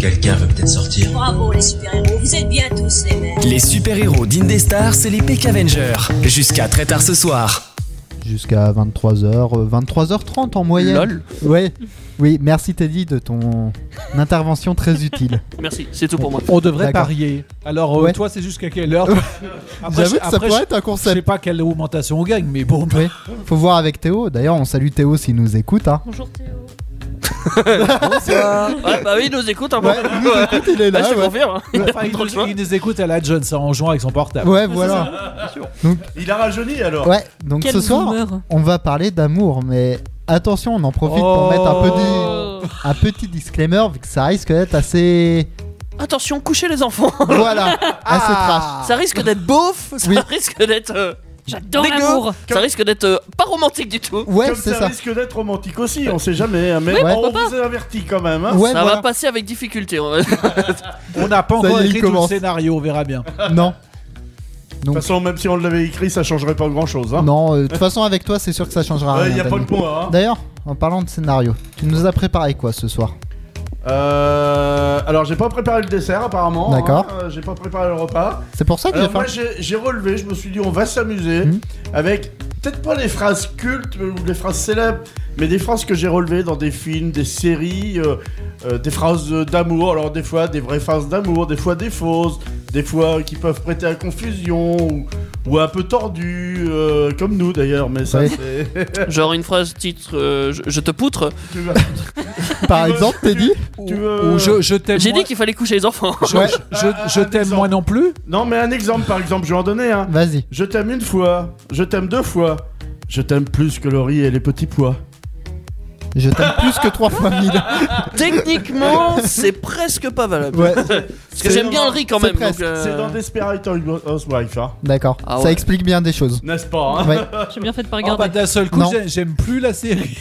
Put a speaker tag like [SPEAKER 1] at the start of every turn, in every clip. [SPEAKER 1] Quelqu'un veut peut-être sortir.
[SPEAKER 2] Bravo les super-héros, vous êtes bien tous les mêmes.
[SPEAKER 3] Les super-héros d'Indestar, c'est les Peck Avengers. Jusqu'à très tard ce soir.
[SPEAKER 4] Jusqu'à euh, 23h, 23h30 en moyenne.
[SPEAKER 5] Lol.
[SPEAKER 4] Ouais. Oui, merci Teddy de ton intervention très utile.
[SPEAKER 5] Merci, c'est tout pour moi.
[SPEAKER 6] On devrait
[SPEAKER 4] D'accord.
[SPEAKER 6] parier. Alors, euh,
[SPEAKER 4] Ouais.
[SPEAKER 6] toi, c'est jusqu'à quelle heure Après,
[SPEAKER 4] J'avoue que ça
[SPEAKER 6] après,
[SPEAKER 4] pourrait être un
[SPEAKER 6] Je sais
[SPEAKER 4] concept.
[SPEAKER 6] pas quelle augmentation on gagne, mais bon.
[SPEAKER 4] Oui. Faut voir avec Théo. D'ailleurs, on salue Théo s'il nous écoute. Hein.
[SPEAKER 7] Bonjour Théo.
[SPEAKER 5] Ouais, bah oui, il nous écoute un peu.
[SPEAKER 4] Ouais, il nous écoute, il est
[SPEAKER 5] Là,
[SPEAKER 4] là.
[SPEAKER 5] je te
[SPEAKER 4] ouais.
[SPEAKER 5] confirme. hein. Il a
[SPEAKER 6] Enfin,
[SPEAKER 5] pas
[SPEAKER 6] il,
[SPEAKER 5] trop le choix.
[SPEAKER 6] il nous écoute à la John, ça en jouant avec son portable.
[SPEAKER 4] Ouais, voilà.
[SPEAKER 8] Il a rajeuni alors.
[SPEAKER 4] Ouais, donc
[SPEAKER 7] Quel
[SPEAKER 4] ce soir,
[SPEAKER 7] boomer.
[SPEAKER 4] on va parler d'amour, mais attention, on en profite pour
[SPEAKER 6] Oh.
[SPEAKER 4] mettre un, peu di- un petit disclaimer, vu que ça risque d'être assez.
[SPEAKER 5] Attention, couchez les enfants.
[SPEAKER 4] Voilà, assez trash.
[SPEAKER 5] Ah. Ça risque d'être beauf, ça
[SPEAKER 4] Ah. Oui.
[SPEAKER 5] risque d'être. euh,
[SPEAKER 7] J'adore
[SPEAKER 5] dégueu,
[SPEAKER 7] l'amour.
[SPEAKER 5] Ça risque d'être euh, pas romantique du tout.
[SPEAKER 4] Ouais,
[SPEAKER 8] Comme
[SPEAKER 4] c'est
[SPEAKER 8] ça,
[SPEAKER 4] ça.
[SPEAKER 8] risque d'être romantique aussi, on sait jamais. hein, Mais
[SPEAKER 4] Oui,
[SPEAKER 8] on
[SPEAKER 4] pourquoi
[SPEAKER 8] vous a averti quand même. hein.
[SPEAKER 4] Ouais,
[SPEAKER 5] ça va
[SPEAKER 4] voilà.
[SPEAKER 5] passer avec difficulté. on va dire.
[SPEAKER 6] On n'a pas
[SPEAKER 4] Ça y
[SPEAKER 6] encore
[SPEAKER 4] est, il
[SPEAKER 6] écrit tout le
[SPEAKER 4] commence.
[SPEAKER 6] scénario, on verra bien.
[SPEAKER 4] Non,
[SPEAKER 8] De toute façon, même si on l'avait écrit, ça changerait pas grand chose. Hein.
[SPEAKER 4] non, euh, de toute façon, avec toi, c'est sûr que ça changera
[SPEAKER 8] Euh,
[SPEAKER 4] rien.
[SPEAKER 8] y a pas
[SPEAKER 4] Dani.
[SPEAKER 8] de moi. hein.
[SPEAKER 4] D'ailleurs, en parlant de scénario, tu nous as préparé quoi ce soir
[SPEAKER 8] Euh, alors, j'ai pas préparé le dessert apparemment.
[SPEAKER 4] D'accord.
[SPEAKER 8] hein, euh, J'ai pas préparé le repas.
[SPEAKER 4] C'est pour ça que j'ai
[SPEAKER 8] Alors, moi,
[SPEAKER 4] faim
[SPEAKER 8] j'ai j'ai relevé, je me suis dit, on va s'amuser
[SPEAKER 6] Hmm.
[SPEAKER 4] Mhm.
[SPEAKER 8] avec peut-être pas les phrases cultes euh, ou des phrases célèbres, mais des phrases que j'ai relevées dans des films, des séries, euh, euh, des phrases euh, d'amour. Alors, des fois, des vraies phrases d'amour, des fois des fausses, des fois euh, qui peuvent prêter à confusion ou, ou un peu tordues, euh, comme nous d'ailleurs. Mais ça,
[SPEAKER 4] Oui.
[SPEAKER 8] c'est.
[SPEAKER 5] Genre une phrase titre euh, je, je te poutre.
[SPEAKER 8] tu veux-
[SPEAKER 4] Par
[SPEAKER 8] tu veux-
[SPEAKER 4] exemple, t'es dit
[SPEAKER 8] Tu
[SPEAKER 6] Ou-
[SPEAKER 4] Euh,
[SPEAKER 8] veux-
[SPEAKER 6] ou je, je t'aime
[SPEAKER 5] J'ai
[SPEAKER 6] moi,
[SPEAKER 5] dit qu'il fallait coucher les enfants.
[SPEAKER 6] je,
[SPEAKER 4] Ouais.
[SPEAKER 6] je- je-
[SPEAKER 4] Ah,
[SPEAKER 6] je
[SPEAKER 8] Un
[SPEAKER 6] t'aime
[SPEAKER 8] exemple.
[SPEAKER 6] moi non plus
[SPEAKER 8] Non, mais un exemple, par exemple, je vais en donner un.
[SPEAKER 4] Vas-y.
[SPEAKER 8] Je t'aime une fois, je t'aime deux fois, je t'aime plus que le riz et les petits pois.
[SPEAKER 4] Je t'aime plus que trois fois mille.
[SPEAKER 5] Techniquement, c'est presque pas valable.
[SPEAKER 4] Ouais,
[SPEAKER 5] Parce que j'aime bien le riz quand
[SPEAKER 4] c'est
[SPEAKER 5] même. donc,
[SPEAKER 4] presque,
[SPEAKER 5] euh,
[SPEAKER 8] C'est dans Desperate Housewife, hein.
[SPEAKER 4] d'accord.
[SPEAKER 5] Ah
[SPEAKER 4] Ça
[SPEAKER 5] ouais.
[SPEAKER 4] explique bien des choses.
[SPEAKER 8] N'est-ce pas, hein
[SPEAKER 4] Ouais.
[SPEAKER 7] J'ai bien fait de pas
[SPEAKER 6] Oh, bah,
[SPEAKER 7] regarder.
[SPEAKER 6] D'un seul coup,
[SPEAKER 4] Non.
[SPEAKER 6] j'ai- j'aime plus la série.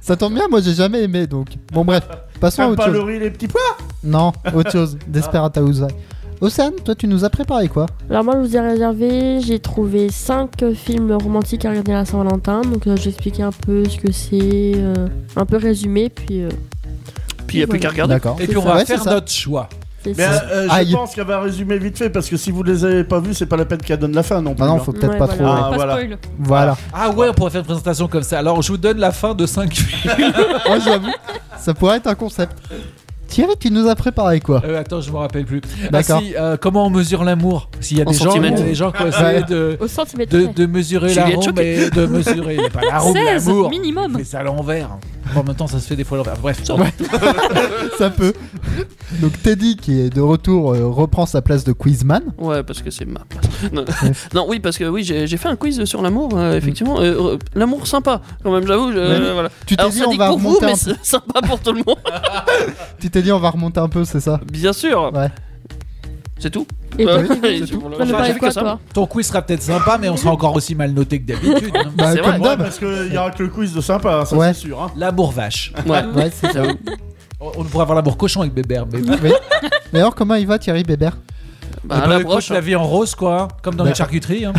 [SPEAKER 4] Ça tombe bien, moi j'ai jamais aimé donc. Bon, bref, passons à
[SPEAKER 8] T'aimes
[SPEAKER 4] autre
[SPEAKER 8] pas
[SPEAKER 4] chose.
[SPEAKER 8] le riz et les petits pois
[SPEAKER 4] Non, autre chose. Desperate Housewives. Océane, toi tu nous as préparé quoi
[SPEAKER 7] Alors moi je vous ai réservé, j'ai trouvé 5 films romantiques à regarder à la Saint-Valentin, donc euh, j'ai expliqué un peu ce que c'est, euh, un peu résumé, puis euh,
[SPEAKER 5] Puis il a plus qu'à regarder.
[SPEAKER 4] D'accord.
[SPEAKER 6] Et puis on va
[SPEAKER 4] Ouais, c'est
[SPEAKER 6] faire
[SPEAKER 4] ça.
[SPEAKER 6] notre choix.
[SPEAKER 7] c'est
[SPEAKER 8] Mais
[SPEAKER 7] ça.
[SPEAKER 8] euh,
[SPEAKER 4] Aïe.
[SPEAKER 8] je pense qu'elle va résumer vite fait, parce que si vous les avez pas vus, c'est pas la peine qu'elle donne la fin non plus.
[SPEAKER 4] Ah non,
[SPEAKER 8] hein.
[SPEAKER 4] faut peut-être
[SPEAKER 7] Ouais,
[SPEAKER 4] pas
[SPEAKER 7] voilà.
[SPEAKER 4] trop.
[SPEAKER 8] Ah,
[SPEAKER 7] Pas
[SPEAKER 8] voilà.
[SPEAKER 7] spoil.
[SPEAKER 4] Voilà.
[SPEAKER 6] Ah ouais, on pourrait faire une présentation comme ça. Alors je vous donne la fin de 5 films.
[SPEAKER 4] Oh, j'avoue, ça pourrait être un concept. Thierry, tu nous as préparé quoi
[SPEAKER 6] Euh, attends, je me rappelle plus. Ah
[SPEAKER 4] D'accord.
[SPEAKER 6] si, euh, comment on mesure l'amour S'il y a
[SPEAKER 5] En
[SPEAKER 6] des gens,
[SPEAKER 5] centimètres.
[SPEAKER 6] des gens qui ont essayé
[SPEAKER 4] Ouais.
[SPEAKER 6] de,
[SPEAKER 7] Au centimètre
[SPEAKER 6] de,
[SPEAKER 7] près.
[SPEAKER 6] de mesurer la
[SPEAKER 5] Juliette
[SPEAKER 6] ronde
[SPEAKER 5] Choquet.
[SPEAKER 6] et de mesurer pas la ronde,
[SPEAKER 7] 16
[SPEAKER 6] l'amour.
[SPEAKER 7] minimum.
[SPEAKER 6] Mais c'est à l'envers. Bon, en même temps, ça se fait des fois à l'envers. Bref,
[SPEAKER 4] Ça peut. Donc Teddy, qui est de retour, euh, reprend sa place de quizman.
[SPEAKER 5] Ouais, parce que c'est ma place. Non, Non, oui, parce que oui, j'ai j'ai fait un quiz sur l'amour, euh, effectivement. Euh, euh, l'amour sympa, quand même, j'avoue. je-
[SPEAKER 4] Mhm. Ouais.
[SPEAKER 5] voilà.
[SPEAKER 4] Tu t'es
[SPEAKER 5] Alors,
[SPEAKER 4] dit,
[SPEAKER 5] ça
[SPEAKER 4] on
[SPEAKER 5] dit
[SPEAKER 4] va
[SPEAKER 5] pour vous,
[SPEAKER 4] remonter
[SPEAKER 5] mais
[SPEAKER 4] un peu.
[SPEAKER 5] c'est sympa pour tout le monde.
[SPEAKER 4] Tu t'es dit, on va remonter un peu, c'est ça
[SPEAKER 5] Bien sûr.
[SPEAKER 4] Ouais.
[SPEAKER 5] C'est tout.
[SPEAKER 7] Et
[SPEAKER 5] Euh,
[SPEAKER 4] toi,
[SPEAKER 5] et
[SPEAKER 4] c'est
[SPEAKER 5] tu-
[SPEAKER 4] tout.
[SPEAKER 5] voilà,
[SPEAKER 7] T'en as
[SPEAKER 5] j'ai
[SPEAKER 7] parlé
[SPEAKER 5] fait
[SPEAKER 7] de quoi
[SPEAKER 5] que ça.
[SPEAKER 7] toi
[SPEAKER 6] ton quiz sera peut-être sympa, mais on sera encore aussi mal noté que d'habitude. hein.
[SPEAKER 4] Bah,
[SPEAKER 5] C'est
[SPEAKER 4] comme
[SPEAKER 5] vrai.
[SPEAKER 8] Ouais,
[SPEAKER 4] d'hab.
[SPEAKER 8] parce qu'il y a que le quiz de sympa, hein, ça
[SPEAKER 4] Ouais.
[SPEAKER 8] c'est sûr. Hein.
[SPEAKER 6] L'amour vache.
[SPEAKER 5] Ouais.
[SPEAKER 4] Ouais, c'est ça.
[SPEAKER 6] On on pourrait avoir l'amour cochon avec Bébert, mais.
[SPEAKER 4] Oui. D'ailleurs, comment il va Thierry Bébert
[SPEAKER 5] Bah, à
[SPEAKER 6] Eh ben,
[SPEAKER 5] la
[SPEAKER 6] écoute,
[SPEAKER 5] broche.
[SPEAKER 6] la vie en rose, quoi. hein, Comme dans les
[SPEAKER 4] D'accord.
[SPEAKER 6] charcuteries. hein.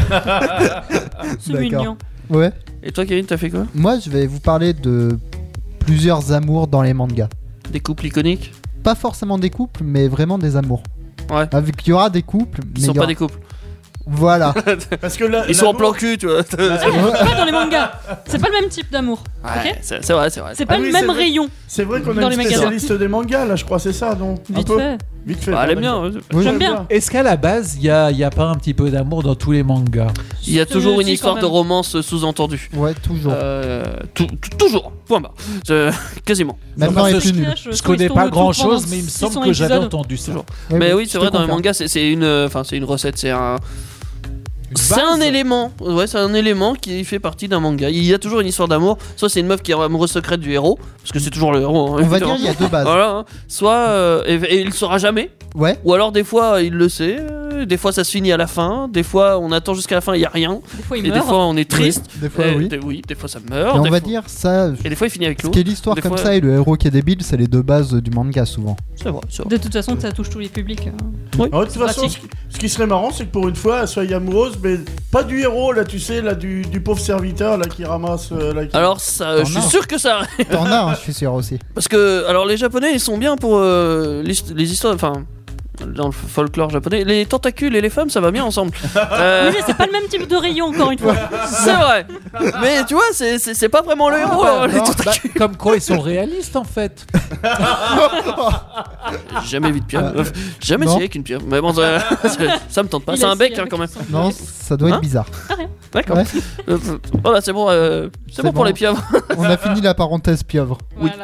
[SPEAKER 7] C'est
[SPEAKER 4] D'accord.
[SPEAKER 7] mignon.
[SPEAKER 4] Ouais.
[SPEAKER 5] Et toi, Kevin, t'as fait quoi
[SPEAKER 4] Moi, je vais vous parler de plusieurs amours dans les mangas.
[SPEAKER 5] Des couples iconiques
[SPEAKER 4] Pas forcément des couples, mais vraiment des amours.
[SPEAKER 5] Ouais.
[SPEAKER 4] Avec, il y aura des couples, mais
[SPEAKER 5] Ils sont
[SPEAKER 4] il y aura-
[SPEAKER 5] pas des couples.
[SPEAKER 4] Voilà.
[SPEAKER 8] Parce que la-
[SPEAKER 5] Ils sont en plan
[SPEAKER 8] l'amour-
[SPEAKER 5] cul, tu vois.
[SPEAKER 7] Pas dans les mangas. C'est pas le même type d'amour.
[SPEAKER 5] Ouais, c'est c'est vrai, c'est vrai.
[SPEAKER 7] C'est pas
[SPEAKER 8] Ah oui,
[SPEAKER 7] le
[SPEAKER 8] c'est
[SPEAKER 7] même
[SPEAKER 8] vrai.
[SPEAKER 7] rayon.
[SPEAKER 8] C'est vrai qu'on a
[SPEAKER 7] Dans
[SPEAKER 8] une
[SPEAKER 7] les magasins.
[SPEAKER 8] spécialiste des mangas, là, je crois, c'est ça, non Un
[SPEAKER 7] Vite
[SPEAKER 8] peu
[SPEAKER 7] fait.
[SPEAKER 8] Vite fait. Ah,
[SPEAKER 5] Bah, elle aime
[SPEAKER 8] dans les
[SPEAKER 5] bien.
[SPEAKER 8] mangas.
[SPEAKER 5] ouais.
[SPEAKER 4] Oui.
[SPEAKER 7] J'aime bien.
[SPEAKER 6] Est-ce qu'à la base, il n'y a, il y a pas un petit peu d'amour dans tous les mangas
[SPEAKER 5] Il y a
[SPEAKER 7] Je te
[SPEAKER 5] toujours
[SPEAKER 7] le
[SPEAKER 5] une
[SPEAKER 7] dis
[SPEAKER 5] histoire
[SPEAKER 7] quand
[SPEAKER 5] de
[SPEAKER 7] même.
[SPEAKER 5] romance sous-entendue.
[SPEAKER 4] Ouais, toujours.
[SPEAKER 5] Euh, tou- tou- toujours, point barre. C'est- Quasiment.
[SPEAKER 4] Même
[SPEAKER 6] parce
[SPEAKER 4] dans les
[SPEAKER 6] que
[SPEAKER 4] plus nuls.
[SPEAKER 7] Flash,
[SPEAKER 6] Je
[SPEAKER 7] euh, quand ils
[SPEAKER 6] connais
[SPEAKER 7] tournent
[SPEAKER 6] pas
[SPEAKER 7] autour
[SPEAKER 6] grand
[SPEAKER 7] pendant
[SPEAKER 6] chose, mais il me
[SPEAKER 7] six
[SPEAKER 6] semble
[SPEAKER 7] cents
[SPEAKER 6] que j'avais
[SPEAKER 7] épisodes.
[SPEAKER 6] entendu ça.
[SPEAKER 5] Toujours.
[SPEAKER 4] Ouais,
[SPEAKER 5] Mais
[SPEAKER 4] ouais,
[SPEAKER 5] oui,
[SPEAKER 4] Eh je
[SPEAKER 5] c'est
[SPEAKER 4] te
[SPEAKER 5] vrai, dans les
[SPEAKER 4] confirme.
[SPEAKER 5] mangas, c'est- c'est une, euh, enfin, c'est une recette, c'est un,
[SPEAKER 6] Une
[SPEAKER 5] c'est
[SPEAKER 6] base.
[SPEAKER 5] un élément. Ouais, c'est un élément qui fait partie d'un manga. Il y a toujours une histoire d'amour. Soit c'est une meuf qui est amoureuse secrète du héros, parce que c'est toujours le héros. hein,
[SPEAKER 4] On va
[SPEAKER 5] évidemment.
[SPEAKER 4] dire, il y a deux bases.
[SPEAKER 5] Voilà. hein. Soit euh, et, et il le saura jamais.
[SPEAKER 4] Ouais,
[SPEAKER 5] Ou alors des fois euh, il le sait. euh, Des fois ça se finit à la fin. Des fois on attend jusqu'à la fin, il y a rien.
[SPEAKER 7] Des fois,
[SPEAKER 5] Et
[SPEAKER 7] il meurt.
[SPEAKER 5] des fois on est triste.
[SPEAKER 4] des fois,
[SPEAKER 5] et,
[SPEAKER 4] oui.
[SPEAKER 5] Eh, Des, oui, des fois ça
[SPEAKER 4] Et
[SPEAKER 5] meurt.
[SPEAKER 4] on
[SPEAKER 5] des
[SPEAKER 4] va
[SPEAKER 5] fois-
[SPEAKER 4] dire, ça,
[SPEAKER 5] Et des fois il finit avec
[SPEAKER 4] Ce
[SPEAKER 5] l'eau.
[SPEAKER 4] qui est l'histoire
[SPEAKER 5] Des
[SPEAKER 4] comme
[SPEAKER 5] fois-
[SPEAKER 4] ça et le héros qui est débile, c'est les deux bases du manga souvent.
[SPEAKER 5] C'est vrai, c'est vrai.
[SPEAKER 7] De toute façon, ça touche tous les publics. hein.
[SPEAKER 8] Ah ouais, de toute façon, ce
[SPEAKER 7] Pratique.
[SPEAKER 8] qui, ce qui serait marrant, c'est que pour une fois, elle soit amoureuse, mais Pas du héros, là, tu sais, là, du, du pauvre serviteur, là, qui ramasse. euh, là, qui-
[SPEAKER 5] Alors ça, euh, je suis
[SPEAKER 4] T'en as.
[SPEAKER 5] sûr que ça
[SPEAKER 4] T'en as, hein, je suis sûr aussi.
[SPEAKER 5] parce que alors les japonais ils sont bien pour euh, l'hist- les histoires enfin dans le folklore japonais, les tentacules et les femmes ça va bien ensemble. Euh,
[SPEAKER 1] Oui, mais c'est pas le même type de rayon, encore une fois.
[SPEAKER 5] c'est vrai. Mais tu vois, c'est- c'est c'est pas vraiment le héros. hein, les
[SPEAKER 6] Non,
[SPEAKER 5] tentacules.
[SPEAKER 6] bah, comme quoi ils sont réalistes en fait.
[SPEAKER 5] Jamais vu de pierre. Euh, Jamais
[SPEAKER 4] Non.
[SPEAKER 5] essayé avec une pierre. Mais bon, ça, ça- ça me tente pas.
[SPEAKER 1] Il
[SPEAKER 5] C'est
[SPEAKER 1] a
[SPEAKER 5] un bec
[SPEAKER 1] essayé
[SPEAKER 5] hein, quand même.
[SPEAKER 1] avec son-
[SPEAKER 4] Non, ça doit
[SPEAKER 5] Hein
[SPEAKER 4] être bizarre.
[SPEAKER 5] D'accord.
[SPEAKER 4] Ouais.
[SPEAKER 5] Euh, voilà, c'est bon, euh, c'est
[SPEAKER 4] C'est
[SPEAKER 5] bon, pour
[SPEAKER 4] bon.
[SPEAKER 5] les pieuvres.
[SPEAKER 4] On a fini la parenthèse pieuvre.
[SPEAKER 1] Voilà.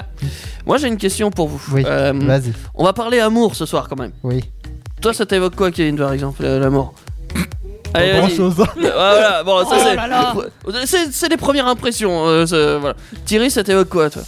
[SPEAKER 5] Moi, j'ai une question pour vous.
[SPEAKER 4] Oui.
[SPEAKER 5] Euh,
[SPEAKER 4] Vas-y.
[SPEAKER 5] on va parler amour ce soir quand même.
[SPEAKER 4] Oui.
[SPEAKER 5] Toi, ça t'évoque quoi, Kevin, par exemple, euh, l'amour Allez,
[SPEAKER 4] Pas
[SPEAKER 5] vas-y.
[SPEAKER 4] grand-chose.
[SPEAKER 5] Euh, voilà, bon, ça
[SPEAKER 1] Oh
[SPEAKER 5] c'est-
[SPEAKER 1] là là.
[SPEAKER 5] c'est. C'est des premières impressions. euh, ça- voilà. Thierry, ça t'évoque quoi, toi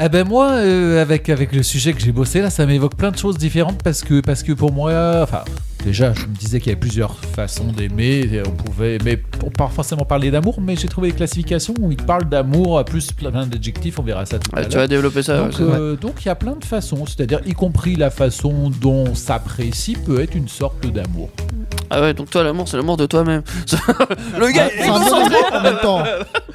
[SPEAKER 6] Eh ben moi, euh, avec, avec le sujet que j'ai bossé là, ça m'évoque plein de choses différentes parce que, parce que pour moi, euh, enfin, déjà, je me disais qu'il y avait plusieurs façons d'aimer. et On pouvait aimer, pour- pas forcément parler d'amour, mais j'ai trouvé des classifications où ils parlent d'amour à plus plein d'adjectifs. On verra ça tout à
[SPEAKER 5] Ouais,
[SPEAKER 6] l'heure.
[SPEAKER 5] Ah, Tu vas développer ça. ouais,
[SPEAKER 6] Donc,
[SPEAKER 5] ça-
[SPEAKER 6] euh, donc il y a plein de façons, c'est-à-dire y compris la façon dont s'apprécie peut être une sorte d'amour.
[SPEAKER 5] Ah ouais, donc toi, l'amour, c'est l'amour de toi-même. Le gars, il est
[SPEAKER 4] Ah, C'est un
[SPEAKER 5] concentré.
[SPEAKER 4] monologue en même temps.
[SPEAKER 5] Non,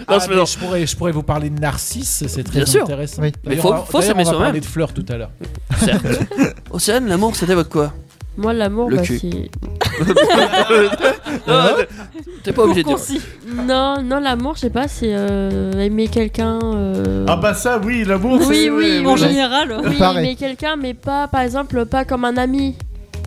[SPEAKER 6] Ah,
[SPEAKER 5] c'est
[SPEAKER 6] mais
[SPEAKER 5] pas
[SPEAKER 6] je, pourrais, je pourrais vous parler de narcisse, c'est très
[SPEAKER 5] Bien sûr.
[SPEAKER 6] intéressant.
[SPEAKER 4] Oui.
[SPEAKER 5] Mais
[SPEAKER 6] D'ailleurs,
[SPEAKER 5] faut-
[SPEAKER 6] on va-
[SPEAKER 5] faut
[SPEAKER 6] d'ailleurs,
[SPEAKER 5] s'aimer
[SPEAKER 6] on va
[SPEAKER 5] soi-même.
[SPEAKER 6] parler de fleurs tout à l'heure.
[SPEAKER 5] Certes. Océane, l'amour, ça t'évoque quoi
[SPEAKER 7] Moi, l'amour,
[SPEAKER 5] Le
[SPEAKER 7] bah,
[SPEAKER 5] cul.
[SPEAKER 7] c'est.
[SPEAKER 5] Non, Ah, T'es
[SPEAKER 1] Court,
[SPEAKER 5] pas obligé de dire.
[SPEAKER 1] concis.
[SPEAKER 7] Non, non, l'amour, je sais pas, c'est euh, aimer quelqu'un. euh,
[SPEAKER 8] Ah bah ça, oui, l'amour.
[SPEAKER 7] Oui,
[SPEAKER 8] c'est-
[SPEAKER 7] oui,
[SPEAKER 1] En
[SPEAKER 7] oui.
[SPEAKER 1] général.
[SPEAKER 7] Oui,
[SPEAKER 4] Pareil.
[SPEAKER 7] aimer quelqu'un, mais pas, par exemple, pas comme un ami.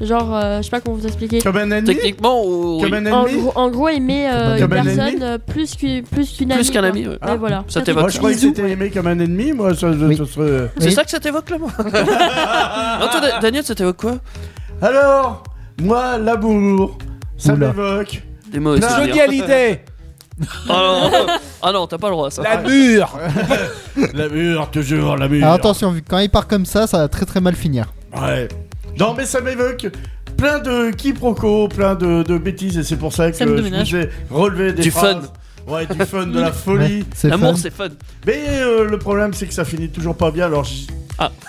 [SPEAKER 7] Genre, euh, je sais pas comment vous expliquer.
[SPEAKER 8] Comme un ennemi
[SPEAKER 5] Techniquement, ou...
[SPEAKER 8] Comme un
[SPEAKER 7] En
[SPEAKER 8] ennemi
[SPEAKER 7] gros, en gros, aimer euh,
[SPEAKER 4] Comme
[SPEAKER 7] une
[SPEAKER 8] un ami.
[SPEAKER 7] personne euh, plus qu'une plus qu'une amie.
[SPEAKER 5] plus qu'un
[SPEAKER 7] quoi.
[SPEAKER 5] ami. ouais.
[SPEAKER 7] Ouais, voilà.
[SPEAKER 5] Ça
[SPEAKER 7] Très-
[SPEAKER 5] t'évoque
[SPEAKER 8] Moi, Ah, je croyais que c'était aimé comme un ennemi, moi, ça, ça-
[SPEAKER 4] Oui.
[SPEAKER 8] ça serait- euh.
[SPEAKER 5] C'est
[SPEAKER 4] Oui.
[SPEAKER 5] ça que ça t'évoque là, moi Non, toi, Da- Daniel, ça t'évoque quoi
[SPEAKER 8] Alors, moi, l'amour, ça
[SPEAKER 4] Oula.
[SPEAKER 8] m'évoque.
[SPEAKER 5] Des mauvais
[SPEAKER 8] Non,
[SPEAKER 5] souvenirs.
[SPEAKER 6] Johnny Hallyday,
[SPEAKER 5] Ah non, ah non, t'as pas le droit à ça.
[SPEAKER 6] la mûre
[SPEAKER 8] L'amour, toujours l'amour.
[SPEAKER 4] Alors attention, vu que quand il part comme ça, ça va très très mal finir.
[SPEAKER 8] Ouais. Non, mais ça m'évoque plein de quiproquos, plein de, de bêtises, et c'est pour ça que
[SPEAKER 1] Scène de
[SPEAKER 8] je
[SPEAKER 1] ménage.
[SPEAKER 8] vous ai relevé des
[SPEAKER 5] Du
[SPEAKER 8] phrases. Ouais, du fun, de la folie.
[SPEAKER 4] Ouais, c'est
[SPEAKER 5] L'amour,
[SPEAKER 4] fun.
[SPEAKER 5] c'est fun.
[SPEAKER 8] Mais euh, le problème, c'est que ça finit toujours pas bien, alors j-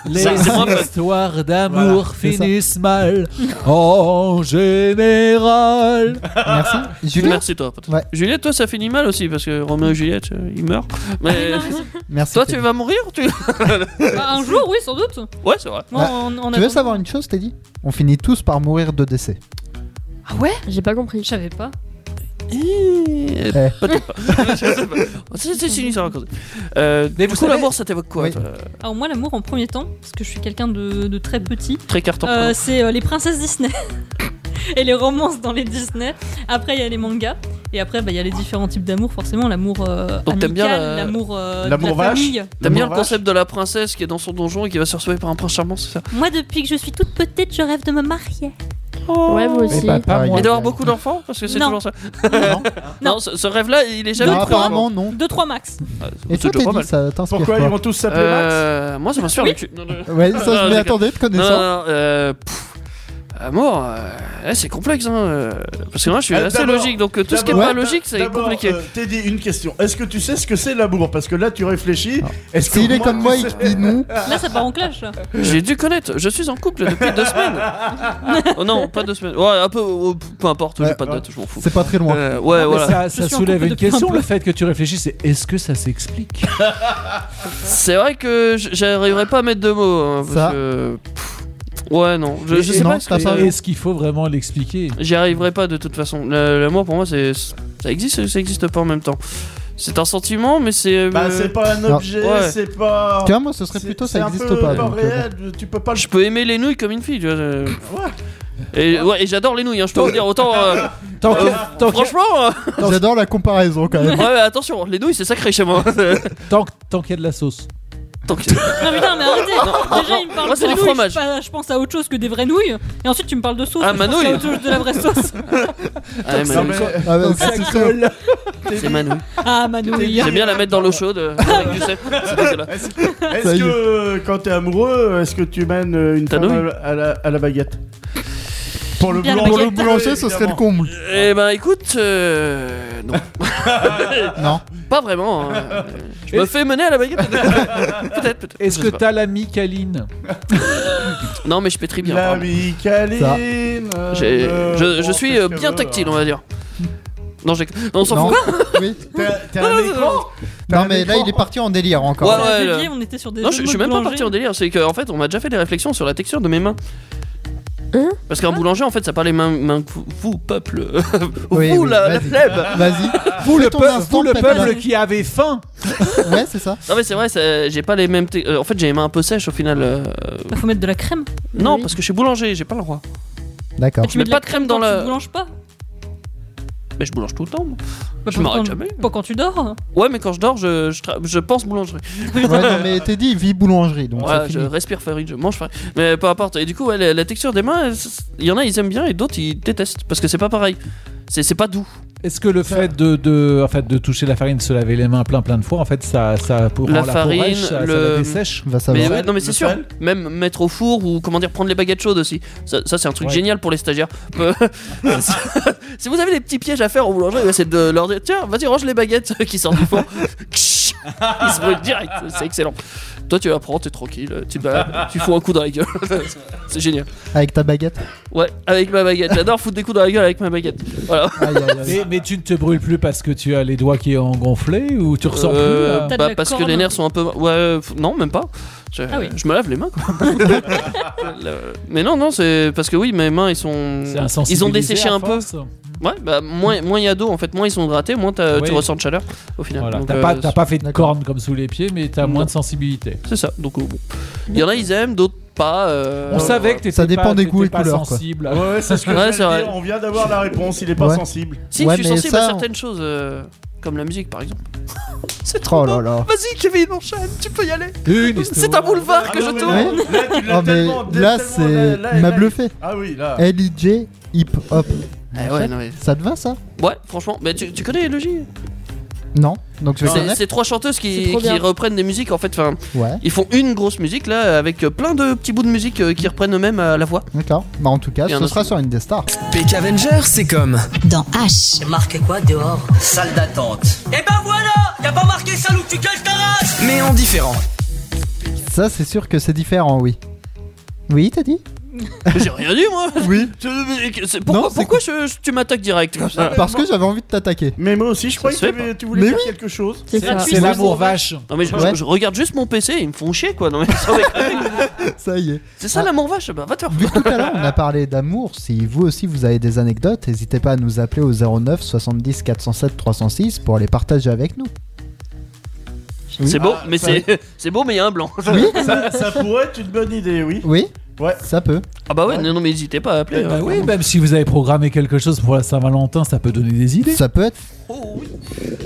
[SPEAKER 6] Les
[SPEAKER 5] Ça, c'est moins fun.
[SPEAKER 6] histoires d'amour
[SPEAKER 4] Voilà, c'est ça.
[SPEAKER 6] finissent mal en général.
[SPEAKER 4] Merci. Julien
[SPEAKER 5] Merci, toi. Patrick.
[SPEAKER 4] Ouais.
[SPEAKER 5] Juliette, toi, ça finit mal aussi parce que Romain et Juliette, euh, ils meurent. Mais
[SPEAKER 1] Ah Non, mais c'est-
[SPEAKER 4] Merci.
[SPEAKER 5] toi, tu
[SPEAKER 4] Teddy.
[SPEAKER 5] vas mourir tu...
[SPEAKER 1] bah, un jour, oui, sans doute.
[SPEAKER 5] Ouais, c'est vrai.
[SPEAKER 1] Moi, on, on
[SPEAKER 4] Tu veux
[SPEAKER 1] attend.
[SPEAKER 4] savoir une chose, Teddy On finit tous par mourir de décès.
[SPEAKER 1] Ah ouais
[SPEAKER 7] J'ai pas
[SPEAKER 1] Je
[SPEAKER 7] compris.
[SPEAKER 1] savais pas.
[SPEAKER 5] Eh, Peut-être pas. Je sais pas. C'est c'est une histoire à raconter. Euh,
[SPEAKER 6] Mais
[SPEAKER 5] du
[SPEAKER 6] vous
[SPEAKER 5] coup,
[SPEAKER 6] savez-
[SPEAKER 5] l'amour, ça t'évoque quoi
[SPEAKER 4] Oui.
[SPEAKER 5] toi Euh,
[SPEAKER 1] Alors, moi, l'amour en premier temps, parce que je suis quelqu'un de, de très petit,
[SPEAKER 5] Très carton.
[SPEAKER 1] euh, c'est euh, les princesses Disney. Et les romances dans les Disney. Après, il y a les mangas. Et après, bah, il y a les différents types d'amour, forcément. L'amour euh,
[SPEAKER 5] Donc, t'aimes
[SPEAKER 1] amical,
[SPEAKER 5] bien la-
[SPEAKER 1] l'amour euh, de
[SPEAKER 8] L'amour
[SPEAKER 1] la
[SPEAKER 8] vache.
[SPEAKER 1] famille.
[SPEAKER 5] T'aimes bien le
[SPEAKER 8] L'amour
[SPEAKER 5] concept de la princesse qui est dans son donjon et qui va se retrouver par un prince charmant, c'est ça
[SPEAKER 1] Moi, depuis que je suis toute petite, je rêve de me marier.
[SPEAKER 7] Ouais, moi
[SPEAKER 6] Mais
[SPEAKER 7] aussi.
[SPEAKER 6] bah, pas
[SPEAKER 4] Pareil.
[SPEAKER 6] moi.
[SPEAKER 5] Et d'avoir beaucoup d'enfants Parce que c'est
[SPEAKER 1] Non.
[SPEAKER 5] toujours ça.
[SPEAKER 4] Non.
[SPEAKER 1] Non.
[SPEAKER 5] Non, ce, ce rêve-là, il est jamais
[SPEAKER 4] Non,
[SPEAKER 5] pris en compte.
[SPEAKER 4] apparemment non.
[SPEAKER 1] Deux, trois max.
[SPEAKER 5] Ah,
[SPEAKER 4] Et
[SPEAKER 5] c'est
[SPEAKER 4] toi,
[SPEAKER 5] toujours pas
[SPEAKER 4] Teddy,
[SPEAKER 5] mal.
[SPEAKER 4] ça t'inspire
[SPEAKER 8] pourquoi ils
[SPEAKER 4] quoi
[SPEAKER 8] vont tous s'appeler Max
[SPEAKER 5] Euh, moi, ça m'inspire le cul. Non, non,
[SPEAKER 4] Ouais, ça
[SPEAKER 5] Non,
[SPEAKER 4] je
[SPEAKER 5] je
[SPEAKER 4] m'y attendais, te
[SPEAKER 5] non,
[SPEAKER 4] connaissant.
[SPEAKER 5] non, euh, pff, amour, euh, eh, c'est complexe. Hein, euh, parce que moi, je suis
[SPEAKER 8] Euh,
[SPEAKER 5] assez
[SPEAKER 8] d'abord-
[SPEAKER 5] logique. Donc, euh, tout ce qui est
[SPEAKER 8] D'abord-
[SPEAKER 5] pas logique, c'est
[SPEAKER 8] d'abord,
[SPEAKER 5] compliqué.
[SPEAKER 8] euh, Teddy, une question. Est-ce que tu sais ce que c'est l'amour Parce que là, tu réfléchis. Est-ce que
[SPEAKER 4] S'il est
[SPEAKER 8] moi,
[SPEAKER 4] comme
[SPEAKER 8] tu
[SPEAKER 4] moi,
[SPEAKER 8] sais-
[SPEAKER 4] il dit non.
[SPEAKER 1] Là, ça part en clash. là.
[SPEAKER 5] J'ai dû connaître. Je suis en couple depuis deux semaines. oh non, pas deux semaines. Ouais, un peu. oh, peu importe, j'ai
[SPEAKER 4] Ouais,
[SPEAKER 5] pas de
[SPEAKER 8] ouais.
[SPEAKER 5] date, je m'en fous.
[SPEAKER 4] C'est pas très loin.
[SPEAKER 5] Euh, ouais,
[SPEAKER 6] Mais
[SPEAKER 5] voilà.
[SPEAKER 1] Je
[SPEAKER 6] Ça, ça
[SPEAKER 1] suis en
[SPEAKER 6] soulève
[SPEAKER 1] couple
[SPEAKER 6] une
[SPEAKER 1] depuis un
[SPEAKER 6] question,
[SPEAKER 1] peu.
[SPEAKER 6] le fait que tu réfléchisses, c'est est-ce que ça s'explique
[SPEAKER 5] C'est vrai que j- j'arriverai pas à mettre de mots. hein, parce
[SPEAKER 4] Ça.
[SPEAKER 5] que, pff, ouais, non. Je, je
[SPEAKER 4] Et
[SPEAKER 5] sais
[SPEAKER 4] non,
[SPEAKER 5] pas. ce
[SPEAKER 4] t'as
[SPEAKER 5] que-
[SPEAKER 4] pas-
[SPEAKER 6] Est-ce qu'il faut vraiment l'expliquer
[SPEAKER 5] J'y arriverai pas de toute façon. Le- L'amour pour moi, c'est ça existe ou ça existe pas en même temps. C'est un sentiment, mais c'est.
[SPEAKER 8] Bah,
[SPEAKER 5] euh,
[SPEAKER 8] c'est pas un
[SPEAKER 4] Non.
[SPEAKER 8] objet,
[SPEAKER 5] Ouais.
[SPEAKER 8] c'est pas.
[SPEAKER 4] Tu vois, moi, ce serait
[SPEAKER 8] c'est-
[SPEAKER 4] plutôt
[SPEAKER 8] Ah. c'est
[SPEAKER 4] ça
[SPEAKER 8] un
[SPEAKER 4] existe
[SPEAKER 8] peu
[SPEAKER 4] pas. donc, euh,
[SPEAKER 8] réel, tu peux pas le
[SPEAKER 5] Je peux aimer les nouilles comme une fille, tu vois. euh,
[SPEAKER 8] Ouais.
[SPEAKER 5] Et, ouais, et j'adore les nouilles, hein, je peux vous dire. Autant. euh,
[SPEAKER 6] Tant
[SPEAKER 5] euh,
[SPEAKER 6] que- tant que-
[SPEAKER 5] franchement, euh,
[SPEAKER 4] bon. J'adore la comparaison quand
[SPEAKER 5] ouais,
[SPEAKER 4] même.
[SPEAKER 5] mais attention, les nouilles c'est sacré chez moi.
[SPEAKER 6] tant que- tant qu'il y a de la sauce.
[SPEAKER 5] Tant que-
[SPEAKER 1] Non, putain, mais arrêtez. Déjà, il me parle
[SPEAKER 5] Moi, c'est
[SPEAKER 1] de
[SPEAKER 5] les
[SPEAKER 1] nouilles,
[SPEAKER 5] fromages.
[SPEAKER 1] Je, pas- je pense à autre chose que des vraies nouilles. Et ensuite, tu me parles de sauce.
[SPEAKER 5] Ah,
[SPEAKER 1] je
[SPEAKER 5] ma
[SPEAKER 1] pense à
[SPEAKER 5] nouille.
[SPEAKER 1] autre chose de la vraie sauce.
[SPEAKER 5] Ouais, mais-
[SPEAKER 8] Non, mais-
[SPEAKER 4] Ah, bah, c'est sûr.
[SPEAKER 5] C'est ma nouille.
[SPEAKER 1] Ah, ma nouille.
[SPEAKER 5] J'aime bien la mettre dans l'eau chaude. euh, avec du sel. C'est dégueulasse.
[SPEAKER 8] Est-ce
[SPEAKER 4] Ça
[SPEAKER 8] est-ce
[SPEAKER 4] y est.
[SPEAKER 8] que euh, quand t'es amoureux, est-ce que tu mènes euh, une
[SPEAKER 5] Ta
[SPEAKER 8] femme à
[SPEAKER 5] nouille
[SPEAKER 8] la, à la- à la baguette Pour le,
[SPEAKER 1] Bien la
[SPEAKER 8] boulanger-
[SPEAKER 4] Pour le
[SPEAKER 1] Baguette.
[SPEAKER 4] boulanger, ce serait le comble.
[SPEAKER 5] Eh ben écoute, euh, non,
[SPEAKER 4] Non.
[SPEAKER 5] pas vraiment. hein. Euh, Je me
[SPEAKER 6] Et-
[SPEAKER 5] fais mener à la baguette. peut-être, peut-être.
[SPEAKER 6] Est-ce
[SPEAKER 5] je
[SPEAKER 6] que
[SPEAKER 5] sais pas.
[SPEAKER 6] t'as l'ami Kaline
[SPEAKER 5] Non, mais je pétris bien. pardon.
[SPEAKER 8] L'ami Caline. euh,
[SPEAKER 5] euh,
[SPEAKER 6] euh,
[SPEAKER 5] J'ai- Je, je suis euh, bien tactile, on va dire. Non, j'ai. Non, on s'en
[SPEAKER 4] Non.
[SPEAKER 5] fout.
[SPEAKER 4] Oui.
[SPEAKER 8] T'as t'as
[SPEAKER 6] Ah,
[SPEAKER 8] un écran
[SPEAKER 4] Non,
[SPEAKER 8] un
[SPEAKER 4] mais là,
[SPEAKER 8] écran
[SPEAKER 4] il est parti en délire encore.
[SPEAKER 5] Ouais,
[SPEAKER 1] Sur
[SPEAKER 5] ouais,
[SPEAKER 1] un
[SPEAKER 5] le-
[SPEAKER 1] levier, on était sur des
[SPEAKER 5] Non,
[SPEAKER 1] jeux
[SPEAKER 5] je,
[SPEAKER 1] de
[SPEAKER 5] je suis
[SPEAKER 1] mots
[SPEAKER 5] même pas
[SPEAKER 1] boulanger.
[SPEAKER 5] parti en délire. C'est qu'en fait, on m'a déjà fait des réflexions sur la texture de mes mains.
[SPEAKER 7] Hein
[SPEAKER 5] Parce qu'un boulanger, en fait, ça parlait main, main vous, vous, peuple, vous
[SPEAKER 4] Oui, oui,
[SPEAKER 5] la, la
[SPEAKER 4] vas-y.
[SPEAKER 5] plèbe. Ah.
[SPEAKER 4] Vas-y.
[SPEAKER 6] Vous, le,
[SPEAKER 4] Fais ton
[SPEAKER 6] peu-
[SPEAKER 4] instant
[SPEAKER 6] vous, le
[SPEAKER 4] pep,
[SPEAKER 6] peuple
[SPEAKER 1] là.
[SPEAKER 6] qui avait faim
[SPEAKER 4] là. Ouais, c'est ça.
[SPEAKER 5] Non mais c'est vrai, ça- j'ai pas les mêmes. te- euh, en fait, j'ai les mains un peu sèches au final. euh,
[SPEAKER 1] Bah, faut mettre de la crème.
[SPEAKER 5] Non,
[SPEAKER 7] Oui.
[SPEAKER 5] parce que je suis boulanger, j'ai pas le droit.
[SPEAKER 4] D'accord.
[SPEAKER 1] tu
[SPEAKER 5] mets
[SPEAKER 1] mets de la
[SPEAKER 5] pas de crème
[SPEAKER 1] crème
[SPEAKER 5] dans
[SPEAKER 1] quand
[SPEAKER 5] la-
[SPEAKER 1] tu boulanges pas. Bah,
[SPEAKER 5] Mais je boulange tout le temps. moi.
[SPEAKER 7] Bah,
[SPEAKER 1] pas
[SPEAKER 5] Je m'arrête
[SPEAKER 1] quand-
[SPEAKER 5] jamais.
[SPEAKER 1] Pas quand tu dors.
[SPEAKER 5] Ouais, mais quand je dors, je, je, tra- je pense boulangerie.
[SPEAKER 4] Ouais, non, mais Teddy vit boulangerie, donc
[SPEAKER 5] Ouais,
[SPEAKER 4] c'est
[SPEAKER 5] je
[SPEAKER 4] fini.
[SPEAKER 5] respire farine, je mange farine. Mais peu importe. Et du coup, ouais, la, la texture des mains, elle, c'est- il y en a, ils aiment bien et d'autres, ils détestent parce que c'est pas pareil. C'est c'est pas doux.
[SPEAKER 6] Est-ce que le fait de, de, en fait de toucher la farine, se laver les mains plein plein de fois, en fait, ça, ça pour
[SPEAKER 5] La
[SPEAKER 6] rend
[SPEAKER 5] farine,
[SPEAKER 6] la peau rêche, ça,
[SPEAKER 5] le-
[SPEAKER 6] ça la dessèche
[SPEAKER 4] Va savoir.
[SPEAKER 5] Mais
[SPEAKER 8] va.
[SPEAKER 5] ouais, non mais c'est
[SPEAKER 8] Le
[SPEAKER 5] sûr,
[SPEAKER 8] sel.
[SPEAKER 5] même mettre au four ou comment dire prendre les baguettes chaudes aussi. Ça, ça, c'est un truc
[SPEAKER 6] Ouais.
[SPEAKER 5] génial pour les stagiaires. Peu- si vous avez des petits pièges à faire au boulanger, bah, c'est de leur dire tiens vas-y range les baguettes qui sortent du four. Ils se brûlent direct, c'est excellent. Toi tu apprends, t'es tranquille, tu, te balades, tu fous un coup dans la gueule, c'est génial.
[SPEAKER 4] Avec ta baguette.
[SPEAKER 5] Ouais, avec ma baguette, j'adore foutre des coups dans la gueule avec ma baguette. Voilà.
[SPEAKER 4] Aïe, aïe, aïe.
[SPEAKER 6] Mais, mais tu ne te brûles plus parce que tu as les doigts qui ont gonflé ou tu ressens
[SPEAKER 5] Euh,
[SPEAKER 6] plus hein. là
[SPEAKER 1] T'as de
[SPEAKER 5] bah,
[SPEAKER 1] la
[SPEAKER 5] parce que
[SPEAKER 1] corne.
[SPEAKER 5] les nerfs sont un peu. Ouais, euh, f- non, même pas. Je,
[SPEAKER 1] Ah oui.
[SPEAKER 5] je me lave les mains. Quoi. Le- Mais non, non, c'est parce que oui, mes mains ils sont.
[SPEAKER 6] C'est
[SPEAKER 5] Ils
[SPEAKER 6] insensibilisé
[SPEAKER 5] ont
[SPEAKER 6] à
[SPEAKER 5] desséché un peu.
[SPEAKER 6] force.
[SPEAKER 5] Ouais, bah moins moins il y a d'eau en fait, moins ils sont hydratés, moins t'as- tu
[SPEAKER 6] Oui.
[SPEAKER 5] ressens de chaleur au final.
[SPEAKER 6] Voilà.
[SPEAKER 5] Donc,
[SPEAKER 6] T'as
[SPEAKER 5] euh,
[SPEAKER 6] pas, t'as pas fait de
[SPEAKER 4] D'accord.
[SPEAKER 6] cornes comme sous les pieds, mais t'as
[SPEAKER 5] Non.
[SPEAKER 6] moins de sensibilité.
[SPEAKER 5] C'est ça. Donc euh, bon. il y en a ils aiment, d'autres pas. euh,
[SPEAKER 6] On savait que t'étais
[SPEAKER 4] Ça dépend
[SPEAKER 6] pas-
[SPEAKER 4] des goûts et
[SPEAKER 6] t'étais pas
[SPEAKER 4] couleurs, quoi.
[SPEAKER 6] sensible. à-
[SPEAKER 8] euh, Ouais, ouais, c'est ce que
[SPEAKER 5] Ouais,
[SPEAKER 8] j'allais
[SPEAKER 5] c'est vrai.
[SPEAKER 8] dire, On vient d'avoir la réponse, il est pas
[SPEAKER 4] Ouais.
[SPEAKER 8] sensible.
[SPEAKER 5] Si
[SPEAKER 4] Ouais,
[SPEAKER 5] je suis
[SPEAKER 4] mais
[SPEAKER 5] sensible
[SPEAKER 4] ça,
[SPEAKER 5] à
[SPEAKER 4] on-
[SPEAKER 5] certaines choses, euh, comme la musique par exemple. c'est trop.
[SPEAKER 4] Oh
[SPEAKER 5] beau.
[SPEAKER 4] là là.
[SPEAKER 5] Vas-y Kevin, enchaîne, tu peux y aller.
[SPEAKER 6] Une
[SPEAKER 5] C'est un boulevard que
[SPEAKER 8] Ah non,
[SPEAKER 5] je
[SPEAKER 8] mais
[SPEAKER 5] tourne.
[SPEAKER 8] Là, là, tu l'as
[SPEAKER 4] Ah, mais
[SPEAKER 8] tellement-
[SPEAKER 4] là,
[SPEAKER 8] tellement-
[SPEAKER 4] c'est.
[SPEAKER 8] là,
[SPEAKER 4] Il m'a
[SPEAKER 8] là,
[SPEAKER 4] bluffé.
[SPEAKER 8] Ah oui, là.
[SPEAKER 4] LIJ hip hop.
[SPEAKER 5] Eh ouais, non, mais-
[SPEAKER 4] Ça te va, ça
[SPEAKER 5] ouais, franchement, mais tu, tu connais Logie
[SPEAKER 4] Non. Donc je
[SPEAKER 5] C'est-
[SPEAKER 4] connais.
[SPEAKER 5] C'est trois chanteuses
[SPEAKER 7] C'est
[SPEAKER 5] qui,
[SPEAKER 7] trop
[SPEAKER 5] qui
[SPEAKER 7] bien.
[SPEAKER 5] reprennent des musiques en fait. Enfin,
[SPEAKER 4] Ouais,
[SPEAKER 5] ils font une grosse musique là avec euh, plein de petits bouts de musique euh, qui reprennent eux-mêmes à la voix.
[SPEAKER 4] d'accord. Bah, en tout cas,
[SPEAKER 5] Il y en
[SPEAKER 4] ce
[SPEAKER 5] a
[SPEAKER 4] sera
[SPEAKER 5] aussi.
[SPEAKER 4] sur une des stars.
[SPEAKER 3] PK Avenger, c'est comme
[SPEAKER 2] Dans H. Marqué quoi dehors
[SPEAKER 9] Salle d'attente. Eh ben voilà T'as pas marqué ça où tu caches ta race
[SPEAKER 3] mais en différent.
[SPEAKER 4] Ça, c'est sûr que c'est différent, oui. Oui, t'as dit
[SPEAKER 5] Mais J'ai rien dit moi.
[SPEAKER 4] Oui.
[SPEAKER 5] Je- c'est- Pourquoi,
[SPEAKER 4] Non, c'est Ah.
[SPEAKER 5] pourquoi je- je- tu m'attaques direct comme ça
[SPEAKER 4] Parce que j'avais envie de t'attaquer.
[SPEAKER 8] Mais moi aussi, je croyais que
[SPEAKER 5] se fait
[SPEAKER 8] t'avais- tu voulais
[SPEAKER 4] Mais
[SPEAKER 8] dire quelque chose.
[SPEAKER 7] C'est ça.
[SPEAKER 6] C'est l'amour vache.
[SPEAKER 5] Non mais je,
[SPEAKER 4] Ouais.
[SPEAKER 5] je regarde juste mon PC, ils me font chier quoi. Non, mais sans déconner.
[SPEAKER 4] Ça y est.
[SPEAKER 5] c'est ça
[SPEAKER 4] Ah.
[SPEAKER 5] l'amour vache, bah va te faire.
[SPEAKER 4] Vu que tout à l'heure on a parlé d'amour, si vous aussi vous avez des anecdotes, n'hésitez pas à nous appeler au 09 70 407 306 pour les partager avec nous.
[SPEAKER 5] C'est beau,
[SPEAKER 8] Ah,
[SPEAKER 5] mais
[SPEAKER 8] ça-
[SPEAKER 5] c'est c'est beau, mais il y a un blanc.
[SPEAKER 4] Ah,
[SPEAKER 8] Ça, ça pourrait être une bonne idée, oui.
[SPEAKER 4] Oui,
[SPEAKER 8] Ouais.
[SPEAKER 4] ça peut.
[SPEAKER 5] Ah bah ouais, non, non, mais n'hésitez pas à appeler.
[SPEAKER 6] Bah
[SPEAKER 5] euh,
[SPEAKER 6] oui, même si vous avez programmé quelque chose pour la Saint-Valentin, ça peut donner des idées.
[SPEAKER 4] Ça peut être.
[SPEAKER 5] Oh, oui.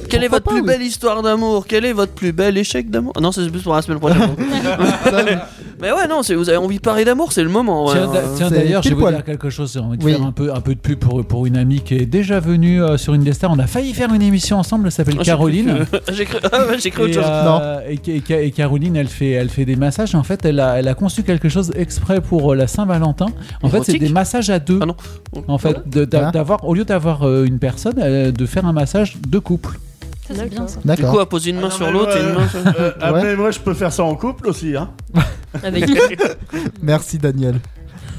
[SPEAKER 5] Quelle est votre
[SPEAKER 4] pas,
[SPEAKER 5] plus
[SPEAKER 4] oui.
[SPEAKER 5] belle histoire d'amour Quel est votre plus bel échec d'amour Ah Non, c'est plus pour la semaine prochaine. mais ouais, non, c'est- vous avez envie de parler d'amour, c'est le moment. ouais,
[SPEAKER 6] Tiens, d'a-
[SPEAKER 5] euh,
[SPEAKER 6] tiens,
[SPEAKER 4] c'est
[SPEAKER 6] d'ailleurs, je
[SPEAKER 4] pile
[SPEAKER 6] vais vous
[SPEAKER 4] poil.
[SPEAKER 6] dire quelque chose. J'ai envie de
[SPEAKER 4] Oui.
[SPEAKER 6] faire un peu, un peu de pub pour, pour une amie qui est déjà venue euh, sur Indestar. On a failli faire une émission ensemble, elle s'appelle
[SPEAKER 5] Ah, j'ai
[SPEAKER 6] Caroline.
[SPEAKER 5] J'ai cru, ah ouais, j'ai cru autre
[SPEAKER 6] Et,
[SPEAKER 5] chose.
[SPEAKER 6] euh, et Ca- et Ca- et Caroline, elle fait, elle fait des massages. En fait, elle a, elle a conçu quelque chose exprès pour euh, la Saint-Valentin. En fait, c'est
[SPEAKER 5] Érotique
[SPEAKER 6] des massages à deux.
[SPEAKER 5] Ah non.
[SPEAKER 6] En fait, de- d'a-
[SPEAKER 4] Ah.
[SPEAKER 6] d'avoir, au lieu d'avoir euh, une personne, euh, de faire un massage de couple.
[SPEAKER 1] Ça, c'est bien ça.
[SPEAKER 5] Du coup,
[SPEAKER 4] D'accord.
[SPEAKER 5] à poser une main
[SPEAKER 8] Ah, non,
[SPEAKER 5] sur
[SPEAKER 8] mais
[SPEAKER 5] l'autre
[SPEAKER 8] ouais,
[SPEAKER 5] et une main sur.
[SPEAKER 8] Euh, Après, moi, je peux faire ça en couple aussi. Hein.
[SPEAKER 1] Avec
[SPEAKER 4] Merci Daniel.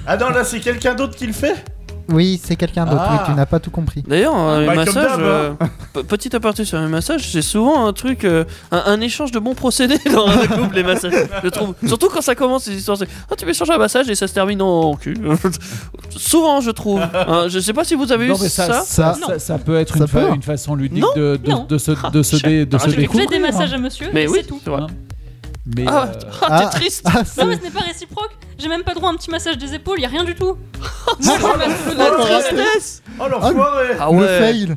[SPEAKER 8] Ah non, là, c'est quelqu'un d'autre qui le fait
[SPEAKER 4] Oui, c'est quelqu'un d'autre.
[SPEAKER 8] Ah.
[SPEAKER 4] Oui, tu n'as pas tout compris.
[SPEAKER 5] D'ailleurs, euh, les
[SPEAKER 8] Bah, comme
[SPEAKER 5] massages.
[SPEAKER 8] d'hab,
[SPEAKER 5] euh, pe- petit aparté sur les massages, c'est souvent un truc. euh, un, un échange de bons procédés dans un couple, les massages. Je trouve. Surtout quand ça commence, ces histoires. c'est, Ah, tu m'échanges un massage et ça se termine en cul. souvent, je trouve. Hein, je sais pas si vous avez
[SPEAKER 6] Non,
[SPEAKER 5] eu
[SPEAKER 6] mais
[SPEAKER 5] ça.
[SPEAKER 6] ça, ça,
[SPEAKER 4] Non.
[SPEAKER 6] ça- ça peut être
[SPEAKER 4] Ça
[SPEAKER 6] une, fa-
[SPEAKER 4] peut.
[SPEAKER 6] une façon ludique
[SPEAKER 5] Non,
[SPEAKER 6] de, de,
[SPEAKER 1] non.
[SPEAKER 6] de se, de se,
[SPEAKER 5] Ah,
[SPEAKER 6] dé- de se
[SPEAKER 5] j'ai- j'ai
[SPEAKER 1] J'ai fait
[SPEAKER 6] découvrir.
[SPEAKER 1] des massages à monsieur
[SPEAKER 5] Mais
[SPEAKER 1] et
[SPEAKER 5] oui,
[SPEAKER 1] c'est tout.
[SPEAKER 5] c'est vrai.
[SPEAKER 6] Hein. Mais,
[SPEAKER 5] Ah,
[SPEAKER 6] euh,
[SPEAKER 5] ah,
[SPEAKER 4] Ah.
[SPEAKER 5] t'es triste.
[SPEAKER 4] Ah,
[SPEAKER 1] Non
[SPEAKER 4] c'est-
[SPEAKER 1] mais ce n'est pas réciproque. J'ai même pas droit à un petit massage des épaules, y a rien du tout. Moi, je, lui masse le
[SPEAKER 8] Oh,
[SPEAKER 1] dos,
[SPEAKER 8] le
[SPEAKER 1] c'est
[SPEAKER 8] raté.
[SPEAKER 1] très-
[SPEAKER 8] Oh l'enfoiré
[SPEAKER 5] Ah
[SPEAKER 4] le
[SPEAKER 5] ouais.
[SPEAKER 4] fail.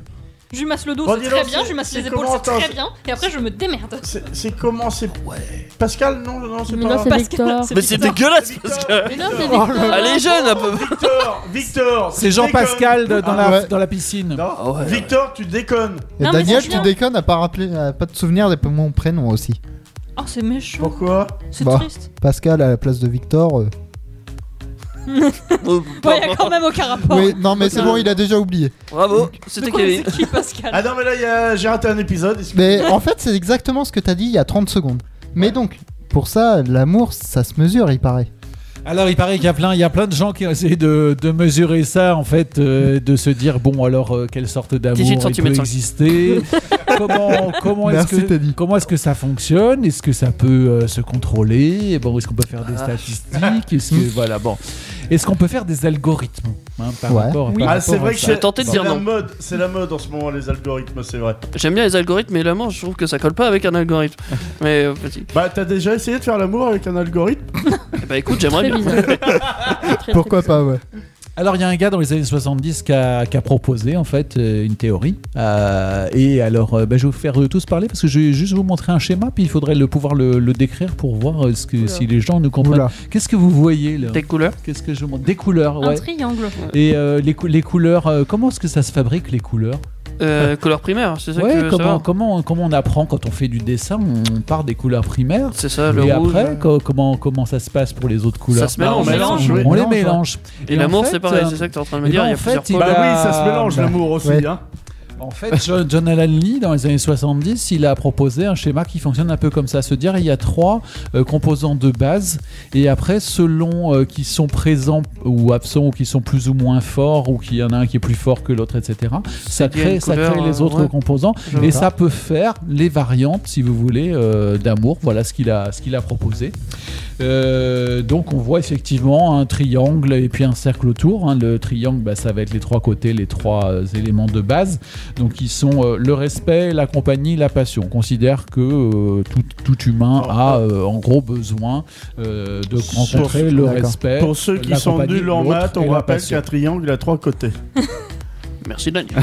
[SPEAKER 1] je lui masse le dos,
[SPEAKER 8] Bon, Oh, dis
[SPEAKER 1] c'est très
[SPEAKER 8] donc,
[SPEAKER 1] bien.
[SPEAKER 8] c'est-
[SPEAKER 1] Je lui masse
[SPEAKER 8] c'est
[SPEAKER 1] les épaules,
[SPEAKER 8] comment,
[SPEAKER 1] c'est très
[SPEAKER 8] attends,
[SPEAKER 1] bien. Et après, je me démerde.
[SPEAKER 8] C'est c'est comment c'est
[SPEAKER 5] Ah
[SPEAKER 8] Pascal non non c'est
[SPEAKER 7] Mais Oh
[SPEAKER 8] pas Oh
[SPEAKER 7] non, c'est Victor.
[SPEAKER 5] Mais c'est dégueulasse parce que.
[SPEAKER 7] Mais non, c'est
[SPEAKER 8] Victor.
[SPEAKER 7] Victor.
[SPEAKER 5] Elle est jeune, un peu.
[SPEAKER 8] Victor Victor
[SPEAKER 6] c'est
[SPEAKER 8] tu
[SPEAKER 6] Jean-Pascal de-
[SPEAKER 8] déconnes.
[SPEAKER 6] dans,
[SPEAKER 4] Ah,
[SPEAKER 6] la,
[SPEAKER 4] ouais.
[SPEAKER 6] dans la piscine.
[SPEAKER 8] Non,
[SPEAKER 5] Ah ouais.
[SPEAKER 8] Victor tu déconnes
[SPEAKER 4] Et
[SPEAKER 1] Non, mais
[SPEAKER 4] Daniel,
[SPEAKER 1] c'est
[SPEAKER 4] tu
[SPEAKER 1] bien.
[SPEAKER 4] déconnes à pas rappeler, à pas te souvenir de mon prénom aussi.
[SPEAKER 1] Oh, c'est méchant.
[SPEAKER 8] pourquoi
[SPEAKER 1] C'est
[SPEAKER 4] Bah.
[SPEAKER 1] triste.
[SPEAKER 4] Pascal à la place de Victor. euh.
[SPEAKER 5] Euh,
[SPEAKER 1] Bon, y a quand même aucun rapport.
[SPEAKER 4] Oui, non mais c'est bon, il a déjà oublié.
[SPEAKER 5] Bravo, c'était
[SPEAKER 1] Donc, on sait
[SPEAKER 5] Kevin.
[SPEAKER 1] qui Pascal
[SPEAKER 8] Ah non mais là il y a- j'ai raté un épisode excuse-
[SPEAKER 4] Mais en fait, c'est exactement ce que t'as dit il y a 30 secondes. Mais donc, pour ça, l'amour, ça se mesure, il paraît.
[SPEAKER 6] Alors, il paraît qu'il y a plein, il y a plein de gens qui ont essayé de, de mesurer ça, en fait, euh, de se dire bon, alors euh, quelle sorte d'amour
[SPEAKER 5] 18
[SPEAKER 6] il peut
[SPEAKER 5] centimètres.
[SPEAKER 6] exister Comment, comment est-ce
[SPEAKER 4] Merci,
[SPEAKER 6] que
[SPEAKER 4] Teddy.
[SPEAKER 6] comment est-ce que ça fonctionne Est-ce que ça peut euh, se contrôler Et Bon, est-ce qu'on peut faire des statistiques Est-ce que voilà, bon, est-ce qu'on peut faire des algorithmes hein, par
[SPEAKER 4] Ouais.
[SPEAKER 6] rapport
[SPEAKER 1] Oui.
[SPEAKER 6] par
[SPEAKER 8] Ah,
[SPEAKER 6] rapport
[SPEAKER 8] c'est
[SPEAKER 6] à
[SPEAKER 8] vrai que
[SPEAKER 6] ça
[SPEAKER 8] c'est
[SPEAKER 5] tenté de
[SPEAKER 8] c'est
[SPEAKER 5] dire
[SPEAKER 8] la
[SPEAKER 5] non.
[SPEAKER 8] mode, c'est la mode en ce moment les algorithmes, c'est vrai.
[SPEAKER 5] J'aime bien les algorithmes, mais l'amour, je trouve que ça colle pas avec un algorithme. Mais euh, petit.
[SPEAKER 8] Bah t'as déjà essayé de faire l'amour avec un algorithme
[SPEAKER 5] Eh Bah écoute, j'aimerais
[SPEAKER 7] Très
[SPEAKER 5] bien.
[SPEAKER 7] bizarre. Très, très
[SPEAKER 4] Pourquoi
[SPEAKER 7] bizarre.
[SPEAKER 4] pas, ouais.
[SPEAKER 6] Alors, il y a un gars dans les années 70 qui a, qui a proposé en fait euh, une théorie. Euh, et alors, euh, bah, je vais vous faire euh, tous parler parce que je vais juste vous montrer un schéma, puis il faudrait le pouvoir le, le décrire pour voir euh, ce que, si les gens nous comprennent.
[SPEAKER 4] Oula.
[SPEAKER 6] Qu'est-ce que vous voyez là
[SPEAKER 5] Des couleurs.
[SPEAKER 6] Qu'est-ce que je montre Des couleurs,
[SPEAKER 1] Un
[SPEAKER 6] ouais.
[SPEAKER 1] triangle.
[SPEAKER 6] Et euh, les, cou- les couleurs, euh, comment est-ce que ça se fabrique les couleurs
[SPEAKER 5] Euh, couleurs primaires, c'est ça que tu
[SPEAKER 6] Ouais,
[SPEAKER 5] veux
[SPEAKER 6] comment,
[SPEAKER 5] savoir
[SPEAKER 6] comment, comment on apprend quand on fait du dessin On part des couleurs primaires.
[SPEAKER 5] C'est ça, le
[SPEAKER 6] Et
[SPEAKER 5] rouge. euh,
[SPEAKER 6] après, co- comment, comment ça se passe pour les autres couleurs
[SPEAKER 5] se mélange,
[SPEAKER 6] Bah,
[SPEAKER 1] on mélange,
[SPEAKER 8] oui.
[SPEAKER 6] on les
[SPEAKER 4] Mélange, ouais.
[SPEAKER 6] mélange.
[SPEAKER 5] Et,
[SPEAKER 6] Et en
[SPEAKER 5] l'amour,
[SPEAKER 6] fait,
[SPEAKER 5] c'est pareil,
[SPEAKER 6] euh,
[SPEAKER 5] c'est ça que t'es en train de
[SPEAKER 6] eh
[SPEAKER 5] me dire.
[SPEAKER 6] ben,
[SPEAKER 5] il y
[SPEAKER 6] en
[SPEAKER 5] a plusieurs
[SPEAKER 6] fait, il
[SPEAKER 5] couleurs.
[SPEAKER 8] Bah
[SPEAKER 6] a-
[SPEAKER 8] oui, ça se mélange
[SPEAKER 6] bah,
[SPEAKER 8] l'amour aussi
[SPEAKER 4] ouais.
[SPEAKER 8] hein.
[SPEAKER 6] En fait, John, John Alan Lee, dans les années 70, il a proposé un schéma qui fonctionne un peu comme ça. Se dire, il y a trois euh, composants de base, et après, selon euh, qui sont présents ou absents, ou qui sont plus ou moins forts, ou qu'il y en a un qui est plus fort que l'autre, etc., ça
[SPEAKER 5] qu'il y a
[SPEAKER 6] crée,
[SPEAKER 5] une
[SPEAKER 6] ça
[SPEAKER 5] couleur,
[SPEAKER 6] crée les
[SPEAKER 5] euh,
[SPEAKER 6] autres
[SPEAKER 5] ouais.
[SPEAKER 6] composants,
[SPEAKER 5] Je
[SPEAKER 6] et
[SPEAKER 5] vois.
[SPEAKER 6] ça peut faire les variantes, si vous voulez, euh, d'amour. Voilà ce qu'il a, ce qu'il a proposé. Euh, donc on voit effectivement un triangle et puis un cercle autour. hein. Le triangle, bah, ça va être les trois côtés, les trois euh, éléments de base. Donc qui sont euh, le respect, la compagnie, la passion. On considère que euh, tout, tout humain a euh, en gros besoin euh, de rencontrer le
[SPEAKER 4] d'accord.
[SPEAKER 6] respect.
[SPEAKER 8] Pour ceux qui
[SPEAKER 6] la
[SPEAKER 8] sont
[SPEAKER 6] compagnie,
[SPEAKER 8] nuls en
[SPEAKER 6] l'autre
[SPEAKER 8] maths,
[SPEAKER 6] et
[SPEAKER 8] on
[SPEAKER 6] la
[SPEAKER 8] rappelle
[SPEAKER 6] passion.
[SPEAKER 8] qu'un triangle a trois côtés.
[SPEAKER 5] Merci Daniel.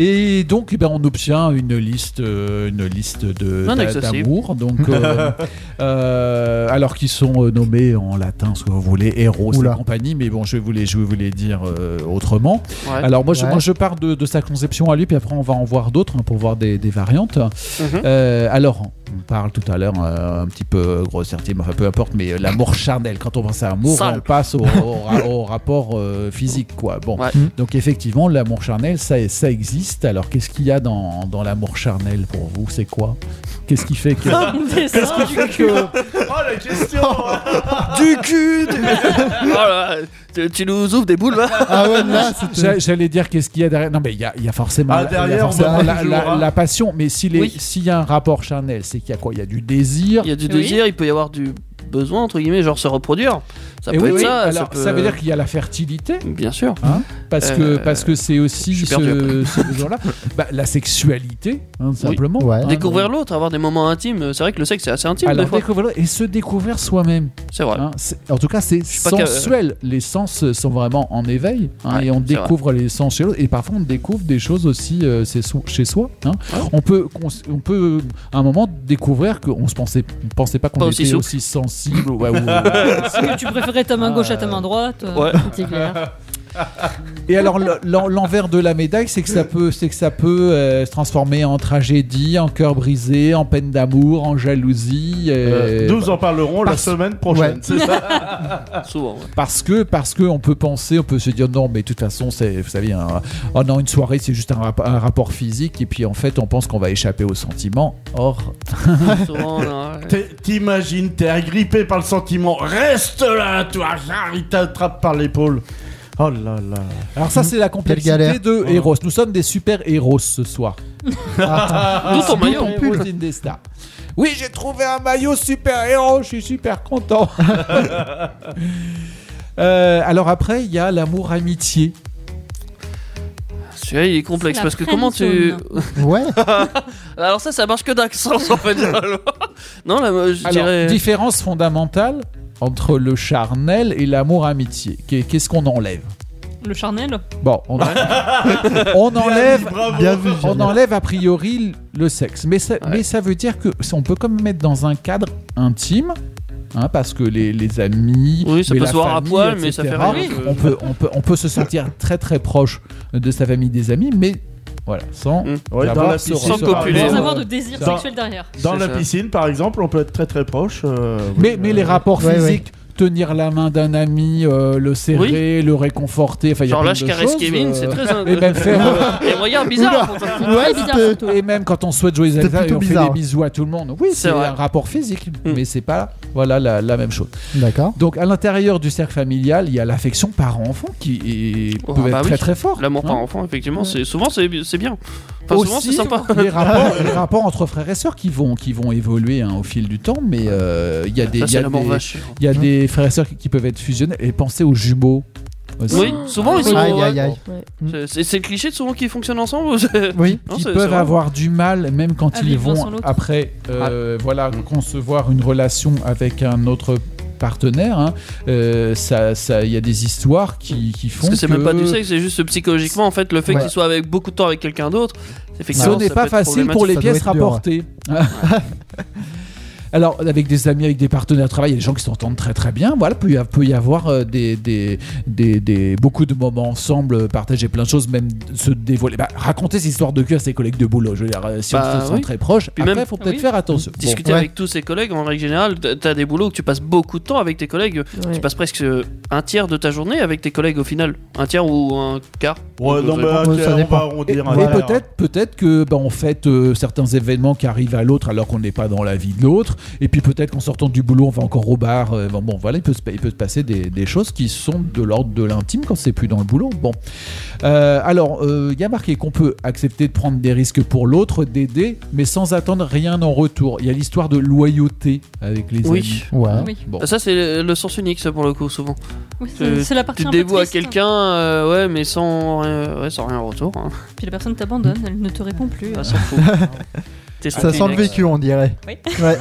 [SPEAKER 6] Et donc, eh ben, on obtient une liste, euh, une liste de
[SPEAKER 5] Non
[SPEAKER 6] d'a-
[SPEAKER 5] exhaustive.
[SPEAKER 6] d'amour. Donc, euh, euh, alors qu'ils sont euh, nommés en latin, ce que vous voulez, héros et
[SPEAKER 4] Oula.
[SPEAKER 6] compagnie. Mais bon, je vais vous les, je vais vous les dire euh, autrement.
[SPEAKER 5] Ouais.
[SPEAKER 6] Alors moi, je,
[SPEAKER 4] Ouais.
[SPEAKER 6] moi, je pars de, de sa conception à lui, puis après on va en voir d'autres hein, pour voir des, des variantes.
[SPEAKER 5] Mhm.
[SPEAKER 6] Euh, alors, on parle tout à l'heure euh, un petit peu grossièreté, mais enfin peu importe, mais euh, l'amour charnel. Quand on pense à amour,
[SPEAKER 5] Sale.
[SPEAKER 6] on passe au, au ra- au rapport euh, physique, quoi. Bon,
[SPEAKER 5] Ouais.
[SPEAKER 6] donc effectivement, l'amour charnel, ça, ça existe. Alors, qu'est-ce qu'il y a dans, dans l'amour charnel pour vous C'est quoi Qu'est-ce qui fait
[SPEAKER 8] Ah,
[SPEAKER 6] que
[SPEAKER 1] Dessin du
[SPEAKER 8] Oh la question hein.
[SPEAKER 5] du cul du- Oh là, tu, tu nous ouvres des boules là
[SPEAKER 4] Ah ouais, là, c'était.
[SPEAKER 6] J'a- J'allais dire qu'est-ce qu'il y a derrière. Non, mais il y a, il y a forcément,
[SPEAKER 8] Ah,
[SPEAKER 6] la-
[SPEAKER 8] derrière,
[SPEAKER 6] il y a
[SPEAKER 8] on
[SPEAKER 6] forcément
[SPEAKER 8] va
[SPEAKER 6] la,
[SPEAKER 8] toujours,
[SPEAKER 6] la-
[SPEAKER 8] hein.
[SPEAKER 6] la passion. Mais s'il est-
[SPEAKER 5] Oui.
[SPEAKER 6] s'il y a un rapport charnel, c'est qu'il y a quoi Il y a du désir.
[SPEAKER 5] Il y a du
[SPEAKER 1] Oui.
[SPEAKER 5] désir, il peut y avoir du besoin, entre guillemets, genre se reproduire. Ça
[SPEAKER 6] Et
[SPEAKER 5] peut
[SPEAKER 6] oui,
[SPEAKER 5] être
[SPEAKER 6] oui.
[SPEAKER 5] ça.
[SPEAKER 6] Alors, ça,
[SPEAKER 5] peut-
[SPEAKER 6] veut dire qu'il y a la fertilité,
[SPEAKER 5] Bien sûr.
[SPEAKER 6] parce
[SPEAKER 5] Euh,
[SPEAKER 6] que parce que c'est aussi
[SPEAKER 5] je
[SPEAKER 6] ce,
[SPEAKER 5] suis perdu.
[SPEAKER 6] ce besoin-là. Bah, la sexualité, hein, simplement.
[SPEAKER 4] Ouais.
[SPEAKER 5] Découvrir
[SPEAKER 6] donc-
[SPEAKER 5] l'autre, avoir des moments intimes. euh, C'est vrai que le sexe, c'est assez intime
[SPEAKER 6] Alors
[SPEAKER 5] des fois.
[SPEAKER 6] découvrir l'autre et se découvrir soi-même.
[SPEAKER 5] C'est vrai.
[SPEAKER 6] hein. C'est- En tout cas, c'est
[SPEAKER 5] suis pas qu'à-
[SPEAKER 6] sensuel. Les sens sont vraiment en éveil hein,
[SPEAKER 5] Ouais,
[SPEAKER 6] et on
[SPEAKER 5] c'est vrai.
[SPEAKER 6] découvre les sens chez l'autre. Et parfois, on découvre des choses aussi euh, c'est so- chez soi. hein.
[SPEAKER 5] Ah Ouais.
[SPEAKER 6] On peut on, on peut à un moment découvrir qu'on se pensait on pensait pas qu'on
[SPEAKER 5] Pas
[SPEAKER 6] était
[SPEAKER 5] aussi
[SPEAKER 6] aussi,
[SPEAKER 5] souple.
[SPEAKER 6] sensible. ouais, ou-
[SPEAKER 1] Est-ce que tu préférais ta main gauche à ta main droite euh,
[SPEAKER 5] Ouais.
[SPEAKER 7] C'est clair.
[SPEAKER 6] Et alors le- l'en- l'envers de la médaille, c'est que ça peut, c'est que ça peut euh, se transformer en tragédie, en cœur brisé, en peine d'amour, en jalousie. euh,
[SPEAKER 8] Euh, Nous en parlerons la
[SPEAKER 6] parce-
[SPEAKER 8] semaine prochaine,
[SPEAKER 4] Ouais.
[SPEAKER 8] c'est ça
[SPEAKER 6] Ah.
[SPEAKER 5] Souvent. ouais.
[SPEAKER 6] Parce que parce que on peut penser, on peut se dire non, mais de toute façon, c'est vous savez, un- oh non, une soirée, c'est juste un, rap- un rapport physique. Et puis en fait, on pense qu'on va échapper aux sentiments. Or,
[SPEAKER 5] Souvent, non, ouais.
[SPEAKER 8] T'es- T'imagines, t'es agrippé par le sentiment. Reste là, toi, car il t'attrape par l'épaule. Oh là là.
[SPEAKER 6] alors ça, c'est la complexité
[SPEAKER 4] galère.
[SPEAKER 6] de Eros. Nous sommes des super héros ce soir.
[SPEAKER 5] D'où
[SPEAKER 6] Ah,
[SPEAKER 5] ton maillot.
[SPEAKER 6] Héros d'Indestar. Oui, j'ai trouvé un maillot super héros, je suis super content. Euh, alors après, il y a l'amour amitié.
[SPEAKER 5] Celui-là, il est complexe
[SPEAKER 1] C'est la
[SPEAKER 5] parce que
[SPEAKER 1] friend
[SPEAKER 5] comment tu.
[SPEAKER 4] Ouais.
[SPEAKER 6] Ah
[SPEAKER 5] Euh, Alors, ça, ça marche que d'un sens en fait. non, là, moi, je
[SPEAKER 6] Alors,
[SPEAKER 5] dirais.
[SPEAKER 6] différence fondamentale entre le charnel et l'amour amitié. Qu'est- Qu'est-ce qu'on enlève
[SPEAKER 1] Le charnel.
[SPEAKER 6] Bon, on, on enlève
[SPEAKER 8] Bravo.
[SPEAKER 4] Bien vu,
[SPEAKER 6] on
[SPEAKER 4] Julien.
[SPEAKER 6] enlève a priori le sexe. Mais ça, mais ça veut dire que on peut comme mettre dans un cadre intime. hein, parce que les, les amis,
[SPEAKER 5] Oui, ça
[SPEAKER 6] mais
[SPEAKER 5] peut
[SPEAKER 6] la
[SPEAKER 5] se voir à
[SPEAKER 6] famille,
[SPEAKER 5] poil, mais ça
[SPEAKER 6] etc.,
[SPEAKER 5] fait rien, je-
[SPEAKER 6] On peut, on, peut, on peut se sentir très très proche de sa famille, des amis, mais voilà, sans
[SPEAKER 5] Mm.
[SPEAKER 8] Ouais, dans
[SPEAKER 6] avoir
[SPEAKER 8] la
[SPEAKER 6] ce
[SPEAKER 8] piscine,
[SPEAKER 5] sans
[SPEAKER 6] ressort.
[SPEAKER 5] copuler.
[SPEAKER 1] Sans
[SPEAKER 8] Ouais.
[SPEAKER 1] avoir de désir
[SPEAKER 8] Ça-
[SPEAKER 1] sexuel derrière.
[SPEAKER 8] Dans
[SPEAKER 5] C'est
[SPEAKER 8] la
[SPEAKER 5] ça.
[SPEAKER 8] piscine, par exemple, on peut être très très proche. euh,
[SPEAKER 6] Mais,
[SPEAKER 8] oui,
[SPEAKER 6] mais
[SPEAKER 8] euh,
[SPEAKER 6] les rapports
[SPEAKER 4] Ouais, ouais.
[SPEAKER 6] physiques, tenir la main d'un ami, euh, le serrer, le réconforter. Enfin, il y a
[SPEAKER 5] Genre
[SPEAKER 6] plein
[SPEAKER 5] là,
[SPEAKER 6] de
[SPEAKER 5] je caresse
[SPEAKER 6] choses,
[SPEAKER 5] Kevin,
[SPEAKER 6] euh,
[SPEAKER 5] c'est très.
[SPEAKER 6] Et même faire. euh,
[SPEAKER 5] Et regarde, bizarre.
[SPEAKER 4] Ouais,
[SPEAKER 7] bizarre,
[SPEAKER 4] c'était-
[SPEAKER 7] surtout.
[SPEAKER 6] Et même quand on souhaite joyeux
[SPEAKER 4] C'est
[SPEAKER 6] anniversaire et
[SPEAKER 4] plutôt
[SPEAKER 6] on fait
[SPEAKER 4] bizarre.
[SPEAKER 6] des bisous à tout le monde. Oui,
[SPEAKER 5] C'est
[SPEAKER 6] c'est
[SPEAKER 5] vrai.
[SPEAKER 6] un rapport physique,
[SPEAKER 5] Mm.
[SPEAKER 6] mais c'est pas voilà la, la même chose.
[SPEAKER 4] D'accord.
[SPEAKER 6] Donc à l'intérieur du cercle familial, il y a l'affection parent-enfant qui est-
[SPEAKER 5] Oh,
[SPEAKER 6] peut
[SPEAKER 5] bah
[SPEAKER 6] être
[SPEAKER 5] oui.
[SPEAKER 6] très très fort.
[SPEAKER 5] L'amour par
[SPEAKER 6] Hein
[SPEAKER 5] enfant, effectivement, c'est souvent c'est c'est bien. Enfin, souvent c'est
[SPEAKER 6] Aussi,
[SPEAKER 5] sympa.
[SPEAKER 6] Les rapports, les rapports entre frères et sœurs qui vont, qui vont évoluer hein, au fil du temps, mais euh, il y a des,
[SPEAKER 5] Ça,
[SPEAKER 6] il y a
[SPEAKER 5] c'est l'amour
[SPEAKER 6] des-
[SPEAKER 5] vache.
[SPEAKER 6] il y a des frères et sœurs qui, qui peuvent être fusionnels. Et pensez aux jumeaux. aussi,
[SPEAKER 5] Oui, souvent ils sont.
[SPEAKER 4] Aïe, aïe, aïe.
[SPEAKER 5] C'est- C'est c'est le cliché de souvent qu'ils fonctionnent ensemble. c'est-
[SPEAKER 4] Oui.
[SPEAKER 5] Non,
[SPEAKER 6] qui
[SPEAKER 5] c'est- c'est
[SPEAKER 6] peuvent
[SPEAKER 5] vrai.
[SPEAKER 6] avoir du mal, même quand
[SPEAKER 1] À
[SPEAKER 6] ils
[SPEAKER 1] vivre
[SPEAKER 6] vont
[SPEAKER 1] sans l'autre.
[SPEAKER 6] après, euh,
[SPEAKER 5] Ah.
[SPEAKER 6] voilà, concevoir une relation avec un autre partenaire. hein, euh, ça, ça, il y a des histoires qui, qui font
[SPEAKER 5] Parce que c'est même pas du
[SPEAKER 6] que-
[SPEAKER 5] sexe, c'est juste psychologiquement en fait le fait
[SPEAKER 4] Ouais.
[SPEAKER 5] qu'ils soient avec beaucoup de temps avec quelqu'un d'autre.
[SPEAKER 6] Ce
[SPEAKER 5] effectivement,
[SPEAKER 6] n'est
[SPEAKER 5] ça
[SPEAKER 6] pas
[SPEAKER 5] peut être
[SPEAKER 6] facile pour les
[SPEAKER 4] Ça
[SPEAKER 6] pièces
[SPEAKER 4] doit être dur,
[SPEAKER 6] rapportées. Alors, avec des amis, avec des partenaires de travail, il y a des gens qui s'entendent très très bien. Voilà, peut y, a- peut y avoir euh, des, des, des- des- beaucoup de moments ensemble, euh, partager plein de choses, même se dévoiler. Bah, raconter ses histoires de cul à ses collègues de boulot, je veux dire, euh, si
[SPEAKER 5] Bah
[SPEAKER 6] on se
[SPEAKER 5] oui.
[SPEAKER 6] sent très proche.
[SPEAKER 5] Puis
[SPEAKER 6] après,
[SPEAKER 5] même- Ah
[SPEAKER 6] faut peut-être
[SPEAKER 1] Oui.
[SPEAKER 6] faire attention. Bon.
[SPEAKER 5] Discuter
[SPEAKER 4] ouais.
[SPEAKER 5] avec tous ses collègues, en règle générale, t- t'as des boulots où tu passes beaucoup de temps avec tes collègues. Tu
[SPEAKER 7] Ouais.
[SPEAKER 5] passes presque euh, un tiers de ta journée avec tes collègues au final. Un tiers ou un quart.
[SPEAKER 8] Ouais, non, mais
[SPEAKER 5] bah,
[SPEAKER 4] ça
[SPEAKER 8] on
[SPEAKER 4] dépend.
[SPEAKER 8] va
[SPEAKER 6] Et,
[SPEAKER 8] arrondir
[SPEAKER 6] et
[SPEAKER 8] un verre.
[SPEAKER 6] peut-être, peut-être que bah, on fête euh, certains événements qui arrivent à l'autre alors qu'on n'est pas dans la vie de l'autre. Et puis peut-être qu'en sortant du boulot, on va encore au bar. euh, bon, bon, voilà, il peut se, pa- il peut se passer des, des choses qui sont de l'ordre de l'intime quand c'est plus dans le boulot. Bon, Euh, alors euh, il y a marqué qu'on peut accepter de prendre des risques pour l'autre, d'aider, mais sans attendre rien en retour. Il y a l'histoire de loyauté avec les
[SPEAKER 5] Oui.
[SPEAKER 6] amis.
[SPEAKER 4] Ouais.
[SPEAKER 6] Hein,
[SPEAKER 1] Oui.
[SPEAKER 6] Bon.
[SPEAKER 5] Ça, c'est le- le sens unique, ça, pour le coup, souvent.
[SPEAKER 1] Oui,
[SPEAKER 5] Euh,
[SPEAKER 1] c'est Ah, c'est la partie
[SPEAKER 5] Tu te
[SPEAKER 1] un peu
[SPEAKER 5] dévoues à
[SPEAKER 1] triste. hein.
[SPEAKER 5] quelqu'un, euh, ouais, mais sans, rien- ouais, sans rien en retour. hein.
[SPEAKER 1] Puis la personne t'abandonne, elle ne te répond plus. euh.
[SPEAKER 5] Ah, s'en fout. T'es
[SPEAKER 6] Ah,
[SPEAKER 4] Ça
[SPEAKER 5] son
[SPEAKER 4] sent le
[SPEAKER 5] Kleenex.
[SPEAKER 4] vécu, on dirait.
[SPEAKER 1] Oui.
[SPEAKER 4] Ouais.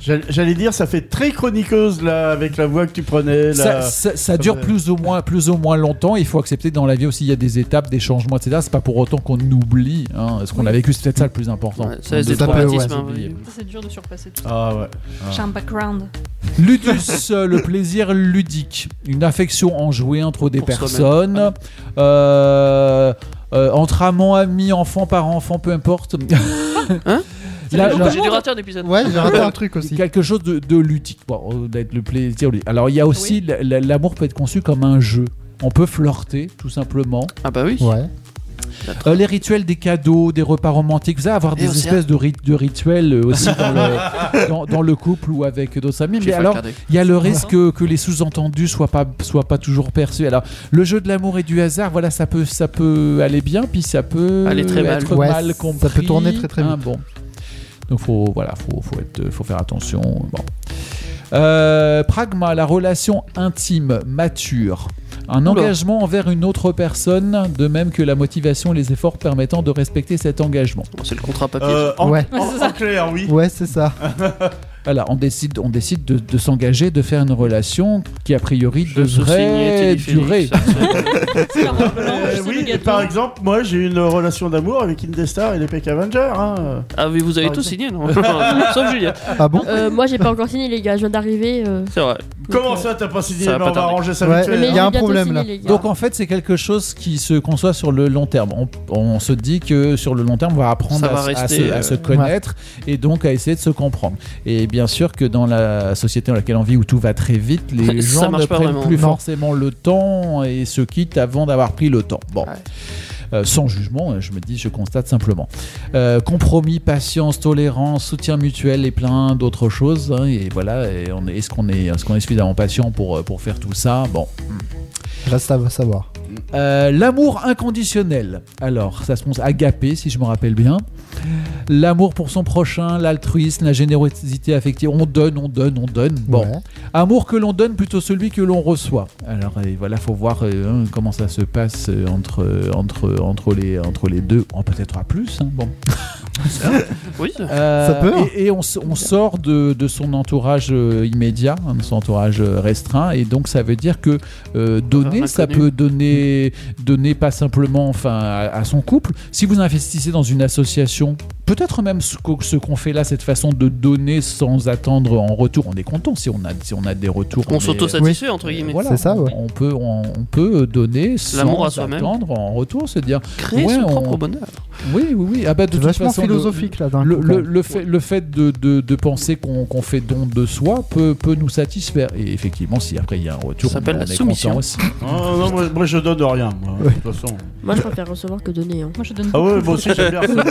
[SPEAKER 8] J'allais j'allais dire, ça fait très chroniqueuse là, avec la voix que tu prenais.
[SPEAKER 6] Ça,
[SPEAKER 8] Là.
[SPEAKER 6] ça- ça dure
[SPEAKER 8] euh,
[SPEAKER 6] plus ou moins, plus ou moins longtemps. Il faut accepter que dans la vie aussi, il y a des étapes, des changements, etc. C'est pas pour autant qu'on oublie hein, ce qu'on a vécu. C'est peut-être ça le plus important.
[SPEAKER 5] Ouais, ça, c'est des
[SPEAKER 4] Ça peut,
[SPEAKER 5] traumatismes.
[SPEAKER 4] ouais,
[SPEAKER 5] hein,
[SPEAKER 6] oublier.
[SPEAKER 5] oui.
[SPEAKER 1] Ça, C'est dur de surpasser tout.
[SPEAKER 8] Ah ouais.
[SPEAKER 1] J'ai un background.
[SPEAKER 6] Ludus, euh, le plaisir ludique, une affection enjouée entre des
[SPEAKER 5] Pour
[SPEAKER 6] personnes,
[SPEAKER 5] soi-même. Ah
[SPEAKER 6] Euh, euh, entre amants, amis, enfants, parents, enfants, peu importe.
[SPEAKER 5] Hein
[SPEAKER 6] Là,
[SPEAKER 5] Donc,
[SPEAKER 6] là,
[SPEAKER 5] J'ai du rateur d'épisode.
[SPEAKER 4] Ouais, j'ai raté un truc aussi.
[SPEAKER 6] quelque chose de, de ludique, bon, euh, d'être le plaisir. ludique. Alors il y a aussi la- la- l'amour peut être conçu comme un jeu. On peut flirter tout simplement.
[SPEAKER 5] Ah bah oui.
[SPEAKER 4] Ouais.
[SPEAKER 6] Euh, les rituels des cadeaux, des repas romantiques, vous savez, avoir
[SPEAKER 5] Et
[SPEAKER 6] des
[SPEAKER 5] aussi-
[SPEAKER 6] espèces de, rit- de rituels euh, aussi dans le, dans- dans le couple ou avec d'autres amis.
[SPEAKER 5] J'ai
[SPEAKER 6] Mais
[SPEAKER 5] pas
[SPEAKER 6] alors,
[SPEAKER 5] regardé.
[SPEAKER 6] il y a le risque que, que les sous-entendus soient pas, soient pas toujours perçus. Alors, le jeu de l'amour et du hasard, voilà, ça peut, ça peut aller bien, puis ça peut
[SPEAKER 5] Aller très mal.
[SPEAKER 6] être
[SPEAKER 4] Ouais,
[SPEAKER 6] mal
[SPEAKER 4] ça
[SPEAKER 6] compris.
[SPEAKER 4] peut tourner très, très
[SPEAKER 6] Hein,
[SPEAKER 4] vite.
[SPEAKER 6] bon. Donc, faut, voilà, faut, faut, être, faut faire attention. Bon. Euh, pragma, la relation intime, mature. Un
[SPEAKER 5] Oula.
[SPEAKER 6] engagement envers une autre personne, de même que la motivation et les efforts permettant de respecter cet engagement.
[SPEAKER 5] Bon, C'est le contrat papier.
[SPEAKER 8] Euh, en,
[SPEAKER 4] Ouais.
[SPEAKER 8] en- en clair, oui.
[SPEAKER 4] Ouais, c'est ça.
[SPEAKER 6] Voilà, on décide, on décide de, de s'engager, de faire une relation qui a priori
[SPEAKER 5] Je sous-signais
[SPEAKER 6] devrait
[SPEAKER 5] téléphonique,
[SPEAKER 6] durer.
[SPEAKER 5] ça, c'est-
[SPEAKER 1] C'est un blanc,
[SPEAKER 8] Euh,
[SPEAKER 1] c'est le
[SPEAKER 8] oui, et
[SPEAKER 1] gâteau.
[SPEAKER 8] par exemple, moi j'ai une relation d'amour avec Indestar et les Peck Avengers. Hein.
[SPEAKER 5] Ah, mais vous avez
[SPEAKER 8] Par
[SPEAKER 5] tous signé,
[SPEAKER 8] exemple.
[SPEAKER 5] non Sauf Julien.
[SPEAKER 4] Ah bon
[SPEAKER 7] Euh, moi j'ai pas encore signé les gars, je viens d'arriver. euh,
[SPEAKER 5] C'est vrai.
[SPEAKER 8] Comment ça, t'as pas signé
[SPEAKER 5] Ça va pas
[SPEAKER 8] Mais On va
[SPEAKER 5] tarder.
[SPEAKER 8] arranger ça
[SPEAKER 4] Ouais.
[SPEAKER 8] vite fait.
[SPEAKER 4] Il y a
[SPEAKER 7] mais
[SPEAKER 8] hein.
[SPEAKER 7] j'ai
[SPEAKER 4] un
[SPEAKER 7] bientôt
[SPEAKER 4] problème,
[SPEAKER 7] signé,
[SPEAKER 4] là.
[SPEAKER 7] les gars.
[SPEAKER 6] Donc en fait, c'est quelque chose qui se conçoit sur le long terme. On, on se dit que sur le long terme, on va apprendre
[SPEAKER 5] Ça va
[SPEAKER 6] à, se- à
[SPEAKER 5] rester,
[SPEAKER 6] se, à
[SPEAKER 5] euh,
[SPEAKER 6] se connaître et donc à essayer de se comprendre. Et bien sûr que dans la société dans laquelle on vit où tout va très vite, les
[SPEAKER 5] Ça
[SPEAKER 6] gens ne
[SPEAKER 5] marche pas
[SPEAKER 6] prennent
[SPEAKER 5] vraiment.
[SPEAKER 6] plus
[SPEAKER 5] Non.
[SPEAKER 6] forcément le temps et se quittent avant d'avoir pris le temps. Bon.
[SPEAKER 5] Ouais.
[SPEAKER 6] Euh, sans jugement, euh, je me dis, je constate simplement. Euh, compromis, patience, tolérance, soutien mutuel et plein d'autres choses. hein, et voilà, et on est- est-ce qu'on est, est, qu'on est suffisamment patient pour, euh, pour faire tout ça Bon,
[SPEAKER 4] Reste à savoir.
[SPEAKER 6] euh, l'amour inconditionnel. Alors, ça se pense agapé, si je me rappelle bien. L'amour pour son prochain, l'altruisme, la générosité affective. On donne, on donne, on donne. Bon.
[SPEAKER 4] Ouais.
[SPEAKER 6] Amour que l'on donne plutôt celui que l'on reçoit. Alors et voilà, faut voir euh, hein, comment ça se passe euh, entre, euh, entre, entre, les, entre les deux. Oh, peut-être à plus. hein, bon.
[SPEAKER 5] Oui.
[SPEAKER 6] Euh,
[SPEAKER 4] Ça peut, hein.
[SPEAKER 6] Et, et on, s- on sort de, de son entourage euh, immédiat, hein, de son entourage euh, restreint, et donc ça veut dire que euh, donner,
[SPEAKER 5] Envers
[SPEAKER 6] ça
[SPEAKER 5] l'inconnu.
[SPEAKER 6] peut donner, donner pas simplement enfin, à, à son couple. Si vous investissez dans une association, peut-être même ce qu'o- ce qu'on fait là, cette façon de donner sans attendre en retour, on est content si on a, si on a des retours.
[SPEAKER 5] On
[SPEAKER 6] mais- euh,
[SPEAKER 5] s'auto-satisfait, entre guillemets.
[SPEAKER 6] voilà,
[SPEAKER 4] C'est ça,
[SPEAKER 6] on-
[SPEAKER 4] ouais.
[SPEAKER 6] on peut on, on peut donner
[SPEAKER 5] L'amour
[SPEAKER 6] sans
[SPEAKER 5] à soi-même.
[SPEAKER 6] attendre en retour, se dire
[SPEAKER 5] Créer
[SPEAKER 6] Ouais,
[SPEAKER 5] son
[SPEAKER 6] on-
[SPEAKER 5] propre bonheur.
[SPEAKER 6] Oui, oui, oui. Ah bah, de
[SPEAKER 4] C'est
[SPEAKER 6] toute
[SPEAKER 4] vachement
[SPEAKER 6] façon, le-
[SPEAKER 4] philosophique là. d'un
[SPEAKER 6] Le,
[SPEAKER 4] coup,
[SPEAKER 6] le-
[SPEAKER 4] quand même.
[SPEAKER 6] le fait, le fait de, de- de penser qu'on qu'on fait don de soi peut, peut nous satisfaire. Et effectivement, si après il y a un retour,
[SPEAKER 5] Ça s'appelle
[SPEAKER 6] on
[SPEAKER 5] la
[SPEAKER 6] est
[SPEAKER 5] soumission.
[SPEAKER 6] content aussi.
[SPEAKER 8] hein. Ah, Non, non, moi, moi, je donne rien, moi, de toute façon.
[SPEAKER 7] Moi, je préfère recevoir que donner. hein.
[SPEAKER 1] Moi je donne
[SPEAKER 8] Ah
[SPEAKER 1] beaucoup.
[SPEAKER 8] ouais, moi aussi j'aime bien. recevoir.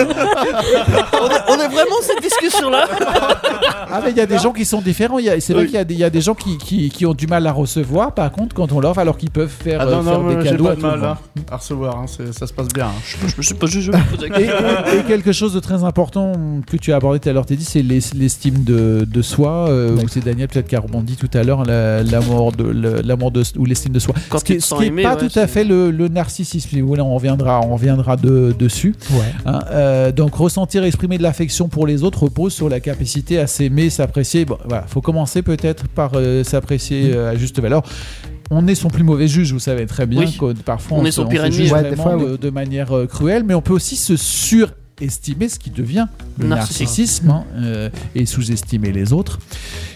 [SPEAKER 5] on, est, on est vraiment cette discussion-là
[SPEAKER 6] Ah, mais il y a des gens qui sont différents. Il y a- C'est vrai
[SPEAKER 8] Oui.
[SPEAKER 6] qu'il y a des- il y, a des gens qui, qui, qui ont du mal à recevoir, par contre, quand on leur offre, alors qu'ils peuvent faire,
[SPEAKER 8] Ah
[SPEAKER 6] euh,
[SPEAKER 8] non,
[SPEAKER 6] faire
[SPEAKER 8] non, moi,
[SPEAKER 6] des
[SPEAKER 8] j'ai
[SPEAKER 6] cadeaux
[SPEAKER 8] pas
[SPEAKER 6] à
[SPEAKER 8] de
[SPEAKER 6] tout le
[SPEAKER 8] mal
[SPEAKER 6] monde.
[SPEAKER 8] hein, à recevoir, hein, c'est- ça se passe bien. hein.
[SPEAKER 5] je, je me suis pas jugé. je me posais la
[SPEAKER 6] Et,
[SPEAKER 5] question.
[SPEAKER 6] et- et quelque chose de très important que tu as abordé tout à l'heure, Teddy, c'est l'es- l'estime de, de soi. euh, ou c'est Daniel peut-être qui a rebondi tout à l'heure, la- l'amour de, le- l'amour de ou l'estime de soi.
[SPEAKER 5] Quand
[SPEAKER 6] ce qui,
[SPEAKER 5] tu
[SPEAKER 6] est-
[SPEAKER 5] te
[SPEAKER 6] ce
[SPEAKER 5] sens
[SPEAKER 6] qui est
[SPEAKER 5] aimé,
[SPEAKER 6] pas
[SPEAKER 5] ouais,
[SPEAKER 6] tout à
[SPEAKER 5] c'est-
[SPEAKER 6] fait le, le narcissisme. si vous voulez, on reviendra, on reviendra de- dessus. hein. Euh, donc ressentir, exprimer de l'affection pour les autres repose sur la capacité à s'aimer, s'apprécier. Bon, voilà, faut commencer peut-être par euh, s'apprécier euh, à juste valeur. On est son plus mauvais juge, vous savez très bien.
[SPEAKER 5] Oui.
[SPEAKER 6] que parfois,
[SPEAKER 5] On
[SPEAKER 6] on,
[SPEAKER 5] est
[SPEAKER 6] se-
[SPEAKER 5] son
[SPEAKER 6] on se
[SPEAKER 5] pire ennemi.
[SPEAKER 6] juge
[SPEAKER 4] Ouais, des
[SPEAKER 6] vraiment
[SPEAKER 4] fois,
[SPEAKER 6] de, de manière euh, cruelle, mais on peut aussi se surestimer, ce qui devient le
[SPEAKER 5] Narcissisme.
[SPEAKER 6] narcissisme, hein, euh, et sous-estimer les autres.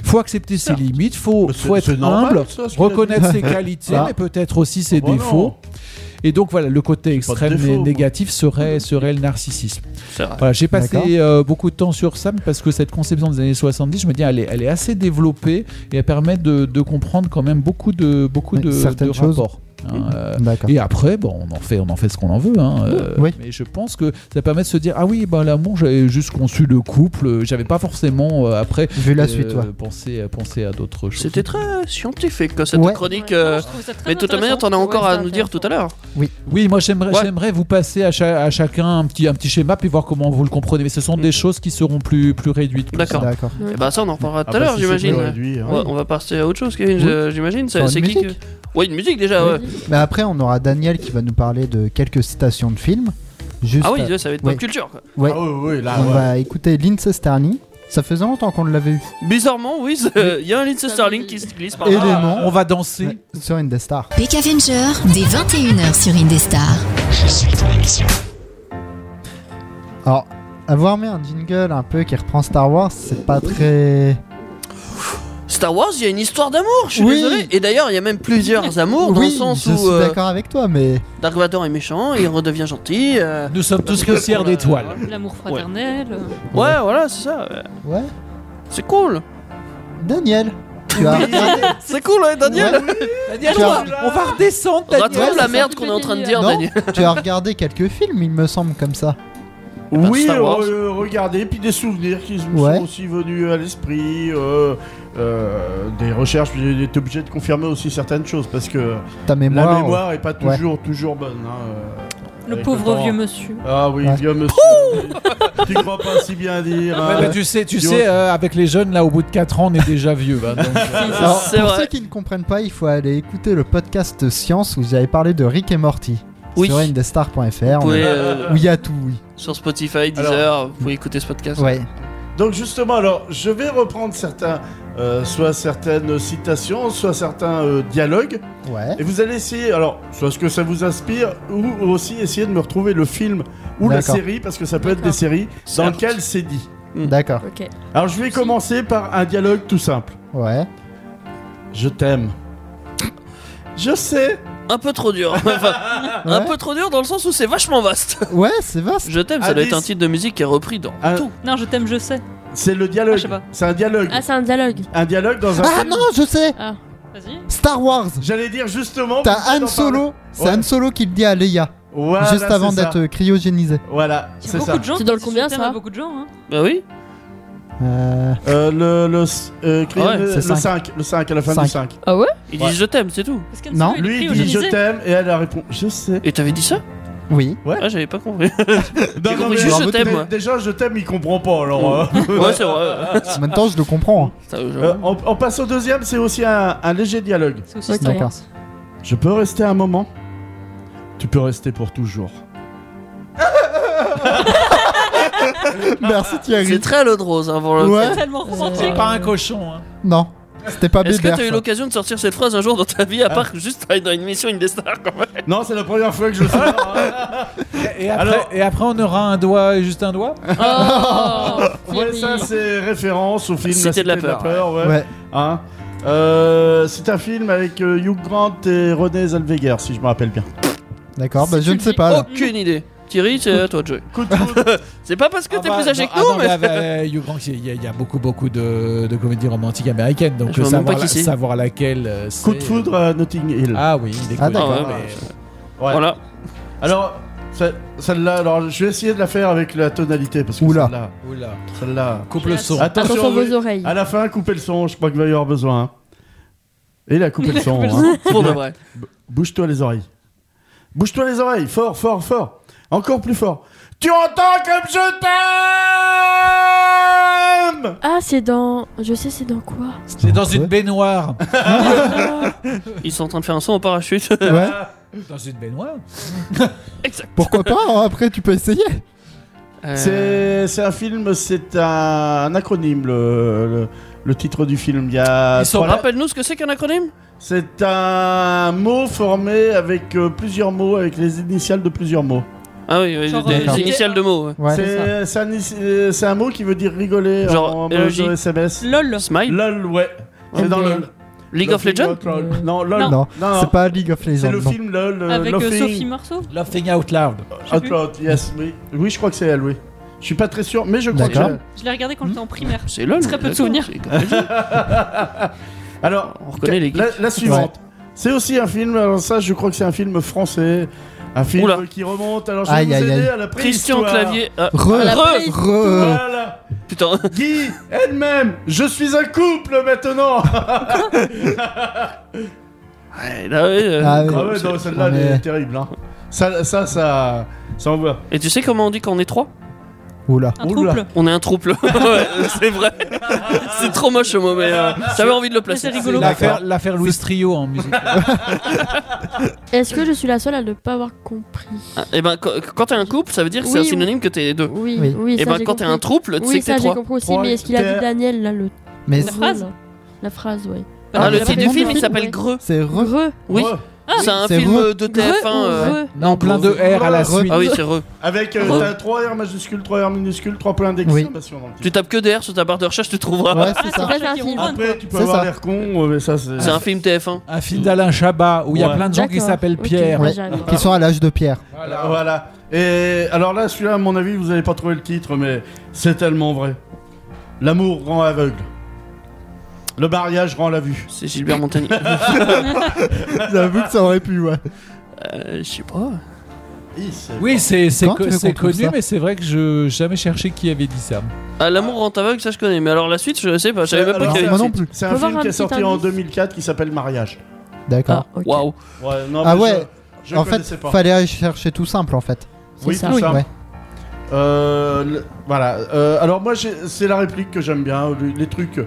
[SPEAKER 6] faut accepter ses limites, faut,
[SPEAKER 8] Mais c'est-
[SPEAKER 6] faut être
[SPEAKER 8] c'est normal,
[SPEAKER 6] humble,
[SPEAKER 8] ça, ce qu'il a
[SPEAKER 6] reconnaître ses qualités,
[SPEAKER 4] Ah.
[SPEAKER 6] mais peut-être aussi ses
[SPEAKER 8] Ah
[SPEAKER 4] Oh
[SPEAKER 8] bah non.
[SPEAKER 6] défauts. Et donc voilà, le côté
[SPEAKER 8] C'est pas de
[SPEAKER 6] extrême
[SPEAKER 8] défaut,
[SPEAKER 6] né-
[SPEAKER 8] moi.
[SPEAKER 6] négatif serait, serait le narcissisme.
[SPEAKER 5] C'est vrai.
[SPEAKER 6] Voilà, j'ai passé
[SPEAKER 4] D'accord.
[SPEAKER 6] euh, beaucoup de temps sur ça mais parce que cette conception des années 70, je me dis, elle est, elle est assez développée et elle permet de, de comprendre quand même beaucoup de, beaucoup
[SPEAKER 4] Oui,
[SPEAKER 6] de,
[SPEAKER 4] certaines
[SPEAKER 6] de
[SPEAKER 4] choses.
[SPEAKER 6] rapports. hein, euh,
[SPEAKER 4] D'accord.
[SPEAKER 6] et après, bon, on en fait, on en fait ce qu'on en veut. hein, euh,
[SPEAKER 4] Oui.
[SPEAKER 6] Mais je pense que ça permet de se dire, ah oui, ben l'amour, j'avais juste conçu le couple, euh, j'avais pas forcément euh, après
[SPEAKER 4] Vu la
[SPEAKER 6] euh,
[SPEAKER 4] suite, ouais.
[SPEAKER 6] pensé, pensé à d'autres choses.
[SPEAKER 5] C'était très scientifique cette
[SPEAKER 4] Ouais.
[SPEAKER 5] chronique.
[SPEAKER 1] Ouais,
[SPEAKER 5] euh,
[SPEAKER 1] je trouve ça très
[SPEAKER 5] Mais de toute manière,
[SPEAKER 1] intéressant.
[SPEAKER 5] t'en as encore
[SPEAKER 7] Ouais,
[SPEAKER 5] à
[SPEAKER 7] c'est
[SPEAKER 5] nous dire tout à l'heure.
[SPEAKER 6] Oui, moi j'aimerais
[SPEAKER 5] Ouais.
[SPEAKER 6] j'aimerais vous passer à, cha- à chacun un petit, un petit schéma puis voir comment vous le comprenez. Mais ce sont des choses qui seront plus, plus réduites. plus
[SPEAKER 5] D'accord.
[SPEAKER 4] D'accord.
[SPEAKER 5] Et bah ça, on en reparlera
[SPEAKER 4] Ah,
[SPEAKER 5] tout à
[SPEAKER 8] bah,
[SPEAKER 5] l'heure,
[SPEAKER 8] si c'est
[SPEAKER 5] j'imagine.
[SPEAKER 8] plus réduit, hein.
[SPEAKER 5] On va- on va passer à autre chose, Kevin, je- j'imagine.
[SPEAKER 4] Enfin,
[SPEAKER 5] C'est
[SPEAKER 4] une
[SPEAKER 5] c'est qui que...
[SPEAKER 4] musique.
[SPEAKER 5] Ouais, une musique déjà, ouais.
[SPEAKER 4] Mais après, on aura Daniel qui va nous parler de quelques citations de films. Juste
[SPEAKER 5] Ah oui, ouais, ça va être
[SPEAKER 4] Ouais.
[SPEAKER 5] pop culture. quoi.
[SPEAKER 4] Ouais.
[SPEAKER 8] Ah oui, oui, là,
[SPEAKER 4] on
[SPEAKER 8] ouais.
[SPEAKER 4] va écouter Lindsay Sterling. Ça faisait longtemps qu'on l'avait eu.
[SPEAKER 5] Bizarrement, oui, il y a un Lindsay
[SPEAKER 7] Ça
[SPEAKER 5] Starling
[SPEAKER 7] me
[SPEAKER 5] qui
[SPEAKER 7] dit-
[SPEAKER 5] se glisse par là.
[SPEAKER 4] Élément.
[SPEAKER 6] Ah, On va danser.
[SPEAKER 4] Ouais, Sur Indestar.
[SPEAKER 10] Peck Avenger, dès 21h sur Indestar.
[SPEAKER 4] Alors, avoir mis un jingle un peu qui reprend Star Wars, c'est pas très.
[SPEAKER 5] Star Wars, il y a une histoire d'amour, je suis
[SPEAKER 4] Oui.
[SPEAKER 5] désolé. Et d'ailleurs, il y a même plusieurs amours, dans le
[SPEAKER 4] oui,
[SPEAKER 5] sens
[SPEAKER 4] je
[SPEAKER 5] où
[SPEAKER 4] suis
[SPEAKER 5] euh,
[SPEAKER 4] d'accord avec toi, mais
[SPEAKER 5] Dark Vador est méchant, il redevient gentil. euh,
[SPEAKER 6] Nous sommes tous poussières d'étoiles.
[SPEAKER 1] L'amour fraternel. euh,
[SPEAKER 5] Ouais, voilà, c'est ça. ouais.
[SPEAKER 4] ouais.
[SPEAKER 5] C'est cool.
[SPEAKER 4] Daniel, tu as regardé
[SPEAKER 5] C'est cool, hein, Daniel.
[SPEAKER 6] Daniel,
[SPEAKER 4] Tu
[SPEAKER 6] on
[SPEAKER 4] as-
[SPEAKER 6] va, Ah, on va redescendre. Daniel.
[SPEAKER 5] Rattrape
[SPEAKER 4] c'est
[SPEAKER 5] la
[SPEAKER 4] ça.
[SPEAKER 5] merde qu'on est en train de dire,
[SPEAKER 4] Non.
[SPEAKER 5] Daniel.
[SPEAKER 4] tu as regardé quelques films, il me semble, comme ça.
[SPEAKER 5] Bah,
[SPEAKER 8] Oui,
[SPEAKER 5] Star Wars.
[SPEAKER 8] euh, regardez, puis des souvenirs qui me
[SPEAKER 4] Ouais.
[SPEAKER 8] sont aussi venus à l'esprit, euh, euh, des recherches, puis j'ai été obligé de confirmer aussi certaines choses parce que
[SPEAKER 4] Ta mémoire.
[SPEAKER 8] la mémoire est pas toujours toujours bonne. hein, euh,
[SPEAKER 1] Le
[SPEAKER 8] avec
[SPEAKER 1] pauvre
[SPEAKER 8] temps.
[SPEAKER 1] vieux monsieur.
[SPEAKER 8] Ah oui,
[SPEAKER 4] Ouais.
[SPEAKER 8] vieux monsieur. tu crois pas si bien dire.
[SPEAKER 6] Ouais,
[SPEAKER 8] hein.
[SPEAKER 6] bah, tu sais, tu
[SPEAKER 8] Dis-moi.
[SPEAKER 6] sais euh, avec les jeunes, là, au bout de 4 ans, on est déjà vieux. hein, donc, euh,
[SPEAKER 4] Alors,
[SPEAKER 5] C'est
[SPEAKER 4] pour
[SPEAKER 5] vrai.
[SPEAKER 4] ceux qui ne comprennent pas, il faut aller écouter le podcast Science où vous avez parlé de Rick et Morty
[SPEAKER 5] Oui.
[SPEAKER 4] sur indestar.fr
[SPEAKER 5] Vous
[SPEAKER 4] on
[SPEAKER 5] pouvez,
[SPEAKER 4] a-
[SPEAKER 5] euh,
[SPEAKER 4] où il y a tout, oui.
[SPEAKER 5] sur Spotify, Deezer, vous pouvez écouter ce podcast.
[SPEAKER 4] Ouais.
[SPEAKER 8] Donc justement, alors je vais reprendre certains, euh, soit certaines citations, soit certains euh, dialogues,
[SPEAKER 4] Ouais.
[SPEAKER 8] et vous allez essayer, alors soit ce que ça vous inspire, ou aussi essayer de me retrouver le film ou la
[SPEAKER 4] D'accord.
[SPEAKER 8] série, parce que ça peut être des
[SPEAKER 7] D'accord.
[SPEAKER 8] séries
[SPEAKER 5] C'est
[SPEAKER 8] dans
[SPEAKER 5] un-
[SPEAKER 8] lesquelles c'est dit.
[SPEAKER 4] D'accord.
[SPEAKER 7] Ok.
[SPEAKER 8] Alors je vais commencer par un dialogue tout simple.
[SPEAKER 4] Ouais.
[SPEAKER 8] Je t'aime. Je sais.
[SPEAKER 5] Un peu trop dur. Enfin, Un
[SPEAKER 4] Ouais.
[SPEAKER 5] peu trop dur dans le sens où c'est vachement vaste.
[SPEAKER 4] Ouais, c'est vaste.
[SPEAKER 5] Je t'aime, ça doit
[SPEAKER 8] Alice.
[SPEAKER 5] être un titre de musique qui est repris dans
[SPEAKER 8] Ah.
[SPEAKER 5] tout.
[SPEAKER 1] Non, je t'aime, je sais.
[SPEAKER 8] C'est le
[SPEAKER 1] Ah,
[SPEAKER 8] dialogue.
[SPEAKER 1] je sais pas.
[SPEAKER 8] c'est un dialogue.
[SPEAKER 7] Ah, c'est un dialogue.
[SPEAKER 8] Un dialogue dans un.
[SPEAKER 4] Ah
[SPEAKER 8] film.
[SPEAKER 4] non, je sais.
[SPEAKER 1] Vas-y.
[SPEAKER 4] Star Wars.
[SPEAKER 8] J'allais dire justement.
[SPEAKER 4] T'as
[SPEAKER 8] pourquoi
[SPEAKER 4] Han
[SPEAKER 8] t'en
[SPEAKER 4] Solo. C'est
[SPEAKER 8] Ouais.
[SPEAKER 4] Han Solo qui le dit à Leia
[SPEAKER 8] parles Voilà,
[SPEAKER 4] juste avant
[SPEAKER 8] c'est ça.
[SPEAKER 4] d'être euh, cryogénisé.
[SPEAKER 8] Voilà,
[SPEAKER 1] Il y a
[SPEAKER 8] c'est
[SPEAKER 1] beaucoup
[SPEAKER 8] ça.
[SPEAKER 1] de gens.
[SPEAKER 7] C'est
[SPEAKER 1] qui
[SPEAKER 7] dans le
[SPEAKER 1] disent
[SPEAKER 7] combien,
[SPEAKER 1] je t'aime
[SPEAKER 7] ça
[SPEAKER 1] à beaucoup de gens. hein.
[SPEAKER 5] Bah oui.
[SPEAKER 4] Euh,
[SPEAKER 8] Euh, le le euh, cri-
[SPEAKER 5] Ouais,
[SPEAKER 8] le,
[SPEAKER 4] c'est cinq.
[SPEAKER 8] 5. le 5 à la fin
[SPEAKER 4] Cinq.
[SPEAKER 8] du 5.
[SPEAKER 7] Ah ouais
[SPEAKER 5] Ils
[SPEAKER 8] Ouais.
[SPEAKER 5] disent je t'aime, c'est tout.
[SPEAKER 1] Parce
[SPEAKER 4] Non.
[SPEAKER 1] qu'Anne Solo,
[SPEAKER 8] Lui
[SPEAKER 1] il
[SPEAKER 8] il
[SPEAKER 1] est
[SPEAKER 8] dit je
[SPEAKER 1] cryogénisé.
[SPEAKER 8] t'aime et elle a répondu je sais.
[SPEAKER 5] Et t'avais dit ça
[SPEAKER 4] oui.
[SPEAKER 5] Ah, j'avais pas compris.
[SPEAKER 8] Non,
[SPEAKER 5] compris juste, je t'aime, moi.
[SPEAKER 8] Déjà je t'aime il comprend pas alors. euh.
[SPEAKER 5] ouais, c'est vrai.
[SPEAKER 4] En même temps, je le comprends. hein.
[SPEAKER 5] Ça, j'avoue.
[SPEAKER 8] Euh, on, on passe au deuxième, c'est aussi un, un léger dialogue.
[SPEAKER 1] C'est aussi
[SPEAKER 7] Ok.
[SPEAKER 1] Star Wars.
[SPEAKER 4] D'accord.
[SPEAKER 8] Je peux rester un moment. Tu peux rester pour toujours.
[SPEAKER 4] Merci
[SPEAKER 8] Ah.
[SPEAKER 4] Thierry.
[SPEAKER 5] C'est très l'eau de rose avant le.
[SPEAKER 4] Ouais.
[SPEAKER 1] C'est tellement romantique.
[SPEAKER 6] c'est pas un cochon. hein.
[SPEAKER 4] Non, c'était pas
[SPEAKER 5] Est-ce que
[SPEAKER 4] Bébert.
[SPEAKER 5] t'as eu
[SPEAKER 4] ça.
[SPEAKER 5] l'occasion de sortir cette phrase un jour dans ta vie, à part juste dans une émission Indestar quand même
[SPEAKER 8] Non, c'est la première fois que je hein. le fais.
[SPEAKER 6] Et après,
[SPEAKER 8] Alors-
[SPEAKER 6] et après, on aura un doigt, et juste un doigt.
[SPEAKER 7] Oh
[SPEAKER 8] Ouais,
[SPEAKER 7] Thierry.
[SPEAKER 8] ça c'est référence au film
[SPEAKER 5] Cité de la peur,
[SPEAKER 8] ouais.
[SPEAKER 4] Ouais.
[SPEAKER 8] Hein Euh, c'est un film avec euh, Hugh Grant et René Zellweger, si je me rappelle bien.
[SPEAKER 4] D'accord. Bah,
[SPEAKER 1] Si tu
[SPEAKER 4] je ne
[SPEAKER 1] le
[SPEAKER 4] sais
[SPEAKER 1] dis,
[SPEAKER 4] pas. là.
[SPEAKER 5] Aucune idée. Thierry, c'est à toi de jouer.
[SPEAKER 8] Coup de coude.
[SPEAKER 5] C'est pas parce que
[SPEAKER 6] Ah
[SPEAKER 5] t'es
[SPEAKER 6] bah,
[SPEAKER 5] plus âgé
[SPEAKER 6] non,
[SPEAKER 5] que nous,
[SPEAKER 6] ah non,
[SPEAKER 5] mais.
[SPEAKER 6] bah, bah, Hugh Grant, il y, a- il y a beaucoup, beaucoup de, de comédies romantiques américaines, donc euh,
[SPEAKER 5] Je vois même pas
[SPEAKER 6] savoir,
[SPEAKER 5] qui
[SPEAKER 6] la-
[SPEAKER 5] c'est.
[SPEAKER 6] savoir laquelle euh, c'est.
[SPEAKER 8] Coup de foudre à Notting Hill.
[SPEAKER 6] Ah oui, il est
[SPEAKER 4] Ah,
[SPEAKER 6] connu,
[SPEAKER 5] d'accord.
[SPEAKER 6] mais- euh,
[SPEAKER 8] Ah, ouais. Ouais.
[SPEAKER 5] Voilà.
[SPEAKER 8] Alors, ce- celle-là, alors je vais essayer de la faire avec la tonalité parce que
[SPEAKER 4] Oula.
[SPEAKER 8] celle-là,
[SPEAKER 6] Oula.
[SPEAKER 8] celle-là.
[SPEAKER 6] Coupe le son.
[SPEAKER 8] Attention,
[SPEAKER 7] Attention à
[SPEAKER 8] oui.
[SPEAKER 7] vos oreilles.
[SPEAKER 8] À la fin, coupez le son, je crois qu'il va y avoir besoin. hein. Et il a coupé le son.
[SPEAKER 1] coupé le
[SPEAKER 8] hein.
[SPEAKER 5] Pour de vrai.
[SPEAKER 8] Bouge-toi les oreilles. Bouge-toi les oreilles, fort, fort, fort. Encore plus fort. Tu entends comme je t'aime
[SPEAKER 7] Ah, c'est dans. Je sais, c'est dans quoi
[SPEAKER 6] C'est dans une baignoire.
[SPEAKER 7] Ah,
[SPEAKER 5] Ils sont en train de faire un son en parachute.
[SPEAKER 4] Ouais.
[SPEAKER 6] dans une baignoire
[SPEAKER 5] exact.
[SPEAKER 4] Pourquoi pas hein, Après, tu peux essayer.
[SPEAKER 5] Euh,
[SPEAKER 8] C'est c'est un film, c'est un, un acronyme, le, le- le titre du film. Il y a
[SPEAKER 6] Ils sont
[SPEAKER 8] trois-
[SPEAKER 6] pas-
[SPEAKER 5] Rappelle-nous ce que c'est qu'un acronyme
[SPEAKER 8] C'est un mot formé avec euh, plusieurs mots, avec les initiales de plusieurs mots.
[SPEAKER 5] Ah oui, oui,
[SPEAKER 1] Genre,
[SPEAKER 5] des
[SPEAKER 1] euh,
[SPEAKER 5] initiales de mots. ouais.
[SPEAKER 4] Ouais.
[SPEAKER 8] c'est c'est un, is- euh, c'est un mot qui veut dire rigoler
[SPEAKER 5] Genre,
[SPEAKER 8] en mode
[SPEAKER 5] LOJ.
[SPEAKER 8] SMS.
[SPEAKER 1] LOL.
[SPEAKER 5] Smile
[SPEAKER 8] LOL, ouais. C'est dans LOL.
[SPEAKER 5] League of Legends
[SPEAKER 8] LOL. Non, LOL.
[SPEAKER 4] Non,
[SPEAKER 8] Non, non.
[SPEAKER 4] c'est pas League of
[SPEAKER 8] C'est
[SPEAKER 4] Legends.
[SPEAKER 8] le
[SPEAKER 4] non.
[SPEAKER 8] film LOL. euh,
[SPEAKER 1] Avec euh,
[SPEAKER 8] Laughing
[SPEAKER 1] Sophie Marceau
[SPEAKER 6] Laughing Out Loud.
[SPEAKER 1] sais plus.
[SPEAKER 8] Out Loud, yes, oui. Oui, je crois que c'est elle, oui. Je suis pas très sûr, mais je crois que
[SPEAKER 4] D'accord.
[SPEAKER 8] c'est elle.
[SPEAKER 1] Je l'ai regardé quand j'étais en primaire.
[SPEAKER 5] C'est LOL.
[SPEAKER 1] Très peu de
[SPEAKER 5] d'accord,
[SPEAKER 1] souvenirs.
[SPEAKER 5] c'est League of Legends.
[SPEAKER 8] Alors,
[SPEAKER 5] On reconnaît les geeks.
[SPEAKER 8] la, la suivante. C'est aussi un film, alors ça je crois que c'est un film français. Un film
[SPEAKER 5] Oula.
[SPEAKER 8] qui remonte, alors je vais
[SPEAKER 4] Aïe,
[SPEAKER 8] vous
[SPEAKER 4] aïe,
[SPEAKER 8] aider
[SPEAKER 4] aïe. Euh.
[SPEAKER 8] à la
[SPEAKER 5] Christian
[SPEAKER 8] préhistoire.
[SPEAKER 5] Clavier. Ah,
[SPEAKER 4] Re,
[SPEAKER 5] la
[SPEAKER 4] re,
[SPEAKER 5] préhistoire.
[SPEAKER 4] re.
[SPEAKER 8] Voilà.
[SPEAKER 5] Putain.
[SPEAKER 8] Guy, elle-même, je suis un couple maintenant. Ah
[SPEAKER 5] Ouais, là, ouais, euh,
[SPEAKER 4] Ah, ouais.
[SPEAKER 8] Ah
[SPEAKER 5] quand-
[SPEAKER 8] ouais,
[SPEAKER 5] c'est-
[SPEAKER 8] non, celle-là,
[SPEAKER 4] on
[SPEAKER 8] elle est
[SPEAKER 4] est-
[SPEAKER 8] terrible. Hein. Ça, ça, ça, ça envoie.
[SPEAKER 5] Et tu sais comment on dit qu'on est trois
[SPEAKER 4] Oula.
[SPEAKER 1] Un
[SPEAKER 8] Oula.
[SPEAKER 1] trouble.
[SPEAKER 5] On est un trouble. Ouais, c'est vrai. C'est trop moche au mot, mais euh, j'avais envie de le placer.
[SPEAKER 1] Mais c'est rigolo.
[SPEAKER 6] L'affaire l'affaire Louis Trio en musique.
[SPEAKER 7] Est-ce que je suis la seule à ne pas avoir compris
[SPEAKER 5] Ah, Et ben, quand quand t'es un couple, ça veut dire que c'est
[SPEAKER 7] Oui,
[SPEAKER 5] un synonyme que t'es deux.
[SPEAKER 7] Oui,
[SPEAKER 4] Oui.
[SPEAKER 7] oui,
[SPEAKER 5] Et
[SPEAKER 7] ça,
[SPEAKER 5] ben,
[SPEAKER 7] j'ai
[SPEAKER 5] quand t'es
[SPEAKER 7] compris.
[SPEAKER 5] un trouble, tu sais
[SPEAKER 7] Oui,
[SPEAKER 5] que t'es
[SPEAKER 7] ça, j'ai
[SPEAKER 5] trois.
[SPEAKER 7] compris aussi,
[SPEAKER 8] Trois,
[SPEAKER 7] mais est-ce qu'il a
[SPEAKER 8] t'es-
[SPEAKER 7] dit Daniel, là, le.
[SPEAKER 4] Mais
[SPEAKER 1] La phrase
[SPEAKER 7] La phrase, ouais.
[SPEAKER 5] Ah, le
[SPEAKER 1] Bah,
[SPEAKER 5] titre du
[SPEAKER 1] vraiment,
[SPEAKER 5] film, il
[SPEAKER 1] mais-
[SPEAKER 5] s'appelle
[SPEAKER 7] ouais.
[SPEAKER 5] Greux.
[SPEAKER 4] c'est re.
[SPEAKER 7] Re.
[SPEAKER 5] Oui.
[SPEAKER 8] Ouais.
[SPEAKER 5] c'est un
[SPEAKER 4] c'est
[SPEAKER 5] film
[SPEAKER 4] Re.
[SPEAKER 5] de TF1.
[SPEAKER 7] Re ou
[SPEAKER 5] euh,
[SPEAKER 7] re
[SPEAKER 6] Non, plein de R à la suite.
[SPEAKER 5] Ah oui, c'est Re.
[SPEAKER 8] Avec euh,
[SPEAKER 5] Ouais.
[SPEAKER 8] t'as 3 R majuscule, 3 R minuscule, 3 points d'exclamation dans le
[SPEAKER 5] Tu
[SPEAKER 8] titre.
[SPEAKER 5] tapes que DR sur ta barre de recherche, tu trouveras.
[SPEAKER 4] Ouais,
[SPEAKER 1] Ah,
[SPEAKER 4] c'est
[SPEAKER 1] c'est
[SPEAKER 4] ça.
[SPEAKER 1] pas
[SPEAKER 7] C'est un
[SPEAKER 1] Jackie
[SPEAKER 7] film.
[SPEAKER 1] Ron, quoi.
[SPEAKER 8] Après, tu peux
[SPEAKER 4] C'est
[SPEAKER 8] avoir
[SPEAKER 4] ça.
[SPEAKER 8] l'air con, euh, mais ça, c'est.
[SPEAKER 5] C'est un film TF1.
[SPEAKER 6] Un film d'Alain Chabat où il y
[SPEAKER 8] Ouais.
[SPEAKER 6] a plein de gens qui
[SPEAKER 7] D'accord.
[SPEAKER 6] s'appellent
[SPEAKER 7] Ok,
[SPEAKER 6] Pierre.
[SPEAKER 7] moi,
[SPEAKER 4] Ouais.
[SPEAKER 7] j'arrive pas.
[SPEAKER 4] Qui sont à l'âge de pierre.
[SPEAKER 8] Voilà. voilà. Et alors là, celui-là, à mon avis, vous n'allez pas trouver le titre, mais c'est tellement vrai. L'amour rend aveugle. Le mariage rend la vue.
[SPEAKER 5] C'est Gilbert Montagnier.
[SPEAKER 8] Ah.
[SPEAKER 4] J'avoue que ça aurait pu, ouais.
[SPEAKER 5] Euh, Je sais pas.
[SPEAKER 8] Hi, c'est-
[SPEAKER 6] Oui, c'est c'est
[SPEAKER 4] Quand
[SPEAKER 6] co-
[SPEAKER 4] tu veux
[SPEAKER 6] c'est
[SPEAKER 4] qu'on trouve
[SPEAKER 6] connu,
[SPEAKER 4] ça
[SPEAKER 6] mais c'est vrai que je jamais cherché qui avait dit ça.
[SPEAKER 5] Ah, l'amour rend aveugle, ça je connais. Mais alors la suite, je sais pas. Je savais même pas
[SPEAKER 8] Euh, Alors,
[SPEAKER 5] qu'il y avait
[SPEAKER 4] moi
[SPEAKER 5] une
[SPEAKER 4] non
[SPEAKER 5] suite.
[SPEAKER 4] plus.
[SPEAKER 8] C'est
[SPEAKER 7] Faut
[SPEAKER 8] un
[SPEAKER 7] voir
[SPEAKER 8] film
[SPEAKER 7] un
[SPEAKER 8] qui est
[SPEAKER 7] petit
[SPEAKER 8] sorti en
[SPEAKER 7] indice.
[SPEAKER 8] 2004 qui s'appelle Mariage.
[SPEAKER 4] D'accord.
[SPEAKER 7] ok.
[SPEAKER 5] Waouh.
[SPEAKER 8] Ouais, non,
[SPEAKER 4] Ah
[SPEAKER 8] mais
[SPEAKER 4] ouais.
[SPEAKER 8] je, je
[SPEAKER 4] en fait,
[SPEAKER 8] connaissais pas.
[SPEAKER 4] fallait aller chercher tout simple, en fait.
[SPEAKER 8] Oui,
[SPEAKER 7] C'est
[SPEAKER 8] tout
[SPEAKER 7] ça.
[SPEAKER 8] ça.
[SPEAKER 4] Ouais.
[SPEAKER 8] Euh, le- voilà. Euh, alors moi, j'ai- c'est la réplique que j'aime bien. Les, les trucs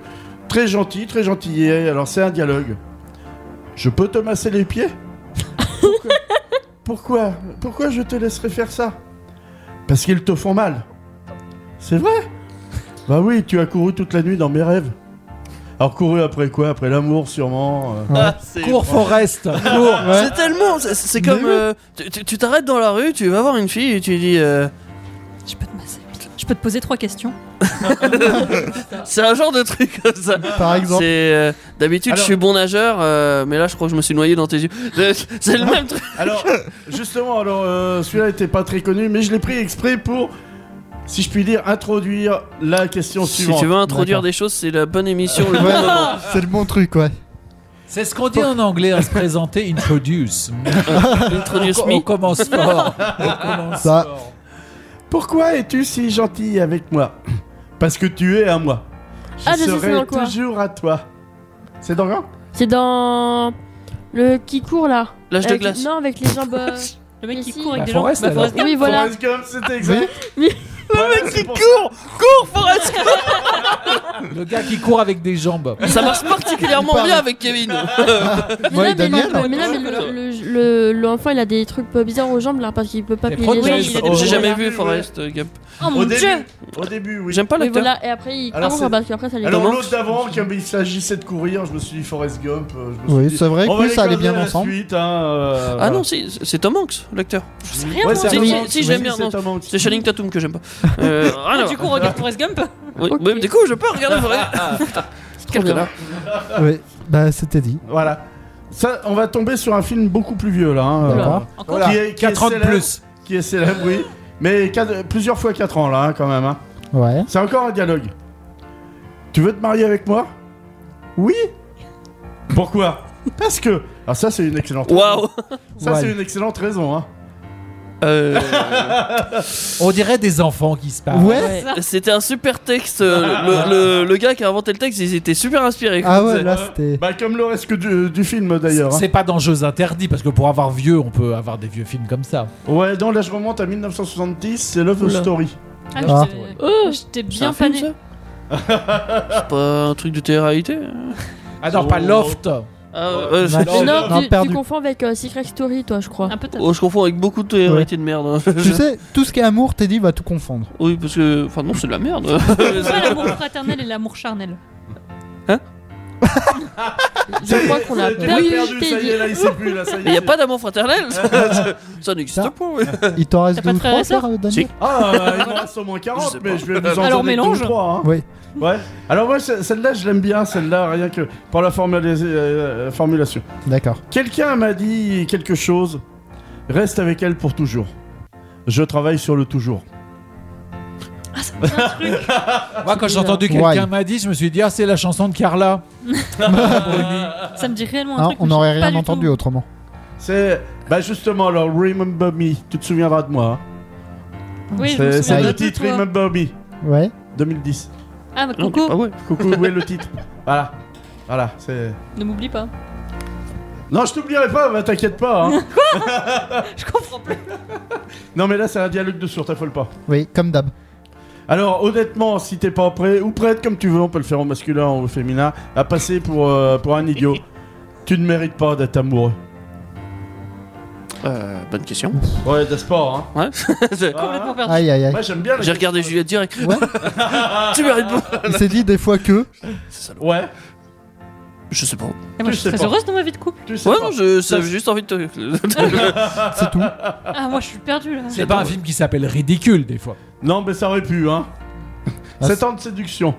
[SPEAKER 8] très gentils, très gentillés. Alors c'est un dialogue. Je peux te masser les pieds Pourquoi Pourquoi Pourquoi je te laisserai faire ça Parce qu'ils te font mal. C'est vrai Bah oui, tu as couru toute la nuit dans mes rêves. Alors couru après quoi Après l'amour sûrement. euh.
[SPEAKER 5] Ah, c'est
[SPEAKER 6] Cours Forest. Cours.
[SPEAKER 5] C'est tellement. C'est c'est comme. euh, tu- tu tu t'arrêtes dans la rue, tu vas voir une fille et tu dis. euh,
[SPEAKER 1] Je peux te masser. Je peux te poser trois questions.
[SPEAKER 5] C'est un genre de truc comme ça.
[SPEAKER 4] Par exemple.
[SPEAKER 5] C'est euh, d'habitude je
[SPEAKER 8] Alors-
[SPEAKER 5] suis bon nageur, euh, mais là je crois que je me suis noyé dans tes yeux. C'est c'est le même truc.
[SPEAKER 8] Alors, justement, alors euh, celui-là était pas très connu, mais je l'ai pris exprès pour, si je puis dire, introduire la question
[SPEAKER 5] Si
[SPEAKER 8] suivante.
[SPEAKER 5] tu veux introduire
[SPEAKER 4] D'accord.
[SPEAKER 5] des choses, c'est la bonne émission, le bon
[SPEAKER 4] Ouais.
[SPEAKER 5] moment.
[SPEAKER 4] C'est le bon truc, ouais.
[SPEAKER 6] C'est ce qu'on dit en anglais à se présenter. Introduce.
[SPEAKER 5] Introduce
[SPEAKER 6] on,
[SPEAKER 5] me.
[SPEAKER 6] on commence fort. On commence
[SPEAKER 4] Ça.
[SPEAKER 6] fort.
[SPEAKER 8] Pourquoi es-tu si gentil avec moi Parce que tu es à moi. Je
[SPEAKER 7] Ah, je sais, c'est
[SPEAKER 8] serai
[SPEAKER 7] dans quoi
[SPEAKER 8] toujours à toi. C'est dans quoi
[SPEAKER 7] C'est dans. Le qui court là.
[SPEAKER 5] L'âge de
[SPEAKER 7] Avec-
[SPEAKER 5] glace.
[SPEAKER 7] Non, avec les jambes. euh,
[SPEAKER 1] Le mec
[SPEAKER 7] Mais
[SPEAKER 1] qui
[SPEAKER 7] si.
[SPEAKER 1] court avec
[SPEAKER 6] Bah,
[SPEAKER 1] des gens.
[SPEAKER 6] Forrest,
[SPEAKER 1] Bah,
[SPEAKER 6] alors.
[SPEAKER 1] Forrest Gump.
[SPEAKER 7] Oui, voilà.
[SPEAKER 8] Forrest Gump, c'était exact.
[SPEAKER 7] Oui.
[SPEAKER 8] le mec qui
[SPEAKER 5] Cours Cours Forrest
[SPEAKER 6] Le gars qui court avec des jambes.
[SPEAKER 5] Ça marche particulièrement bien avec Kevin.
[SPEAKER 7] Mais
[SPEAKER 4] Ouais,
[SPEAKER 7] là, mais
[SPEAKER 4] Daniel,
[SPEAKER 7] le-
[SPEAKER 4] hein.
[SPEAKER 7] mais là, mais le- le- le- l'enfant, il a des trucs peu bizarres aux jambes là parce qu'il peut pas
[SPEAKER 6] C'est
[SPEAKER 7] plier les
[SPEAKER 6] Forrest
[SPEAKER 7] jambes.
[SPEAKER 1] Oui, il a
[SPEAKER 6] Gump.
[SPEAKER 1] des
[SPEAKER 8] Oh,
[SPEAKER 5] J'ai
[SPEAKER 8] au
[SPEAKER 5] jamais
[SPEAKER 8] début,
[SPEAKER 5] vu
[SPEAKER 8] ouais.
[SPEAKER 5] Forrest Gump.
[SPEAKER 1] Oh
[SPEAKER 8] Au
[SPEAKER 1] mon
[SPEAKER 8] début,
[SPEAKER 1] dieu
[SPEAKER 8] Au début, oui.
[SPEAKER 5] J'aime pas
[SPEAKER 7] Oui,
[SPEAKER 5] l'acteur.
[SPEAKER 7] voilà, et après il
[SPEAKER 8] Alors,
[SPEAKER 7] court
[SPEAKER 8] c'est-
[SPEAKER 7] parce qu'après ça les
[SPEAKER 8] Alors
[SPEAKER 5] Comment
[SPEAKER 8] l'autre d'avant, comme il s'agissait de courir, je me suis dit Forrest Gump. euh, je me suis
[SPEAKER 4] Oui,
[SPEAKER 8] dit,
[SPEAKER 4] c'est vrai
[SPEAKER 8] on
[SPEAKER 4] que
[SPEAKER 8] va
[SPEAKER 4] ça allait
[SPEAKER 8] l'écraser
[SPEAKER 4] bien
[SPEAKER 8] à la
[SPEAKER 4] ensemble.
[SPEAKER 8] Suite, hein, euh,
[SPEAKER 5] Ah non, si, c'est Tom Hanks, l'acteur.
[SPEAKER 1] rien,
[SPEAKER 8] Ouais,
[SPEAKER 1] moi.
[SPEAKER 8] c'est
[SPEAKER 5] Si,
[SPEAKER 8] Tom
[SPEAKER 5] si,
[SPEAKER 8] Hanks,
[SPEAKER 5] si, j'aime
[SPEAKER 8] oui,
[SPEAKER 5] bien,
[SPEAKER 8] c'est
[SPEAKER 5] non.
[SPEAKER 8] Tom Hanks.
[SPEAKER 5] C'est Channing Tatum que j'aime pas. Euh, ah non.
[SPEAKER 1] Du coup, on regarde Forrest Gump.
[SPEAKER 5] Oui,
[SPEAKER 7] Ok.
[SPEAKER 5] oui, mais du coup, je peux regarder Forrest. Quel connard.
[SPEAKER 4] Oui. Bah, c'était dit.
[SPEAKER 8] Voilà. Ça, on va tomber sur un film beaucoup plus vieux là. hein,
[SPEAKER 4] D'accord.
[SPEAKER 8] euh,
[SPEAKER 1] Encore
[SPEAKER 8] Qui est, qui est
[SPEAKER 6] 40
[SPEAKER 8] célèbre,
[SPEAKER 6] plus.
[SPEAKER 8] qui qui est célèbre, oui. Mais quatre- plusieurs fois 4 ans, là, hein, quand même. hein.
[SPEAKER 4] Ouais.
[SPEAKER 8] C'est encore un dialogue. Tu veux te marier avec moi Oui Pourquoi Parce que. Ah, ça, c'est une excellente
[SPEAKER 5] Waouh
[SPEAKER 8] Ça, c'est
[SPEAKER 4] Ouais.
[SPEAKER 8] une excellente raison. Hein.
[SPEAKER 5] Euh,
[SPEAKER 6] On dirait des enfants qui se parlent.
[SPEAKER 4] Ouais.
[SPEAKER 5] C'était un super texte. euh, Le, le- le gars qui a inventé le texte, il était super inspiré.
[SPEAKER 4] Ah ouais,
[SPEAKER 5] C'est-
[SPEAKER 4] là c'était.
[SPEAKER 8] Bah, comme le reste que du, du film, d'ailleurs. hein.
[SPEAKER 6] C'est pas dans Jeux Interdits, parce que pour avoir vieux, on peut avoir des vieux films comme ça.
[SPEAKER 8] hein. Ouais, non, là, je remonte à 1970, c'est Love
[SPEAKER 5] Oula.
[SPEAKER 8] Story.
[SPEAKER 1] Ah,
[SPEAKER 4] Ah.
[SPEAKER 1] je t'ai- je
[SPEAKER 5] Oh,
[SPEAKER 1] t'ai
[SPEAKER 5] C'est un
[SPEAKER 1] bien
[SPEAKER 5] film,
[SPEAKER 1] fané.
[SPEAKER 5] ça C'est pas un truc de télé-réalité hein.
[SPEAKER 6] Ah non, pas
[SPEAKER 5] Oh.
[SPEAKER 6] Loft
[SPEAKER 5] Ah, ouais, je,
[SPEAKER 4] Machin.
[SPEAKER 7] Mais
[SPEAKER 4] Non,
[SPEAKER 7] non, tu, tu
[SPEAKER 4] euh, perdu.
[SPEAKER 7] confonds avec euh, Secret Story, toi, je crois.
[SPEAKER 1] Un peu tard.
[SPEAKER 5] oh, je confonds avec beaucoup de télé-réalités de merde. hein.
[SPEAKER 4] Tu sais, tout ce qui est amour, Teddy va tout confondre.
[SPEAKER 5] Oui, parce que. Enfin, non, c'est de la merde.
[SPEAKER 1] C'est pas l'amour fraternel et l'amour charnel.
[SPEAKER 7] Je crois qu'on a
[SPEAKER 8] Tu l'as
[SPEAKER 7] perdu.
[SPEAKER 8] perdu, ça y est, là, il sait plus, là, ça y
[SPEAKER 5] Il n'y
[SPEAKER 8] est.
[SPEAKER 5] a pas d'amour fraternel Ça, ça n'existe
[SPEAKER 4] Ça
[SPEAKER 5] pas. oui.
[SPEAKER 4] Il t'en reste
[SPEAKER 1] T'as pas
[SPEAKER 4] deux
[SPEAKER 1] de
[SPEAKER 4] ou
[SPEAKER 1] frères
[SPEAKER 4] trois,
[SPEAKER 1] et sœurs
[SPEAKER 4] frère, euh, Daniel
[SPEAKER 5] Si.
[SPEAKER 8] Ah, euh, il m'en reste au moins
[SPEAKER 5] Je sais
[SPEAKER 8] 40,
[SPEAKER 5] pas.
[SPEAKER 8] mais je vais vous en
[SPEAKER 1] Alors,
[SPEAKER 8] donner deux ou
[SPEAKER 1] mélange.
[SPEAKER 8] trois, hein.
[SPEAKER 4] Oui.
[SPEAKER 8] Ouais. Alors, moi, ce- celle-là, je l'aime bien, celle-là, rien que par la formulis- euh, formulation.
[SPEAKER 4] D'accord.
[SPEAKER 8] Quelqu'un m'a dit quelque chose. Reste avec elle pour toujours. Je travaille sur le toujours.
[SPEAKER 1] Ah, ça me dit un truc.
[SPEAKER 6] Moi, quand j'ai entendu
[SPEAKER 4] Why
[SPEAKER 6] quelqu'un m'a dit, je me suis dit, ah, c'est la chanson de Carla.
[SPEAKER 1] Ça me dit réellement un
[SPEAKER 4] Hein,
[SPEAKER 1] truc.
[SPEAKER 4] on
[SPEAKER 1] mais je
[SPEAKER 4] n'aurait
[SPEAKER 1] sais pas
[SPEAKER 4] rien
[SPEAKER 1] du
[SPEAKER 4] entendu
[SPEAKER 1] tout.
[SPEAKER 4] autrement.
[SPEAKER 8] C'est. Bah, justement, alors, Remember Me, tu te souviendras de moi. hein.
[SPEAKER 1] Oui, je me
[SPEAKER 8] C'est- c'est
[SPEAKER 1] souviens
[SPEAKER 8] le
[SPEAKER 1] de
[SPEAKER 8] titre
[SPEAKER 1] toi.
[SPEAKER 8] Remember Me,
[SPEAKER 4] Ouais.
[SPEAKER 8] 2010.
[SPEAKER 1] Ah, bah,
[SPEAKER 5] Non, c'est pas
[SPEAKER 1] Coco,
[SPEAKER 5] vrai.
[SPEAKER 8] Coucou, où est le titre Voilà. Voilà, c'est.
[SPEAKER 1] ne m'oublie pas.
[SPEAKER 8] Non, je t'oublierai pas, bah, t'inquiète pas. hein.
[SPEAKER 1] Je comprends plus.
[SPEAKER 8] non, mais là, c'est un dialogue de sourd, t'affole pas.
[SPEAKER 4] Oui, comme d'hab.
[SPEAKER 8] Alors, honnêtement, si t'es pas prêt, ou prête, comme tu veux, on peut le faire au masculin ou au féminin, à passer pour, euh, pour un idiot. tu ne mérites pas d'être amoureux.
[SPEAKER 5] Euh, bonne question.
[SPEAKER 8] Ouais, de sport, hein.
[SPEAKER 5] Ouais. C'est-
[SPEAKER 1] Complètement
[SPEAKER 7] Ah,
[SPEAKER 1] perdu.
[SPEAKER 4] Aïe aïe aïe.
[SPEAKER 8] Moi, j'aime bien les-
[SPEAKER 5] J'ai regardé Juliette direct.
[SPEAKER 4] Ouais.
[SPEAKER 5] tu mérites pas.
[SPEAKER 4] Il s'est dit des fois que.
[SPEAKER 8] Ouais,
[SPEAKER 5] Je sais pas.
[SPEAKER 1] Et Ah, moi, je
[SPEAKER 8] sais
[SPEAKER 1] suis très
[SPEAKER 8] pas.
[SPEAKER 1] heureuse dans ma vie de couple.
[SPEAKER 8] tu sais.
[SPEAKER 5] Ouais,
[SPEAKER 8] pas.
[SPEAKER 5] non, je- j'avais juste envie de te.
[SPEAKER 4] C'est tout.
[SPEAKER 1] Ah, moi, je suis perdue là.
[SPEAKER 6] C'est pas un film qui s'appelle Ridicule, des fois.
[SPEAKER 8] Non, mais ça aurait pu, hein.
[SPEAKER 4] Ah,
[SPEAKER 8] 7 ans de séduction.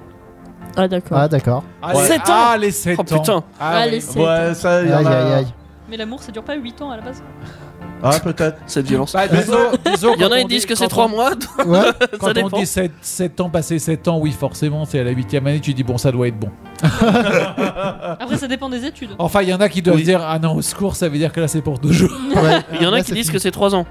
[SPEAKER 7] Ah, d'accord.
[SPEAKER 4] Ah d'accord.
[SPEAKER 6] Ah,
[SPEAKER 5] Ouais.
[SPEAKER 6] les-
[SPEAKER 5] Sept ans.
[SPEAKER 6] Ah, les 7
[SPEAKER 5] Oh,
[SPEAKER 6] ans
[SPEAKER 5] putain.
[SPEAKER 6] Ah,
[SPEAKER 7] Allez,
[SPEAKER 6] oui.
[SPEAKER 7] c'est-
[SPEAKER 8] Ouais, ça, il y
[SPEAKER 4] Aïe
[SPEAKER 8] en a.
[SPEAKER 4] aïe aïe.
[SPEAKER 1] Mais l'amour, ça dure pas 8 ans à la base.
[SPEAKER 8] Ah, peut-être.
[SPEAKER 5] Cette violence.
[SPEAKER 6] Bah, disons- disons,
[SPEAKER 5] Il y en
[SPEAKER 6] quand
[SPEAKER 5] a,
[SPEAKER 6] on
[SPEAKER 5] ils disent
[SPEAKER 6] dit-
[SPEAKER 5] que c'est
[SPEAKER 6] quand
[SPEAKER 5] 3
[SPEAKER 6] on-
[SPEAKER 5] mois.
[SPEAKER 4] Ouais.
[SPEAKER 6] Quand on
[SPEAKER 5] dépend.
[SPEAKER 6] dit 7, ans, passé 7 ans, oui, forcément, c'est à la 8 année, tu dis, bon, ça doit être bon.
[SPEAKER 1] Après, ça dépend des études.
[SPEAKER 6] Enfin, il y en a qui doivent
[SPEAKER 5] Oui.
[SPEAKER 6] dire, ah non, au secours, ça veut dire que là, c'est pour deux jours.
[SPEAKER 4] ouais.
[SPEAKER 5] Il y en a
[SPEAKER 4] Là,
[SPEAKER 5] qui
[SPEAKER 4] c'est
[SPEAKER 5] disent
[SPEAKER 4] fini.
[SPEAKER 5] que c'est 3 ans.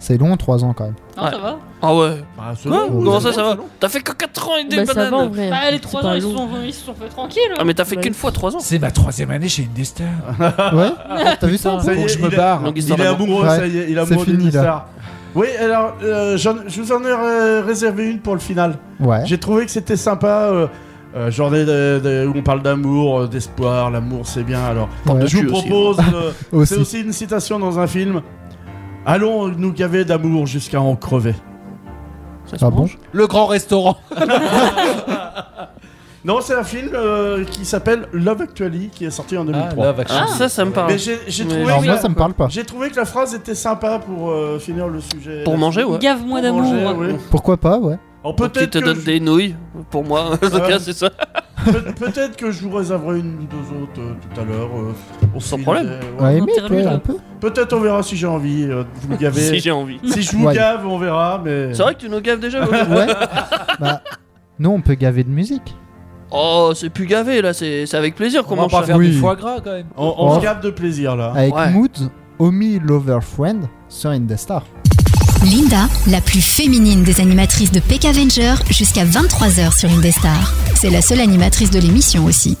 [SPEAKER 4] C'est long, 3 ans quand même.
[SPEAKER 1] Non, ça va.
[SPEAKER 5] Ah ouais.
[SPEAKER 8] Bah, c'est
[SPEAKER 5] Quoi
[SPEAKER 8] bon,
[SPEAKER 5] Comment
[SPEAKER 8] c'est
[SPEAKER 5] ça, ça
[SPEAKER 8] bon,
[SPEAKER 5] va
[SPEAKER 8] c'est bon.
[SPEAKER 5] T'as fait que 4 ans et des
[SPEAKER 7] Bah, ça va en
[SPEAKER 5] bananes.
[SPEAKER 7] vrai.
[SPEAKER 1] Bah, les
[SPEAKER 7] C'est
[SPEAKER 1] 3
[SPEAKER 7] pas
[SPEAKER 1] ans, ils se
[SPEAKER 7] long.
[SPEAKER 1] sont, ils se sont fait tranquilles.
[SPEAKER 5] Ah, mais t'as fait
[SPEAKER 7] Ouais.
[SPEAKER 5] qu'une fois 3 ans.
[SPEAKER 6] C'est ma troisième année chez Indestar.
[SPEAKER 4] Ouais. T'as vu ça
[SPEAKER 8] Ça hein y
[SPEAKER 6] Faut
[SPEAKER 8] est,
[SPEAKER 6] que je
[SPEAKER 8] il
[SPEAKER 6] me
[SPEAKER 8] est-
[SPEAKER 6] barre.
[SPEAKER 5] Donc,
[SPEAKER 8] Il est
[SPEAKER 5] d'amour.
[SPEAKER 8] amoureux,
[SPEAKER 4] Ouais.
[SPEAKER 8] ça y est, il est
[SPEAKER 4] C'est
[SPEAKER 8] amoureux
[SPEAKER 4] fini,
[SPEAKER 8] d'une
[SPEAKER 4] là.
[SPEAKER 8] star. Oui, alors, euh, j'en- je vous en ai euh, réservé une pour le final.
[SPEAKER 4] Ouais.
[SPEAKER 8] J'ai trouvé que c'était sympa. Euh, euh, journée de- de- où on parle d'amour, euh, d'espoir, l'amour c'est bien. Alors,
[SPEAKER 4] Ouais.
[SPEAKER 8] je vous
[SPEAKER 5] cul aussi,
[SPEAKER 8] propose. euh,
[SPEAKER 4] Aussi.
[SPEAKER 8] c'est aussi une citation dans un film. Allons nous gaver d'amour jusqu'à en crever.
[SPEAKER 5] Ça se
[SPEAKER 4] Ah bon
[SPEAKER 5] mange.
[SPEAKER 6] Le grand restaurant.
[SPEAKER 8] Non, c'est un film euh, qui s'appelle Love Actually qui est sorti en 2003.
[SPEAKER 5] Ah, ça, ça me parle.
[SPEAKER 8] Mais j'ai j'ai
[SPEAKER 5] Mais
[SPEAKER 8] trouvé,
[SPEAKER 5] alors
[SPEAKER 4] Alors
[SPEAKER 8] que
[SPEAKER 4] moi
[SPEAKER 8] la-
[SPEAKER 4] ça me parle pas.
[SPEAKER 8] j'ai trouvé que la phrase était sympa pour euh, finir le sujet.
[SPEAKER 5] Pour manger, ouais.
[SPEAKER 1] Gave-moi
[SPEAKER 8] Pour
[SPEAKER 1] d'amour.
[SPEAKER 8] Oh, manger, ouais.
[SPEAKER 4] Pourquoi pas ouais.
[SPEAKER 8] Alors,
[SPEAKER 5] Donc,
[SPEAKER 8] peut-être
[SPEAKER 5] il te
[SPEAKER 8] que
[SPEAKER 5] donne
[SPEAKER 8] je- Ah.
[SPEAKER 5] des nouilles pour moi. En tout cas, c'est ça.
[SPEAKER 8] Pe- Peut-être que je vous réserverai une ou deux autres euh, tout à l'heure. euh, au
[SPEAKER 5] Sans
[SPEAKER 8] fil
[SPEAKER 5] problème.
[SPEAKER 8] des- ouais.
[SPEAKER 4] Ouais, mais
[SPEAKER 1] t'es
[SPEAKER 4] ouais,
[SPEAKER 1] là.
[SPEAKER 4] un peu.
[SPEAKER 8] Peut-être on verra si j'ai envie euh, de vous gaver.
[SPEAKER 5] Si j'ai envie.
[SPEAKER 8] si je vous
[SPEAKER 4] Ouais.
[SPEAKER 8] gave, on verra. Mais
[SPEAKER 5] C'est vrai que tu nous gaves déjà. Loulou
[SPEAKER 4] Ouais. Bah nous on peut gaver de musique.
[SPEAKER 5] Oh, c'est plus gavé là, c'est c'est avec plaisir qu'on
[SPEAKER 6] Comment
[SPEAKER 5] mange
[SPEAKER 6] pas
[SPEAKER 5] ça.
[SPEAKER 6] faire
[SPEAKER 4] Oui.
[SPEAKER 6] du foie gras quand même
[SPEAKER 8] on, on
[SPEAKER 4] Oh.
[SPEAKER 8] se gave de plaisir là.
[SPEAKER 4] Avec
[SPEAKER 5] Ouais.
[SPEAKER 4] Moods, Omi Lover Friend sur Indestar.
[SPEAKER 10] Linda, la plus féminine des animatrices de Peck Avenger jusqu'à 23h sur Indestar. C'est la seule animatrice de l'émission aussi.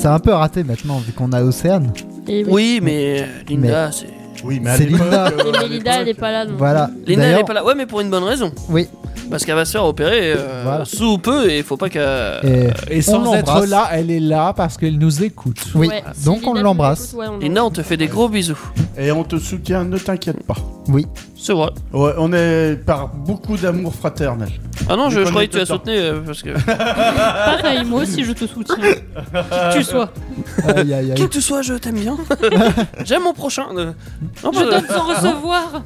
[SPEAKER 4] C'est un peu raté maintenant vu qu'on a Océane.
[SPEAKER 7] Et oui.
[SPEAKER 5] Oui, mais euh, Linda, c'est.
[SPEAKER 8] Oui, mais à
[SPEAKER 4] C'est
[SPEAKER 8] l'époque,
[SPEAKER 4] Linda.
[SPEAKER 8] euh,
[SPEAKER 7] Et Melinda, elle est pas là. non.
[SPEAKER 4] Voilà.
[SPEAKER 5] Linda, elle
[SPEAKER 4] D'ailleurs,
[SPEAKER 5] est pas là. Ouais, mais pour une bonne raison.
[SPEAKER 4] Oui.
[SPEAKER 8] Bah,
[SPEAKER 5] Parce qu'elle va se faire opérer euh,
[SPEAKER 4] Voilà.
[SPEAKER 5] sous peu et faut pas qu'elle.
[SPEAKER 4] Et,
[SPEAKER 8] euh,
[SPEAKER 6] Et
[SPEAKER 4] on
[SPEAKER 6] sans être
[SPEAKER 4] l'embrasse.
[SPEAKER 6] là, elle est là parce qu'elle nous écoute.
[SPEAKER 4] Oui,
[SPEAKER 7] Ouais, si
[SPEAKER 4] donc
[SPEAKER 7] Linda
[SPEAKER 4] on
[SPEAKER 7] nous
[SPEAKER 4] l'embrasse.
[SPEAKER 7] écoute, ouais, on
[SPEAKER 5] Linda, on te fait des gros bisous.
[SPEAKER 8] Et on te soutient, ne t'inquiète pas.
[SPEAKER 5] C'est vrai.
[SPEAKER 8] Ouais, on est par beaucoup d'amour fraternel.
[SPEAKER 5] Ah non, je,
[SPEAKER 8] Mais
[SPEAKER 5] je
[SPEAKER 8] prenez
[SPEAKER 5] croyais que tu
[SPEAKER 8] le
[SPEAKER 5] la
[SPEAKER 8] temps.
[SPEAKER 5] soutenais euh, parce que.
[SPEAKER 1] Pareil, moi aussi, je te soutiens. Qui que tu sois.
[SPEAKER 4] aïe, aïe,
[SPEAKER 5] Qui
[SPEAKER 4] aïe.
[SPEAKER 5] que tu sois, je t'aime bien. J'aime mon prochain. euh. Non,
[SPEAKER 1] Je
[SPEAKER 5] pas-
[SPEAKER 1] donne sans recevoir.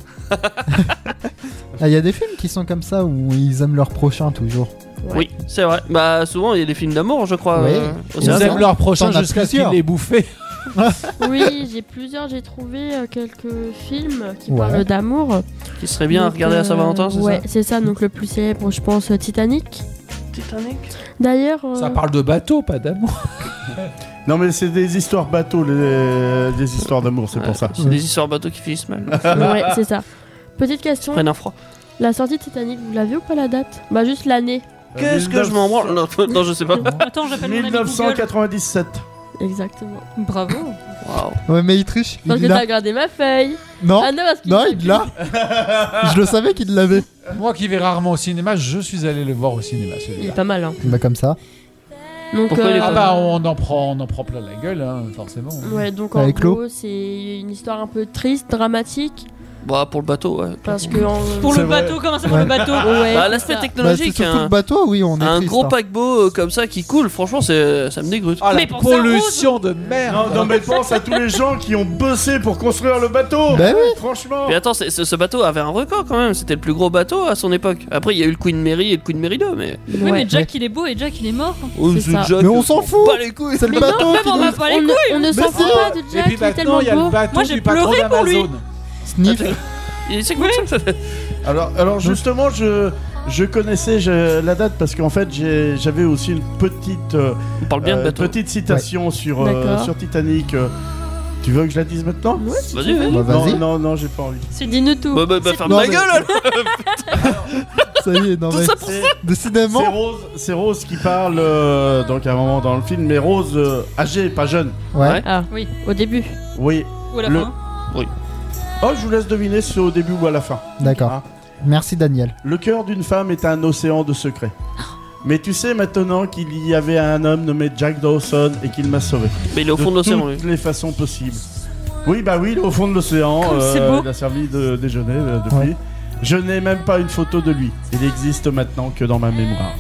[SPEAKER 4] Ah, Il y a des films qui sont comme ça où ils aiment leur prochain toujours.
[SPEAKER 5] Oui, c'est vrai. Bah, souvent, il y a des films d'amour, je crois.
[SPEAKER 4] Oui.
[SPEAKER 5] euh, au
[SPEAKER 4] Ils
[SPEAKER 6] Ils
[SPEAKER 5] cinéma.
[SPEAKER 4] aiment
[SPEAKER 6] aiment leur prochain
[SPEAKER 4] T'en as
[SPEAKER 6] jusqu'à ce
[SPEAKER 4] plusieurs.
[SPEAKER 6] qu'ils l'aient bouffé.
[SPEAKER 7] oui, j'ai plusieurs, j'ai trouvé euh, quelques films qui
[SPEAKER 4] Ouais.
[SPEAKER 7] parlent d'amour.
[SPEAKER 5] Qui serait bien à
[SPEAKER 7] Donc,
[SPEAKER 5] regarder à
[SPEAKER 7] euh,
[SPEAKER 5] Saint-Valentin, c'est
[SPEAKER 7] Ouais, c'est ça, donc le plus célèbre, je pense, euh, Titanic.
[SPEAKER 5] ça Titanic
[SPEAKER 7] D'ailleurs, euh,
[SPEAKER 6] Ça parle de bateau, pas d'amour.
[SPEAKER 8] Non, mais c'est des histoires bateaux, les... des histoires d'amour, c'est pour ça.
[SPEAKER 5] C'est des histoires bateaux qui finissent
[SPEAKER 7] Ah
[SPEAKER 5] mal.
[SPEAKER 1] Ah.
[SPEAKER 7] ouais, c'est ça. Petite question,
[SPEAKER 5] Prennent un froid.
[SPEAKER 7] la sortie de Titanic, vous l'avez ou pas la date Bah juste l'année.
[SPEAKER 4] Euh,
[SPEAKER 5] Qu'est-ce que je m'en
[SPEAKER 8] Euh,
[SPEAKER 5] branle non, non, je sais pas.
[SPEAKER 1] Attends, j'appelle mon ami Google.
[SPEAKER 8] 1997.
[SPEAKER 7] Exactement.
[SPEAKER 1] Bravo.
[SPEAKER 5] Waouh.
[SPEAKER 4] Ouais, mais il triche.
[SPEAKER 7] Parce
[SPEAKER 4] Il
[SPEAKER 7] que t'as
[SPEAKER 4] l'a.
[SPEAKER 7] regardé ma feuille.
[SPEAKER 4] Non,
[SPEAKER 5] Oh.
[SPEAKER 7] ah non, parce qu'il
[SPEAKER 4] non,
[SPEAKER 7] sait
[SPEAKER 4] il
[SPEAKER 7] plus.
[SPEAKER 4] l'a. Je le savais qu'il l'avait.
[SPEAKER 6] Moi qui vais rarement au cinéma, je suis allé le voir au cinéma
[SPEAKER 7] Il est
[SPEAKER 6] celui-là.
[SPEAKER 7] pas mal, hein.
[SPEAKER 4] Bah, comme ça.
[SPEAKER 7] Donc, euh,
[SPEAKER 5] Pourquoi il est
[SPEAKER 6] Ah
[SPEAKER 5] pas
[SPEAKER 6] bah on en prend, on en prend plein la gueule, hein, forcément.
[SPEAKER 7] Ouais, donc en
[SPEAKER 4] Avec l'eau.
[SPEAKER 7] gros, c'est une histoire un peu triste, dramatique,
[SPEAKER 5] Bah, pour le bateau, ouais.
[SPEAKER 7] parce que en-
[SPEAKER 1] Pour le
[SPEAKER 4] C'est vrai.
[SPEAKER 1] bateau, comment ça pour
[SPEAKER 4] Ouais.
[SPEAKER 1] le bateau
[SPEAKER 7] Ouais,
[SPEAKER 5] Bah,
[SPEAKER 7] c'est
[SPEAKER 5] l'aspect
[SPEAKER 7] Eh, ça.
[SPEAKER 4] Bah, c'est
[SPEAKER 5] technologique,
[SPEAKER 4] surtout le
[SPEAKER 5] un,
[SPEAKER 4] bateau, oui, on est
[SPEAKER 5] un
[SPEAKER 4] triste,
[SPEAKER 5] gros
[SPEAKER 4] hein.
[SPEAKER 5] paquebot euh, comme ça qui coule, franchement, c'est- euh, ça me dégrute.
[SPEAKER 6] Ah,
[SPEAKER 1] Mais
[SPEAKER 6] la
[SPEAKER 1] pour ça,
[SPEAKER 6] pollution de merde
[SPEAKER 8] Non, non, mais pense à tous les gens qui ont bossé pour construire le bateau.
[SPEAKER 4] Bah oui.
[SPEAKER 8] Franchement.
[SPEAKER 5] Mais attends, c'est- ce, ce bateau avait un record quand même, c'était le plus gros bateau à son époque. Après, il y a eu le Queen Mary et le Queen Mary 2, mais.
[SPEAKER 1] Oui,
[SPEAKER 7] Ouais.
[SPEAKER 1] mais Jack, il est beau et Jack, il est mort.
[SPEAKER 5] Oh,
[SPEAKER 7] C'est
[SPEAKER 5] ce
[SPEAKER 7] ça.
[SPEAKER 5] Jack,
[SPEAKER 4] Mais on
[SPEAKER 5] euh,
[SPEAKER 4] s'en fout.
[SPEAKER 5] Bat les couilles.
[SPEAKER 4] C'est le
[SPEAKER 7] Mais
[SPEAKER 4] bateau.
[SPEAKER 1] Même on
[SPEAKER 4] qui
[SPEAKER 1] va
[SPEAKER 4] nous-
[SPEAKER 1] pas
[SPEAKER 7] on
[SPEAKER 1] les
[SPEAKER 7] ne, on ne s'en
[SPEAKER 4] Mais
[SPEAKER 7] fout
[SPEAKER 4] si.
[SPEAKER 7] pas de
[SPEAKER 6] Et puis
[SPEAKER 7] Jack, il est
[SPEAKER 6] maintenant,
[SPEAKER 7] tellement
[SPEAKER 6] il y a le
[SPEAKER 7] beau.
[SPEAKER 6] bateau
[SPEAKER 1] Moi, j'ai
[SPEAKER 6] du patron
[SPEAKER 1] pleuré pour lui.
[SPEAKER 6] d'Amazon.
[SPEAKER 4] Sniff.
[SPEAKER 5] Et C'est cool ça, ça-
[SPEAKER 8] Alors, alors justement, je, je connaissais je- la date parce qu'en fait, j'ai- j'avais aussi une petite, euh,
[SPEAKER 5] On parle bien de
[SPEAKER 8] euh,
[SPEAKER 5] bateau.
[SPEAKER 8] petite citation sur, euh,
[SPEAKER 7] D'accord.
[SPEAKER 8] sur Titanic. euh. Tu veux que je la dise maintenant
[SPEAKER 7] Ouais, si
[SPEAKER 5] Vas-y,
[SPEAKER 7] tu veux.
[SPEAKER 5] vas-y.
[SPEAKER 4] Bah, vas-y.
[SPEAKER 8] Non, non, non, j'ai pas envie.
[SPEAKER 1] C'est dis-nous tout.
[SPEAKER 5] Bah, bah, bah, ferme
[SPEAKER 4] Non,
[SPEAKER 5] ta
[SPEAKER 4] mais-
[SPEAKER 5] gueule alors
[SPEAKER 4] Ça y est, non
[SPEAKER 5] Tout
[SPEAKER 4] mais.
[SPEAKER 5] ça pour
[SPEAKER 8] C'est- C'est
[SPEAKER 4] Décidément.
[SPEAKER 8] Rose, c'est Rose qui parle euh, donc à un moment dans le film, mais Rose euh, âgée, pas jeune.
[SPEAKER 4] Ouais.
[SPEAKER 7] Ah,
[SPEAKER 1] Oui.
[SPEAKER 7] au début.
[SPEAKER 8] Oui.
[SPEAKER 1] Ou à la
[SPEAKER 8] Le-
[SPEAKER 1] fin.
[SPEAKER 8] Oh, je vous laisse deviner si c'est au début ou à la fin. Hein.
[SPEAKER 4] D'accord. Merci Daniel.
[SPEAKER 8] Le cœur d'une femme est un océan de secrets. Mais tu sais maintenant qu'il y avait un homme nommé Jack Dawson et qu'il m'a sauvé.
[SPEAKER 5] Mais il est au fond de l'océan, lui.
[SPEAKER 8] toutes les façons possibles. Oui, bah oui, il est au fond de l'océan. euh,
[SPEAKER 1] Comme c'est beau.
[SPEAKER 8] il a servi de déjeuner euh, depuis. Je n'ai même pas une photo de lui. Il existe maintenant que dans ma mémoire.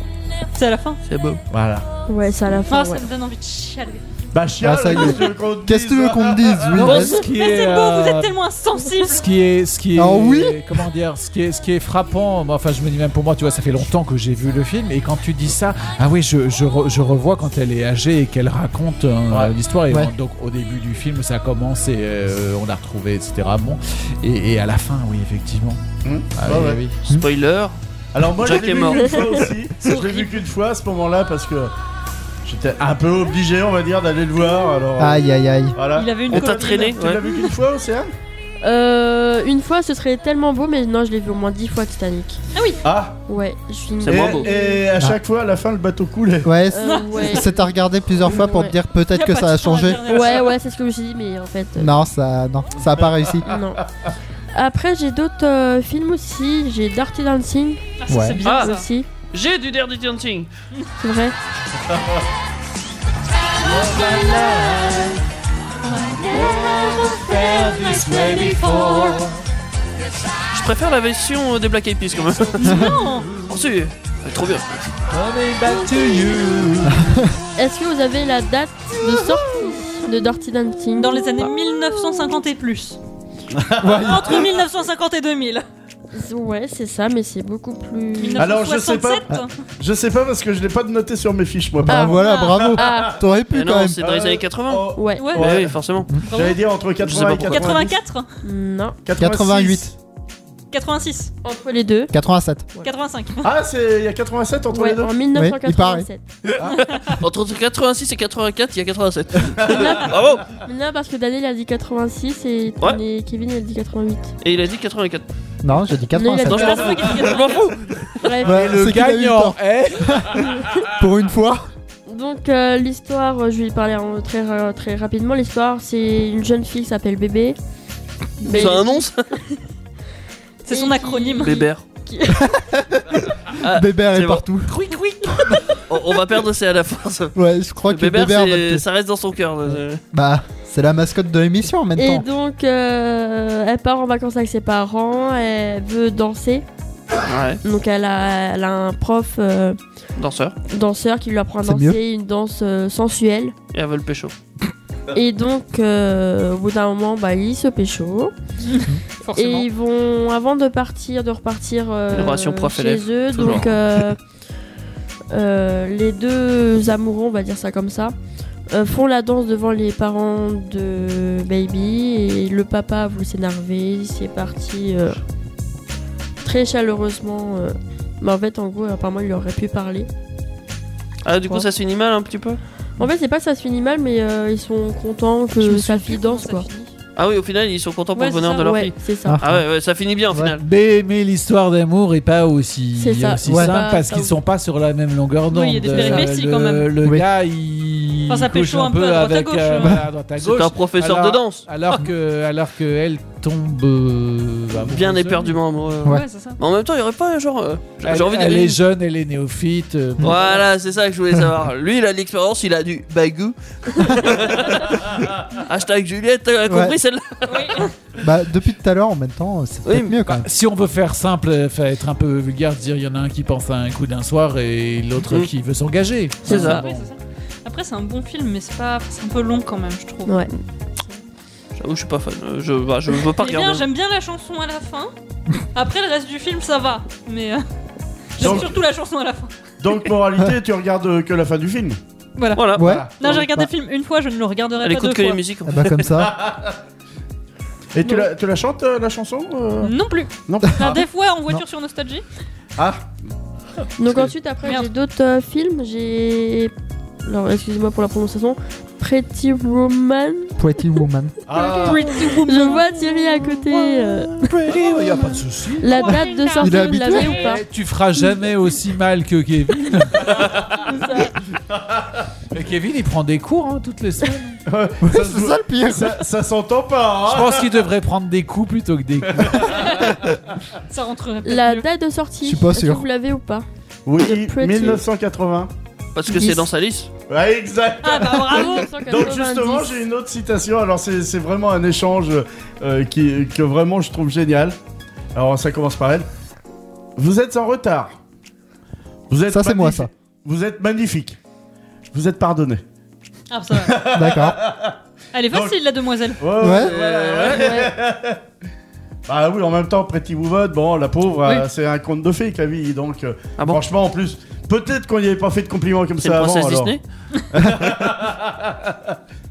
[SPEAKER 1] C'est à la fin.
[SPEAKER 5] C'est beau.
[SPEAKER 8] Voilà.
[SPEAKER 7] Ouais, c'est à la
[SPEAKER 1] Ah,
[SPEAKER 7] fin.
[SPEAKER 1] ça
[SPEAKER 7] ouais.
[SPEAKER 1] me donne envie de chialer.
[SPEAKER 8] Bah, chiale,
[SPEAKER 4] Ah, ça y est.
[SPEAKER 8] qu'est-ce que tu veux qu'on te
[SPEAKER 4] Qu'est-ce que tu
[SPEAKER 8] dise
[SPEAKER 4] veux qu'on te dise Oui,
[SPEAKER 6] Non,
[SPEAKER 4] vas-y.
[SPEAKER 6] ce qui
[SPEAKER 1] Mais c'est
[SPEAKER 6] est,
[SPEAKER 1] beau, vous
[SPEAKER 6] euh,
[SPEAKER 1] êtes tellement insensible.
[SPEAKER 6] Ce qui est, ce qui est,
[SPEAKER 4] Ah oui
[SPEAKER 6] comment dire, ce qui est, ce qui est frappant. moi, Enfin, je me dis même pour moi, tu vois, ça fait longtemps que j'ai vu le film, et quand tu dis ça, ah oui, je, je, re- je revois quand elle est âgée et qu'elle raconte euh, l'histoire. Et
[SPEAKER 4] Ouais.
[SPEAKER 6] on- donc au début du film, ça commence et euh, on l'a retrouvé, etc. Bon, et, et à la fin, oui, effectivement.
[SPEAKER 4] Mmh.
[SPEAKER 8] Hmm
[SPEAKER 6] Ah
[SPEAKER 8] Ouais,
[SPEAKER 6] oui,
[SPEAKER 8] ouais.
[SPEAKER 6] oui.
[SPEAKER 5] Spoiler.
[SPEAKER 8] Alors moi, je
[SPEAKER 5] Jack
[SPEAKER 8] l'ai
[SPEAKER 5] est
[SPEAKER 8] vu
[SPEAKER 5] mort.
[SPEAKER 8] qu'une fois aussi. je l'ai vu qu'une fois à ce moment-là parce que j'étais un peu obligé, on va dire, d'aller le voir. Alors, euh,
[SPEAKER 4] Aïe aïe aïe.
[SPEAKER 8] voilà.
[SPEAKER 1] Il avait une
[SPEAKER 5] On t'a
[SPEAKER 1] copine.
[SPEAKER 5] traîné.
[SPEAKER 8] Tu
[SPEAKER 5] ouais.
[SPEAKER 8] l'as vu qu'une fois, Océane
[SPEAKER 7] Euh, une fois, ce serait tellement beau, mais non, je l'ai vu au moins dix fois Titanic.
[SPEAKER 8] Ah
[SPEAKER 7] Ouais, je suis.
[SPEAKER 5] C'est
[SPEAKER 8] et,
[SPEAKER 5] moins beau.
[SPEAKER 8] et
[SPEAKER 4] Ah.
[SPEAKER 8] à chaque fois, à la fin, le bateau coulait.
[SPEAKER 4] Ouais, c'est-
[SPEAKER 7] Euh, ouais.
[SPEAKER 4] c'est à regarder plusieurs fois pour te
[SPEAKER 7] Ouais.
[SPEAKER 4] dire
[SPEAKER 1] Y
[SPEAKER 4] peut-être que
[SPEAKER 1] pas
[SPEAKER 4] ça
[SPEAKER 1] de
[SPEAKER 4] a
[SPEAKER 1] temps à
[SPEAKER 4] changé.
[SPEAKER 1] faire des
[SPEAKER 7] Ouais, ouais, c'est ce que je me suis dit, mais en fait. euh,
[SPEAKER 4] Non, ça non, ça
[SPEAKER 5] Ah.
[SPEAKER 4] a pas réussi.
[SPEAKER 7] non. Après, j'ai d'autres euh, films aussi. J'ai Dirty Dancing
[SPEAKER 1] Ah, ça,
[SPEAKER 4] Ouais.
[SPEAKER 1] C'est bien
[SPEAKER 5] Ah.
[SPEAKER 1] ça.
[SPEAKER 7] aussi,
[SPEAKER 5] J'ai du Dirty Dancing.
[SPEAKER 7] c'est vrai.
[SPEAKER 5] Je préfère la version euh, des Black Eyed Peas quand même.
[SPEAKER 1] Non
[SPEAKER 5] Oh, si. Ouais, Trop bien.
[SPEAKER 7] Est-ce que vous avez la date de sortie de Dirty Dancing
[SPEAKER 1] Dans les années 1950 et plus.
[SPEAKER 5] Ah.
[SPEAKER 1] Entre 1950 et 2000.
[SPEAKER 7] Ah. Ouais, c'est ça, mais c'est beaucoup plus.
[SPEAKER 8] Alors, je sais pas.
[SPEAKER 1] 1967.
[SPEAKER 8] Je sais pas parce que je l'ai pas noté sur mes fiches, moi.
[SPEAKER 4] Bah
[SPEAKER 7] Ah.
[SPEAKER 4] voilà, bravo.
[SPEAKER 7] Ah,
[SPEAKER 4] T'aurais pu
[SPEAKER 5] Mais
[SPEAKER 4] quand
[SPEAKER 5] non,
[SPEAKER 4] même.
[SPEAKER 5] c'est dans les
[SPEAKER 8] Euh,
[SPEAKER 5] années 80.
[SPEAKER 8] oh,
[SPEAKER 7] ouais.
[SPEAKER 1] Ouais.
[SPEAKER 5] Bah
[SPEAKER 8] ouais.
[SPEAKER 5] oui, forcément.
[SPEAKER 1] bravo.
[SPEAKER 8] J'avais dit entre
[SPEAKER 5] Je sais
[SPEAKER 8] 80
[SPEAKER 5] pas
[SPEAKER 8] et
[SPEAKER 5] pourquoi.
[SPEAKER 8] 90.
[SPEAKER 1] 84
[SPEAKER 7] Non.
[SPEAKER 4] 88.
[SPEAKER 1] 86
[SPEAKER 7] Entre les deux.
[SPEAKER 4] 87.
[SPEAKER 1] 85
[SPEAKER 8] Ah, c'est il y a 87 entre les
[SPEAKER 7] Ouais,
[SPEAKER 8] deux.
[SPEAKER 7] en 1987.
[SPEAKER 5] Entre 86 et 84, il y a 87. Bravo.
[SPEAKER 7] Mais non, parce que Daniel il a dit 86 et,
[SPEAKER 5] Ouais.
[SPEAKER 7] et Kevin il a dit 88.
[SPEAKER 5] Et il a dit 84.
[SPEAKER 4] Non, j'ai dit
[SPEAKER 5] Non,
[SPEAKER 4] 87.
[SPEAKER 5] je m'en fous. Je m'en fous.
[SPEAKER 7] Bref.
[SPEAKER 4] Ouais,
[SPEAKER 6] Le
[SPEAKER 4] c'est qu'il a eu le
[SPEAKER 6] gagnant
[SPEAKER 4] temps.
[SPEAKER 6] est.
[SPEAKER 4] Pour une fois.
[SPEAKER 7] Donc euh, l'histoire, euh, je vais parler en- très, ra- très rapidement. L'histoire, c'est une jeune fille qui s'appelle Bébé. Mais-
[SPEAKER 5] Ça annonce
[SPEAKER 1] C'est
[SPEAKER 7] et
[SPEAKER 1] son
[SPEAKER 7] qui-
[SPEAKER 1] acronyme.
[SPEAKER 5] Bébert. Ah,
[SPEAKER 4] Bébert
[SPEAKER 5] c'est
[SPEAKER 4] est
[SPEAKER 5] bon.
[SPEAKER 4] partout.
[SPEAKER 5] On, on va perdre, c'est à la fin. ça.
[SPEAKER 4] Ouais, je crois que
[SPEAKER 5] Bébert,
[SPEAKER 4] Bébert va
[SPEAKER 5] c'est-
[SPEAKER 4] te-
[SPEAKER 5] ça reste dans son cœur. là, c'est-
[SPEAKER 4] Bah, c'est la mascotte de l'émission en même
[SPEAKER 7] Et
[SPEAKER 4] temps.
[SPEAKER 7] donc, euh, elle part en vacances avec ses parents, elle veut danser.
[SPEAKER 5] Ouais,
[SPEAKER 7] Donc, elle a, elle a un prof euh,
[SPEAKER 5] danseur.
[SPEAKER 7] danseur qui lui apprend à
[SPEAKER 4] C'est
[SPEAKER 7] danser,
[SPEAKER 4] mieux.
[SPEAKER 7] une danse euh, sensuelle.
[SPEAKER 5] Et elle veut le pécho.
[SPEAKER 7] Et donc, euh, au bout d'un moment, bah, ils se pécho. Et
[SPEAKER 1] Forcément.
[SPEAKER 7] ils vont, avant de partir, de repartir euh,
[SPEAKER 5] Une relation prof-élève,
[SPEAKER 7] chez eux,
[SPEAKER 5] toujours.
[SPEAKER 7] donc euh, euh, les deux amoureux, on va dire ça comme ça, euh, font la danse devant les parents de Baby et le papa a voulu s'énerver, c'est parti euh, très chaleureusement. euh, mais en fait, en gros, apparemment, il aurait pu parler.
[SPEAKER 5] Ah, du coup,
[SPEAKER 7] Quoi
[SPEAKER 5] ça se finit mal un petit peu
[SPEAKER 7] En fait, c'est pas que ça se finit mal, mais euh, ils sont contents
[SPEAKER 1] Je
[SPEAKER 7] que
[SPEAKER 1] me
[SPEAKER 7] sa
[SPEAKER 1] souviens
[SPEAKER 7] fille
[SPEAKER 1] plus comment
[SPEAKER 7] danse,
[SPEAKER 1] ça
[SPEAKER 7] quoi.
[SPEAKER 1] finit.
[SPEAKER 5] Ah oui, au final, ils sont contents pour
[SPEAKER 1] Ouais,
[SPEAKER 5] le
[SPEAKER 1] c'est
[SPEAKER 5] bonheur
[SPEAKER 1] ça,
[SPEAKER 5] de leur
[SPEAKER 7] ouais,
[SPEAKER 5] fille.
[SPEAKER 7] c'est ça.
[SPEAKER 5] Ah ouais, ouais, ça finit bien au final.
[SPEAKER 6] Mais, mais l'histoire d'amour est pas aussi,
[SPEAKER 7] C'est ça.
[SPEAKER 6] aussi
[SPEAKER 7] Ouais.
[SPEAKER 6] simple
[SPEAKER 7] Pas-
[SPEAKER 6] parce
[SPEAKER 7] pas
[SPEAKER 6] qu'ils
[SPEAKER 7] ouf.
[SPEAKER 6] sont pas sur la même longueur d'onde.
[SPEAKER 1] Oui, il y a des
[SPEAKER 6] Euh,
[SPEAKER 1] péripéties
[SPEAKER 6] le,
[SPEAKER 1] quand même.
[SPEAKER 6] Le
[SPEAKER 4] Oui.
[SPEAKER 6] gars, il.
[SPEAKER 1] Enfin, ça
[SPEAKER 6] couche
[SPEAKER 1] pécho un peu à droite à
[SPEAKER 6] avec,
[SPEAKER 1] gauche,
[SPEAKER 6] euh,
[SPEAKER 1] hein.
[SPEAKER 6] voilà, à droite à
[SPEAKER 5] C'est
[SPEAKER 6] gauche.
[SPEAKER 5] un professeur
[SPEAKER 6] Alors- ah,
[SPEAKER 5] de danse.
[SPEAKER 6] Alors que, alors que elle tombe euh, amoureuse.
[SPEAKER 5] Bien éperdument amoureux.
[SPEAKER 4] Ouais.
[SPEAKER 1] c'est ça.
[SPEAKER 5] Mais en même temps, il y aurait pas genre. euh, J'ai
[SPEAKER 6] Elle,
[SPEAKER 5] j'ai envie
[SPEAKER 6] elle
[SPEAKER 5] d'aller.
[SPEAKER 6] est jeune, elle est néophyte. euh, bon.
[SPEAKER 5] Voilà, c'est ça que je voulais savoir. Lui, il a de l'expérience, il a du bagou. Hashtag Juliette, t'as compris
[SPEAKER 4] Ouais.
[SPEAKER 5] celle-là
[SPEAKER 4] Bah, depuis tout à l'heure, en même temps, c'est peut-être
[SPEAKER 5] mais-
[SPEAKER 6] bah,
[SPEAKER 4] mieux quand même.
[SPEAKER 6] Si on veut faire simple, euh, faire être un peu vulgaire, dire il y en a un qui pense à un coup d'un soir et l'autre
[SPEAKER 5] Mm.
[SPEAKER 6] qui veut s'engager.
[SPEAKER 5] C'est ça.
[SPEAKER 6] Bon.
[SPEAKER 1] Oui, c'est ça. Après, c'est un bon film, mais c'est pas, c'est un peu long quand même, je trouve.
[SPEAKER 7] Ouais.
[SPEAKER 5] J'avoue, je suis pas fan. Euh, Je, bah, je veux pas
[SPEAKER 1] Eh bien,
[SPEAKER 5] regarder.
[SPEAKER 1] j'aime bien la chanson à la fin. Après, le reste du film, ça va. Mais euh, j'aime
[SPEAKER 8] Donc-
[SPEAKER 1] surtout la chanson à la fin.
[SPEAKER 8] Donc, moralité, tu regardes euh, que la fin du film.
[SPEAKER 1] Voilà.
[SPEAKER 5] Voilà.
[SPEAKER 4] Ouais,
[SPEAKER 1] Là, j'ai regardé le film une fois, je ne le regarderai
[SPEAKER 5] Elle
[SPEAKER 1] pas deux
[SPEAKER 5] écoute que les
[SPEAKER 1] fois.
[SPEAKER 5] musiques. en
[SPEAKER 4] Ah bah comme ça.
[SPEAKER 8] Et tu la, tu la chantes, euh, la chanson euh
[SPEAKER 1] Non plus.
[SPEAKER 8] Non.
[SPEAKER 5] Ah.
[SPEAKER 1] Enfin, des fois, en voiture sur Nostalgie.
[SPEAKER 8] Ah,
[SPEAKER 7] Donc ensuite, après,
[SPEAKER 1] Merde.
[SPEAKER 7] j'ai d'autres euh, films. J'ai. Alors, excusez-moi pour la prononciation. Pretty Woman.
[SPEAKER 4] Pretty Woman.
[SPEAKER 8] ah.
[SPEAKER 7] Je vois Thierry à côté. euh,
[SPEAKER 6] y a pas de souci.
[SPEAKER 7] la date de sortie,
[SPEAKER 4] Il est
[SPEAKER 7] vous l'avez ou pas
[SPEAKER 6] Eh, Tu feras jamais aussi mal que Kevin. Mais Kevin, il prend des cours hein, toutes les semaines.
[SPEAKER 8] ça,
[SPEAKER 4] c'est ça le pire.
[SPEAKER 8] ça- ça s'entend pas.
[SPEAKER 6] Je
[SPEAKER 8] hein.
[SPEAKER 6] pense qu'il devrait prendre des coups plutôt que des coups.
[SPEAKER 1] Ça rentrerait peut-être
[SPEAKER 7] La
[SPEAKER 1] mieux.
[SPEAKER 7] date de sortie.
[SPEAKER 4] Je suis pas
[SPEAKER 7] est-ce que
[SPEAKER 4] sûr.
[SPEAKER 7] Vous l'avez ou pas
[SPEAKER 8] Oui,
[SPEAKER 7] The Pretty-
[SPEAKER 8] 1980.
[SPEAKER 5] fait. Parce que c'est dans sa liste.
[SPEAKER 8] Ouais, exact.
[SPEAKER 1] Ah bah bravo
[SPEAKER 8] Donc justement,
[SPEAKER 7] 1990.
[SPEAKER 8] j'ai une autre citation. Alors c'est c'est vraiment un échange euh, qui, que vraiment je trouve génial. Alors ça commence par elle. Vous êtes en retard. Vous êtes
[SPEAKER 4] Ça, c'est moi,
[SPEAKER 8] magnifi-
[SPEAKER 4] ça.
[SPEAKER 8] Vous êtes magnifique. Vous êtes pardonné.
[SPEAKER 1] Ah, ça va.
[SPEAKER 4] D'accord.
[SPEAKER 1] Elle est facile, la demoiselle.
[SPEAKER 8] Ouais.
[SPEAKER 4] Ouais.
[SPEAKER 8] voilà, ouais. Bah oui, en même temps, Pretty Woman, bon, la pauvre,
[SPEAKER 1] Oui.
[SPEAKER 8] euh, c'est un conte de fées, Camille. Donc euh,
[SPEAKER 5] Ah bon
[SPEAKER 8] franchement, en plus, peut-être qu'on n'y avait pas fait de compliments comme
[SPEAKER 5] C'est une
[SPEAKER 8] ça avant.
[SPEAKER 5] princesse
[SPEAKER 8] alors.
[SPEAKER 5] Disney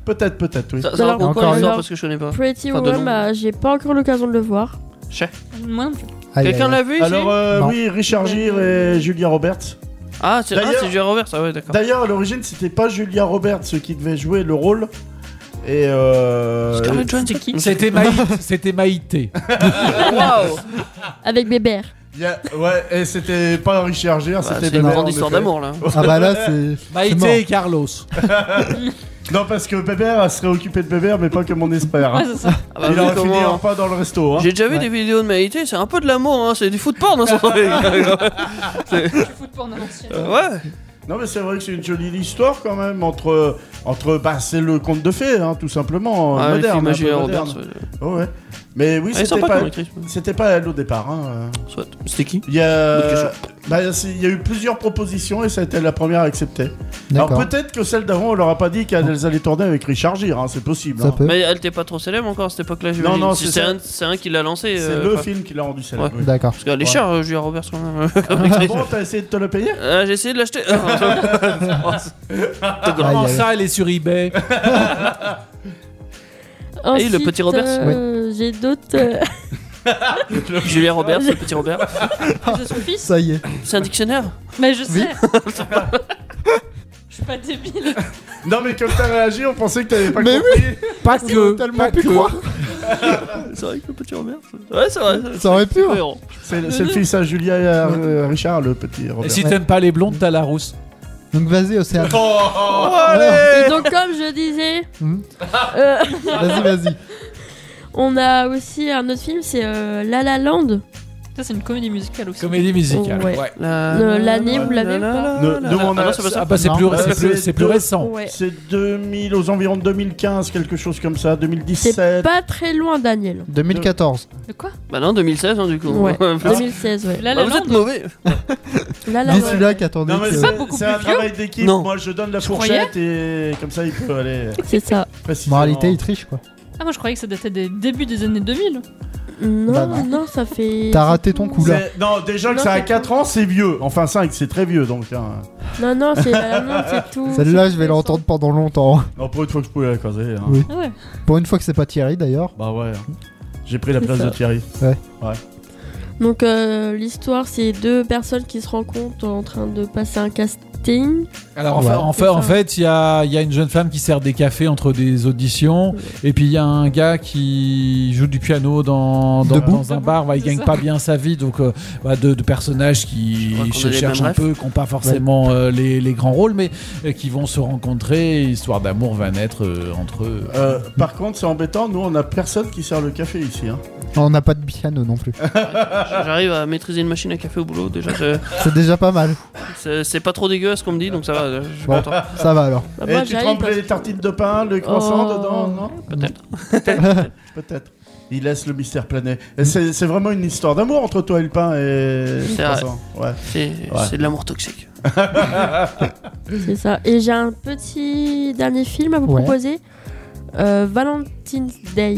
[SPEAKER 8] Peut-être, peut-être, oui.
[SPEAKER 5] Ça, ça va
[SPEAKER 7] Alors,
[SPEAKER 5] pourquoi
[SPEAKER 4] encore
[SPEAKER 5] l'histoire
[SPEAKER 7] une.
[SPEAKER 5] Parce que je connais pas.
[SPEAKER 7] Pretty
[SPEAKER 5] Enfin, de
[SPEAKER 7] Woman,
[SPEAKER 5] nom.
[SPEAKER 7] bah, j'ai pas encore l'occasion de le voir.
[SPEAKER 1] Moi non plus.
[SPEAKER 4] Aïe,
[SPEAKER 5] Quelqu'un
[SPEAKER 4] aïe,
[SPEAKER 5] l'a vu ici
[SPEAKER 8] Alors euh,
[SPEAKER 4] Non.
[SPEAKER 8] oui, Richard Gere et Julia Roberts.
[SPEAKER 5] Ah, c'est ah,
[SPEAKER 8] D'ailleurs-
[SPEAKER 5] c'est Julia Roberts, ah ouais, d'accord.
[SPEAKER 8] D'ailleurs, à l'origine, c'était pas Julia Roberts qui devait jouer le rôle. Et euh...
[SPEAKER 5] Scarlett Johansson.
[SPEAKER 6] C'était Maï- C'était Maïté.
[SPEAKER 5] Waouh Bah,
[SPEAKER 7] Avec Bébert.
[SPEAKER 8] il y a- Ouais, et c'était pas Richard
[SPEAKER 5] Bah,
[SPEAKER 8] Gere, c'était
[SPEAKER 5] C'est une
[SPEAKER 8] Bébert,
[SPEAKER 5] grande
[SPEAKER 8] en
[SPEAKER 5] histoire
[SPEAKER 8] effet.
[SPEAKER 5] d'amour là.
[SPEAKER 4] aïe. Ah bah là c'est. c'est mort.
[SPEAKER 6] Maïté et Carlos.
[SPEAKER 8] Non, parce que Bébert, elle serait occupée de Bébert, mais pas comme on espère.
[SPEAKER 1] Ouais,
[SPEAKER 8] hein.
[SPEAKER 1] c'est ça.
[SPEAKER 5] Ah bah,
[SPEAKER 8] Il
[SPEAKER 5] vu
[SPEAKER 8] en
[SPEAKER 5] comment-
[SPEAKER 8] finira pas dans le resto. Hein.
[SPEAKER 5] J'ai déjà vu des vidéos de Maïté, c'est un peu de l'amour, hein, c'est du foot porn. Hein, son truc.
[SPEAKER 1] Je suis fou de porno à l'ancienne.
[SPEAKER 5] ouais,
[SPEAKER 8] Non, mais c'est vrai que c'est une jolie histoire quand même entre entre bah c'est le conte de fées, hein, tout simplement
[SPEAKER 5] Ah,
[SPEAKER 8] euh,
[SPEAKER 5] les
[SPEAKER 8] moderne.
[SPEAKER 5] films
[SPEAKER 8] un
[SPEAKER 5] à
[SPEAKER 8] peu
[SPEAKER 5] Julia
[SPEAKER 8] moderne. Oh,
[SPEAKER 5] Roberts. ouais. Ah,
[SPEAKER 8] Ouais, ouais. Mais oui,
[SPEAKER 5] Elle est
[SPEAKER 8] c'était
[SPEAKER 5] sympa
[SPEAKER 8] pas
[SPEAKER 5] comme actrice.
[SPEAKER 8] c'était pas elle au départ. hein.
[SPEAKER 5] Soit. C'était qui
[SPEAKER 8] Il y a
[SPEAKER 5] Bonne
[SPEAKER 8] bah, c'est- il y a eu plusieurs propositions et ça a été la première acceptée. Alors
[SPEAKER 4] D'accord.
[SPEAKER 8] peut-être que celle d'avant, on leur a pas dit qu'elles allaient tourner avec Richard Gere, hein, c'est possible.
[SPEAKER 4] Ça
[SPEAKER 8] hein.
[SPEAKER 4] peut.
[SPEAKER 5] Mais elle était pas trop célèbre encore à cette époque-là, j'imagine.
[SPEAKER 8] non,
[SPEAKER 5] Si
[SPEAKER 8] c'est
[SPEAKER 5] c'est
[SPEAKER 8] ça.
[SPEAKER 5] un, c'est un qui l'a lancé.
[SPEAKER 8] C'est
[SPEAKER 5] euh,
[SPEAKER 8] le
[SPEAKER 5] enfin,
[SPEAKER 8] film qui l'a rendu célèbre.
[SPEAKER 5] Ouais.
[SPEAKER 8] oui.
[SPEAKER 4] D'accord.
[SPEAKER 5] Parce qu'elle est
[SPEAKER 8] Ouais.
[SPEAKER 5] chère, euh, Julia Roberts quand même. comme
[SPEAKER 8] Ah
[SPEAKER 5] actrice.
[SPEAKER 8] bon, t'as essayé de te le payer
[SPEAKER 5] Euh, J'ai essayé de l'acheter. Ah,
[SPEAKER 4] Aïe,
[SPEAKER 6] Comment
[SPEAKER 4] aïe.
[SPEAKER 6] ça, elle est sur eBay
[SPEAKER 5] Et le petit Robert,
[SPEAKER 7] euh, J'ai d'autres. euh,
[SPEAKER 5] Julia Roberts, le petit Robert.
[SPEAKER 1] C'est son fils
[SPEAKER 4] Ça y est.
[SPEAKER 5] C'est un dictionnaire
[SPEAKER 1] Mais je sais. Je suis pas débile.
[SPEAKER 8] Non, mais comme t'as réagi, on pensait que t'avais pas
[SPEAKER 4] Mais
[SPEAKER 8] compris.
[SPEAKER 6] Pas que.
[SPEAKER 4] tellement
[SPEAKER 6] Pas
[SPEAKER 4] pu
[SPEAKER 6] que.
[SPEAKER 4] croire.
[SPEAKER 5] C'est vrai que le petit Robert. c'est- Ouais, c'est vrai. c'est-
[SPEAKER 4] Ça aurait
[SPEAKER 5] c'est
[SPEAKER 4] pu. hein.
[SPEAKER 5] cohérent.
[SPEAKER 8] C'est c'est le fils à Julia et à, euh, Richard, le petit
[SPEAKER 6] Et
[SPEAKER 8] Robert.
[SPEAKER 6] si t'aimes pas les blondes, t'as la rousse.
[SPEAKER 4] Donc vas-y Océane.
[SPEAKER 5] Oh,
[SPEAKER 7] Et donc, comme je disais,
[SPEAKER 4] Hmm.
[SPEAKER 7] euh,
[SPEAKER 4] Vas-y vas-y.
[SPEAKER 7] on a aussi un autre film, c'est euh, La La Land.
[SPEAKER 1] Ça, c'est une comédie musicale aussi.
[SPEAKER 6] Comédie musicale.
[SPEAKER 7] Ouais.
[SPEAKER 6] ouais.
[SPEAKER 5] La-
[SPEAKER 7] Le- l'année, vous
[SPEAKER 5] la-
[SPEAKER 7] l'avez
[SPEAKER 5] la-
[SPEAKER 7] ou pas
[SPEAKER 5] la-
[SPEAKER 8] Ne-
[SPEAKER 5] la-
[SPEAKER 8] demande
[SPEAKER 5] Ah
[SPEAKER 8] à-
[SPEAKER 5] non, c'est pas
[SPEAKER 6] Ah
[SPEAKER 5] ça.
[SPEAKER 6] bah c'est
[SPEAKER 4] Non,
[SPEAKER 6] plus,
[SPEAKER 8] bah,
[SPEAKER 6] c'est plus,
[SPEAKER 8] c'est
[SPEAKER 6] c'est plus
[SPEAKER 8] deux-
[SPEAKER 6] récent.
[SPEAKER 7] Ouais.
[SPEAKER 8] C'est 2000, aux environs 2015, quelque chose comme ça,
[SPEAKER 7] C'est
[SPEAKER 8] 2017.
[SPEAKER 7] pas très loin, Daniel.
[SPEAKER 4] 2014.
[SPEAKER 1] De quoi
[SPEAKER 5] Bah non, 2016, hein, du coup.
[SPEAKER 7] Ouais.
[SPEAKER 5] Bah,
[SPEAKER 7] 2016, ouais.
[SPEAKER 4] Ah,
[SPEAKER 1] Là, la
[SPEAKER 5] vous êtes
[SPEAKER 1] lande.
[SPEAKER 5] mauvais.
[SPEAKER 7] La La
[SPEAKER 4] Dis
[SPEAKER 7] Land.
[SPEAKER 4] celui-là qui attendait.
[SPEAKER 8] Non, mais
[SPEAKER 4] que-
[SPEAKER 1] pas beaucoup
[SPEAKER 8] c'est un
[SPEAKER 1] plus vieux
[SPEAKER 8] travail d'équipe.
[SPEAKER 5] Non.
[SPEAKER 8] Moi, je donne la
[SPEAKER 1] Je
[SPEAKER 8] fourchette et comme ça, il peut aller
[SPEAKER 7] C'est ça.
[SPEAKER 8] précisément.
[SPEAKER 4] Moralité, il triche quoi.
[SPEAKER 1] Ah, moi, je croyais que ça datait des débuts des années 2000.
[SPEAKER 7] Non,
[SPEAKER 4] Bah non.
[SPEAKER 7] non, ça fait.
[SPEAKER 4] T'as raté ton coup là.
[SPEAKER 8] C'est- Non, déjà que
[SPEAKER 7] Non,
[SPEAKER 8] ça a
[SPEAKER 7] c'est-
[SPEAKER 8] 4 ans, c'est vieux. Enfin 5, c'est très vieux donc. hein.
[SPEAKER 7] Non, non, c'est euh, non, c'est tout.
[SPEAKER 4] Celle-là,
[SPEAKER 7] c'est
[SPEAKER 4] je vais
[SPEAKER 7] tout
[SPEAKER 4] l'entendre pendant longtemps.
[SPEAKER 8] Non, pour une fois que je pouvais la croiser. hein.
[SPEAKER 4] Oui.
[SPEAKER 1] Ah ouais.
[SPEAKER 4] Pour une fois que c'est pas Thierry d'ailleurs.
[SPEAKER 8] Bah ouais. hein. J'ai pris la
[SPEAKER 7] C'est
[SPEAKER 8] place
[SPEAKER 7] ça.
[SPEAKER 8] de Thierry.
[SPEAKER 7] récent. Donc, euh, l'histoire, c'est deux personnes qui se rencontrent en train de passer un casting.
[SPEAKER 6] Alors,
[SPEAKER 4] Ouais.
[SPEAKER 6] enfin, en fait,
[SPEAKER 7] C'est
[SPEAKER 6] en
[SPEAKER 7] ça.
[SPEAKER 6] fait, il y a, il y a une jeune femme qui sert des cafés entre des auditions, et puis il y a un gars qui joue du piano dans, dans,
[SPEAKER 4] Debout.
[SPEAKER 6] dans un bar. Bah, il
[SPEAKER 1] C'est
[SPEAKER 6] gagne
[SPEAKER 1] ça.
[SPEAKER 6] pas bien sa vie, donc euh, bah, deux, deux personnages qui
[SPEAKER 5] Je crois qu'on
[SPEAKER 6] se
[SPEAKER 5] a les
[SPEAKER 6] cherchent
[SPEAKER 5] mêmes
[SPEAKER 6] un peu, qui n'ont pas forcément euh, les, les grands rôles, mais euh, qui vont se rencontrer. Histoire d'amour va naître euh, entre eux.
[SPEAKER 8] Euh, par contre, c'est embêtant, nous on a personne qui sert le café ici. Hein.
[SPEAKER 4] On n'a pas de piano non plus.
[SPEAKER 5] J'arrive à maîtriser une machine à café au boulot. Déjà, je-
[SPEAKER 4] C'est déjà pas mal.
[SPEAKER 5] c'est c'est pas trop dégueu ce qu'on me dit, donc ça va. Je suis
[SPEAKER 4] Bon.
[SPEAKER 5] content.
[SPEAKER 4] Ça va alors.
[SPEAKER 7] Bah,
[SPEAKER 8] Et
[SPEAKER 7] moi,
[SPEAKER 8] Eh, tu
[SPEAKER 7] j'arrive
[SPEAKER 8] trempes
[SPEAKER 7] parce
[SPEAKER 8] les tartines de pain, le croissant
[SPEAKER 7] Oh.
[SPEAKER 8] dedans, non
[SPEAKER 5] Peut-être.
[SPEAKER 8] Peut-être. Il laisse le mystère planer. Et c'est c'est vraiment une histoire d'amour entre toi et le pain et le
[SPEAKER 5] C'est
[SPEAKER 8] croissant. Ouais.
[SPEAKER 5] C'est c'est de l'amour toxique.
[SPEAKER 7] que C'est ça. Et j'ai un petit dernier film à vous
[SPEAKER 4] Ouais.
[SPEAKER 7] proposer. Euh, Valentine's Day.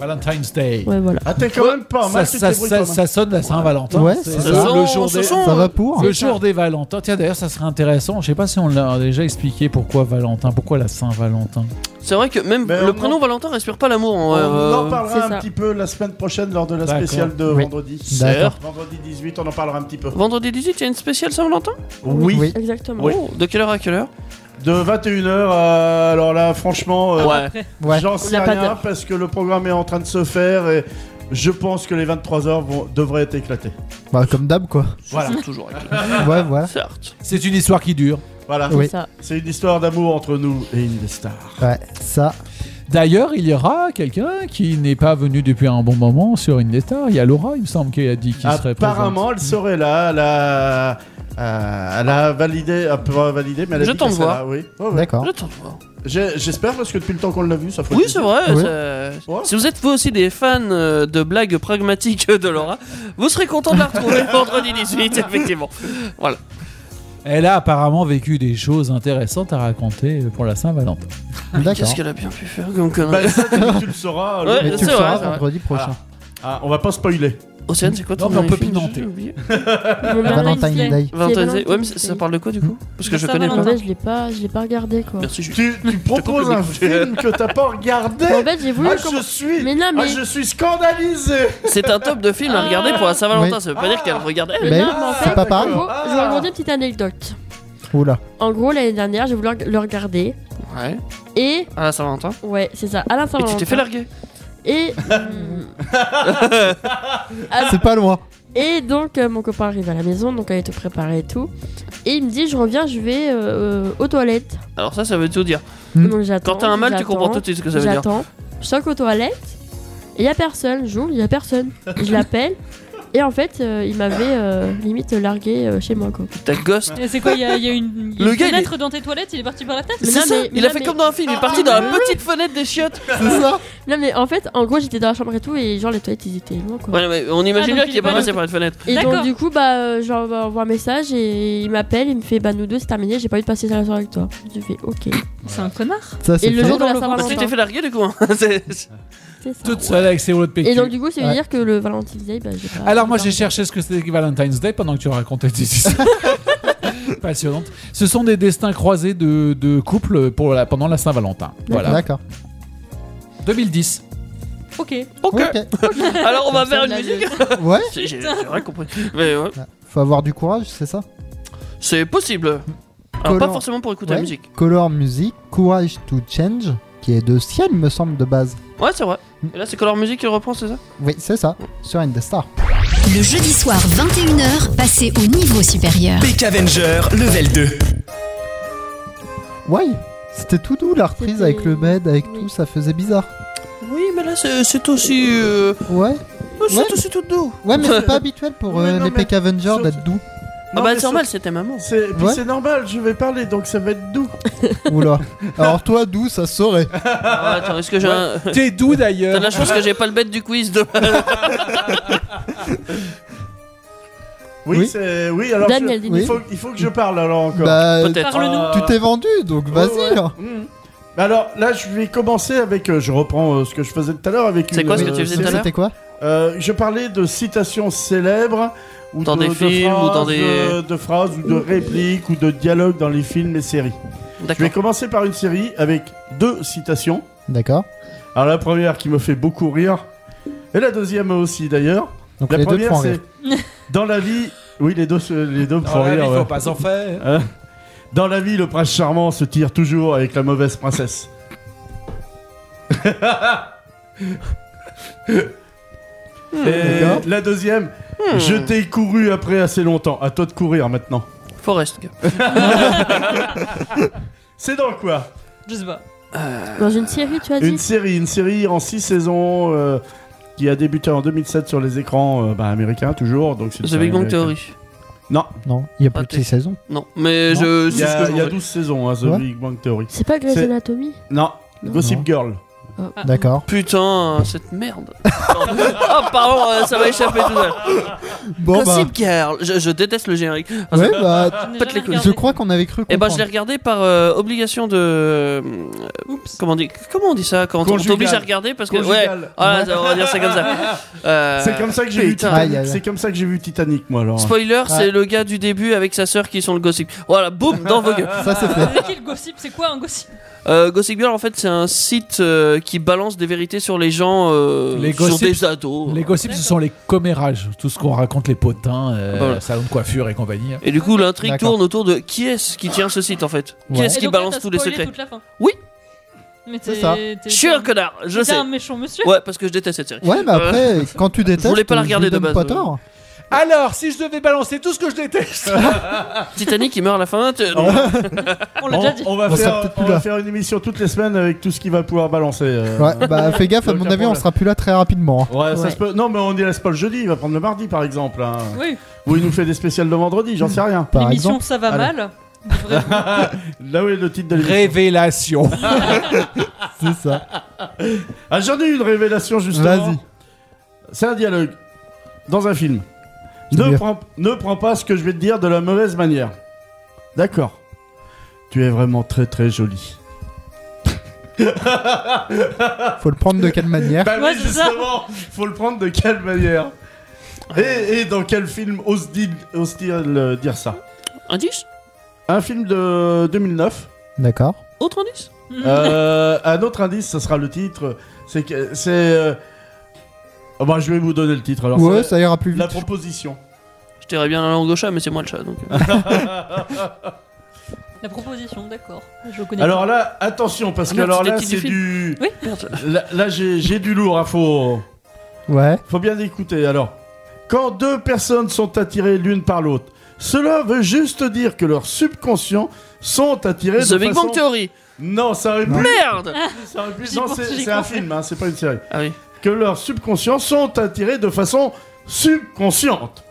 [SPEAKER 6] Valentine's Day.
[SPEAKER 7] Ouais, voilà.
[SPEAKER 8] Ah, t'es quand même pas un
[SPEAKER 6] Ça,
[SPEAKER 8] mal, tu te
[SPEAKER 6] ça,
[SPEAKER 8] débrouilles
[SPEAKER 6] ça-
[SPEAKER 8] pas mal.
[SPEAKER 6] ça sonne la Saint-Valentin.
[SPEAKER 4] Ouais,
[SPEAKER 6] c'est
[SPEAKER 4] c'est
[SPEAKER 6] ça,
[SPEAKER 5] ça.
[SPEAKER 6] le jour
[SPEAKER 5] Ce
[SPEAKER 6] des,
[SPEAKER 5] sont-
[SPEAKER 4] Ça va pour
[SPEAKER 6] Le
[SPEAKER 7] C'est
[SPEAKER 6] jour
[SPEAKER 7] ça.
[SPEAKER 6] des Valentins. Tiens, d'ailleurs, ça serait intéressant. Je sais pas si on l'a déjà expliqué pourquoi Valentin, pourquoi la Saint-Valentin.
[SPEAKER 5] C'est vrai que même
[SPEAKER 8] Mais
[SPEAKER 5] le
[SPEAKER 8] on
[SPEAKER 5] prénom
[SPEAKER 8] en-
[SPEAKER 5] Valentin respire pas l'amour.
[SPEAKER 8] On
[SPEAKER 5] en- euh,
[SPEAKER 8] en
[SPEAKER 7] c'est
[SPEAKER 8] parlera un
[SPEAKER 7] ça.
[SPEAKER 8] petit peu la semaine prochaine lors de la
[SPEAKER 6] D'accord.
[SPEAKER 8] spéciale de
[SPEAKER 4] Oui.
[SPEAKER 8] vendredi.
[SPEAKER 4] D'accord.
[SPEAKER 8] Vendredi 18, on en parlera un petit peu.
[SPEAKER 5] Vendredi 18, il y a une spéciale Saint-Valentin
[SPEAKER 8] Oui.
[SPEAKER 7] Exactement.
[SPEAKER 5] Oh, De quelle heure à quelle heure
[SPEAKER 8] De 21h à... Alors là, franchement, euh,
[SPEAKER 1] Après.
[SPEAKER 4] Ouais.
[SPEAKER 8] j'en sais
[SPEAKER 7] n'a pas
[SPEAKER 8] rien
[SPEAKER 7] d'heure.
[SPEAKER 8] parce que le programme est en train de se faire et je pense que les 23h vont... devraient être éclatées.
[SPEAKER 4] Bah, comme d'hab quoi.
[SPEAKER 5] Voilà. Toujours avec
[SPEAKER 4] Ouais, voilà.
[SPEAKER 5] Certes.
[SPEAKER 6] C'est une histoire qui dure.
[SPEAKER 8] Voilà.
[SPEAKER 7] C'est
[SPEAKER 4] Oui.
[SPEAKER 7] ça.
[SPEAKER 8] C'est une histoire d'amour entre nous et une des stars.
[SPEAKER 4] Ouais, ça.
[SPEAKER 6] D'ailleurs, il y aura quelqu'un qui n'est pas venu depuis un bon moment sur Indestar. Il y a Laura, il me semble, qui a dit qu'il serait présente.
[SPEAKER 8] Apparemment, elle serait là. Elle a, euh, elle a validé, elle peut pas valider, mais elle a
[SPEAKER 5] Je
[SPEAKER 8] dit
[SPEAKER 5] t'en
[SPEAKER 8] qu'elle
[SPEAKER 5] vois.
[SPEAKER 8] serait là, Oui. Ouais, ouais.
[SPEAKER 4] D'accord.
[SPEAKER 5] J'attends de voir.
[SPEAKER 8] J'ai- J'espère parce que depuis le temps qu'on l'a vu, ça fait.
[SPEAKER 5] Oui, c'est vrai.
[SPEAKER 4] Oui.
[SPEAKER 5] ça-
[SPEAKER 8] Ouais.
[SPEAKER 5] Si vous êtes vous aussi des fans euh, de blagues pragmatiques de Laura, vous serez content de la retrouver vendredi 18, effectivement.
[SPEAKER 6] Elle a apparemment vécu des choses intéressantes à raconter pour la Saint-Valentin.
[SPEAKER 4] D'accord.
[SPEAKER 5] Qu'est-ce qu'elle a bien pu faire comme connerie
[SPEAKER 8] Bah, ça, tu, tu le sauras. le-
[SPEAKER 5] Ouais.
[SPEAKER 4] Mais tu le
[SPEAKER 5] C'est vrai,
[SPEAKER 4] sauras
[SPEAKER 5] c'est vrai.
[SPEAKER 4] vendredi prochain.
[SPEAKER 8] Ah, on va pas spoiler.
[SPEAKER 5] Euh, Océane, c'est quoi ton
[SPEAKER 6] Non, mais
[SPEAKER 5] dernier
[SPEAKER 6] on peut
[SPEAKER 5] film
[SPEAKER 6] pimenter.
[SPEAKER 5] J'ai oublié.
[SPEAKER 7] Mon dernier
[SPEAKER 4] Valentine's
[SPEAKER 7] film.
[SPEAKER 4] Day.
[SPEAKER 7] C'est
[SPEAKER 5] Valentine's Day.
[SPEAKER 7] Valentine's
[SPEAKER 5] Ouais, mais ça, ça
[SPEAKER 7] Day.
[SPEAKER 5] parle de quoi du coup Parce que je
[SPEAKER 1] Ça,
[SPEAKER 5] connais pas.
[SPEAKER 7] En
[SPEAKER 1] Valentin.
[SPEAKER 7] fait, je l'ai pas, je l'ai pas regardé quoi.
[SPEAKER 5] Merci, Julie.
[SPEAKER 8] Tu, tu proposes
[SPEAKER 5] le
[SPEAKER 8] un
[SPEAKER 5] micro.
[SPEAKER 8] film que t'as pas regardé.
[SPEAKER 7] En fait, j'ai voulu.
[SPEAKER 8] Ah,
[SPEAKER 7] comment-
[SPEAKER 8] je suis.
[SPEAKER 7] Mais non,
[SPEAKER 8] Ah,
[SPEAKER 7] mais.
[SPEAKER 8] je suis scandalisé.
[SPEAKER 5] C'est un top de film à regarder pour la Saint-Valentin.
[SPEAKER 4] Oui.
[SPEAKER 5] Ça veut pas dire qu'elle regarde. elle.
[SPEAKER 7] mais
[SPEAKER 4] Mais
[SPEAKER 7] non, mais en fait,
[SPEAKER 4] c'est pas
[SPEAKER 7] en
[SPEAKER 4] pareil.
[SPEAKER 7] gros, je
[SPEAKER 5] Ah.
[SPEAKER 7] vais raconter une petite anecdote.
[SPEAKER 4] Oula.
[SPEAKER 7] En gros, l'année dernière, j'ai voulu le regarder.
[SPEAKER 5] Ouais.
[SPEAKER 7] Et.
[SPEAKER 5] À la Ah, Saint-Valentin.
[SPEAKER 7] Ouais, c'est ça, à la fin.
[SPEAKER 5] Et tu t'es fait larguer.
[SPEAKER 7] Et. hum,
[SPEAKER 4] C'est pas loin.
[SPEAKER 7] Et donc, euh, mon copain arrive à la maison, donc elle était préparée et tout. Et il me dit, je reviens, je vais euh, euh, aux toilettes.
[SPEAKER 5] Alors ça, ça veut tout dire.
[SPEAKER 4] Hmm.
[SPEAKER 7] Donc j'attends.
[SPEAKER 5] Quand t'as un mal, tu
[SPEAKER 7] j'attends,
[SPEAKER 5] comprends tout de suite ce que ça veut dire.
[SPEAKER 7] J'attends. Je sors aux toilettes. Et il y a personne. J'ouvre, il y a personne. Je l'appelle. Et en fait, euh, il m'avait euh, limite largué euh, chez moi quoi.
[SPEAKER 5] Ta gosse.
[SPEAKER 1] Et C'est quoi Il y a, il y a une, il y a
[SPEAKER 5] Le
[SPEAKER 1] une
[SPEAKER 5] gars, il
[SPEAKER 1] fenêtre dans tes toilettes, il est parti par la tête
[SPEAKER 7] Mais
[SPEAKER 5] C'est
[SPEAKER 7] non,
[SPEAKER 5] ça,
[SPEAKER 7] mais- mais
[SPEAKER 5] il a
[SPEAKER 7] non,
[SPEAKER 5] fait
[SPEAKER 7] mais-
[SPEAKER 5] comme dans un film, il est parti dans la petite fenêtre des chiottes.
[SPEAKER 4] C'est ça.
[SPEAKER 7] Non mais en fait, en gros, j'étais dans la chambre et tout et genre les toilettes, ils étaient loin quoi.
[SPEAKER 5] Ouais, mais on
[SPEAKER 1] Ah,
[SPEAKER 5] imagine
[SPEAKER 1] donc
[SPEAKER 5] bien
[SPEAKER 1] il
[SPEAKER 5] qu'il
[SPEAKER 1] est
[SPEAKER 5] est pas
[SPEAKER 1] pas
[SPEAKER 5] passé
[SPEAKER 1] là.
[SPEAKER 5] par une fenêtre.
[SPEAKER 7] Et donc
[SPEAKER 1] D'accord.
[SPEAKER 7] du coup, bah, genre, on envoie un message et il m'appelle, il me fait, bah nous deux, c'est terminé, j'ai pas eu de passer la soirée avec toi. Je fais, ok.
[SPEAKER 1] C'est un connard.
[SPEAKER 4] Ça,
[SPEAKER 7] Et
[SPEAKER 4] c'est
[SPEAKER 7] le
[SPEAKER 4] fait.
[SPEAKER 7] jour de la
[SPEAKER 1] Dans le
[SPEAKER 5] Parce que tu t'es
[SPEAKER 7] Saint-Valentin,
[SPEAKER 5] fait larguer du coup. hein. C'est- c'est-
[SPEAKER 7] c'est ça.
[SPEAKER 6] Toute seule avec ses rouleaux de PQ.
[SPEAKER 7] Et donc du coup, ça veut
[SPEAKER 4] Ouais.
[SPEAKER 7] dire que le Valentine's Day, bah, j'ai pas.
[SPEAKER 6] Alors moi
[SPEAKER 7] pas-
[SPEAKER 6] j'ai cherché ce que c'était que Valentine's Day pendant que tu racontais tes histoires. Passionnante. Ce sont des destins croisés de, de couples pour la, pendant la Saint-Valentin. Voilà.
[SPEAKER 4] D'accord.
[SPEAKER 6] 2010.
[SPEAKER 1] Ok.
[SPEAKER 5] Ok.
[SPEAKER 4] Ok.
[SPEAKER 5] Alors on va
[SPEAKER 7] Personne
[SPEAKER 5] faire une
[SPEAKER 7] l'a
[SPEAKER 5] musique.
[SPEAKER 4] Ouais.
[SPEAKER 5] J'ai j'ai rien compris. Mais ouais,
[SPEAKER 4] Faut avoir du courage, c'est ça
[SPEAKER 5] c'est possible. Alors pas
[SPEAKER 4] Collant.
[SPEAKER 5] forcément pour écouter la
[SPEAKER 4] Ouais.
[SPEAKER 5] musique.
[SPEAKER 4] Color Music, Courage to Change, qui est de Ciel, me semble, de base.
[SPEAKER 5] Ouais, c'est vrai. Et là, c'est Color Music qui le reprend, c'est ça
[SPEAKER 4] Oui, c'est ça, sur Indestar.
[SPEAKER 10] Le jeudi soir 21h, passez au niveau supérieur.
[SPEAKER 3] PK Avenger level 2.
[SPEAKER 4] Ouais, c'était tout doux la reprise
[SPEAKER 7] C'était-
[SPEAKER 4] avec le med, avec
[SPEAKER 7] oui.
[SPEAKER 4] tout, ça faisait bizarre.
[SPEAKER 5] Oui, mais là, c'est c'est aussi. euh,
[SPEAKER 4] Ouais,
[SPEAKER 5] C'est
[SPEAKER 4] Ouais.
[SPEAKER 5] aussi tout doux.
[SPEAKER 4] ouais, mais c'est pas habituel pour
[SPEAKER 8] Ouais,
[SPEAKER 4] euh,
[SPEAKER 8] non,
[SPEAKER 4] les
[SPEAKER 8] mais-
[SPEAKER 4] Peck Avengers
[SPEAKER 8] surtout-
[SPEAKER 4] d'être doux.
[SPEAKER 5] Ah
[SPEAKER 8] Non,
[SPEAKER 5] bah,
[SPEAKER 8] mais
[SPEAKER 5] c'est normal, c'était maman.
[SPEAKER 8] C'est puis
[SPEAKER 4] Ouais.
[SPEAKER 8] c'est normal. Je vais parler, donc ça va être doux.
[SPEAKER 4] Oula. Alors toi, doux, ça saurait.
[SPEAKER 5] Ah, attends, est-ce que j'ai un.
[SPEAKER 6] T'es doux
[SPEAKER 5] T'as
[SPEAKER 6] d'ailleurs.
[SPEAKER 5] de la chance que j'ai pas le bête du quiz de.
[SPEAKER 8] Oui,
[SPEAKER 4] Oui.
[SPEAKER 8] c'est oui. Alors je-
[SPEAKER 7] Daniel, dis-nous.
[SPEAKER 8] il faut, il faut que je parle alors encore.
[SPEAKER 4] Bah,
[SPEAKER 5] Peut-être.
[SPEAKER 1] Parle-nous.
[SPEAKER 4] tu t'es vendu, donc vas-y. hein.
[SPEAKER 8] Mhm. Bah Alors là, je vais commencer avec. euh, je reprends euh, ce que je faisais tout à l'heure avec.
[SPEAKER 5] C'est
[SPEAKER 8] une,
[SPEAKER 5] quoi ce que
[SPEAKER 8] euh,
[SPEAKER 5] tu faisais tout à
[SPEAKER 8] série.
[SPEAKER 5] l'heure
[SPEAKER 4] C'était quoi
[SPEAKER 8] Euh, je parlais de citations célèbres ou
[SPEAKER 5] Dans
[SPEAKER 8] de,
[SPEAKER 5] des
[SPEAKER 8] de
[SPEAKER 5] films, ou
[SPEAKER 8] phrases,
[SPEAKER 5] dans des-
[SPEAKER 8] euh, de phrases ou de répliques ou de dialogues dans les films et séries. Je
[SPEAKER 5] D'accord.
[SPEAKER 8] vais commencer par une série avec deux citations.
[SPEAKER 4] D'accord.
[SPEAKER 8] Alors la première qui me fait beaucoup rire, et la deuxième aussi d'ailleurs.
[SPEAKER 4] Donc
[SPEAKER 8] La
[SPEAKER 4] les deux te
[SPEAKER 8] première
[SPEAKER 4] font
[SPEAKER 8] c'est
[SPEAKER 4] rire.
[SPEAKER 8] dans la vie, oui les deux, se- les deux me font
[SPEAKER 6] Dans la vie,
[SPEAKER 8] rire.
[SPEAKER 6] faut
[SPEAKER 8] ouais.
[SPEAKER 6] pas s'en faire.
[SPEAKER 8] Hein dans la vie, le prince charmant se tire toujours avec la mauvaise princesse.
[SPEAKER 5] Hmm.
[SPEAKER 4] D'accord.
[SPEAKER 8] Et la deuxième,
[SPEAKER 5] Hmm.
[SPEAKER 8] je t'ai couru après assez longtemps. À toi de courir maintenant.
[SPEAKER 5] Forest Gump.
[SPEAKER 8] C'est dans quoi
[SPEAKER 1] Je sais pas.
[SPEAKER 7] Dans une série, tu as dit
[SPEAKER 8] Une série, une série en 6 saisons euh, qui a débuté en 2007 sur les écrans euh, bah, américains toujours. Donc c'est une
[SPEAKER 5] The
[SPEAKER 8] série
[SPEAKER 5] Big Bang
[SPEAKER 8] américaine.
[SPEAKER 5] Theory.
[SPEAKER 8] Non,
[SPEAKER 4] Non, il y a plus
[SPEAKER 5] Ah,
[SPEAKER 4] de
[SPEAKER 5] t'es-
[SPEAKER 4] six saisons.
[SPEAKER 5] Non, mais
[SPEAKER 4] Non.
[SPEAKER 5] je.
[SPEAKER 8] il y
[SPEAKER 5] c'est ce
[SPEAKER 8] a,
[SPEAKER 5] que je
[SPEAKER 8] il y a
[SPEAKER 5] me
[SPEAKER 8] 12 saisons, hein, The
[SPEAKER 4] Ouais.
[SPEAKER 8] Big Bang Theory.
[SPEAKER 7] C'est pas Grey's
[SPEAKER 8] C'est-
[SPEAKER 7] Anatomy
[SPEAKER 8] Non, Gossip
[SPEAKER 4] Non.
[SPEAKER 8] Girl.
[SPEAKER 1] Ah.
[SPEAKER 4] D'accord.
[SPEAKER 5] Putain, cette merde. oh, pardon, euh, ça m'a échappé tout à l'heure.
[SPEAKER 4] Bon bah,
[SPEAKER 5] Mmh. Gossip Girl. Je, je déteste le générique.
[SPEAKER 4] ouais, bah,
[SPEAKER 1] n'ai
[SPEAKER 5] Pas
[SPEAKER 1] jamais
[SPEAKER 5] de les couilles.
[SPEAKER 4] je
[SPEAKER 1] regardé.
[SPEAKER 4] crois qu'on avait cru
[SPEAKER 5] Et ben je l'ai
[SPEAKER 4] comprendre.
[SPEAKER 5] regardé par euh, obligation de euh,
[SPEAKER 1] Oups.
[SPEAKER 5] comment on dit comment on dit ça quand
[SPEAKER 8] Conjugal.
[SPEAKER 5] on t'oblige à regarder parce que
[SPEAKER 8] Conjugal.
[SPEAKER 5] ouais voilà, on va dire ça comme ça Euh,
[SPEAKER 8] C'est comme ça que j'ai vu
[SPEAKER 5] putain.
[SPEAKER 4] Titanic.
[SPEAKER 8] Titanic.
[SPEAKER 4] Aïe, aïe, aïe.
[SPEAKER 8] C'est comme ça que j'ai vu Titanic, moi alors.
[SPEAKER 5] spoiler
[SPEAKER 4] Ouais.
[SPEAKER 5] c'est le gars du début avec sa sœur qui sont le gossip voilà boum dans vos gueules
[SPEAKER 4] Ça c'est fait.
[SPEAKER 1] C'est qui le gossip C'est quoi un gossip
[SPEAKER 5] Euh, Gossip Girl en fait c'est un site euh, qui balance des vérités sur les gens euh,
[SPEAKER 6] Les
[SPEAKER 5] sur
[SPEAKER 6] gossips.
[SPEAKER 5] des ados
[SPEAKER 6] Les gossips, ce sont les commérages, tout ce qu'on raconte, les potins, euh,
[SPEAKER 5] Ah bah voilà.
[SPEAKER 6] salon de coiffure et compagnie.
[SPEAKER 5] et du coup l'intrigue
[SPEAKER 4] D'accord.
[SPEAKER 5] tourne autour de qui est-ce qui tient ce site en fait qui
[SPEAKER 4] Ouais.
[SPEAKER 5] est-ce
[SPEAKER 1] Et
[SPEAKER 5] qui
[SPEAKER 1] donc là,
[SPEAKER 5] balance
[SPEAKER 1] t'as
[SPEAKER 5] tous les
[SPEAKER 1] spoilé
[SPEAKER 5] secrets
[SPEAKER 1] toute la fin.
[SPEAKER 5] Oui.
[SPEAKER 1] Mais
[SPEAKER 4] C'est
[SPEAKER 1] t'es-
[SPEAKER 4] ça.
[SPEAKER 1] t'es-
[SPEAKER 5] je suis un connard je
[SPEAKER 1] t'es
[SPEAKER 5] sais
[SPEAKER 1] un méchant monsieur.
[SPEAKER 5] ouais parce que je déteste cette série Euh,
[SPEAKER 4] Ouais, mais après, quand tu détestes,
[SPEAKER 5] voulais pas la
[SPEAKER 4] je lui
[SPEAKER 5] regarder de
[SPEAKER 4] donne
[SPEAKER 5] base,
[SPEAKER 4] Pas
[SPEAKER 5] euh.
[SPEAKER 4] tort.
[SPEAKER 6] Alors, si je devais balancer tout ce que je déteste
[SPEAKER 5] Titanic il meurt à la fin tu-
[SPEAKER 1] On l'a
[SPEAKER 8] On,
[SPEAKER 1] déjà dit.
[SPEAKER 8] on va,
[SPEAKER 4] On sera
[SPEAKER 8] faire,
[SPEAKER 4] peut-être
[SPEAKER 8] on
[SPEAKER 4] plus
[SPEAKER 8] va
[SPEAKER 4] là.
[SPEAKER 8] faire une émission toutes les semaines avec tout ce qu'il va pouvoir balancer. euh.
[SPEAKER 4] Ouais, bah fais gaffe,
[SPEAKER 8] y a
[SPEAKER 4] à mon
[SPEAKER 8] aucun
[SPEAKER 4] avis, on
[SPEAKER 8] problème.
[SPEAKER 4] sera plus là très rapidement. hein.
[SPEAKER 8] Ouais, ça
[SPEAKER 7] Ouais.
[SPEAKER 8] se peut. Non, mais on ne laisse pas le jeudi, il va prendre le mardi par exemple. hein.
[SPEAKER 1] Oui.
[SPEAKER 8] Ou il nous fait des spéciales le vendredi, j'en sais rien.
[SPEAKER 4] Par
[SPEAKER 1] L'émission
[SPEAKER 4] exemple,
[SPEAKER 1] ça va
[SPEAKER 8] Allez.
[SPEAKER 1] mal. Vraiment.
[SPEAKER 8] Là où est le titre de l'émission.
[SPEAKER 6] Révélation
[SPEAKER 4] c'est ça.
[SPEAKER 8] Ah, j'en ai une révélation justement.
[SPEAKER 4] Vas-y.
[SPEAKER 8] C'est un dialogue dans un film.
[SPEAKER 4] C'est
[SPEAKER 8] Ne
[SPEAKER 4] mieux.
[SPEAKER 8] prends, ne prends pas ce que je vais te dire de la mauvaise manière. D'accord. Tu es vraiment très très jolie.
[SPEAKER 4] Faut le prendre de quelle manière
[SPEAKER 8] Bah
[SPEAKER 1] Ouais,
[SPEAKER 8] oui,
[SPEAKER 1] c'est ça.
[SPEAKER 8] justement, faut le prendre de quelle manière et, et dans quel film ose-t-il ose-t-il, euh, dire ça
[SPEAKER 5] indice
[SPEAKER 8] Un film de 2009.
[SPEAKER 4] D'accord.
[SPEAKER 5] autre indice
[SPEAKER 1] Mhm.
[SPEAKER 8] Euh, un autre indice, ça sera le titre. C'est que c'est. euh, oh, bah, je vais vous donner le titre. Alors,
[SPEAKER 4] Ouais,
[SPEAKER 8] c'est
[SPEAKER 4] ça ira plus
[SPEAKER 8] la
[SPEAKER 4] vite.
[SPEAKER 8] proposition.
[SPEAKER 5] je dirais bien la langue au chat mais c'est moi le chat donc euh,
[SPEAKER 1] La proposition, d'accord. Je connais.
[SPEAKER 8] Alors là, attention parce
[SPEAKER 5] Ah
[SPEAKER 8] que
[SPEAKER 5] merde,
[SPEAKER 8] alors
[SPEAKER 5] c'était
[SPEAKER 8] là,
[SPEAKER 5] qui du
[SPEAKER 8] c'est
[SPEAKER 5] film
[SPEAKER 8] du.
[SPEAKER 1] Oui.
[SPEAKER 8] Là, là, j'ai j'ai du lourd. hein, faut
[SPEAKER 4] Ouais.
[SPEAKER 8] faut bien écouter. Alors, quand deux personnes sont attirées l'une par l'autre, cela veut juste dire que leurs subconscients sont attirés
[SPEAKER 5] The
[SPEAKER 8] de
[SPEAKER 5] Big
[SPEAKER 8] façon.
[SPEAKER 5] Bang Theory
[SPEAKER 8] Non, ça aurait plus.
[SPEAKER 5] merde
[SPEAKER 8] ça aurait plus-
[SPEAKER 1] J'y
[SPEAKER 8] non,
[SPEAKER 1] pense,
[SPEAKER 8] c'est
[SPEAKER 1] j'y
[SPEAKER 8] c'est un
[SPEAKER 1] pensais.
[SPEAKER 8] film, hein, c'est pas une série.
[SPEAKER 5] ah oui
[SPEAKER 8] que leurs subconscients sont attirés de façon subconsciente.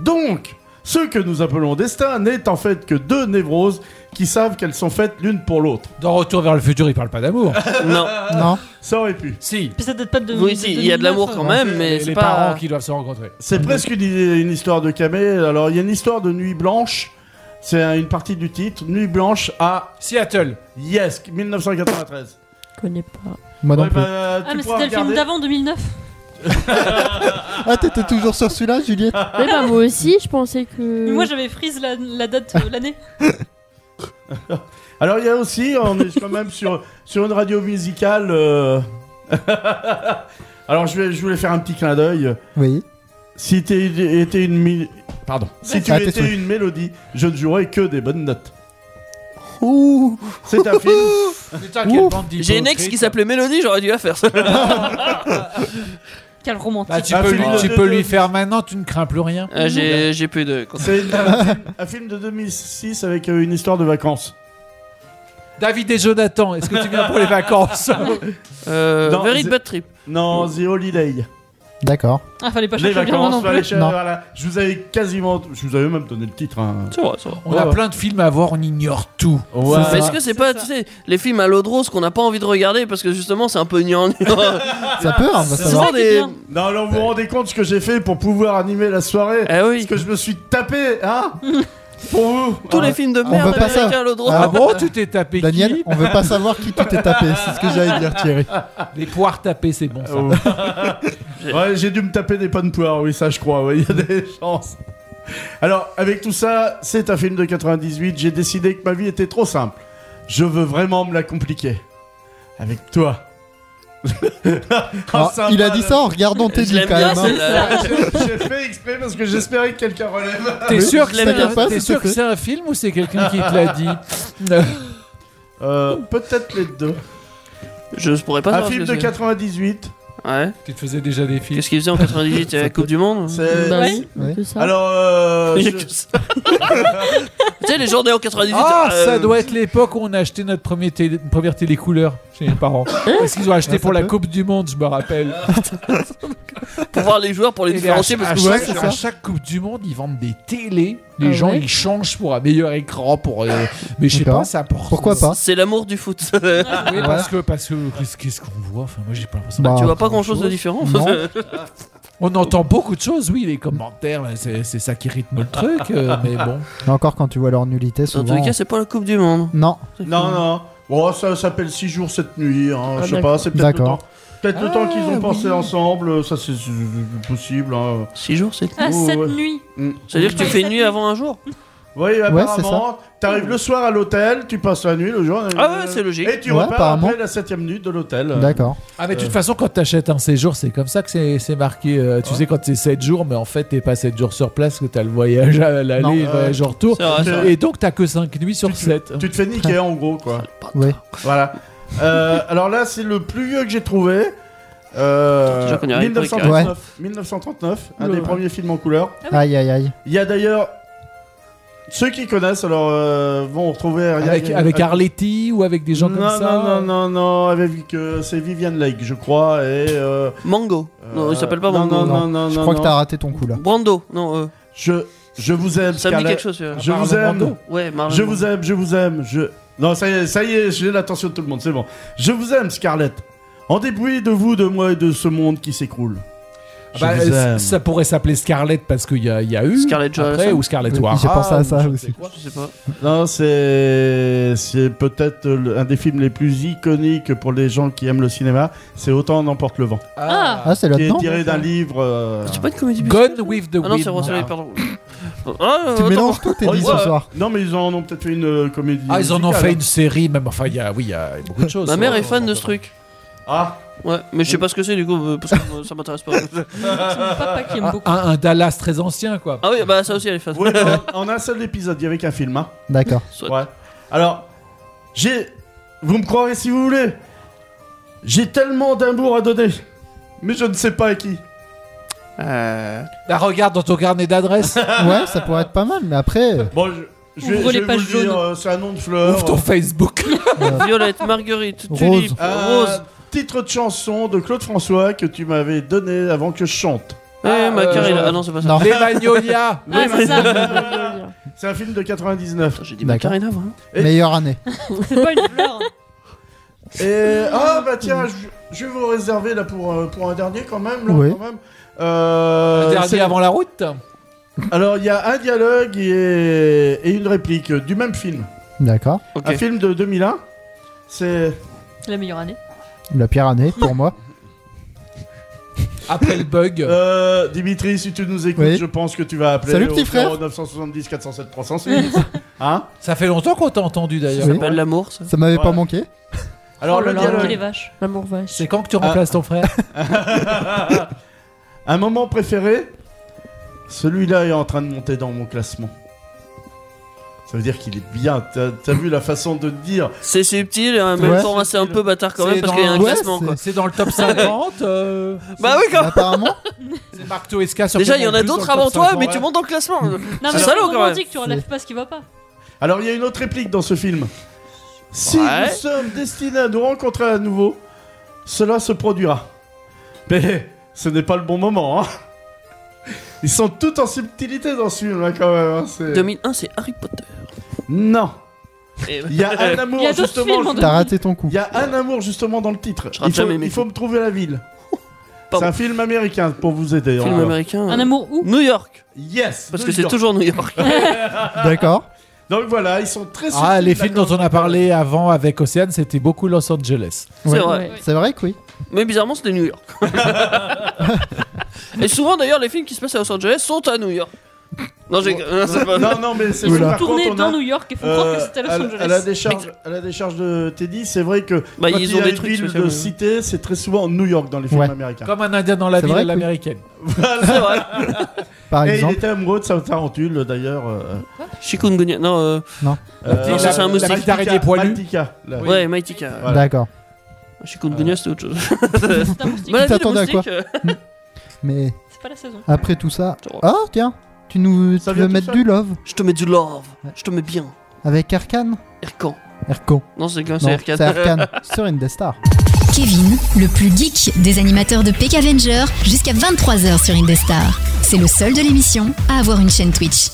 [SPEAKER 8] Donc, ce que nous appelons destin n'est en fait que deux névroses qui savent qu'elles sont faites l'une pour l'autre.
[SPEAKER 6] Dans Retour vers le futur, il parle pas d'amour.
[SPEAKER 5] non
[SPEAKER 4] Non.
[SPEAKER 8] Ça aurait pu.
[SPEAKER 6] Ah, si,
[SPEAKER 1] Puis ça date pas de.
[SPEAKER 5] oui si il y a de l'amour quand même mais
[SPEAKER 6] les,
[SPEAKER 5] c'est
[SPEAKER 6] les
[SPEAKER 5] pas
[SPEAKER 6] parents qui doivent se rencontrer.
[SPEAKER 4] Ah,
[SPEAKER 8] C'est presque une, une histoire de camé. Alors, il y a une histoire de Nuit Blanche. C'est un- une partie du titre. Nuit Blanche à
[SPEAKER 6] Seattle.
[SPEAKER 8] Yes, 1993.
[SPEAKER 7] Je connais pas.
[SPEAKER 4] Moi non
[SPEAKER 8] Ouais,
[SPEAKER 4] plus.
[SPEAKER 8] bah,
[SPEAKER 1] Ah
[SPEAKER 8] tu
[SPEAKER 1] mais
[SPEAKER 8] pourras
[SPEAKER 1] c'était le film
[SPEAKER 8] regarder.
[SPEAKER 1] d'avant 2009.
[SPEAKER 4] Ah, t'étais toujours sur celui-là, Juliette
[SPEAKER 7] Mais bah, moi aussi, je pensais que.
[SPEAKER 1] Mais moi j'avais freeze la, la date, euh, l'année.
[SPEAKER 8] Alors, il y a aussi, on est quand même sur, sur une radio musicale. euh. Alors, je, vais, je voulais faire un petit clin d'œil.
[SPEAKER 4] Oui.
[SPEAKER 8] Si tu étais une mi- pardon,
[SPEAKER 1] Bah,
[SPEAKER 8] si tu
[SPEAKER 4] Ah, t'es
[SPEAKER 8] étais
[SPEAKER 4] souris.
[SPEAKER 8] une mélodie, je ne jouerais que des bonnes notes.
[SPEAKER 4] Ouh
[SPEAKER 8] C'est un film.
[SPEAKER 6] Putain,
[SPEAKER 4] quelle Ouf.
[SPEAKER 5] J'ai une ex qui s'appelait Mélodie, j'aurais dû la faire ça.
[SPEAKER 1] Quel romantique.
[SPEAKER 6] tu
[SPEAKER 8] Ah,
[SPEAKER 6] peux,
[SPEAKER 8] film
[SPEAKER 6] lui,
[SPEAKER 8] de-
[SPEAKER 6] Bah, tu peux lui faire maintenant, tu ne crains plus rien.
[SPEAKER 5] Euh, J'ai j'ai plus de.
[SPEAKER 8] C'est une- un, film- un film de 2006 avec euh, une histoire de vacances.
[SPEAKER 6] David et Jonathan, est-ce que tu viens pour les vacances
[SPEAKER 5] Euh,
[SPEAKER 8] Non,
[SPEAKER 5] Very
[SPEAKER 8] c'est-
[SPEAKER 5] Bad Trip.
[SPEAKER 8] Non, The Holiday.
[SPEAKER 4] D'accord.
[SPEAKER 1] Ah fallait pas
[SPEAKER 8] Les
[SPEAKER 1] chercher le lien, non
[SPEAKER 8] vacances, bah, fallait
[SPEAKER 1] plus.
[SPEAKER 8] chercher-
[SPEAKER 4] Non.
[SPEAKER 8] voilà. Je vous avais quasiment, je vous avais même donné le titre. hein.
[SPEAKER 5] C'est vrai, c'est vrai.
[SPEAKER 6] On a
[SPEAKER 8] Ouais.
[SPEAKER 6] plein de films à voir, on ignore tout.
[SPEAKER 8] Ouais.
[SPEAKER 5] Mais Euh, est-ce que c'est pas, tu sais, les films à l'eau de rose qu'on n'a pas envie de regarder parce que justement c'est un peu gnangnan
[SPEAKER 4] Ça peut, hein, bah,
[SPEAKER 5] C'est
[SPEAKER 4] ça va.
[SPEAKER 5] ça
[SPEAKER 1] qui est
[SPEAKER 5] des.
[SPEAKER 1] bien.
[SPEAKER 8] Non, alors vous vous rendez compte ce que j'ai fait pour pouvoir animer la soirée
[SPEAKER 5] Eh
[SPEAKER 8] Ce
[SPEAKER 5] oui,
[SPEAKER 8] que je me suis tapé, hein Pour vous.
[SPEAKER 5] tous les films de
[SPEAKER 4] veut
[SPEAKER 5] merde
[SPEAKER 4] pas ça.
[SPEAKER 5] américains à l'eau de rose.
[SPEAKER 6] Ah bon, tu t'es tapé
[SPEAKER 4] Daniel,
[SPEAKER 6] qui
[SPEAKER 4] on veut pas savoir qui tu t'es tapé, c'est ce que j'allais dire, Thierry.
[SPEAKER 6] Ah Les poires tapées, c'est bon ça.
[SPEAKER 8] Oh.
[SPEAKER 5] J'ai-
[SPEAKER 8] Ouais, j'ai dû me taper des pannes poires, oui, ça je crois, ouais, il y a des chances. Alors, avec tout ça, c'est un film de 98, j'ai décidé que ma vie était trop simple. Je veux vraiment me la compliquer. Avec toi. Ah,
[SPEAKER 4] Ah,
[SPEAKER 8] sympa,
[SPEAKER 4] il a dit
[SPEAKER 8] là.
[SPEAKER 4] ça en regardant
[SPEAKER 5] Ah, Je
[SPEAKER 4] Teddy
[SPEAKER 5] l'aime
[SPEAKER 4] quand
[SPEAKER 5] bien,
[SPEAKER 4] même. hein.
[SPEAKER 5] celle-là.
[SPEAKER 8] J'ai fait exprès parce que j'espérais que quelqu'un relève.
[SPEAKER 6] T'es
[SPEAKER 4] Ah Oui,
[SPEAKER 6] sûr
[SPEAKER 4] je
[SPEAKER 6] que
[SPEAKER 4] l'aime
[SPEAKER 6] c'est-
[SPEAKER 4] bien,
[SPEAKER 6] t'es
[SPEAKER 4] s'il
[SPEAKER 6] sûr
[SPEAKER 4] te
[SPEAKER 6] que
[SPEAKER 4] plaît.
[SPEAKER 6] c'est un film ou c'est quelqu'un qui te l'a dit
[SPEAKER 8] Euh, Peut-être les deux.
[SPEAKER 5] Je pourrais pas
[SPEAKER 8] un
[SPEAKER 5] savoir
[SPEAKER 8] film
[SPEAKER 5] ce
[SPEAKER 8] de
[SPEAKER 5] que c'est.
[SPEAKER 8] 98.
[SPEAKER 5] Ouais.
[SPEAKER 6] Tu te faisais déjà des films.
[SPEAKER 5] Qu'est-ce qu'il faisait en 98 à la Coupe du Monde
[SPEAKER 8] C'est.
[SPEAKER 7] Bah
[SPEAKER 1] Ouais.
[SPEAKER 7] si,
[SPEAKER 4] Ouais.
[SPEAKER 7] que ça.
[SPEAKER 8] Alors, euh,
[SPEAKER 5] Il y a
[SPEAKER 8] je-
[SPEAKER 5] que ça. tu sais, les journées en 98.
[SPEAKER 6] Ah,
[SPEAKER 5] euh,
[SPEAKER 6] ça doit être l'époque où on a acheté notre premier télé- première télécouleur chez mes parents. Parce qu'ils ont acheté
[SPEAKER 4] Ouais, Hein Ah, ça
[SPEAKER 6] pour la
[SPEAKER 4] peut.
[SPEAKER 6] Coupe du Monde, je me rappelle.
[SPEAKER 5] Pour voir les joueurs, pour les
[SPEAKER 6] Et ah,
[SPEAKER 5] différencier.
[SPEAKER 6] à, à
[SPEAKER 5] Parce que
[SPEAKER 4] Ouais,
[SPEAKER 6] chaque,
[SPEAKER 4] c'est
[SPEAKER 6] à
[SPEAKER 4] ça.
[SPEAKER 6] chaque Coupe du Monde, ils vendent des télés. Les
[SPEAKER 7] Ah
[SPEAKER 6] gens,
[SPEAKER 7] ouais
[SPEAKER 6] ils changent pour un meilleur écran. Pour, euh, mais je sais
[SPEAKER 4] D'accord.
[SPEAKER 6] pas, ça apporte-
[SPEAKER 4] Pourquoi pas
[SPEAKER 5] c'est l'amour du foot.
[SPEAKER 6] Oui, parce que, parce que qu'est-ce- qu'est-ce qu'on voit Enfin, moi, j'ai pas l'impression.
[SPEAKER 4] Bah,
[SPEAKER 5] tu vois pas grand chose de différent.
[SPEAKER 4] Non.
[SPEAKER 6] On entend beaucoup de choses, oui, les commentaires, là, c'est c'est ça qui rythme le truc, euh, mais bon.
[SPEAKER 4] Mais encore quand tu vois leur nullité,
[SPEAKER 5] En
[SPEAKER 4] souvent. euh,
[SPEAKER 5] tout cas, c'est pas la Coupe du Monde.
[SPEAKER 4] Non,
[SPEAKER 8] Non, non. Bon, ça s'appelle 6 jours, 7 nuits. hein,
[SPEAKER 7] Ah,
[SPEAKER 8] je sais pas, c'est peut-être le
[SPEAKER 4] D'accord.
[SPEAKER 8] temps. Peut-être le
[SPEAKER 6] Ah,
[SPEAKER 8] temps qu'ils ont passé
[SPEAKER 6] oui.
[SPEAKER 8] ensemble, euh, ça c'est c'est possible. Hein.
[SPEAKER 5] 6 jours, c'est.
[SPEAKER 1] Ah,
[SPEAKER 8] Oh,
[SPEAKER 1] cette
[SPEAKER 8] ouais.
[SPEAKER 1] nuit.
[SPEAKER 8] Mm.
[SPEAKER 5] C'est-à-dire que tu fais une nuit avant un jour.
[SPEAKER 8] Oui,
[SPEAKER 4] c'est
[SPEAKER 8] apparemment,
[SPEAKER 4] ça.
[SPEAKER 8] t'arrives le soir à l'hôtel, tu passes la nuit, le jour.
[SPEAKER 5] Ah ouais, c'est logique.
[SPEAKER 8] Et tu
[SPEAKER 4] Ouais,
[SPEAKER 8] repars
[SPEAKER 4] apparemment.
[SPEAKER 8] après la 7 nuit de l'hôtel.
[SPEAKER 4] d'accord.
[SPEAKER 6] Ah, mais de toute façon, quand t'achètes un séjour, c'est comme ça que c'est c'est marqué. euh, tu sais, quand c'est 7 jours, mais en fait, t'es pas 7 jours sur place, que t'as le voyage à l'aller,
[SPEAKER 4] Non.
[SPEAKER 6] le voyage au retour.
[SPEAKER 5] C'est vrai, c'est
[SPEAKER 8] vrai.
[SPEAKER 6] Et donc, t'as que 5 nuits sur 7.
[SPEAKER 8] Tu te fais niquer en gros, quoi.
[SPEAKER 4] Oui.
[SPEAKER 8] Voilà. Euh, alors là, c'est le plus vieux que j'ai trouvé. Euh,
[SPEAKER 5] Déjà qu'on y arrive pas,
[SPEAKER 8] 1939, 1939, un
[SPEAKER 5] hein. Oula.
[SPEAKER 8] des premiers films en couleur.
[SPEAKER 5] Ah
[SPEAKER 4] Aïe aïe aïe.
[SPEAKER 8] Il y a d'ailleurs ceux qui connaissent, alors euh, vont retrouver
[SPEAKER 6] Avec,
[SPEAKER 8] il y a-
[SPEAKER 6] avec Arletty ou avec des gens
[SPEAKER 8] non,
[SPEAKER 6] comme ça
[SPEAKER 8] Non, non, non, non, avec euh, c'est Viviane Lake, je crois, et euh,
[SPEAKER 5] Mango. Non,
[SPEAKER 8] euh,
[SPEAKER 5] il s'appelle pas
[SPEAKER 8] non,
[SPEAKER 5] Mango.
[SPEAKER 8] Non, non, non,
[SPEAKER 4] Je
[SPEAKER 8] non,
[SPEAKER 4] crois
[SPEAKER 8] non.
[SPEAKER 4] que t'as raté ton coup là.
[SPEAKER 5] Brando. Non, euh,
[SPEAKER 8] Je, je vous aime.
[SPEAKER 5] ça me dit
[SPEAKER 8] Scarlett.
[SPEAKER 5] quelque chose. euh.
[SPEAKER 8] Je
[SPEAKER 6] Ah,
[SPEAKER 8] vous
[SPEAKER 6] Marlon
[SPEAKER 8] aime.
[SPEAKER 6] Brando.
[SPEAKER 5] Ouais, Marlon.
[SPEAKER 8] Je vous aime, je vous aime. Je. Non, ça y est, ça y est, j'ai l'attention de tout le monde, c'est bon. Je vous aime, Scarlett. En débrouillez de vous, de moi et de ce monde qui s'écroule.
[SPEAKER 6] Ah
[SPEAKER 8] Je
[SPEAKER 6] bah,
[SPEAKER 8] vous
[SPEAKER 6] euh,
[SPEAKER 8] aime.
[SPEAKER 6] Ça pourrait s'appeler Scarlett parce qu'il y a, il y a eu.
[SPEAKER 5] Scarlett
[SPEAKER 6] après,
[SPEAKER 5] Johansson.
[SPEAKER 6] ou Scarlett
[SPEAKER 4] Oui,
[SPEAKER 6] O'Hara.
[SPEAKER 4] j'ai pensé
[SPEAKER 8] Ah,
[SPEAKER 4] à
[SPEAKER 6] ou
[SPEAKER 4] ça
[SPEAKER 6] je sais
[SPEAKER 4] aussi.
[SPEAKER 6] quoi.
[SPEAKER 5] Je sais pas.
[SPEAKER 8] Non, c'est c'est peut-être le- un des films les plus iconiques pour les gens qui aiment le cinéma. C'est Autant en emporte le vent,
[SPEAKER 1] Ah,
[SPEAKER 4] Ah,
[SPEAKER 6] Bah
[SPEAKER 4] c'est
[SPEAKER 8] qui est
[SPEAKER 4] là-dedans
[SPEAKER 8] tiré d'un livre. euh,
[SPEAKER 6] Ah,
[SPEAKER 5] C'est pas une comédie
[SPEAKER 6] Gone with the
[SPEAKER 5] Ah non,
[SPEAKER 6] Wind.
[SPEAKER 5] c'est Roi Soleil, pardon. Ah,
[SPEAKER 4] Tu
[SPEAKER 5] attends.
[SPEAKER 4] mélanges tout, t'es
[SPEAKER 8] Ouais,
[SPEAKER 4] dit ce
[SPEAKER 8] ouais.
[SPEAKER 4] soir.
[SPEAKER 8] Non, mais ils en ont peut-être fait une euh, comédie.
[SPEAKER 6] Ah, ils en ont
[SPEAKER 8] musicale,
[SPEAKER 6] fait
[SPEAKER 8] hein.
[SPEAKER 6] une série, même. Enfin, il y a, oui, il y a beaucoup de choses.
[SPEAKER 5] Ma mère est fan de ce truc.
[SPEAKER 8] Ah.
[SPEAKER 5] Ouais, mais je sais pas ce que c'est du coup, euh, parce que euh, ça m'intéresse pas.
[SPEAKER 1] c'est mon papa qui aime
[SPEAKER 6] Un,
[SPEAKER 1] beaucoup.
[SPEAKER 6] un- un Dallas très ancien, quoi.
[SPEAKER 5] Ah oui, bah ça aussi elle est fan.
[SPEAKER 8] Oui, mais en- en un seul épisode, il y avait qu'un film. Hein.
[SPEAKER 4] D'accord.
[SPEAKER 5] Soit.
[SPEAKER 8] Ouais. Alors, j'ai. Vous me croirez si vous voulez. J'ai tellement d'amour à donner. Mais je ne sais pas à qui.
[SPEAKER 5] Euh,
[SPEAKER 6] La Bah, regarde dans ton carnet d'adresse.
[SPEAKER 4] Ouais, ça pourrait être pas mal, mais après. euh,
[SPEAKER 8] Bon, je, je vais,
[SPEAKER 1] Ouvre
[SPEAKER 8] je
[SPEAKER 1] les
[SPEAKER 8] vais
[SPEAKER 1] pages
[SPEAKER 8] vous le dire,
[SPEAKER 1] jaunes.
[SPEAKER 8] euh, c'est un nom de fleur.
[SPEAKER 6] Ouvre ton Facebook.
[SPEAKER 5] Violette, Marguerite,
[SPEAKER 4] Rose.
[SPEAKER 5] Tulipe,
[SPEAKER 8] Un
[SPEAKER 5] Rose.
[SPEAKER 8] Titre de chanson de Claude François que tu m'avais donné avant que je chante.
[SPEAKER 5] Eh,
[SPEAKER 6] Ah,
[SPEAKER 5] Macarena.
[SPEAKER 6] euh,
[SPEAKER 5] Ah non, c'est pas ça.
[SPEAKER 4] Non,
[SPEAKER 6] Les Magnolias.
[SPEAKER 1] Ah, c'est ça.
[SPEAKER 8] C'est un film de 99.
[SPEAKER 5] Putain, J'ai dit
[SPEAKER 4] D'accord.
[SPEAKER 5] Macarena, vraiment.
[SPEAKER 8] Et-
[SPEAKER 4] meilleure année.
[SPEAKER 1] C'est pas une fleur.
[SPEAKER 8] Et ah bah tiens, je, je vais vous réserver là pour, euh, pour un dernier quand même. Là,
[SPEAKER 4] Oui.
[SPEAKER 8] quand même. Euh,
[SPEAKER 6] Le dernier
[SPEAKER 8] c'est-
[SPEAKER 6] avant la route.
[SPEAKER 8] Alors il y a un dialogue et, et une réplique euh, du même film.
[SPEAKER 4] D'accord.
[SPEAKER 5] Ok.
[SPEAKER 8] Un film de 2001. C'est
[SPEAKER 1] C'est la meilleure année.
[SPEAKER 4] La pire année pour moi.
[SPEAKER 6] Après le bug.
[SPEAKER 8] euh, Dimitri, si tu nous écoutes,
[SPEAKER 4] Oui.
[SPEAKER 8] je pense que tu vas appeler.
[SPEAKER 4] Salut,
[SPEAKER 8] au
[SPEAKER 4] petit frère.
[SPEAKER 8] 970 407 306. hein
[SPEAKER 6] Ça fait longtemps qu'on t'a entendu, d'ailleurs.
[SPEAKER 4] Oui.
[SPEAKER 5] Ça s'appelle l'amour, ça.
[SPEAKER 4] Ça m'avait
[SPEAKER 8] Voilà.
[SPEAKER 4] pas manqué.
[SPEAKER 8] Alors
[SPEAKER 1] Oh là
[SPEAKER 8] le
[SPEAKER 1] là, qu'il est
[SPEAKER 8] dialogue.
[SPEAKER 1] vache.
[SPEAKER 7] L'amour vache.
[SPEAKER 6] C'est quand
[SPEAKER 5] Ah.
[SPEAKER 6] que tu remplaces ton frère
[SPEAKER 8] Un moment préféré. Celui-là est en train de monter dans mon classement. Ça veut dire qu'il est bien. T'as t'as vu la façon de dire
[SPEAKER 5] C'est subtil et en même
[SPEAKER 4] Ouais,
[SPEAKER 5] temps, c'est un peu bâtard quand même
[SPEAKER 6] C'est
[SPEAKER 5] parce
[SPEAKER 6] dans-
[SPEAKER 5] qu'il y a un
[SPEAKER 4] ouais,
[SPEAKER 5] classement quoi.
[SPEAKER 6] C'est dans le top 50. euh,
[SPEAKER 5] Bah oui, quand même.
[SPEAKER 4] Apparemment.
[SPEAKER 6] c'est Marc Toesca sur
[SPEAKER 5] Déjà, il y en
[SPEAKER 6] Canal+,
[SPEAKER 5] a
[SPEAKER 6] dans le
[SPEAKER 5] d'autres
[SPEAKER 6] top
[SPEAKER 5] avant toi,
[SPEAKER 6] 50,
[SPEAKER 5] mais
[SPEAKER 6] ouais.
[SPEAKER 5] tu montes dans le classement. Euh,
[SPEAKER 1] Non, mais
[SPEAKER 5] C'est salaud,
[SPEAKER 1] c'est
[SPEAKER 5] quand même.
[SPEAKER 1] romantique, tu relèves pas ce qui va pas.
[SPEAKER 8] Alors il y a une autre réplique dans ce film. Si
[SPEAKER 5] Ouais.
[SPEAKER 8] nous sommes destinés à nous rencontrer à nouveau, cela se produira. Mais ce n'est pas le bon moment. hein. Ils sont tout en subtilité dans ce film hein, quand même. hein, c'est-
[SPEAKER 5] 2001, c'est Harry Potter.
[SPEAKER 8] Non.
[SPEAKER 5] Et- bah,
[SPEAKER 8] Il y a un amour
[SPEAKER 1] Il y a d'autres
[SPEAKER 8] justement.
[SPEAKER 1] films en
[SPEAKER 4] T'as raté ton coup.
[SPEAKER 8] Il y a un amour justement dans le titre.
[SPEAKER 5] Je rate
[SPEAKER 8] Il faut,
[SPEAKER 5] jamais mes
[SPEAKER 8] il faut me trouver la ville.
[SPEAKER 5] Pardon.
[SPEAKER 8] C'est un film américain pour vous aider.
[SPEAKER 5] Film
[SPEAKER 8] encore.
[SPEAKER 5] américain.
[SPEAKER 1] Un amour où
[SPEAKER 5] New York.
[SPEAKER 8] Yes.
[SPEAKER 5] Parce
[SPEAKER 8] New
[SPEAKER 5] que c'est
[SPEAKER 8] York.
[SPEAKER 5] toujours New York.
[SPEAKER 4] D'accord.
[SPEAKER 8] Donc voilà, ils sont très
[SPEAKER 6] Ah,
[SPEAKER 8] subtils,
[SPEAKER 6] les
[SPEAKER 8] la
[SPEAKER 6] films dont on a parlé avant avec Océane, c'était beaucoup Los Angeles.
[SPEAKER 5] C'est
[SPEAKER 4] Ouais.
[SPEAKER 5] vrai.
[SPEAKER 4] C'est vrai que oui.
[SPEAKER 5] Mais bizarrement, c'était New York. Et souvent, d'ailleurs, les films qui se passent à Los Angeles sont à New York. Non, j'ai. Non, c'est pas-
[SPEAKER 8] Non, non, mais c'est
[SPEAKER 4] Oula.
[SPEAKER 8] par contre,
[SPEAKER 1] Tourné
[SPEAKER 8] on
[SPEAKER 1] dans
[SPEAKER 8] a-
[SPEAKER 1] New York et font croire
[SPEAKER 8] euh,
[SPEAKER 1] que c'était à Los
[SPEAKER 8] à,
[SPEAKER 1] Angeles.
[SPEAKER 8] à la décharge, à la décharge de Teddy, c'est vrai que
[SPEAKER 5] Bah,
[SPEAKER 8] quand
[SPEAKER 5] ils
[SPEAKER 8] il
[SPEAKER 5] ont
[SPEAKER 8] y a
[SPEAKER 5] des
[SPEAKER 8] une
[SPEAKER 5] trucs
[SPEAKER 8] ville
[SPEAKER 5] spéciaux,
[SPEAKER 8] de
[SPEAKER 5] oui.
[SPEAKER 8] cité, c'est très souvent New York dans les films
[SPEAKER 4] Ouais.
[SPEAKER 8] américains.
[SPEAKER 6] Comme un Indien dans la
[SPEAKER 4] C'est
[SPEAKER 6] ville
[SPEAKER 4] vrai
[SPEAKER 6] à
[SPEAKER 4] que-
[SPEAKER 6] l'américaine.
[SPEAKER 5] C'est vrai.
[SPEAKER 4] Par
[SPEAKER 8] Et il
[SPEAKER 4] exemple,
[SPEAKER 8] était amoureux de sa tarentule d'ailleurs. euh,
[SPEAKER 5] Chikungunya. Non, euh,
[SPEAKER 8] euh,
[SPEAKER 5] ça, c'est un
[SPEAKER 8] la-
[SPEAKER 5] moustique.
[SPEAKER 8] la
[SPEAKER 6] L'araignée
[SPEAKER 8] Maltica,
[SPEAKER 6] poilue.
[SPEAKER 8] Maltica, là.
[SPEAKER 5] ouais, Maitika.
[SPEAKER 8] Voilà.
[SPEAKER 4] d'accord.
[SPEAKER 5] Chikungunya, c'était autre chose.
[SPEAKER 1] C'est un moustique,
[SPEAKER 5] Maladie de
[SPEAKER 4] t'attendais à quoi
[SPEAKER 5] moustique, euh,
[SPEAKER 4] Mais
[SPEAKER 1] C'est pas la saison.
[SPEAKER 4] après tout ça,
[SPEAKER 5] Attends.
[SPEAKER 4] oh tiens, tu nous
[SPEAKER 8] Ça
[SPEAKER 4] tu
[SPEAKER 8] vient
[SPEAKER 4] veux
[SPEAKER 8] tout
[SPEAKER 4] mettre
[SPEAKER 8] seul.
[SPEAKER 4] du love
[SPEAKER 5] Je te mets du love. Je te mets bien.
[SPEAKER 4] avec Arkane
[SPEAKER 5] Erkan.
[SPEAKER 4] Erko.
[SPEAKER 5] Non, c'est
[SPEAKER 4] Non,
[SPEAKER 5] c'est Erkan.
[SPEAKER 4] C'est Arkane sur Indestar.
[SPEAKER 10] Kevin, le plus geek des animateurs de Peck Avenger, jusqu'à 23h sur Indestar. C'est le seul de l'émission à avoir une chaîne Twitch.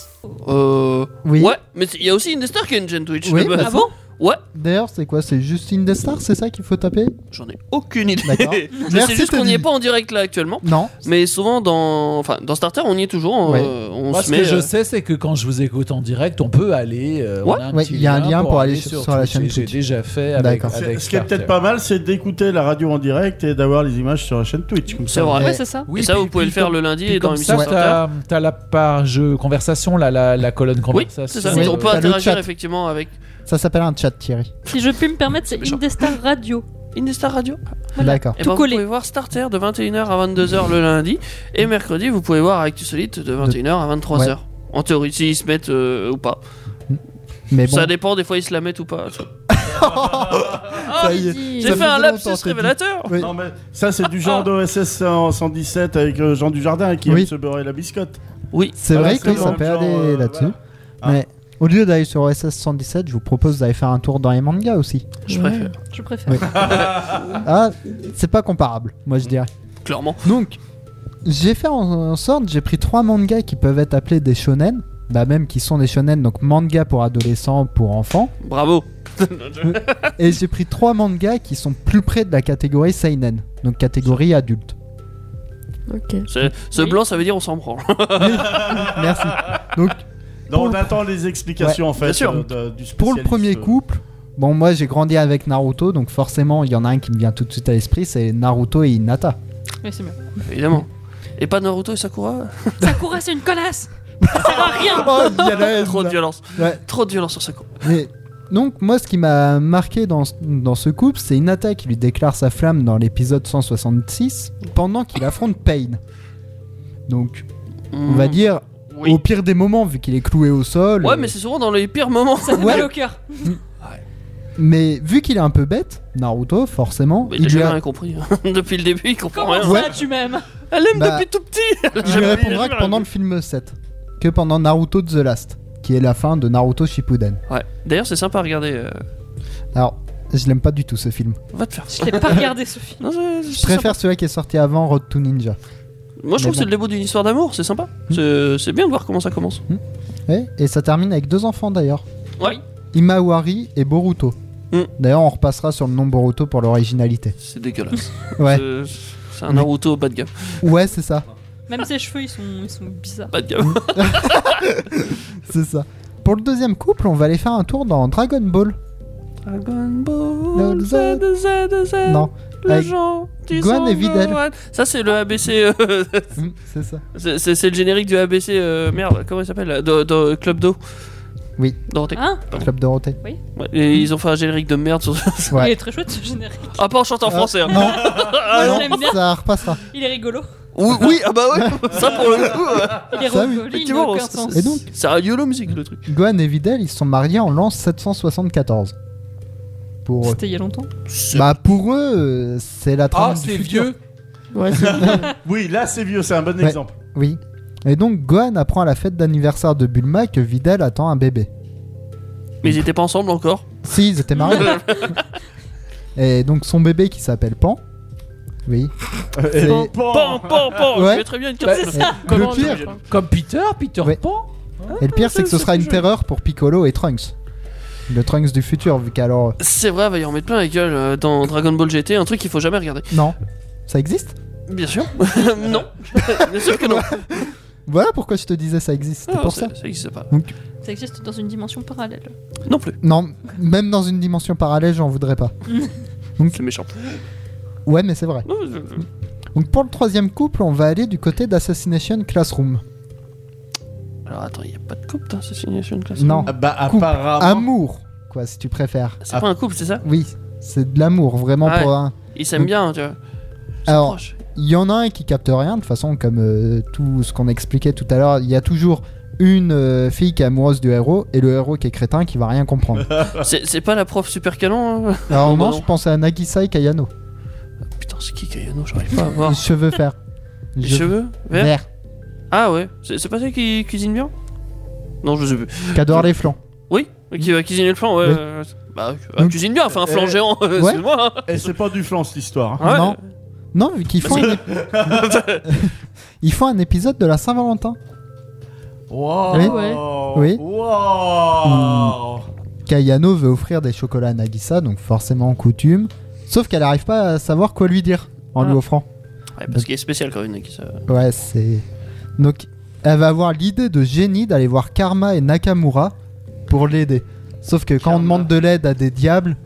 [SPEAKER 5] Euh.
[SPEAKER 4] Oui.
[SPEAKER 5] Ouais, mais c'est- il y a aussi Indestar qui a une chaîne Twitch.
[SPEAKER 4] Oui,
[SPEAKER 5] de base.
[SPEAKER 4] bah,
[SPEAKER 1] Ah bon
[SPEAKER 5] Ouais,
[SPEAKER 4] D'ailleurs, c'est quoi C'est juste Indestar C'est ça qu'il faut taper
[SPEAKER 5] j'en ai aucune idée.
[SPEAKER 4] D'accord.
[SPEAKER 5] Je sais
[SPEAKER 4] Merci,
[SPEAKER 5] juste qu'on n'y
[SPEAKER 4] Teddy.
[SPEAKER 5] est pas en direct là actuellement.
[SPEAKER 4] Non.
[SPEAKER 5] Mais souvent dans, enfin, dans Starter, on y est toujours.
[SPEAKER 4] Ouais.
[SPEAKER 5] euh, on
[SPEAKER 6] Moi,
[SPEAKER 5] se
[SPEAKER 6] ce
[SPEAKER 5] met.
[SPEAKER 6] que je
[SPEAKER 5] euh,
[SPEAKER 6] sais, c'est que quand je vous écoute en direct, on peut aller. euh, on
[SPEAKER 5] Ouais.
[SPEAKER 6] a un
[SPEAKER 4] Ouais,
[SPEAKER 6] petit
[SPEAKER 4] il y a un lien pour aller sur- sur la
[SPEAKER 6] Twitch,
[SPEAKER 4] chaîne
[SPEAKER 6] et J'ai
[SPEAKER 4] Twitch.
[SPEAKER 6] déjà fait avec.
[SPEAKER 4] D'accord.
[SPEAKER 8] C'est-
[SPEAKER 6] avec
[SPEAKER 8] Ce qui est peut-être
[SPEAKER 6] Starter.
[SPEAKER 8] pas mal, c'est d'écouter la radio en direct et d'avoir les images sur la chaîne Twitch. comme
[SPEAKER 5] C'est
[SPEAKER 8] ça.
[SPEAKER 5] vrai.
[SPEAKER 1] Ouais, c'est ça.
[SPEAKER 6] Oui,
[SPEAKER 5] et ça,
[SPEAKER 6] puis-
[SPEAKER 5] vous pouvez
[SPEAKER 6] puis
[SPEAKER 5] le faire
[SPEAKER 6] comme-
[SPEAKER 5] le lundi et
[SPEAKER 6] puis
[SPEAKER 5] dans
[SPEAKER 6] comme
[SPEAKER 5] l'émission
[SPEAKER 6] ça,
[SPEAKER 5] Starter.
[SPEAKER 6] t'as t'as la page euh, conversation, là, la, la colonne
[SPEAKER 5] Oui,
[SPEAKER 6] conversation.
[SPEAKER 5] c'est ça.
[SPEAKER 4] Oui.
[SPEAKER 5] On peut
[SPEAKER 4] T'as le
[SPEAKER 5] interagir
[SPEAKER 4] chat.
[SPEAKER 5] effectivement avec
[SPEAKER 4] Ça s'appelle un chat, Thierry.
[SPEAKER 1] Si je puis me permettre, c'est
[SPEAKER 5] méchant.
[SPEAKER 1] Indestar Radio.
[SPEAKER 5] Indestar Radio.
[SPEAKER 4] D'accord.
[SPEAKER 5] Et
[SPEAKER 1] Tout
[SPEAKER 5] ben, vous
[SPEAKER 1] collé.
[SPEAKER 5] pouvez voir Starter de 21h à 22h le lundi. Et mercredi, vous pouvez voir Actu Solite de 21h à 23h. En théorie, s'ils se mettent euh, ou pas.
[SPEAKER 4] Mais bon,
[SPEAKER 5] Ça dépend, des fois ils se la mettent ou pas.
[SPEAKER 4] ça y est.
[SPEAKER 7] Vas-y.
[SPEAKER 4] Ça
[SPEAKER 5] J'ai fait un
[SPEAKER 4] faisait longtemps,
[SPEAKER 5] lapsus
[SPEAKER 4] c'est dit.
[SPEAKER 5] révélateur.
[SPEAKER 4] Oui.
[SPEAKER 8] Non, mais ça, c'est du
[SPEAKER 5] Ah.
[SPEAKER 8] genre d'OSS 117 avec euh, Jean Dujardin qui
[SPEAKER 4] Oui.
[SPEAKER 8] aime se beurrer la biscotte.
[SPEAKER 5] Oui,
[SPEAKER 4] C'est
[SPEAKER 8] Voilà,
[SPEAKER 4] vrai
[SPEAKER 8] c'est
[SPEAKER 4] que oui,
[SPEAKER 8] dans
[SPEAKER 4] ça
[SPEAKER 8] le
[SPEAKER 4] peut
[SPEAKER 8] genre,
[SPEAKER 4] aller
[SPEAKER 8] euh,
[SPEAKER 4] là-dessus.
[SPEAKER 8] voilà.
[SPEAKER 4] Mais au lieu d'aller sur OSS 117, je vous propose d'aller faire un tour dans les mangas aussi.
[SPEAKER 5] je préfère.
[SPEAKER 1] Je préfère.
[SPEAKER 4] Oui. Ah, c'est pas comparable, moi je dirais.
[SPEAKER 5] Clairement.
[SPEAKER 4] Donc, j'ai fait en- en sorte, j'ai pris trois mangas qui peuvent être appelés des shonen. Bah même qui sont des shonen, donc manga pour adolescents, pour enfants.
[SPEAKER 5] Bravo.
[SPEAKER 4] Et j'ai pris trois mangas qui sont plus près de la catégorie seinen, donc catégorie adulte.
[SPEAKER 7] Ok.
[SPEAKER 5] C'est- Ce
[SPEAKER 1] Oui.
[SPEAKER 5] blanc, ça veut dire on s'en prend.
[SPEAKER 4] Merci. Donc
[SPEAKER 8] Non,
[SPEAKER 4] Pour
[SPEAKER 8] on
[SPEAKER 4] le-
[SPEAKER 8] attend les explications en fait
[SPEAKER 5] bien sûr.
[SPEAKER 8] euh, de- du
[SPEAKER 4] pour le
[SPEAKER 8] spécialiste,
[SPEAKER 4] premier
[SPEAKER 8] euh,
[SPEAKER 4] couple, bon moi j'ai grandi avec Naruto, donc forcément il y en a un qui me vient tout de suite à l'esprit, c'est Naruto et Hinata.
[SPEAKER 1] Mais c'est bien.
[SPEAKER 5] Évidemment. Et pas Naruto et Sakura
[SPEAKER 1] Sakura, c'est une connasse Ça sert à rien
[SPEAKER 4] Oh, il y a la haine,
[SPEAKER 5] Trop de
[SPEAKER 4] là.
[SPEAKER 5] violence.
[SPEAKER 4] Ouais.
[SPEAKER 5] Trop de violence sur Sakura.
[SPEAKER 4] Mais, donc moi ce qui m'a marqué dans, ce- dans ce couple, c'est Hinata qui lui déclare sa flamme dans l'épisode 166 pendant qu'il affronte Pain. Donc on va
[SPEAKER 5] Mm.
[SPEAKER 4] dire
[SPEAKER 5] Oui.
[SPEAKER 4] au pire des moments vu qu'il est cloué au sol.
[SPEAKER 5] Ouais,
[SPEAKER 4] euh,
[SPEAKER 5] mais c'est souvent dans les pires moments.
[SPEAKER 1] Ça fait
[SPEAKER 4] Ouais.
[SPEAKER 1] mal au cœur.
[SPEAKER 5] Oh,
[SPEAKER 4] mais vu qu'il est un peu bête, Naruto forcément,
[SPEAKER 5] Mais
[SPEAKER 4] il
[SPEAKER 5] j'ai
[SPEAKER 4] lui
[SPEAKER 5] jamais
[SPEAKER 4] a-
[SPEAKER 5] rien compris. hein. Depuis le début, il comprend
[SPEAKER 1] Comment
[SPEAKER 5] rien.
[SPEAKER 4] Ouais.
[SPEAKER 1] ça, tu m'aimes
[SPEAKER 5] Elle aime
[SPEAKER 4] Bah,
[SPEAKER 5] depuis tout petit.
[SPEAKER 4] Je lui répondrai que pendant le film 7, que pendant Naruto The Last, qui est la fin de Naruto Shippuden.
[SPEAKER 5] Ouais. D'ailleurs, c'est sympa à regarder. euh,
[SPEAKER 4] Alors, je l'aime pas du tout ce film.
[SPEAKER 5] Va te faire. foutre.
[SPEAKER 1] Je l'ai pas regardé ce film.
[SPEAKER 5] Non, c'est- c'est
[SPEAKER 4] Je préfère celui qui est sorti avant Road to Ninja.
[SPEAKER 5] sympa. Moi, je
[SPEAKER 4] Mais
[SPEAKER 5] trouve que
[SPEAKER 4] bon.
[SPEAKER 5] c'est le début d'une histoire d'amour. C'est sympa.
[SPEAKER 4] Hmm.
[SPEAKER 5] C'est- C'est bien de voir comment ça commence.
[SPEAKER 4] Ouais, et ça termine avec deux enfants d'ailleurs,
[SPEAKER 5] Ouais.
[SPEAKER 4] Imawari et Boruto.
[SPEAKER 5] Mm.
[SPEAKER 4] D'ailleurs, on repassera sur le nom Boruto pour l'originalité.
[SPEAKER 5] C'est dégueulasse.
[SPEAKER 4] Ouais,
[SPEAKER 5] C'est- C'est un Naruto bas de gamme.
[SPEAKER 4] ouais, c'est ça,
[SPEAKER 1] Même ses cheveux, ils sont, ils sont bizarres.
[SPEAKER 5] Bas de gamme.
[SPEAKER 4] c'est ça. Pour le deuxième couple, on va aller faire un tour dans Dragon Ball.
[SPEAKER 5] Dragon Ball
[SPEAKER 4] Le
[SPEAKER 5] Z, Z, Z.
[SPEAKER 4] Non,
[SPEAKER 5] Les
[SPEAKER 4] avec
[SPEAKER 5] gens qui
[SPEAKER 4] Gohan
[SPEAKER 5] s'en
[SPEAKER 4] et Videl.
[SPEAKER 5] veulent. Ça, c'est le ABC. euh,
[SPEAKER 4] Mm, c'est ça.
[SPEAKER 5] c'est c'est- c'est le générique du ABC. euh, merde, comment il s'appelle là, de, de Club Do.
[SPEAKER 4] Oui.
[SPEAKER 5] Dorothée.
[SPEAKER 1] Hein
[SPEAKER 4] Club Dorothée.
[SPEAKER 5] Ouais, et ils ont fait un générique de merde. Sur...
[SPEAKER 4] Ouais.
[SPEAKER 1] Il est très chouette ce générique.
[SPEAKER 5] ah, pas en chantant en français. hein.
[SPEAKER 4] Non,
[SPEAKER 1] Moi,
[SPEAKER 4] non,
[SPEAKER 1] je l'aime bien.
[SPEAKER 4] ça repassera.
[SPEAKER 1] Il est rigolo.
[SPEAKER 5] Oui, oui, ah bah ouais. ça pour le coup. euh,
[SPEAKER 1] Il est
[SPEAKER 4] Ça,
[SPEAKER 1] rigolo.
[SPEAKER 4] oui.
[SPEAKER 1] Il n'a
[SPEAKER 5] effectivement,
[SPEAKER 1] aucun
[SPEAKER 5] c'est-
[SPEAKER 1] sens.
[SPEAKER 5] c'est-
[SPEAKER 4] Et donc
[SPEAKER 5] C'est un YOLO musique le truc.
[SPEAKER 4] Gohan et Videl, ils se sont mariés en l'an 774. Pour eux.
[SPEAKER 1] C'était il y a longtemps.
[SPEAKER 8] euh,
[SPEAKER 4] Bah pour eux, euh, c'est la
[SPEAKER 6] Ah,
[SPEAKER 4] trame du
[SPEAKER 6] c'est
[SPEAKER 4] futur.
[SPEAKER 6] vieux.
[SPEAKER 7] Ouais, c'est
[SPEAKER 8] Oui, là c'est vieux, c'est un bon
[SPEAKER 4] Ouais.
[SPEAKER 8] exemple.
[SPEAKER 4] Oui. Et donc Gohan apprend à la fête d'anniversaire de Bulma que Videl attend un bébé.
[SPEAKER 5] Mais ils étaient pas ensemble encore.
[SPEAKER 4] Si, ils étaient mariés. Et donc son bébé qui s'appelle Pan. Oui.
[SPEAKER 8] Euh, Et
[SPEAKER 4] Bon.
[SPEAKER 8] bon,
[SPEAKER 5] Pan, pan, pan.
[SPEAKER 4] Ah, Ouais.
[SPEAKER 5] Oh, Je mettrais bien une
[SPEAKER 1] Bah,
[SPEAKER 5] carte.
[SPEAKER 4] Et le pire,
[SPEAKER 6] Comme Peter, Peter
[SPEAKER 4] Ouais.
[SPEAKER 6] Pan.
[SPEAKER 4] et le pire c'est que ce
[SPEAKER 5] c'est
[SPEAKER 4] sera
[SPEAKER 5] plus
[SPEAKER 4] une
[SPEAKER 5] joli.
[SPEAKER 4] terreur pour Piccolo et Trunks. Le Trunks du futur, vu qu'alors.
[SPEAKER 5] C'est vrai, va y en mettre plein la gueule euh, dans Dragon Ball GT, un truc qu'il faut jamais regarder.
[SPEAKER 4] Non. Ça existe
[SPEAKER 5] Bien sûr. non. bien sûr que non.
[SPEAKER 4] Voilà pourquoi je te disais ça existe, c'était
[SPEAKER 5] Ah,
[SPEAKER 4] pour
[SPEAKER 5] ça
[SPEAKER 4] ça.
[SPEAKER 5] ça existe pas.
[SPEAKER 1] Ça existe dans une dimension parallèle.
[SPEAKER 5] Non plus.
[SPEAKER 4] Non, même dans une dimension parallèle, j'en voudrais pas.
[SPEAKER 5] C'est méchant.
[SPEAKER 4] Ouais, mais c'est vrai.
[SPEAKER 5] Non, je- je-
[SPEAKER 4] Donc pour le troisième couple, on va aller du côté d'Assassination Classroom.
[SPEAKER 5] Alors attends, il y a pas de couple dans Assassination Classroom.
[SPEAKER 4] Non,
[SPEAKER 8] Ah bah
[SPEAKER 4] Couple.
[SPEAKER 8] apparemment.
[SPEAKER 4] amour, quoi, si tu préfères.
[SPEAKER 5] Ah, C'est pas un couple, c'est ça
[SPEAKER 4] Oui, c'est de l'amour, vraiment
[SPEAKER 5] Ah
[SPEAKER 4] pour
[SPEAKER 5] ouais.
[SPEAKER 4] un.
[SPEAKER 5] Ils s'aiment bien, tu vois. Ils sont
[SPEAKER 4] Mm. Alors,
[SPEAKER 5] proches.
[SPEAKER 4] Il y en a un qui capte rien, de toute façon, comme euh, tout ce qu'on expliquait tout à l'heure, il y a toujours une euh, fille qui est amoureuse du héros et le héros qui est crétin qui va rien comprendre.
[SPEAKER 5] C'est c'est pas la prof super canon. hein
[SPEAKER 4] Alors,
[SPEAKER 5] Non,
[SPEAKER 4] non,
[SPEAKER 5] non.
[SPEAKER 4] je pensais à Nagisa et Kayano.
[SPEAKER 5] Putain, c'est qui Kayano J'arrive pas à voir.
[SPEAKER 4] Les cheveux verts.
[SPEAKER 5] Ah. Les
[SPEAKER 4] Je-
[SPEAKER 5] cheveux verts
[SPEAKER 4] verts.
[SPEAKER 5] Ah ouais, c'est c'est pas ça qui cuisine bien Non, je sais plus.
[SPEAKER 4] Qui adore les flancs.
[SPEAKER 5] Oui, qui va cuisiner le flan, ouais.
[SPEAKER 4] Oui.
[SPEAKER 5] euh, Bah,
[SPEAKER 4] Donc-
[SPEAKER 5] cuisine bien, enfin un flan
[SPEAKER 8] Euh,
[SPEAKER 5] géant, euh,
[SPEAKER 4] ouais.
[SPEAKER 5] excuse-moi. hein.
[SPEAKER 8] Et c'est pas du flan cette histoire. hein.
[SPEAKER 5] Ah Ouais.
[SPEAKER 4] Non. Non, vu qu'ils font, une- ils font un épisode de la Saint-Valentin.
[SPEAKER 8] Wow.
[SPEAKER 4] Oui.
[SPEAKER 7] Ouais.
[SPEAKER 4] Oui.
[SPEAKER 8] Wow.
[SPEAKER 4] Kayano veut offrir des chocolats à Nagisa, donc forcément coutume. Sauf qu'elle n'arrive pas à savoir quoi lui dire en
[SPEAKER 5] Ah.
[SPEAKER 4] lui offrant.
[SPEAKER 5] Ouais,
[SPEAKER 4] Bah.
[SPEAKER 5] parce qu'il est spécial quand même, Nick, ça.
[SPEAKER 4] Ouais, c'est. Donc, elle va avoir l'idée de génie d'aller voir Karma et Nakamura pour l'aider. Sauf que quand
[SPEAKER 5] Karma.
[SPEAKER 4] on demande de l'aide à des diables,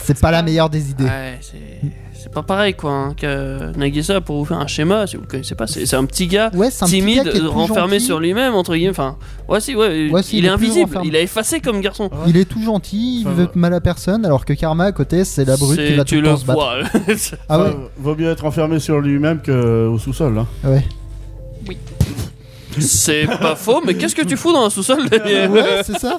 [SPEAKER 4] c'est pas la meilleure des idées.
[SPEAKER 5] Ouais, c'est. C'est pas pareil quoi, hein, que Nagisa pour vous faire un schéma, si vous le connaissez pas, c'est c'est un petit gars
[SPEAKER 4] Ouais, c'est un
[SPEAKER 5] timide,
[SPEAKER 4] petit gars qui est tout
[SPEAKER 5] renfermé
[SPEAKER 4] gentil.
[SPEAKER 5] sur lui-même, entre guillemets. Enfin, ouais, si, ouais,
[SPEAKER 4] Ouais, si,
[SPEAKER 5] il,
[SPEAKER 4] il
[SPEAKER 5] est
[SPEAKER 4] est plus
[SPEAKER 5] invisible,
[SPEAKER 4] renfermé.
[SPEAKER 5] il est effacé comme garçon.
[SPEAKER 4] Il est tout gentil, il
[SPEAKER 8] Enfin,
[SPEAKER 4] veut mal à personne, alors que Karma à côté, c'est la brute qui
[SPEAKER 5] C'est-
[SPEAKER 4] va tout
[SPEAKER 5] tu
[SPEAKER 4] le
[SPEAKER 5] le
[SPEAKER 4] temps se battre.
[SPEAKER 5] vois.
[SPEAKER 4] Ah ouais,
[SPEAKER 8] Enfin, Vaut mieux être enfermé sur lui-même qu'au sous-sol. hein.
[SPEAKER 4] ouais.
[SPEAKER 5] c'est pas faux, mais qu'est-ce que tu fous dans un sous-sol Daniel
[SPEAKER 4] ouais, c'est ça.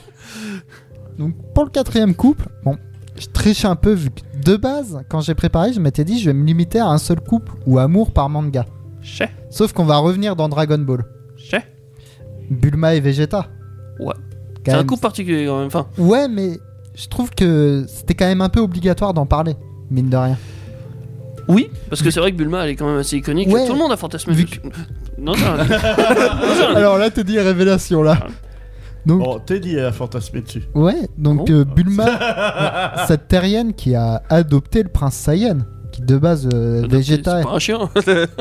[SPEAKER 4] Donc pour le quatrième couple, bon, je triche un peu vu que de base, quand j'ai préparé, je m'étais dit je vais me limiter à un seul couple ou amour par manga.
[SPEAKER 5] Chais,
[SPEAKER 4] Sauf qu'on va revenir dans Dragon Ball.
[SPEAKER 5] chais.
[SPEAKER 4] Bulma et Vegeta.
[SPEAKER 5] Ouais.
[SPEAKER 4] Quand
[SPEAKER 5] C'est un
[SPEAKER 4] même.
[SPEAKER 5] coup particulier quand même. Enfin,
[SPEAKER 4] Ouais, mais je trouve que c'était quand même un peu obligatoire d'en parler, mine de rien.
[SPEAKER 5] oui, parce que c'est vrai que Bulma elle est quand même assez iconique.
[SPEAKER 4] Ouais.
[SPEAKER 5] Tout le monde a fantasmé.
[SPEAKER 4] Vu
[SPEAKER 5] dessus. Non, c'est un- Non, c'est un-
[SPEAKER 4] Alors là, t'es dit révélation
[SPEAKER 5] Ah.
[SPEAKER 4] là. Donc
[SPEAKER 8] Bon, Teddy a fantasmé dessus.
[SPEAKER 4] ouais, donc
[SPEAKER 5] Bon.
[SPEAKER 4] euh, Bulma, ouais, cette terrienne qui a adopté le prince Saiyan, qui de base euh,
[SPEAKER 5] Adopté,
[SPEAKER 4] Vegeta.
[SPEAKER 5] C'est pas un chien.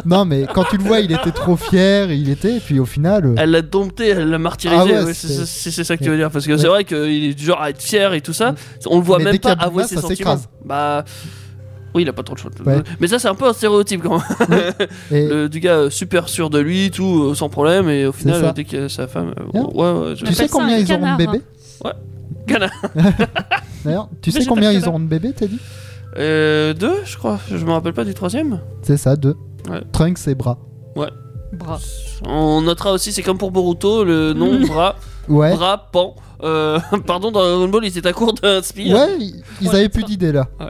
[SPEAKER 4] Non, mais quand tu le vois, il était trop fier, il était, et puis au final. euh,
[SPEAKER 5] Elle l'a dompté, elle l'a martyrisé.
[SPEAKER 4] Ah ouais,
[SPEAKER 5] ouais,
[SPEAKER 4] c'est-
[SPEAKER 5] c'est c'est- c'est ça que tu
[SPEAKER 4] Ouais.
[SPEAKER 5] veux dire. Parce que c'est
[SPEAKER 4] Ouais. Mm.
[SPEAKER 5] vrai qu'il est du genre à être fier et tout ça. On le voit
[SPEAKER 4] Mais
[SPEAKER 5] même
[SPEAKER 4] dès
[SPEAKER 5] pas
[SPEAKER 4] qu'il y a
[SPEAKER 5] avouer
[SPEAKER 4] Bulma,
[SPEAKER 5] ses
[SPEAKER 4] ça
[SPEAKER 5] sentiments.
[SPEAKER 4] s'écrase.
[SPEAKER 5] Bah. Oui, il a pas trop de choix.
[SPEAKER 4] Ouais.
[SPEAKER 5] Mais ça, c'est un peu un stéréotype quand même.
[SPEAKER 4] et-
[SPEAKER 5] Le- du gars euh, super sûr de lui, tout, euh, sans problème. Et au final,
[SPEAKER 4] ça.
[SPEAKER 5] euh, dès qu'il y a sa femme. euh,
[SPEAKER 4] Bien.
[SPEAKER 5] ouais, ouais, je-
[SPEAKER 4] Tu sais
[SPEAKER 1] Appelle ça
[SPEAKER 4] combien
[SPEAKER 1] un
[SPEAKER 4] ils auront
[SPEAKER 1] canard,
[SPEAKER 4] de bébés
[SPEAKER 5] hein. Canard.
[SPEAKER 4] D'ailleurs, tu sais
[SPEAKER 5] Végétal
[SPEAKER 4] combien ils
[SPEAKER 5] canard.
[SPEAKER 4] auront de bébés, t'as dit
[SPEAKER 5] Euh, deux, je crois. Je me rappelle pas du troisième.
[SPEAKER 4] C'est ça, deux.
[SPEAKER 5] Ouais.
[SPEAKER 4] Trunks et Bras.
[SPEAKER 1] Bras.
[SPEAKER 5] On notera aussi, c'est comme pour Boruto, le nom bras,
[SPEAKER 4] Ouais.
[SPEAKER 5] bras, pan. Euh, pardon, dans Dragon Ball, ils étaient à court d'un spire.
[SPEAKER 4] Ouais, ils ils
[SPEAKER 1] Ouais,
[SPEAKER 4] avaient
[SPEAKER 1] c'est
[SPEAKER 4] plus
[SPEAKER 1] ça.
[SPEAKER 4] d'idées là.
[SPEAKER 5] Ouais.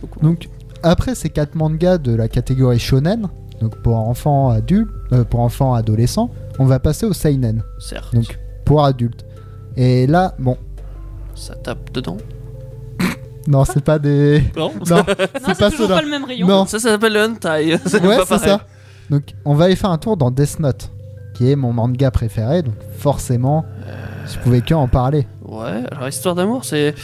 [SPEAKER 5] Donc,
[SPEAKER 4] Donc, après ces quatre mangas de la catégorie shonen, donc pour enfants adultes, euh, pour enfants adolescents, on va passer au seinen,
[SPEAKER 5] Certes,
[SPEAKER 4] donc pour adultes. Et là, bon,
[SPEAKER 5] ça tape dedans.
[SPEAKER 4] non, c'est pas des.
[SPEAKER 5] Non,
[SPEAKER 4] Non,
[SPEAKER 1] Non, c'est
[SPEAKER 4] pas
[SPEAKER 1] toujours
[SPEAKER 4] cela.
[SPEAKER 1] pas le même rayon.
[SPEAKER 4] Non.
[SPEAKER 5] ça, ça s'appelle le hentai. C'est
[SPEAKER 4] ouais,
[SPEAKER 5] pas
[SPEAKER 4] c'est
[SPEAKER 5] pareil.
[SPEAKER 4] ça. Donc, on va aller faire un tour dans Death Note, qui est mon manga préféré, donc forcément,
[SPEAKER 5] Euh,
[SPEAKER 4] je pouvais que en parler.
[SPEAKER 5] Ouais, alors histoire d'amour, c'est.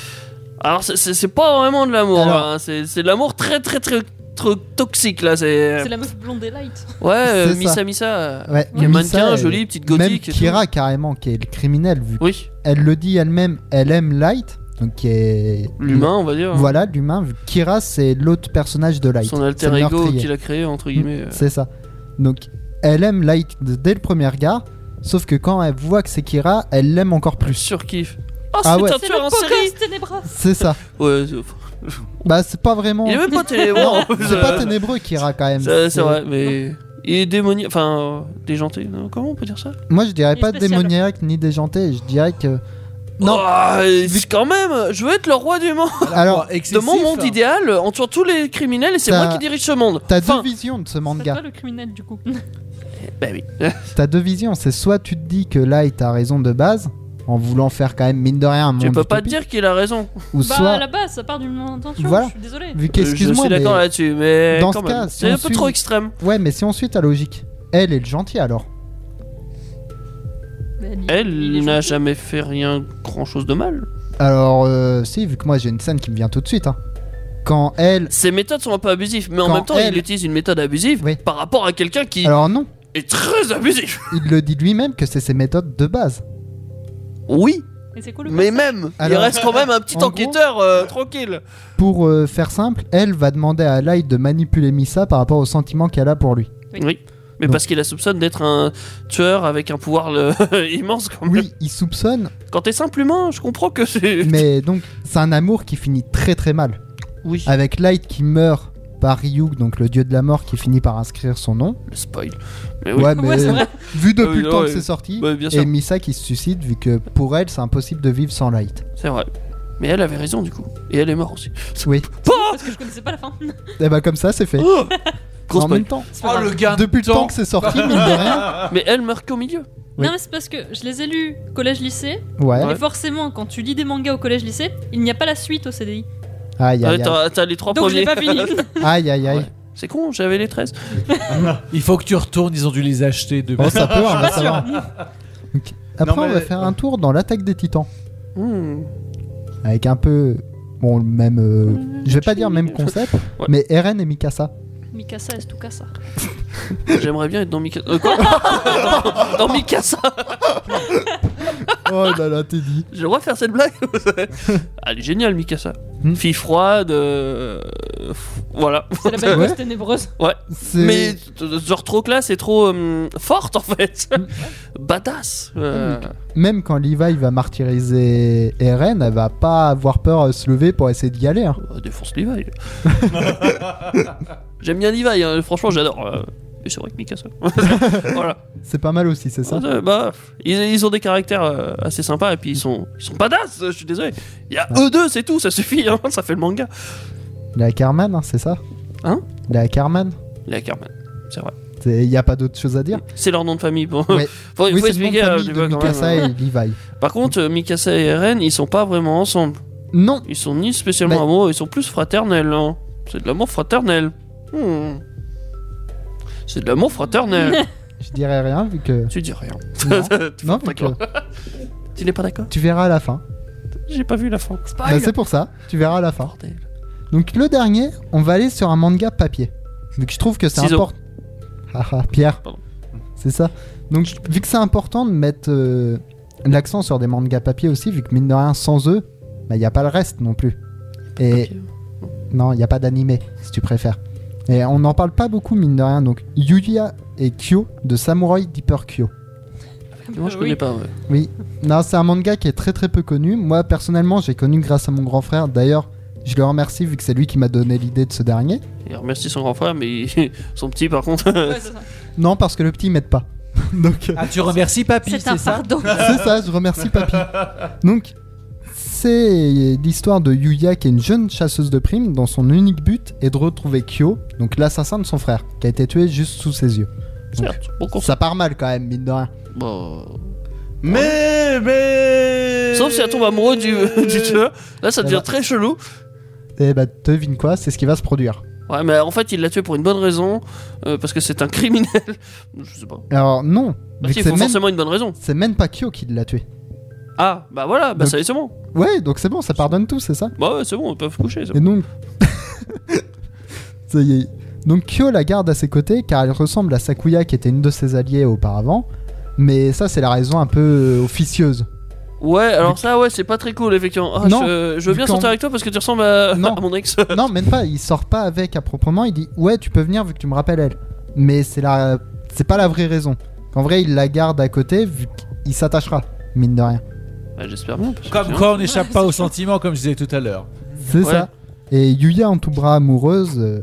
[SPEAKER 5] Alors, c'est- c'est c'est pas vraiment de l'amour,
[SPEAKER 4] Alors-
[SPEAKER 5] hein. c'est c'est de l'amour très, très, très, trop toxique là. C'est.
[SPEAKER 1] C'est la meuf blonde et light.
[SPEAKER 5] Ouais, euh,
[SPEAKER 4] C'est ça.
[SPEAKER 5] Missa Missa.
[SPEAKER 4] Ouais,
[SPEAKER 5] qui est mannequin,
[SPEAKER 4] Misa, elle-
[SPEAKER 5] jolie, petite
[SPEAKER 4] Même
[SPEAKER 5] gothique. et tout.
[SPEAKER 4] Kira, carrément, qui est le criminel, vu
[SPEAKER 5] Oui,
[SPEAKER 4] elle le dit elle-même, elle aime Light, donc qui est.
[SPEAKER 5] l'humain, on va dire.
[SPEAKER 4] Voilà, l'humain. vu que Kira, c'est l'autre personnage de Light.
[SPEAKER 5] Son
[SPEAKER 4] C'est
[SPEAKER 5] alter
[SPEAKER 4] le
[SPEAKER 5] ego
[SPEAKER 4] meurtrier.
[SPEAKER 5] qu'il a créé, entre guillemets. euh.
[SPEAKER 4] C'est ça. Donc, elle aime Light d- dès le premier regard, sauf que quand elle voit que c'est Kira, elle l'aime encore plus.
[SPEAKER 5] Surkiff. Oh,
[SPEAKER 4] Ah
[SPEAKER 5] c'est
[SPEAKER 4] ouais.
[SPEAKER 5] un
[SPEAKER 1] C'est
[SPEAKER 5] tueur
[SPEAKER 1] le
[SPEAKER 5] en série!
[SPEAKER 1] Pocos Ténébras.
[SPEAKER 4] C'est ça.
[SPEAKER 5] Ouais, c'est-
[SPEAKER 4] Bah, c'est pas vraiment.
[SPEAKER 5] Il est même pas
[SPEAKER 4] Non,
[SPEAKER 5] ténébreux.
[SPEAKER 4] c'est pas ténébreux, Kira, quand même.
[SPEAKER 5] C'est c'est vrai, mais. Il est démoniaque. Enfin, euh, déjanté. non, Comment on peut dire ça
[SPEAKER 4] Moi, je dirais
[SPEAKER 1] Il est
[SPEAKER 4] pas
[SPEAKER 1] spécial.
[SPEAKER 4] démoniaque ni déjanté, je dirais que. Non.
[SPEAKER 5] Oh, euh, c'est quand même Je veux être le roi du monde
[SPEAKER 4] Alors,
[SPEAKER 5] De mon monde idéal, euh, entoure tous les criminels et c'est
[SPEAKER 4] T'as-
[SPEAKER 5] moi qui dirige ce monde
[SPEAKER 4] t'as
[SPEAKER 5] Enfin,
[SPEAKER 4] deux visions de ce
[SPEAKER 1] C'est
[SPEAKER 4] manga.
[SPEAKER 1] toi le criminel du coup.
[SPEAKER 5] Bah oui.
[SPEAKER 4] T'as deux visions. C'est soit tu te dis que Light a raison de base, en voulant faire quand même mine de rien un
[SPEAKER 5] Tu
[SPEAKER 4] monde
[SPEAKER 5] peux pas te
[SPEAKER 4] utopique,
[SPEAKER 5] dire qu'il a raison.
[SPEAKER 4] ou
[SPEAKER 1] Bah
[SPEAKER 4] soit.
[SPEAKER 1] à la base, ça part d'une intention.
[SPEAKER 4] Voilà.
[SPEAKER 1] Je suis désolé.
[SPEAKER 4] Vu
[SPEAKER 5] Euh, Je
[SPEAKER 4] qu'excuse-moi,
[SPEAKER 5] suis
[SPEAKER 4] mais...
[SPEAKER 5] d'accord là-dessus, mais
[SPEAKER 4] Dans
[SPEAKER 5] quand
[SPEAKER 4] ce
[SPEAKER 5] même.
[SPEAKER 4] cas, si
[SPEAKER 5] c'est
[SPEAKER 4] on
[SPEAKER 5] un peu
[SPEAKER 4] suit-
[SPEAKER 5] trop extrême.
[SPEAKER 4] Ouais, mais si on suit ta logique, elle est le gentil alors.
[SPEAKER 5] Elle n'a
[SPEAKER 1] n'a
[SPEAKER 5] jamais fait rien grand-chose de mal.
[SPEAKER 4] Alors, euh, si, vu que moi j'ai une scène qui me vient tout de suite. hein. Quand elle.
[SPEAKER 5] Ses méthodes sont un peu abusives, mais en
[SPEAKER 4] Quand
[SPEAKER 5] même temps,
[SPEAKER 4] elle-
[SPEAKER 5] il utilise une méthode abusive
[SPEAKER 4] Oui.
[SPEAKER 5] par rapport à quelqu'un qui
[SPEAKER 4] Alors, non.
[SPEAKER 5] est très abusif.
[SPEAKER 4] Il le dit lui-même que c'est ses méthodes de base.
[SPEAKER 5] Oui,
[SPEAKER 1] Mais c'est cool le
[SPEAKER 5] mais
[SPEAKER 1] concept.
[SPEAKER 5] même,
[SPEAKER 4] Alors,
[SPEAKER 5] il reste quand même un petit
[SPEAKER 4] en
[SPEAKER 5] enquêteur
[SPEAKER 1] Ah,
[SPEAKER 5] euh, tranquille.
[SPEAKER 4] Pour euh, faire simple, elle va demander à Light de manipuler Missa par rapport au sentiment qu'elle a pour lui.
[SPEAKER 1] Oui.
[SPEAKER 5] Oui, mais
[SPEAKER 4] Non.
[SPEAKER 5] parce qu'il la soupçonne d'être un tueur avec un pouvoir le- immense quand même.
[SPEAKER 4] Oui, il soupçonne,
[SPEAKER 5] Quand t'es simple humain, je comprends que c'est.
[SPEAKER 4] mais donc c'est un amour qui finit très très mal.
[SPEAKER 5] Oui,
[SPEAKER 4] Avec Light qui meurt par Ryuk, donc le dieu de la mort qui finit par inscrire son nom.
[SPEAKER 5] le spoil. Mais oui.
[SPEAKER 4] Ouais, mais
[SPEAKER 1] Ouais, c'est vrai.
[SPEAKER 4] vu depuis
[SPEAKER 5] Ah oui,
[SPEAKER 4] le temps
[SPEAKER 5] ouais.
[SPEAKER 4] que c'est sorti,
[SPEAKER 5] Ouais, bien sûr.
[SPEAKER 4] et Missa qui se suicide vu que pour elle c'est impossible de vivre sans Light.
[SPEAKER 5] C'est vrai. Mais elle avait raison du coup. Et elle est morte aussi.
[SPEAKER 4] Oui,
[SPEAKER 1] Parce que je connaissais pas la fin.
[SPEAKER 4] et bah comme ça c'est fait.
[SPEAKER 1] Oh
[SPEAKER 5] Gros
[SPEAKER 4] en
[SPEAKER 5] spoil.
[SPEAKER 4] même temps,
[SPEAKER 1] C'est pas
[SPEAKER 6] Oh
[SPEAKER 1] grave.
[SPEAKER 6] le gars
[SPEAKER 4] depuis le temps que c'est sorti, mine de rien.
[SPEAKER 5] Mais elle meurt qu'au milieu.
[SPEAKER 4] Oui.
[SPEAKER 1] Non, mais c'est parce que je les ai lus collège-lycée.
[SPEAKER 4] Ouais,
[SPEAKER 5] Ouais.
[SPEAKER 1] Et forcément, quand tu lis des mangas au collège-lycée, il n'y a pas la suite au CDI.
[SPEAKER 4] aïe aïe
[SPEAKER 5] Ouais,
[SPEAKER 4] aïe.
[SPEAKER 5] Euh, T'as t'as les trois
[SPEAKER 1] Donc je
[SPEAKER 5] premiers.
[SPEAKER 1] l'ai pas fini.
[SPEAKER 4] Aïe aïe aïe.
[SPEAKER 5] Ouais. C'est con, j'avais les 13.
[SPEAKER 6] Il faut que tu retournes, ils ont dû les acheter depuis.
[SPEAKER 4] Bon, Oh, ça peut, on va
[SPEAKER 1] pas
[SPEAKER 4] savoir. Ok. Après,
[SPEAKER 8] Non, mais-
[SPEAKER 4] on va faire un tour dans l'attaque des titans.
[SPEAKER 5] Hmm.
[SPEAKER 4] Avec un peu. Bon, le même. euh, je vais pas dire même concept,
[SPEAKER 5] Ouais.
[SPEAKER 4] mais Eren et Mikasa.
[SPEAKER 1] Mikasa est tout cassa.
[SPEAKER 5] J'aimerais bien être dans Mikasa. Euh, quoi dans, dans Mikasa
[SPEAKER 4] Oh là là, t'es dit.
[SPEAKER 5] Je dois faire cette blague Elle est géniale, Mikasa.
[SPEAKER 4] Hmm.
[SPEAKER 5] Fille froide. euh, euh, Voilà.
[SPEAKER 1] C'est la belle
[SPEAKER 4] Ouais.
[SPEAKER 1] gosse ténébreuse.
[SPEAKER 4] C'est-
[SPEAKER 5] Mais euh, genre trop classe et trop euh, forte en fait.
[SPEAKER 1] Hmm.
[SPEAKER 5] Badass. Euh,
[SPEAKER 4] Même quand Levi va martyriser Eren, elle va pas avoir peur à se lever pour essayer d'y aller. hein.
[SPEAKER 5] euh, défonce Levi. J'aime bien Levi, hein, franchement j'adore. euh, Mais c'est vrai que Mikasa. voilà.
[SPEAKER 4] C'est pas mal aussi, c'est ça
[SPEAKER 5] Euh, bah, ils, ils ont des caractères euh, assez sympas et puis ils sont, ils sont badass, euh, je suis désolé. Il y a eux deux, c'est tout, ça suffit, hein, ça fait le manga.
[SPEAKER 4] La Carman, hein, c'est ça
[SPEAKER 5] Hein
[SPEAKER 4] La Carman.
[SPEAKER 5] La Carmen, c'est vrai.
[SPEAKER 4] Il y a pas d'autre chose à dire.
[SPEAKER 5] C'est leur nom de famille. Bon.
[SPEAKER 4] Ouais.
[SPEAKER 5] Faut,
[SPEAKER 4] oui,
[SPEAKER 5] faut
[SPEAKER 4] c'est le nom de
[SPEAKER 5] expliquer euh,
[SPEAKER 4] famille
[SPEAKER 5] tu
[SPEAKER 4] de
[SPEAKER 5] vois, quand
[SPEAKER 4] Mikasa
[SPEAKER 5] même,
[SPEAKER 4] et
[SPEAKER 5] euh.
[SPEAKER 4] Levi.
[SPEAKER 5] Par contre, euh, Mikasa et Eren, ils sont pas vraiment ensemble.
[SPEAKER 4] Non,
[SPEAKER 5] Ils sont ni spécialement
[SPEAKER 4] Mais-
[SPEAKER 5] amoureux, ils sont plus fraternels. hein. C'est de l'amour fraternel. Hmm. C'est de l'amour fraternel.
[SPEAKER 4] je dirais rien vu que.
[SPEAKER 5] tu dis rien.
[SPEAKER 4] Non,
[SPEAKER 5] tu
[SPEAKER 4] non,
[SPEAKER 5] pas
[SPEAKER 4] vu
[SPEAKER 5] d'accord.
[SPEAKER 4] que
[SPEAKER 5] Tu n'es pas d'accord
[SPEAKER 4] tu verras à la fin.
[SPEAKER 5] J'ai pas vu la fin.
[SPEAKER 4] Bah, c'est pour ça, tu verras à la fin.
[SPEAKER 5] Bordel.
[SPEAKER 4] Donc le dernier, on va aller sur un manga papier. Donc je trouve que c'est
[SPEAKER 5] Ciseaux.
[SPEAKER 4] important. Ah ah, Pierre.
[SPEAKER 5] Pardon.
[SPEAKER 4] C'est ça. Donc je- vu que c'est important de mettre euh, l'accent sur des mangas papier aussi, vu que mine de rien, sans eux, il n'y a pas le reste non plus. Et
[SPEAKER 5] Papier.
[SPEAKER 4] non, il n'y a pas d'animé, si tu préfères. Et on n'en parle pas beaucoup, mine de rien. Donc Yuya et Kyo de Samurai Deeper Kyo.
[SPEAKER 5] Moi, je
[SPEAKER 1] Euh,
[SPEAKER 5] connais
[SPEAKER 1] oui.
[SPEAKER 5] pas. ouais.
[SPEAKER 4] Non, c'est un manga qui est très très peu connu. Moi personnellement, j'ai connu grâce à mon grand frère. D'ailleurs, je le remercie vu que c'est lui qui m'a donné l'idée de ce dernier.
[SPEAKER 5] Il remercie son grand frère, mais son petit, par contre.
[SPEAKER 1] Ouais, c'est ça.
[SPEAKER 4] Non, parce que le petit m'aide pas. Donc euh,
[SPEAKER 6] Ah, tu remercies papy,
[SPEAKER 1] C'est un
[SPEAKER 6] c'est ça
[SPEAKER 1] fardeau.
[SPEAKER 4] c'est ça, je remercie papy. Donc c'est l'histoire de Yuya qui est une jeune chasseuse de primes dont son unique but est de retrouver Kyo, donc l'assassin de son frère, qui a été tué juste sous ses yeux. Donc,
[SPEAKER 5] Certes, bon concept.
[SPEAKER 4] ça part mal quand même, mine de rien.
[SPEAKER 5] Bon.
[SPEAKER 8] Mais, mais.
[SPEAKER 5] Sauf si elle tombe amoureuse du, du tueur. Là, ça
[SPEAKER 4] Ça
[SPEAKER 5] devient
[SPEAKER 4] va.
[SPEAKER 5] très chelou.
[SPEAKER 4] Et bah devine quoi, c'est ce qui va se produire.
[SPEAKER 5] Ouais, mais en fait, il l'a tué pour une bonne raison. euh, parce que c'est un criminel. je sais pas.
[SPEAKER 4] Alors non, vu
[SPEAKER 5] Bah, si,
[SPEAKER 4] que
[SPEAKER 5] il
[SPEAKER 4] c'est
[SPEAKER 5] faut
[SPEAKER 4] même,
[SPEAKER 5] forcément une bonne raison.
[SPEAKER 4] c'est même pas Kyo qui l'a tué.
[SPEAKER 5] Ah, bah voilà, bah
[SPEAKER 4] Donc-
[SPEAKER 5] ça y est, c'est bon.
[SPEAKER 4] Ouais, donc c'est bon, ça pardonne tout, c'est ça
[SPEAKER 5] Bah ouais, c'est bon, ils peuvent coucher. c'est
[SPEAKER 4] Et
[SPEAKER 5] bon.
[SPEAKER 4] donc. Ça y est. Donc Kyo la garde à ses côtés car elle ressemble à Sakuya qui était une de ses alliées auparavant. Mais ça, c'est la raison un peu euh, officieuse.
[SPEAKER 5] Ouais, alors ça, ouais, c'est pas très cool, effectivement. Ah,
[SPEAKER 4] Non,
[SPEAKER 5] je, je veux
[SPEAKER 4] vu
[SPEAKER 5] bien
[SPEAKER 4] qu'en-
[SPEAKER 5] sortir avec toi parce que tu ressembles à,
[SPEAKER 4] Non.
[SPEAKER 5] à mon ex.
[SPEAKER 4] non, même pas, il sort pas avec à proprement. Il dit Ouais, tu peux venir vu que tu me rappelles elle. Mais c'est la... c'est pas la vraie raison. En vrai, il la garde à côté vu qu'il s'attachera, mine de rien.
[SPEAKER 5] Bah, J'espère bien. parce que
[SPEAKER 6] Comme
[SPEAKER 5] sinon-
[SPEAKER 6] quoi, on n'échappe pas aux sentiments, comme je disais tout à l'heure.
[SPEAKER 4] C'est
[SPEAKER 5] Ouais.
[SPEAKER 4] ça. Et Yuya en tout bras amoureuse, euh,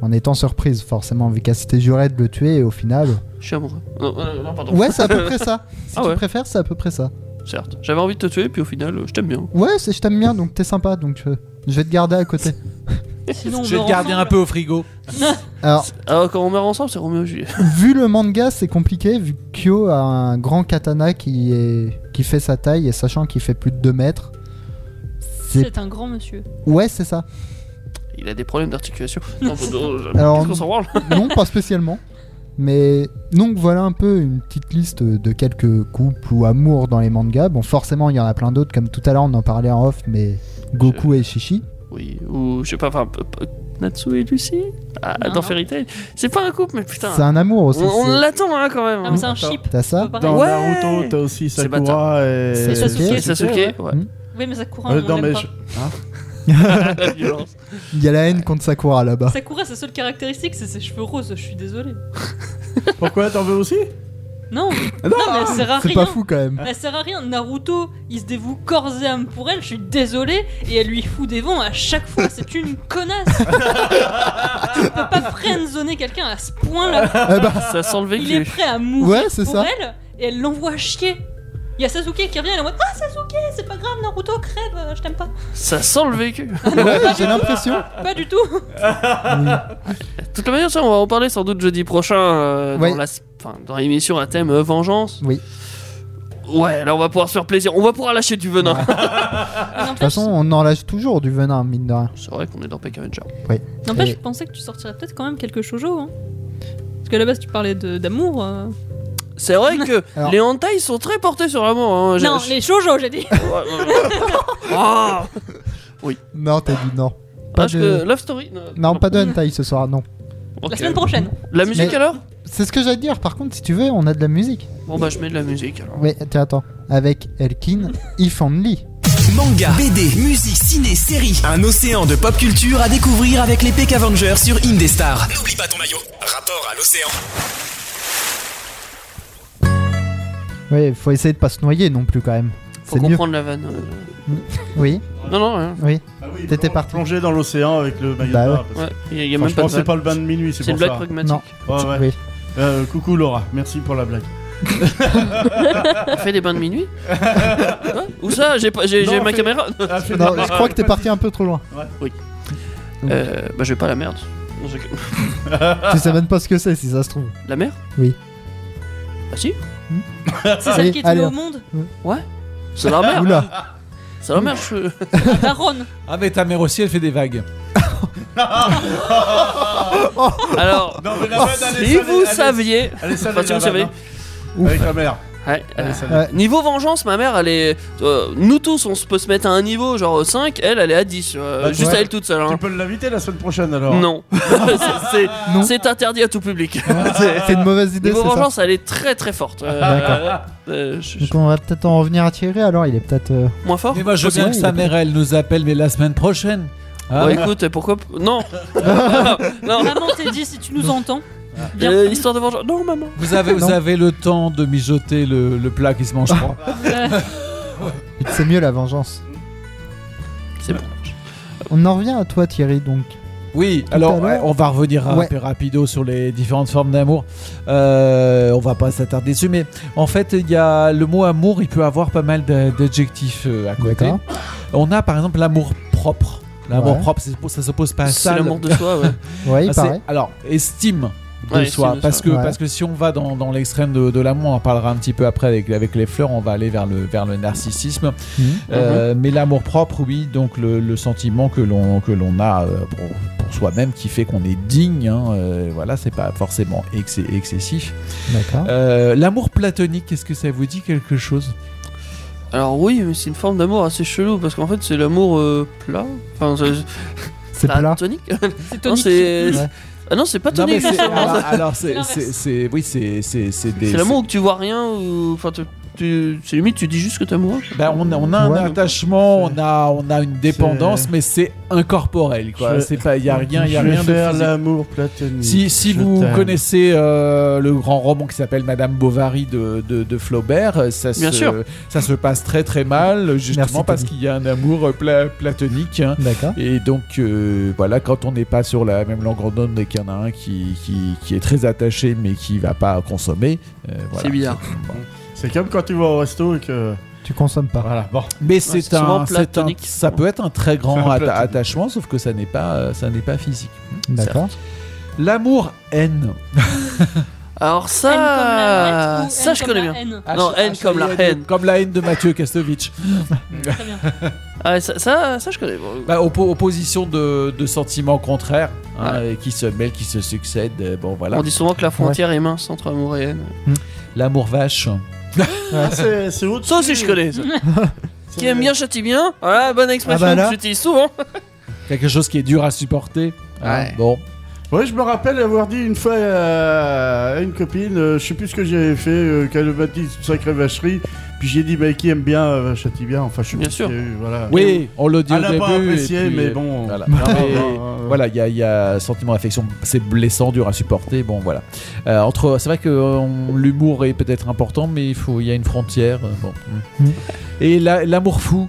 [SPEAKER 4] en étant surprise forcément, vu qu'elle s'était jurée de le tuer et au final.
[SPEAKER 5] Je suis amoureux. Non, euh, non, pardon.
[SPEAKER 4] Ouais, c'est à peu près ça. Si
[SPEAKER 5] Ah
[SPEAKER 4] tu
[SPEAKER 5] ouais.
[SPEAKER 4] préfères, c'est à peu près ça.
[SPEAKER 5] Certes, j'avais envie de te tuer, puis au final, euh, je t'aime bien.
[SPEAKER 4] Ouais, c'est- je t'aime bien, donc t'es sympa, donc je, je vais te garder à côté.
[SPEAKER 1] Sinon, on
[SPEAKER 6] Je vais
[SPEAKER 1] meurt
[SPEAKER 6] te garder un
[SPEAKER 1] ensemble.
[SPEAKER 6] peu au frigo.
[SPEAKER 4] Alors,
[SPEAKER 5] Alors, Ah, quand on meurt ensemble, c'est Roméo et Juliette.
[SPEAKER 4] vu le manga, c'est compliqué, vu que Kyo a un grand katana qui, est, qui fait sa taille, et sachant qu'il fait plus de 2 mètres. c'est-
[SPEAKER 1] C'est un grand monsieur.
[SPEAKER 4] Ouais, c'est ça.
[SPEAKER 5] Il a des problèmes d'articulation. Non, non, non,
[SPEAKER 4] Alors-
[SPEAKER 5] qu'est-ce qu'on s'en branle
[SPEAKER 4] Non, pas spécialement. Mais donc voilà un peu une petite liste de quelques couples ou amours dans les mangas. Bon, forcément, il y en a plein d'autres, comme tout à l'heure, on en parlait en off, mais Goku et Shishi.
[SPEAKER 5] Oui, ou je sais pas, enfin, p- p- Natsu et Lucie Ah,
[SPEAKER 1] Non,
[SPEAKER 5] Dans
[SPEAKER 1] non.
[SPEAKER 5] Fairy Tail. C'est pas un couple, mais putain.
[SPEAKER 4] C'est un amour
[SPEAKER 5] On,
[SPEAKER 4] aussi.
[SPEAKER 5] on
[SPEAKER 4] c'est-
[SPEAKER 5] l'attend hein, quand même.
[SPEAKER 1] Ah, mais c'est un
[SPEAKER 8] Attends.
[SPEAKER 1] chip.
[SPEAKER 4] T'as ça
[SPEAKER 1] c'est pas pareil.
[SPEAKER 8] Dans
[SPEAKER 5] Ouais.
[SPEAKER 8] Naruto, t'as aussi
[SPEAKER 5] C'est
[SPEAKER 8] Sakura et.
[SPEAKER 1] C'est Sasuke.
[SPEAKER 8] Ouais,
[SPEAKER 5] Et Sasuke, ouais.
[SPEAKER 1] Oui, mais Sakura,
[SPEAKER 8] Euh,
[SPEAKER 1] on
[SPEAKER 8] non,
[SPEAKER 1] l'aime
[SPEAKER 8] mais.
[SPEAKER 1] pas.
[SPEAKER 8] je- Hein
[SPEAKER 5] La violence.
[SPEAKER 4] Il y a la haine contre Sakura là-bas.
[SPEAKER 1] Sakura, sa seule caractéristique, c'est ses cheveux roses. Je suis désolée.
[SPEAKER 8] Pourquoi t'en veux aussi
[SPEAKER 1] Non,
[SPEAKER 8] Non,
[SPEAKER 1] non, mais elle sert à
[SPEAKER 4] C'est
[SPEAKER 1] rien.
[SPEAKER 4] pas fou quand même.
[SPEAKER 1] Elle Bah, sert à rien. Naruto, il se dévoue corps et âme pour elle. Je suis désolée. Et elle lui fout des vents à chaque fois. C'est une connasse. tu peux pas friendzoner quelqu'un à ce point-là.
[SPEAKER 4] Eh ben,
[SPEAKER 5] Ça sent le
[SPEAKER 1] Il est
[SPEAKER 5] vécu.
[SPEAKER 1] prêt à mourir
[SPEAKER 4] ouais, c'est
[SPEAKER 1] pour
[SPEAKER 4] ça.
[SPEAKER 1] elle et elle l'envoie chier. Il y a Sasuke qui revient, elle est en mode Ah Sasuke, c'est pas grave, Naruto crève, euh, je t'aime pas.
[SPEAKER 5] Ça sent le vécu.
[SPEAKER 4] Ouais, j'ai l'impression.
[SPEAKER 1] Pas du tout.
[SPEAKER 5] De toute manière, ça, on va en parler sans doute jeudi prochain euh,
[SPEAKER 4] Ouais.
[SPEAKER 5] dans, la, enfin, dans l'émission à thème euh, vengeance.
[SPEAKER 4] Oui.
[SPEAKER 5] Ouais, là on va pouvoir se faire plaisir. On va pouvoir lâcher du venin.
[SPEAKER 4] De toute façon, on en lâche toujours du venin, mine de rien.
[SPEAKER 5] C'est vrai qu'on est dans Peck Avenger.
[SPEAKER 1] N'empêche,
[SPEAKER 4] Et-
[SPEAKER 1] je pensais que tu sortirais peut-être quand même quelque shoujo. Hein. Parce que à la base, tu parlais de- d'amour. euh.
[SPEAKER 5] C'est vrai que
[SPEAKER 4] Alors-
[SPEAKER 5] les hentai sont très portés sur l'amour. Hein. J'ai-
[SPEAKER 1] Non,
[SPEAKER 5] j'ai-
[SPEAKER 1] les shoujo, j'ai dit.
[SPEAKER 5] Ah
[SPEAKER 4] Non, t'as dit non. Pas
[SPEAKER 5] Parce
[SPEAKER 4] de-
[SPEAKER 5] que Love Story. non,
[SPEAKER 4] Non, pas de hentai ce soir, non.
[SPEAKER 5] ok.
[SPEAKER 1] La semaine prochaine.
[SPEAKER 5] La musique
[SPEAKER 4] Mais-
[SPEAKER 5] alors
[SPEAKER 4] C'est ce que j'allais dire, par contre, si tu veux, on a de la musique.
[SPEAKER 5] Bon bah je mets de la musique alors.
[SPEAKER 4] Oui, tiens, attends. Avec Elkin, If Only.
[SPEAKER 3] Manga, BD, musique, ciné, série. Un océan de pop culture à découvrir avec les Peck Avengers sur Indestar. N'oublie pas ton maillot. Rapport à l'océan.
[SPEAKER 4] Oui, faut essayer de pas se noyer non plus quand même.
[SPEAKER 5] Faut
[SPEAKER 4] C'est mieux.
[SPEAKER 5] comprendre la vanne. euh.
[SPEAKER 4] Oui,
[SPEAKER 5] Non, non, rien.
[SPEAKER 4] oui.
[SPEAKER 8] Ah oui,
[SPEAKER 4] T'étais
[SPEAKER 8] plong-
[SPEAKER 4] parti.
[SPEAKER 8] Plonger dans l'océan avec le maillot
[SPEAKER 4] Bah
[SPEAKER 8] de
[SPEAKER 4] ouais.
[SPEAKER 8] bain. parce que-
[SPEAKER 5] Ouais, il y a- il y a même pas
[SPEAKER 8] Franchement,
[SPEAKER 5] de
[SPEAKER 8] c'est
[SPEAKER 5] vanne.
[SPEAKER 8] pas le bain de minuit, c'est
[SPEAKER 5] C'est une
[SPEAKER 8] pour
[SPEAKER 5] blague
[SPEAKER 8] ça.
[SPEAKER 5] pragmatique.
[SPEAKER 4] Non.
[SPEAKER 8] Ouais, ouais.
[SPEAKER 4] Oui.
[SPEAKER 8] Euh, coucou Laura, merci pour la blague.
[SPEAKER 5] On fait des bains de minuit Hein Où ça J'ai pas- j'ai-
[SPEAKER 8] Non,
[SPEAKER 5] j'ai
[SPEAKER 8] on
[SPEAKER 5] ma
[SPEAKER 8] fait-
[SPEAKER 5] caméra
[SPEAKER 8] Ah,
[SPEAKER 4] Non, je crois que t'es parti un peu trop loin. Mmh.
[SPEAKER 5] Euh, Bah je vais pas à la merde. Non, j'ai-
[SPEAKER 4] Tu sais même pas ce que c'est si ça se trouve.
[SPEAKER 5] La mer
[SPEAKER 4] Oui.
[SPEAKER 5] Bah si,
[SPEAKER 1] C'est celle
[SPEAKER 4] Ah Oui,
[SPEAKER 1] qui est
[SPEAKER 4] allez.
[SPEAKER 1] tenue au monde.
[SPEAKER 5] c'est la mer.
[SPEAKER 4] Oula.
[SPEAKER 5] C'est la mer. je-
[SPEAKER 1] La baronne.
[SPEAKER 6] Ah, mais ta mère aussi, elle fait des vagues.
[SPEAKER 5] Alors,
[SPEAKER 8] Non, mais la vanne, elle est
[SPEAKER 5] si
[SPEAKER 8] salée,
[SPEAKER 5] vous
[SPEAKER 8] elle est-
[SPEAKER 5] saviez,
[SPEAKER 8] Elle est salée,
[SPEAKER 5] Enfin, si
[SPEAKER 8] la
[SPEAKER 5] vous savez.
[SPEAKER 8] vanne, hein. Avec la mère.
[SPEAKER 5] Ouais,
[SPEAKER 8] Elle est
[SPEAKER 5] euh,
[SPEAKER 8] salée.
[SPEAKER 4] Ouais.
[SPEAKER 5] niveau vengeance, ma mère, elle est. euh, nous tous, on se peut se mettre à un niveau, genre 5, elle, elle est à 10. euh,
[SPEAKER 8] Bah, tu
[SPEAKER 5] juste
[SPEAKER 8] vois.
[SPEAKER 5] à elle toute seule. hein.
[SPEAKER 8] Tu peux l'inviter la semaine prochaine alors
[SPEAKER 5] Non. C'est- c'est-
[SPEAKER 4] Non. Ah,
[SPEAKER 5] C'est interdit à tout public. Ah,
[SPEAKER 4] C'est c'est une mauvaise idée,
[SPEAKER 5] Niveau
[SPEAKER 4] c'est ça.
[SPEAKER 5] vengeance, elle est très très forte. Euh,
[SPEAKER 4] D'accord.
[SPEAKER 5] euh, je-
[SPEAKER 4] Donc on va peut-être en revenir à Thierry alors, il est peut-être. euh,
[SPEAKER 5] moins fort
[SPEAKER 6] Mais moi, je veux
[SPEAKER 4] Possible,
[SPEAKER 6] bien que
[SPEAKER 4] il
[SPEAKER 6] sa
[SPEAKER 4] est
[SPEAKER 6] mère, elle nous appelle, mais la semaine prochaine. Ah,
[SPEAKER 5] Bon, Bah, écoute, pourquoi. p- Non Non
[SPEAKER 1] Maman, t'es dit si tu nous entends. Viens.
[SPEAKER 5] Euh, Histoire de vengeance. Non, maman
[SPEAKER 6] Vous avez, vous
[SPEAKER 4] Non.
[SPEAKER 6] avez le temps de mijoter le, le plat qui se mange froid.
[SPEAKER 1] Euh,
[SPEAKER 4] C'est mieux la vengeance.
[SPEAKER 5] C'est bon.
[SPEAKER 4] On en revient à toi Thierry donc.
[SPEAKER 6] Oui,
[SPEAKER 4] à
[SPEAKER 6] alors
[SPEAKER 4] l'heure.
[SPEAKER 6] on va revenir un
[SPEAKER 4] Ouais.
[SPEAKER 6] peu rapido sur les différentes formes d'amour. Euh, on va pas s'attarder dessus, mais en fait, il y a le mot amour, il peut avoir pas mal d'a- d'adjectifs euh, à côté.
[SPEAKER 4] D'accord.
[SPEAKER 6] On a par exemple l'amour propre. L'amour
[SPEAKER 4] Ouais.
[SPEAKER 6] propre, c'est- ça s'oppose pas à
[SPEAKER 5] C'est
[SPEAKER 6] ça.
[SPEAKER 5] l'amour de soi, ouais.
[SPEAKER 4] Ouais, il
[SPEAKER 6] Ah, c'est-
[SPEAKER 4] paraît.
[SPEAKER 6] Alors, estime de
[SPEAKER 5] Ouais,
[SPEAKER 6] soi.
[SPEAKER 5] estime de
[SPEAKER 6] parce,
[SPEAKER 5] soi.
[SPEAKER 6] Que,
[SPEAKER 4] Ouais.
[SPEAKER 6] parce que si on va dans, dans l'extrême de, de l'amour, on en parlera un petit peu après avec, avec les fleurs, on va aller vers le, vers le narcissisme.
[SPEAKER 4] Hmm,
[SPEAKER 6] Euh,
[SPEAKER 8] Mhm.
[SPEAKER 6] Mais l'amour propre, oui, donc le, le sentiment que l'on que l'on a euh, pour, pour soi-même qui fait qu'on est digne. hein, euh, voilà, c'est pas forcément ex- excessif.
[SPEAKER 4] D'accord.
[SPEAKER 6] Euh, l'amour platonique, est-ce que ça vous dit quelque chose
[SPEAKER 5] Alors, oui, mais c'est une forme d'amour assez chelou parce qu'en fait, c'est l'amour euh, plat. Enfin, c'est-
[SPEAKER 4] C'est
[SPEAKER 5] plat-
[SPEAKER 4] pas là.
[SPEAKER 5] tonique
[SPEAKER 1] C'est
[SPEAKER 5] Non,
[SPEAKER 1] tonique.
[SPEAKER 5] c'est.
[SPEAKER 4] Ouais.
[SPEAKER 5] Ah non, c'est pas
[SPEAKER 6] Non, mais
[SPEAKER 5] tonique.
[SPEAKER 6] c'est,
[SPEAKER 5] c'est-
[SPEAKER 6] alors, alors, c'est,
[SPEAKER 1] l'inverse.
[SPEAKER 6] c'est- c'est- oui, c'est, c'est, c'est des.
[SPEAKER 5] C'est l'amour où tu vois rien ou. Enfin, tu- tu- c'est limite, tu dis juste que t'es amoureux.
[SPEAKER 6] Ben, on, a- on a
[SPEAKER 4] Ouais.
[SPEAKER 6] un attachement, on a, on a une dépendance,
[SPEAKER 8] C'est-
[SPEAKER 6] mais c'est incorporel. Quoi.
[SPEAKER 8] Je-
[SPEAKER 6] C'est pas, il
[SPEAKER 8] Eh
[SPEAKER 6] y a rien, il y a
[SPEAKER 8] Je vais
[SPEAKER 6] rien de
[SPEAKER 8] faire
[SPEAKER 6] physique.
[SPEAKER 8] l'amour platonique.
[SPEAKER 6] Si, si
[SPEAKER 8] Hmm, Je
[SPEAKER 6] vous
[SPEAKER 8] t'aime.
[SPEAKER 6] connaissez euh, le grand roman qui s'appelle Madame Bovary de, de, de Flaubert, euh, ça
[SPEAKER 5] Bien
[SPEAKER 6] se,
[SPEAKER 5] sûr.
[SPEAKER 6] ça se passe très très mal, justement
[SPEAKER 4] Merci,
[SPEAKER 6] parce
[SPEAKER 4] Tony.
[SPEAKER 6] qu'il y a un amour euh, pla- platonique. hein.
[SPEAKER 4] D'accord.
[SPEAKER 6] Et donc, euh, voilà, quand on n'est pas sur la même langue en onde et qu'il y en a un qui, qui, qui est très attaché mais qui va pas consommer, euh, voilà.
[SPEAKER 5] C'est bizarre.
[SPEAKER 8] C'est comme quand tu vas au resto et que.
[SPEAKER 4] Tu consommes pas.
[SPEAKER 8] Voilà, bon.
[SPEAKER 6] Mais c'est
[SPEAKER 5] c'est souvent
[SPEAKER 6] un, c'est un-
[SPEAKER 5] platonique.
[SPEAKER 6] ça peut être un très grand
[SPEAKER 8] C'est un
[SPEAKER 6] atta-
[SPEAKER 8] platonique.
[SPEAKER 6] attachement, sauf que ça n'est pas, euh, ça n'est pas physique.
[SPEAKER 4] D'accord.
[SPEAKER 6] L'amour haine.
[SPEAKER 5] Alors,
[SPEAKER 1] N comme la lettre
[SPEAKER 5] ça.
[SPEAKER 1] ou
[SPEAKER 5] Ça,
[SPEAKER 1] N
[SPEAKER 5] je
[SPEAKER 1] comme
[SPEAKER 5] connais
[SPEAKER 1] la
[SPEAKER 5] bien.
[SPEAKER 1] N
[SPEAKER 5] Non, haine comme
[SPEAKER 8] E.
[SPEAKER 5] la haine.
[SPEAKER 6] Comme la haine de Mathieu Kastovitch.
[SPEAKER 1] Très bien.
[SPEAKER 5] Ah, ouais, ça, ça, ça, je connais. Bon,
[SPEAKER 6] Bah, oppo- opposition de, de sentiments contraires hein,
[SPEAKER 5] Ah Ouais.
[SPEAKER 6] et qui se mêlent, qui se succèdent. euh, Bon voilà.
[SPEAKER 5] On dit souvent que la frontière est mince entre amour et haine.
[SPEAKER 6] L'amour vache.
[SPEAKER 8] Ah, c'est c'est autre.
[SPEAKER 5] Ça aussi, je connais. Ça. Qui aime bien châtie bien. Voilà, bonne expression
[SPEAKER 4] Ah bah là.
[SPEAKER 5] que j'utilise souvent.
[SPEAKER 6] Quelque chose qui est dur à supporter. Hein,
[SPEAKER 5] Ouais.
[SPEAKER 6] Bon,
[SPEAKER 8] Ouais, je me rappelle avoir dit une fois à une copine, euh, je sais plus ce que j'avais fait, euh, qu'elle m'a dit une sacrée vacherie. Puis j'ai dit, bah, qui aime bien, euh, châtie bien. Enfin, je sais
[SPEAKER 5] Bien
[SPEAKER 8] plus ce
[SPEAKER 5] sûr.
[SPEAKER 8] qu'il y a eu, voilà.
[SPEAKER 6] oui, on le dit
[SPEAKER 8] Elle
[SPEAKER 6] au
[SPEAKER 8] a
[SPEAKER 6] début.
[SPEAKER 8] pas apprécié,
[SPEAKER 6] et puis,
[SPEAKER 8] mais
[SPEAKER 6] euh,
[SPEAKER 8] bon. Ah,
[SPEAKER 6] Voilà,
[SPEAKER 8] Non,
[SPEAKER 6] Non, mais-
[SPEAKER 8] non, non, non.
[SPEAKER 6] voilà, il y a, il y a sentiment d'affection, c'est blessant, dur à supporter. Bon, voilà. Euh, entre, c'est vrai que euh, on- l'humour est peut-être important, mais il faut, il y a une frontière. euh, bon.
[SPEAKER 8] Mm.
[SPEAKER 4] Mhm.
[SPEAKER 6] Et la- l'amour fou.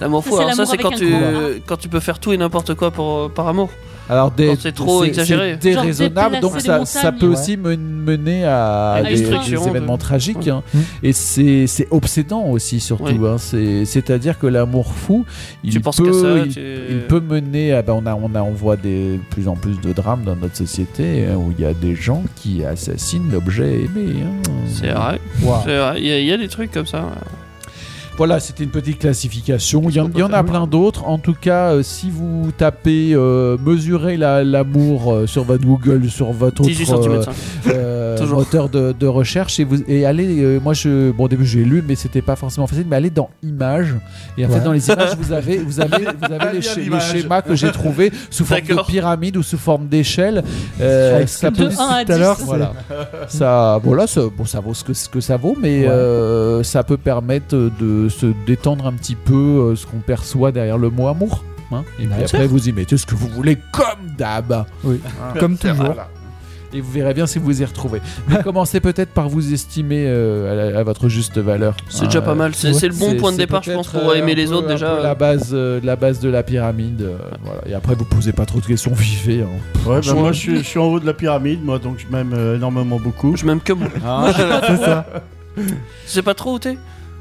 [SPEAKER 5] L'amour fou,
[SPEAKER 1] C'est
[SPEAKER 5] alors ça
[SPEAKER 1] l'amour
[SPEAKER 5] c'est quand
[SPEAKER 1] avec un
[SPEAKER 5] tu,
[SPEAKER 1] gros
[SPEAKER 5] quand tu peux faire tout et n'importe quoi pour, euh, par amour.
[SPEAKER 6] Alors, des-
[SPEAKER 5] Quand c'est trop exagéré.
[SPEAKER 6] c'est
[SPEAKER 1] Genre
[SPEAKER 6] déraisonnable,
[SPEAKER 1] déplacer
[SPEAKER 6] donc
[SPEAKER 1] des
[SPEAKER 6] ça, ça
[SPEAKER 1] montagnes.
[SPEAKER 6] peut
[SPEAKER 4] Ouais.
[SPEAKER 6] aussi men- mener à,
[SPEAKER 5] À
[SPEAKER 1] une
[SPEAKER 6] des,
[SPEAKER 1] destruction
[SPEAKER 6] des
[SPEAKER 5] de-
[SPEAKER 6] événements tragiques.
[SPEAKER 5] Ouais.
[SPEAKER 6] hein.
[SPEAKER 4] Mhm.
[SPEAKER 6] Et c'est c'est obsédant aussi, surtout.
[SPEAKER 5] Oui.
[SPEAKER 6] hein. C'est- C'est-à-dire que l'amour fou, il
[SPEAKER 5] tu penses
[SPEAKER 6] peut,
[SPEAKER 5] qu'à ça.
[SPEAKER 6] il
[SPEAKER 5] tu-
[SPEAKER 6] Il peut mener à. bah, on, a, on, a, on voit de plus en plus de drames dans notre société hein, où il y a des gens qui assassinent l'objet aimé. hein.
[SPEAKER 5] C'est vrai.
[SPEAKER 4] Waouh.
[SPEAKER 5] c'est vrai. Il y, a- il y a des trucs comme ça.
[SPEAKER 6] Voilà, c'était une petite classification. Il y, en-
[SPEAKER 5] Qu'est-ce qu'on
[SPEAKER 6] il y en
[SPEAKER 5] peut faire
[SPEAKER 6] a plein d'autres. En tout cas, euh, si vous tapez euh, mesurer la- l'amour euh, sur votre Google, sur votre autre,
[SPEAKER 5] 18 cm.
[SPEAKER 6] euh,
[SPEAKER 5] Toujours.
[SPEAKER 6] moteur de, de recherche, et, vous, et allez. euh, moi, je, bon, au début, j'ai lu, mais c'était pas forcément facile. Mais allez dans images. Et en
[SPEAKER 4] Ouais.
[SPEAKER 6] fait, dans les images, vous avez, vous avez, vous avez les,
[SPEAKER 8] Allez à
[SPEAKER 6] sché- les
[SPEAKER 8] l'image.
[SPEAKER 6] schémas que j'ai trouvés sous forme de
[SPEAKER 5] D'accord.
[SPEAKER 6] pyramide ou sous forme d'échelle. Euh,
[SPEAKER 4] Avec
[SPEAKER 6] ça
[SPEAKER 4] ce que
[SPEAKER 6] peut
[SPEAKER 4] tu dis
[SPEAKER 1] De un à
[SPEAKER 4] tout à l'heure,
[SPEAKER 1] dix.
[SPEAKER 6] voilà. ça, voilà, ça, bon, ça vaut ce que, ce que ça vaut, mais
[SPEAKER 4] Ouais.
[SPEAKER 6] euh, ça peut permettre de se détendre un petit peu euh, ce qu'on perçoit derrière le mot amour. hein. Et puis
[SPEAKER 4] Bien
[SPEAKER 6] après, vous y mettez ce que vous voulez, comme d'hab.
[SPEAKER 4] Comme toujours.
[SPEAKER 8] Voilà.
[SPEAKER 6] Et vous verrez bien si vous y retrouvez. Mais commencez peut-être par vous estimer euh, à, la- à votre juste valeur.
[SPEAKER 5] C'est
[SPEAKER 6] Hein,
[SPEAKER 5] déjà pas
[SPEAKER 6] euh,
[SPEAKER 5] mal. C'est c'est le bon
[SPEAKER 6] c'est-
[SPEAKER 5] point de
[SPEAKER 6] c'est
[SPEAKER 5] départ, je pense,
[SPEAKER 6] peut-être,
[SPEAKER 5] pour
[SPEAKER 6] euh,
[SPEAKER 5] aimer
[SPEAKER 6] un
[SPEAKER 5] les
[SPEAKER 6] peu-
[SPEAKER 5] autres
[SPEAKER 6] un peu
[SPEAKER 5] déjà.
[SPEAKER 6] La base, euh, la base de la pyramide. euh, voilà. Et après, vous posez pas trop de questions, vivez. hein.
[SPEAKER 8] Ouais, bah, moi, je suis, je suis en haut de la pyramide, moi, donc je m'aime euh, énormément beaucoup.
[SPEAKER 5] Je m'aime que moi.
[SPEAKER 6] Ah,
[SPEAKER 8] Hein
[SPEAKER 4] C'est ça.
[SPEAKER 5] Je sais pas trop où t'es.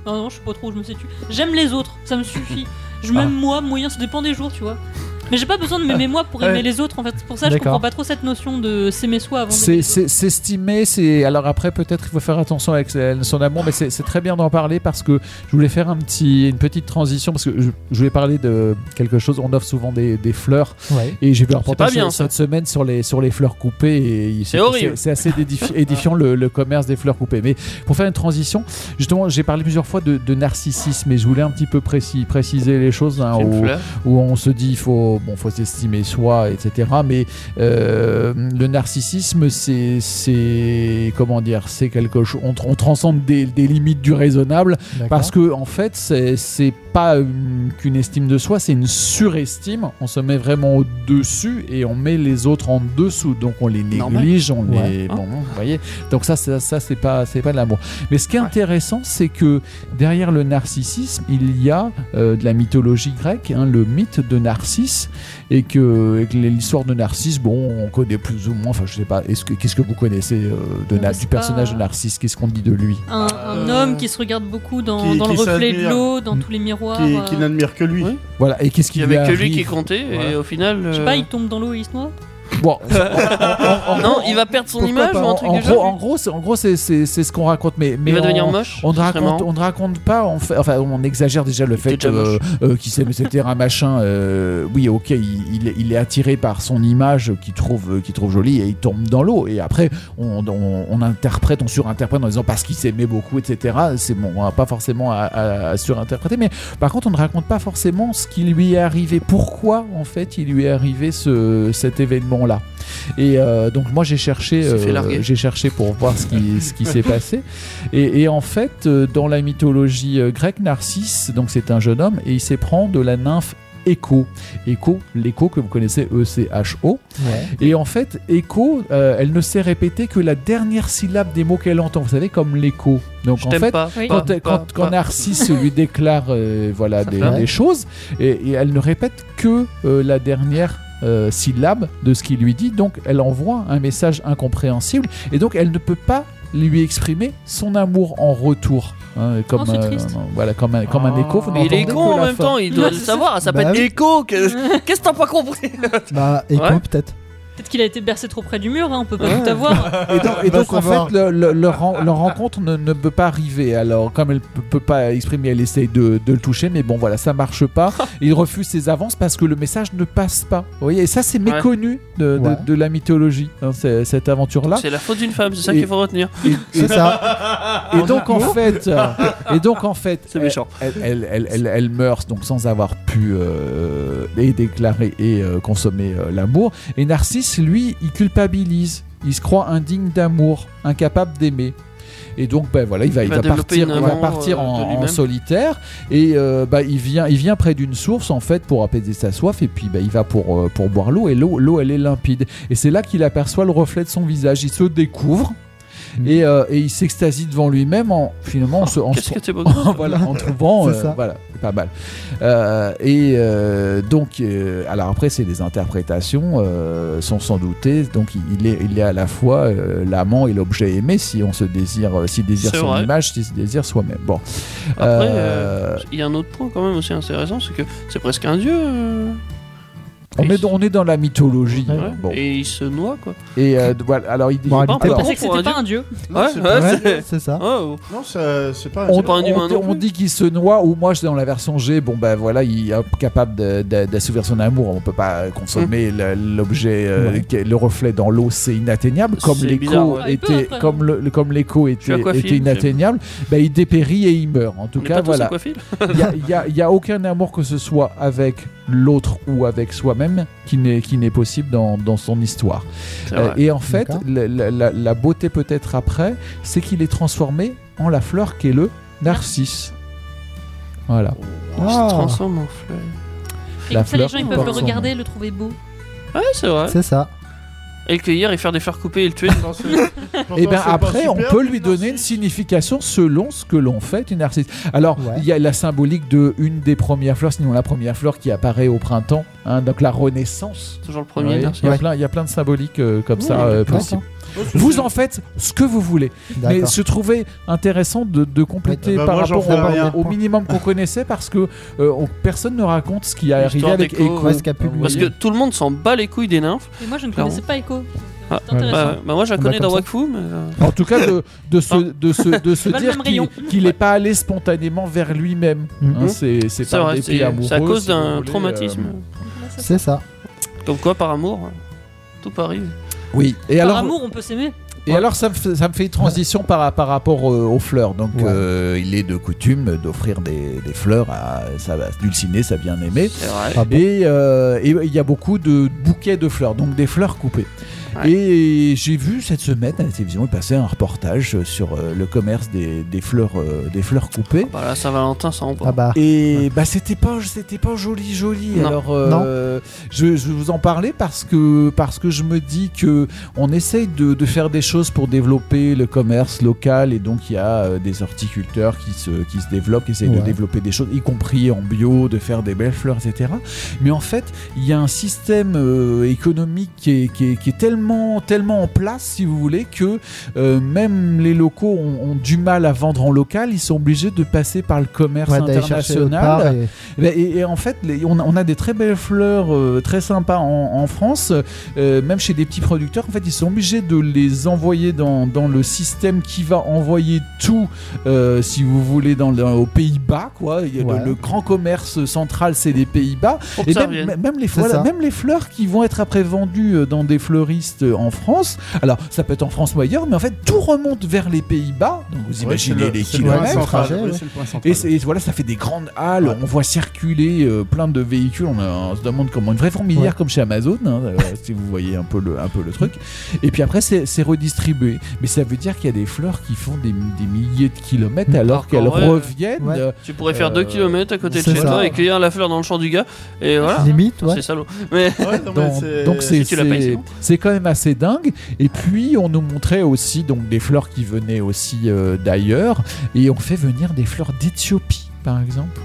[SPEAKER 1] Non, non, je suis pas trop, je me sais tu. J'aime les autres, ça me suffit. Je m'aime moi, moyen, ça dépend des jours, tu vois. Mais j'ai pas besoin de m'aimer moi pour aimer
[SPEAKER 8] Ouais.
[SPEAKER 1] les autres en fait. C'est pour ça que je
[SPEAKER 4] D'accord.
[SPEAKER 1] comprends pas trop cette notion de s'aimer soi avant d'aimer
[SPEAKER 6] C'est
[SPEAKER 1] les autres.
[SPEAKER 6] c'est- s'estimer, c'est alors après peut-être il faut faire attention avec son amour, mais c'est c'est très bien d'en parler parce que je voulais faire un petit, une petite transition parce que je, je voulais parler de quelque chose. On offre souvent des, des fleurs
[SPEAKER 4] Ouais.
[SPEAKER 6] et j'ai vu un reportage
[SPEAKER 5] pas bien,
[SPEAKER 6] cette semaine sur les sur les fleurs coupées et il-
[SPEAKER 5] C'est horrible.
[SPEAKER 6] C'est assez édifi- édifiant le, le commerce des fleurs coupées. Mais pour faire une transition, justement, j'ai parlé plusieurs fois de, de narcissisme et je voulais un petit peu précis, préciser les choses hein,
[SPEAKER 5] C'est une
[SPEAKER 6] au-
[SPEAKER 5] fleur.
[SPEAKER 6] où on se dit il faut bon faut s'estimer soi etc mais euh, le narcissisme c'est c'est comment dire c'est quelque chose on, tr- on transcende des, des limites du raisonnable parce que en fait c'est c'est pas euh, qu'une estime de soi c'est une surestime on se met vraiment au dessus et on met les autres en dessous donc on les
[SPEAKER 5] Normal.
[SPEAKER 6] néglige on
[SPEAKER 4] Ouais.
[SPEAKER 6] les bon, vous voyez donc ça c'est- ça c'est pas c'est pas de l'amour mais ce qui est intéressant c'est que derrière le narcissisme, il y a euh, de la mythologie grecque, hein, le mythe de Narcisse, et que, et que l'histoire de Narcisse, bon, on connaît plus ou moins, enfin, je sais pas, est-ce que- qu'est-ce que vous connaissez euh, de, Na-
[SPEAKER 1] Ouais,
[SPEAKER 6] du
[SPEAKER 1] c'est
[SPEAKER 6] personnage
[SPEAKER 1] pas-
[SPEAKER 6] de Narcisse Qu'est-ce qu'on dit de lui
[SPEAKER 1] Un, un
[SPEAKER 8] Euh,
[SPEAKER 1] homme qui se regarde beaucoup dans,
[SPEAKER 8] qui-
[SPEAKER 1] dans le
[SPEAKER 8] qui
[SPEAKER 1] reflet de
[SPEAKER 8] s'admire.
[SPEAKER 1] l'eau, dans
[SPEAKER 6] Mm.
[SPEAKER 1] tous les miroirs.
[SPEAKER 8] Qui,
[SPEAKER 1] euh,
[SPEAKER 8] qui n'admire que lui.
[SPEAKER 5] Ouais.
[SPEAKER 6] Voilà, et qu'est-ce
[SPEAKER 5] Il
[SPEAKER 6] qu'il
[SPEAKER 5] y
[SPEAKER 6] lui
[SPEAKER 5] avait que
[SPEAKER 6] arrive
[SPEAKER 5] lui qui comptait et
[SPEAKER 8] Voilà.
[SPEAKER 5] au final.
[SPEAKER 1] Je sais
[SPEAKER 5] euh,
[SPEAKER 1] pas, il tombe dans l'eau et il se noie.
[SPEAKER 6] Bon,
[SPEAKER 5] Non, il va perdre son
[SPEAKER 6] pourquoi
[SPEAKER 5] image
[SPEAKER 6] pas,
[SPEAKER 5] ou
[SPEAKER 6] en,
[SPEAKER 5] un truc
[SPEAKER 6] en
[SPEAKER 5] du
[SPEAKER 6] gros,
[SPEAKER 5] genre
[SPEAKER 6] en gros, c'est en gros, c'est- c'est c'est ce qu'on raconte, mais, mais
[SPEAKER 5] Il va
[SPEAKER 6] en-
[SPEAKER 5] devenir moche.
[SPEAKER 6] On ne
[SPEAKER 5] ce serait
[SPEAKER 6] raconte,
[SPEAKER 5] marrant.
[SPEAKER 6] on ne raconte pas, on fait- enfin on exagère déjà le fait
[SPEAKER 5] déjà
[SPEAKER 6] euh, euh, qu'il s'aime, etc. machin. euh, oui, ok, il, il est- il est attiré par son image qu'il trouve, euh, qu'il trouve jolie et il tombe dans l'eau. Et après, on, on- on interprète, on surinterprète en disant parce qu'il s'aimait beaucoup, etc. C'est bon, on n'a pas forcément à, à- à surinterpréter. Mais par contre, on ne raconte pas forcément ce qui lui est arrivé, pourquoi en fait il lui est arrivé ce, cet événement-là. Et euh, donc moi j'ai cherché,
[SPEAKER 5] Il s'est fait
[SPEAKER 6] euh,
[SPEAKER 5] larguer.
[SPEAKER 6] j'ai cherché pour voir ce qui, ce qui s'est passé. Et, et en fait, euh, dans la mythologie euh, grecque, Narcisse, donc c'est un jeune homme, et il s'éprend de la nymphe Écho. Écho, l'écho que vous connaissez, E E-C-H-O.
[SPEAKER 4] Ouais.
[SPEAKER 6] Et en fait, Écho, euh, elle ne sait répéter que la dernière syllabe des mots qu'elle entend, vous savez, comme l'écho. Donc
[SPEAKER 5] Je
[SPEAKER 6] en
[SPEAKER 5] t'aime
[SPEAKER 6] fait,
[SPEAKER 5] pas.
[SPEAKER 1] Oui.
[SPEAKER 5] pas,
[SPEAKER 6] quand, quand-
[SPEAKER 5] pas,
[SPEAKER 6] quand
[SPEAKER 5] pas.
[SPEAKER 6] Narcisse lui déclare euh, voilà
[SPEAKER 5] Ça
[SPEAKER 6] des,
[SPEAKER 5] fait
[SPEAKER 4] mal.
[SPEAKER 6] des choses, et, et elle ne répète que euh, la dernière euh, syllabe de ce qu'il lui dit, donc elle envoie un message incompréhensible, et donc elle ne peut pas lui exprimer son amour en retour, hein, comme
[SPEAKER 1] Oh, c'est
[SPEAKER 6] euh,
[SPEAKER 1] triste.
[SPEAKER 6] voilà comme un, comme un
[SPEAKER 4] Oh.
[SPEAKER 6] écho. vous
[SPEAKER 5] Mais Ah. il est
[SPEAKER 6] n'entendez
[SPEAKER 5] con
[SPEAKER 6] que
[SPEAKER 5] en
[SPEAKER 6] la
[SPEAKER 5] même
[SPEAKER 6] fin. Bah
[SPEAKER 5] temps, il doit le
[SPEAKER 1] Ouais, c'est
[SPEAKER 5] savoir, ça
[SPEAKER 4] Bah
[SPEAKER 5] s'appelle
[SPEAKER 4] oui.
[SPEAKER 5] Echo. que- Qu'est-ce que t'as pas compris
[SPEAKER 4] Bah, écho
[SPEAKER 5] Ouais.
[SPEAKER 4] peut-être.
[SPEAKER 1] Peut-être qu'il a été bercé trop près du mur, hein, on peut pas tout avoir.
[SPEAKER 6] Et donc, et
[SPEAKER 4] Va
[SPEAKER 6] donc, en
[SPEAKER 4] savoir.
[SPEAKER 6] fait, le- le- leur, ren- leur rencontre ne, ne peut pas arriver. Alors, comme elle peut, peut pas exprimer, elle essaye de, de le toucher, mais bon, voilà, ça marche pas. Il refuse ses avances parce que le message ne passe pas. Vous voyez, et ça, c'est
[SPEAKER 5] Ouais.
[SPEAKER 6] méconnu de, de-
[SPEAKER 4] Ouais.
[SPEAKER 6] de la mythologie, hein, c'est- cette aventure-là.
[SPEAKER 5] C'est la faute d'une femme, c'est ça
[SPEAKER 6] Bah, Et-
[SPEAKER 5] qu'il faut retenir.
[SPEAKER 4] C'est ça.
[SPEAKER 6] Et donc, en fait, euh, et donc, en fait,
[SPEAKER 5] C'est méchant.
[SPEAKER 6] elle, elle, elle, elle- elle meurt donc sans avoir pu euh, et déclarer et euh, consommer euh, l'amour. Et Narcisse, lui, il culpabilise. Il se croit indigne d'amour, incapable d'aimer. Et donc, ben voilà, il va,
[SPEAKER 5] Il
[SPEAKER 6] il
[SPEAKER 5] va
[SPEAKER 6] va
[SPEAKER 5] développer
[SPEAKER 6] partir,
[SPEAKER 5] une
[SPEAKER 6] il va
[SPEAKER 5] amour,
[SPEAKER 6] partir
[SPEAKER 5] euh,
[SPEAKER 6] en,
[SPEAKER 5] de
[SPEAKER 6] en
[SPEAKER 5] lui-même.
[SPEAKER 6] solitaire. Et euh, bah, il vient, il vient près d'une source en fait pour apaiser sa soif. Et puis, bah, il va pour euh, pour boire l'eau. Et l'eau, l'eau, elle est limpide. Et c'est là qu'il aperçoit le reflet de son visage. Il se découvre.
[SPEAKER 4] Hmm.
[SPEAKER 6] Et, euh, et il s'extasie devant lui-même en finalement en se, en
[SPEAKER 5] Qu'est-ce
[SPEAKER 6] se-
[SPEAKER 5] que t'es beau
[SPEAKER 6] voilà, en trouvant,
[SPEAKER 4] C'est
[SPEAKER 6] euh,
[SPEAKER 4] ça.
[SPEAKER 6] voilà, c'est pas mal. Euh, et euh, donc, euh, alors après, c'est des interprétations, euh, sans s'en douter. Donc, il- il est, il est à la fois euh, l'amant et l'objet aimé, si on se désire, euh, s'il désire
[SPEAKER 5] C'est
[SPEAKER 6] son
[SPEAKER 5] vrai.
[SPEAKER 6] image, s'il se désire soi-même. Bon.
[SPEAKER 5] Après,
[SPEAKER 6] Euh,
[SPEAKER 5] euh, il y a un autre point quand même aussi intéressant, c'est que c'est presque un dieu. euh,
[SPEAKER 6] on est, dans- on est dans la mythologie.
[SPEAKER 5] ouais,
[SPEAKER 6] hein, bon. Et,
[SPEAKER 5] Et il se noie quoi.
[SPEAKER 6] euh, voilà, alors il dit.
[SPEAKER 4] Bon,
[SPEAKER 5] Pas-
[SPEAKER 4] habitez-
[SPEAKER 5] pas
[SPEAKER 1] Je pensais que
[SPEAKER 5] pour un
[SPEAKER 1] c'était
[SPEAKER 5] dieu.
[SPEAKER 1] pas un dieu.
[SPEAKER 5] Ouais,
[SPEAKER 8] c'est
[SPEAKER 5] ouais,
[SPEAKER 4] Ouais,
[SPEAKER 5] Ah, c'est-
[SPEAKER 4] c'est ça.
[SPEAKER 5] Oh,
[SPEAKER 8] Non, ça- c'est pas.
[SPEAKER 5] On-
[SPEAKER 8] c'est-
[SPEAKER 5] pas un humain
[SPEAKER 6] on,
[SPEAKER 5] non
[SPEAKER 6] on
[SPEAKER 5] plus.
[SPEAKER 6] dit qu'il se noie, ou moi je- dans la version G, bon ben voilà, il est incapable de- de- d'assouvir son amour. On peut pas consommer
[SPEAKER 5] Mm.
[SPEAKER 6] le- l'objet, euh,
[SPEAKER 4] Ouais.
[SPEAKER 6] qui est- le reflet dans l'eau, c'est inatteignable. Comme
[SPEAKER 5] C'est bizarre,
[SPEAKER 6] l'écho
[SPEAKER 5] ouais.
[SPEAKER 1] Ah, il peut,
[SPEAKER 6] était,
[SPEAKER 1] après.
[SPEAKER 6] comme le, comme l'écho
[SPEAKER 5] suis
[SPEAKER 6] était,
[SPEAKER 5] aquafile,
[SPEAKER 6] était inatteignable, ben, il dépérit et il meurt. En tout
[SPEAKER 5] on est
[SPEAKER 6] cas,
[SPEAKER 5] pas tous
[SPEAKER 6] voilà,
[SPEAKER 5] aquaphiles.
[SPEAKER 6] il y a, il y a- il y a aucun amour que ce soit avec l'autre ou avec soi-même qui n'est qui n'est possible dans, dans son histoire.
[SPEAKER 5] C'est
[SPEAKER 6] Euh,
[SPEAKER 5] vrai.
[SPEAKER 6] et en fait,
[SPEAKER 4] D'accord.
[SPEAKER 6] la, la- la- la beauté peut-être après, c'est qu'il est transformé en la fleur qu'est le narcisse. Voilà.
[SPEAKER 5] Il se
[SPEAKER 4] Ah.
[SPEAKER 5] transforme en fleur.
[SPEAKER 1] Et
[SPEAKER 6] La
[SPEAKER 1] comme ça, les
[SPEAKER 6] fleur
[SPEAKER 1] gens ils
[SPEAKER 6] porte
[SPEAKER 1] peuvent le
[SPEAKER 6] son
[SPEAKER 1] regarder, le trouver beau.
[SPEAKER 5] Ouais, c'est vrai.
[SPEAKER 4] C'est ça.
[SPEAKER 5] Et le cueillir et faire des fleurs coupées et le tuer.
[SPEAKER 8] Pourtant, c'est- pourtant,
[SPEAKER 6] Et bien Eh
[SPEAKER 8] c'est pas
[SPEAKER 6] ben, après, on
[SPEAKER 8] super,
[SPEAKER 6] peut lui
[SPEAKER 8] mais
[SPEAKER 6] donner une
[SPEAKER 8] narcissique.
[SPEAKER 6] signification selon ce que l'on fait du narcisse. Alors,
[SPEAKER 4] Ouais.
[SPEAKER 6] il y a la symbolique de une des premières fleurs, sinon la première fleur qui apparaît au printemps, hein, donc la renaissance.
[SPEAKER 5] Toujours le
[SPEAKER 6] Ouais,
[SPEAKER 5] premier. hein, merci.
[SPEAKER 6] il, y a
[SPEAKER 4] Ouais.
[SPEAKER 6] plein, il y a plein de symboliques euh, comme ça euh,
[SPEAKER 4] d'accord.
[SPEAKER 6] possibles. Vous en faites ce que vous voulez. Mais
[SPEAKER 4] D'accord.
[SPEAKER 6] je trouvais intéressant de, de compléter
[SPEAKER 8] Ouais, bah
[SPEAKER 6] par
[SPEAKER 8] moi, j'en
[SPEAKER 6] rapport
[SPEAKER 8] ferai
[SPEAKER 6] au-
[SPEAKER 8] rien.
[SPEAKER 6] au, minimum qu'on connaissait parce que euh, on- personne ne raconte ce qui est arrivé
[SPEAKER 5] L'histoire
[SPEAKER 6] avec
[SPEAKER 5] d'Echo,
[SPEAKER 6] Echo.
[SPEAKER 4] Ouais, ce qu'a publié.
[SPEAKER 5] Parce que tout le monde s'en bat les couilles des nymphes.
[SPEAKER 1] Et moi, je ne
[SPEAKER 5] Clairement.
[SPEAKER 1] connaissais pas Echo.
[SPEAKER 5] Ah,
[SPEAKER 1] C'est intéressant.
[SPEAKER 5] Bah, bah, moi, je la
[SPEAKER 4] Bah,
[SPEAKER 5] connais
[SPEAKER 4] comme
[SPEAKER 5] dans
[SPEAKER 4] ça.
[SPEAKER 5] Wakfu, mais. euh,
[SPEAKER 6] En tout cas, de, de se,
[SPEAKER 5] Hein
[SPEAKER 6] de se, de se
[SPEAKER 1] Pas le
[SPEAKER 6] dire
[SPEAKER 1] même
[SPEAKER 6] qu'il
[SPEAKER 1] rayon.
[SPEAKER 6] qu'il n'est pas allé spontanément vers lui-même.
[SPEAKER 4] Mhm.
[SPEAKER 6] Hein, c'est c'est
[SPEAKER 5] C'est
[SPEAKER 6] par
[SPEAKER 5] vrai,
[SPEAKER 6] dépit
[SPEAKER 5] c'est
[SPEAKER 6] amoureux,
[SPEAKER 5] c'est à cause
[SPEAKER 6] si vous
[SPEAKER 5] d'un
[SPEAKER 6] voulez, euh.
[SPEAKER 5] traumatisme.
[SPEAKER 4] C'est ça.
[SPEAKER 5] Donc Comme quoi, par amour, hein. tout peut arriver.
[SPEAKER 6] euh, Oui. Et
[SPEAKER 1] Par
[SPEAKER 6] alors,
[SPEAKER 1] amour, on peut s'aimer.
[SPEAKER 6] et alors ça, me fait, ça me fait une transition par, par rapport euh, aux fleurs. Donc,
[SPEAKER 4] Ouais.
[SPEAKER 6] euh, il est de coutume d'offrir des, des fleurs à sa à dulcinée, sa bien-aimée.
[SPEAKER 5] C'est vrai.
[SPEAKER 4] Ah bon
[SPEAKER 6] Et euh, et il y a beaucoup de bouquets de fleurs, donc des fleurs coupées.
[SPEAKER 5] Ouais.
[SPEAKER 6] Et j'ai vu cette semaine à la télévision, il passait un reportage sur euh, le commerce des, des fleurs, euh, des fleurs coupées.
[SPEAKER 5] Bah là, Saint-Valentin, ça rend pas.
[SPEAKER 4] Ah bah.
[SPEAKER 6] Et bah c'était pas c'était pas joli joli
[SPEAKER 5] Non.
[SPEAKER 6] alors euh, Je, je vous en parlais parce que parce que je me dis que on essaye de, de faire des choses pour développer le commerce local et donc il y a euh, des horticulteurs qui se qui se développent qui essayent de
[SPEAKER 4] Ouais.
[SPEAKER 6] développer des choses y compris en bio de faire des belles fleurs etc mais en fait il y a un système euh, économique qui est, qui est- qui est tellement tellement en place si vous voulez que euh, même les locaux ont, ont du mal à vendre en local ils sont obligés de passer par le commerce
[SPEAKER 4] Ouais, d'aller chercher autre
[SPEAKER 6] international
[SPEAKER 4] part et-
[SPEAKER 6] eh ben, Et, et en fait, les- on, a, on a des très belles fleurs, euh, très sympas en, en France, euh, même chez des petits producteurs. En fait, ils sont obligés de les envoyer dans, dans le système qui va envoyer tout, euh, si vous voulez, dans, le- aux Pays-Bas. Quoi. Il y a le-
[SPEAKER 4] Ouais.
[SPEAKER 6] le, grand commerce central, c'est les Pays-Bas.
[SPEAKER 5] Pour que
[SPEAKER 6] Et
[SPEAKER 5] ça
[SPEAKER 6] même,
[SPEAKER 5] revienne.
[SPEAKER 6] même- même les,
[SPEAKER 4] C'est
[SPEAKER 6] voilà,
[SPEAKER 4] ça.
[SPEAKER 6] même les fleurs qui vont être après vendues euh, dans des fleuristes euh, en France. Alors, ça peut être en France ou ailleurs, mais en fait, tout remonte vers les Pays-Bas. Donc, vous
[SPEAKER 8] Ouais, c'est
[SPEAKER 6] imaginez
[SPEAKER 8] le-
[SPEAKER 6] les
[SPEAKER 8] c'est le point
[SPEAKER 6] kilomètres.
[SPEAKER 8] central,
[SPEAKER 4] trajet,
[SPEAKER 8] oui,
[SPEAKER 4] ouais.
[SPEAKER 8] c'est le point central.
[SPEAKER 6] Et, c'est- et voilà, ça fait des grandes halles.
[SPEAKER 8] Ouais.
[SPEAKER 6] On voit circuler euh, plein de véhicules. On, a- on se demande comment une vraie fourmilière
[SPEAKER 4] Ouais.
[SPEAKER 6] comme chez Amazon, hein, euh, si vous voyez un peu le, un peu le truc. Et puis après, c'est c'est redistribué. Mais ça veut dire qu'il y a des fleurs qui font des, des milliers de
[SPEAKER 8] Mm.
[SPEAKER 6] kilomètres alors
[SPEAKER 5] Encore,
[SPEAKER 6] qu'elles
[SPEAKER 5] ouais.
[SPEAKER 6] reviennent.
[SPEAKER 4] Ouais.
[SPEAKER 6] euh,
[SPEAKER 5] Tu pourrais faire 2
[SPEAKER 6] Euh,
[SPEAKER 5] km à côté de
[SPEAKER 4] c'est
[SPEAKER 5] chez
[SPEAKER 4] ça.
[SPEAKER 5] toi et cueillir la fleur dans le champ du gars. Et voilà.
[SPEAKER 4] Limite, ouais.
[SPEAKER 5] ah, C'est salaud. Mais
[SPEAKER 8] Ouais, non, mais
[SPEAKER 6] dans-
[SPEAKER 8] c'est-
[SPEAKER 6] donc c'est
[SPEAKER 5] Si tu l'as pas,
[SPEAKER 6] c'est-
[SPEAKER 5] c'est bon.
[SPEAKER 6] c'est quand même assez dingue et puis on nous montrait aussi donc des fleurs qui venaient aussi euh, d'ailleurs et on fait venir des fleurs d'Éthiopie par exemple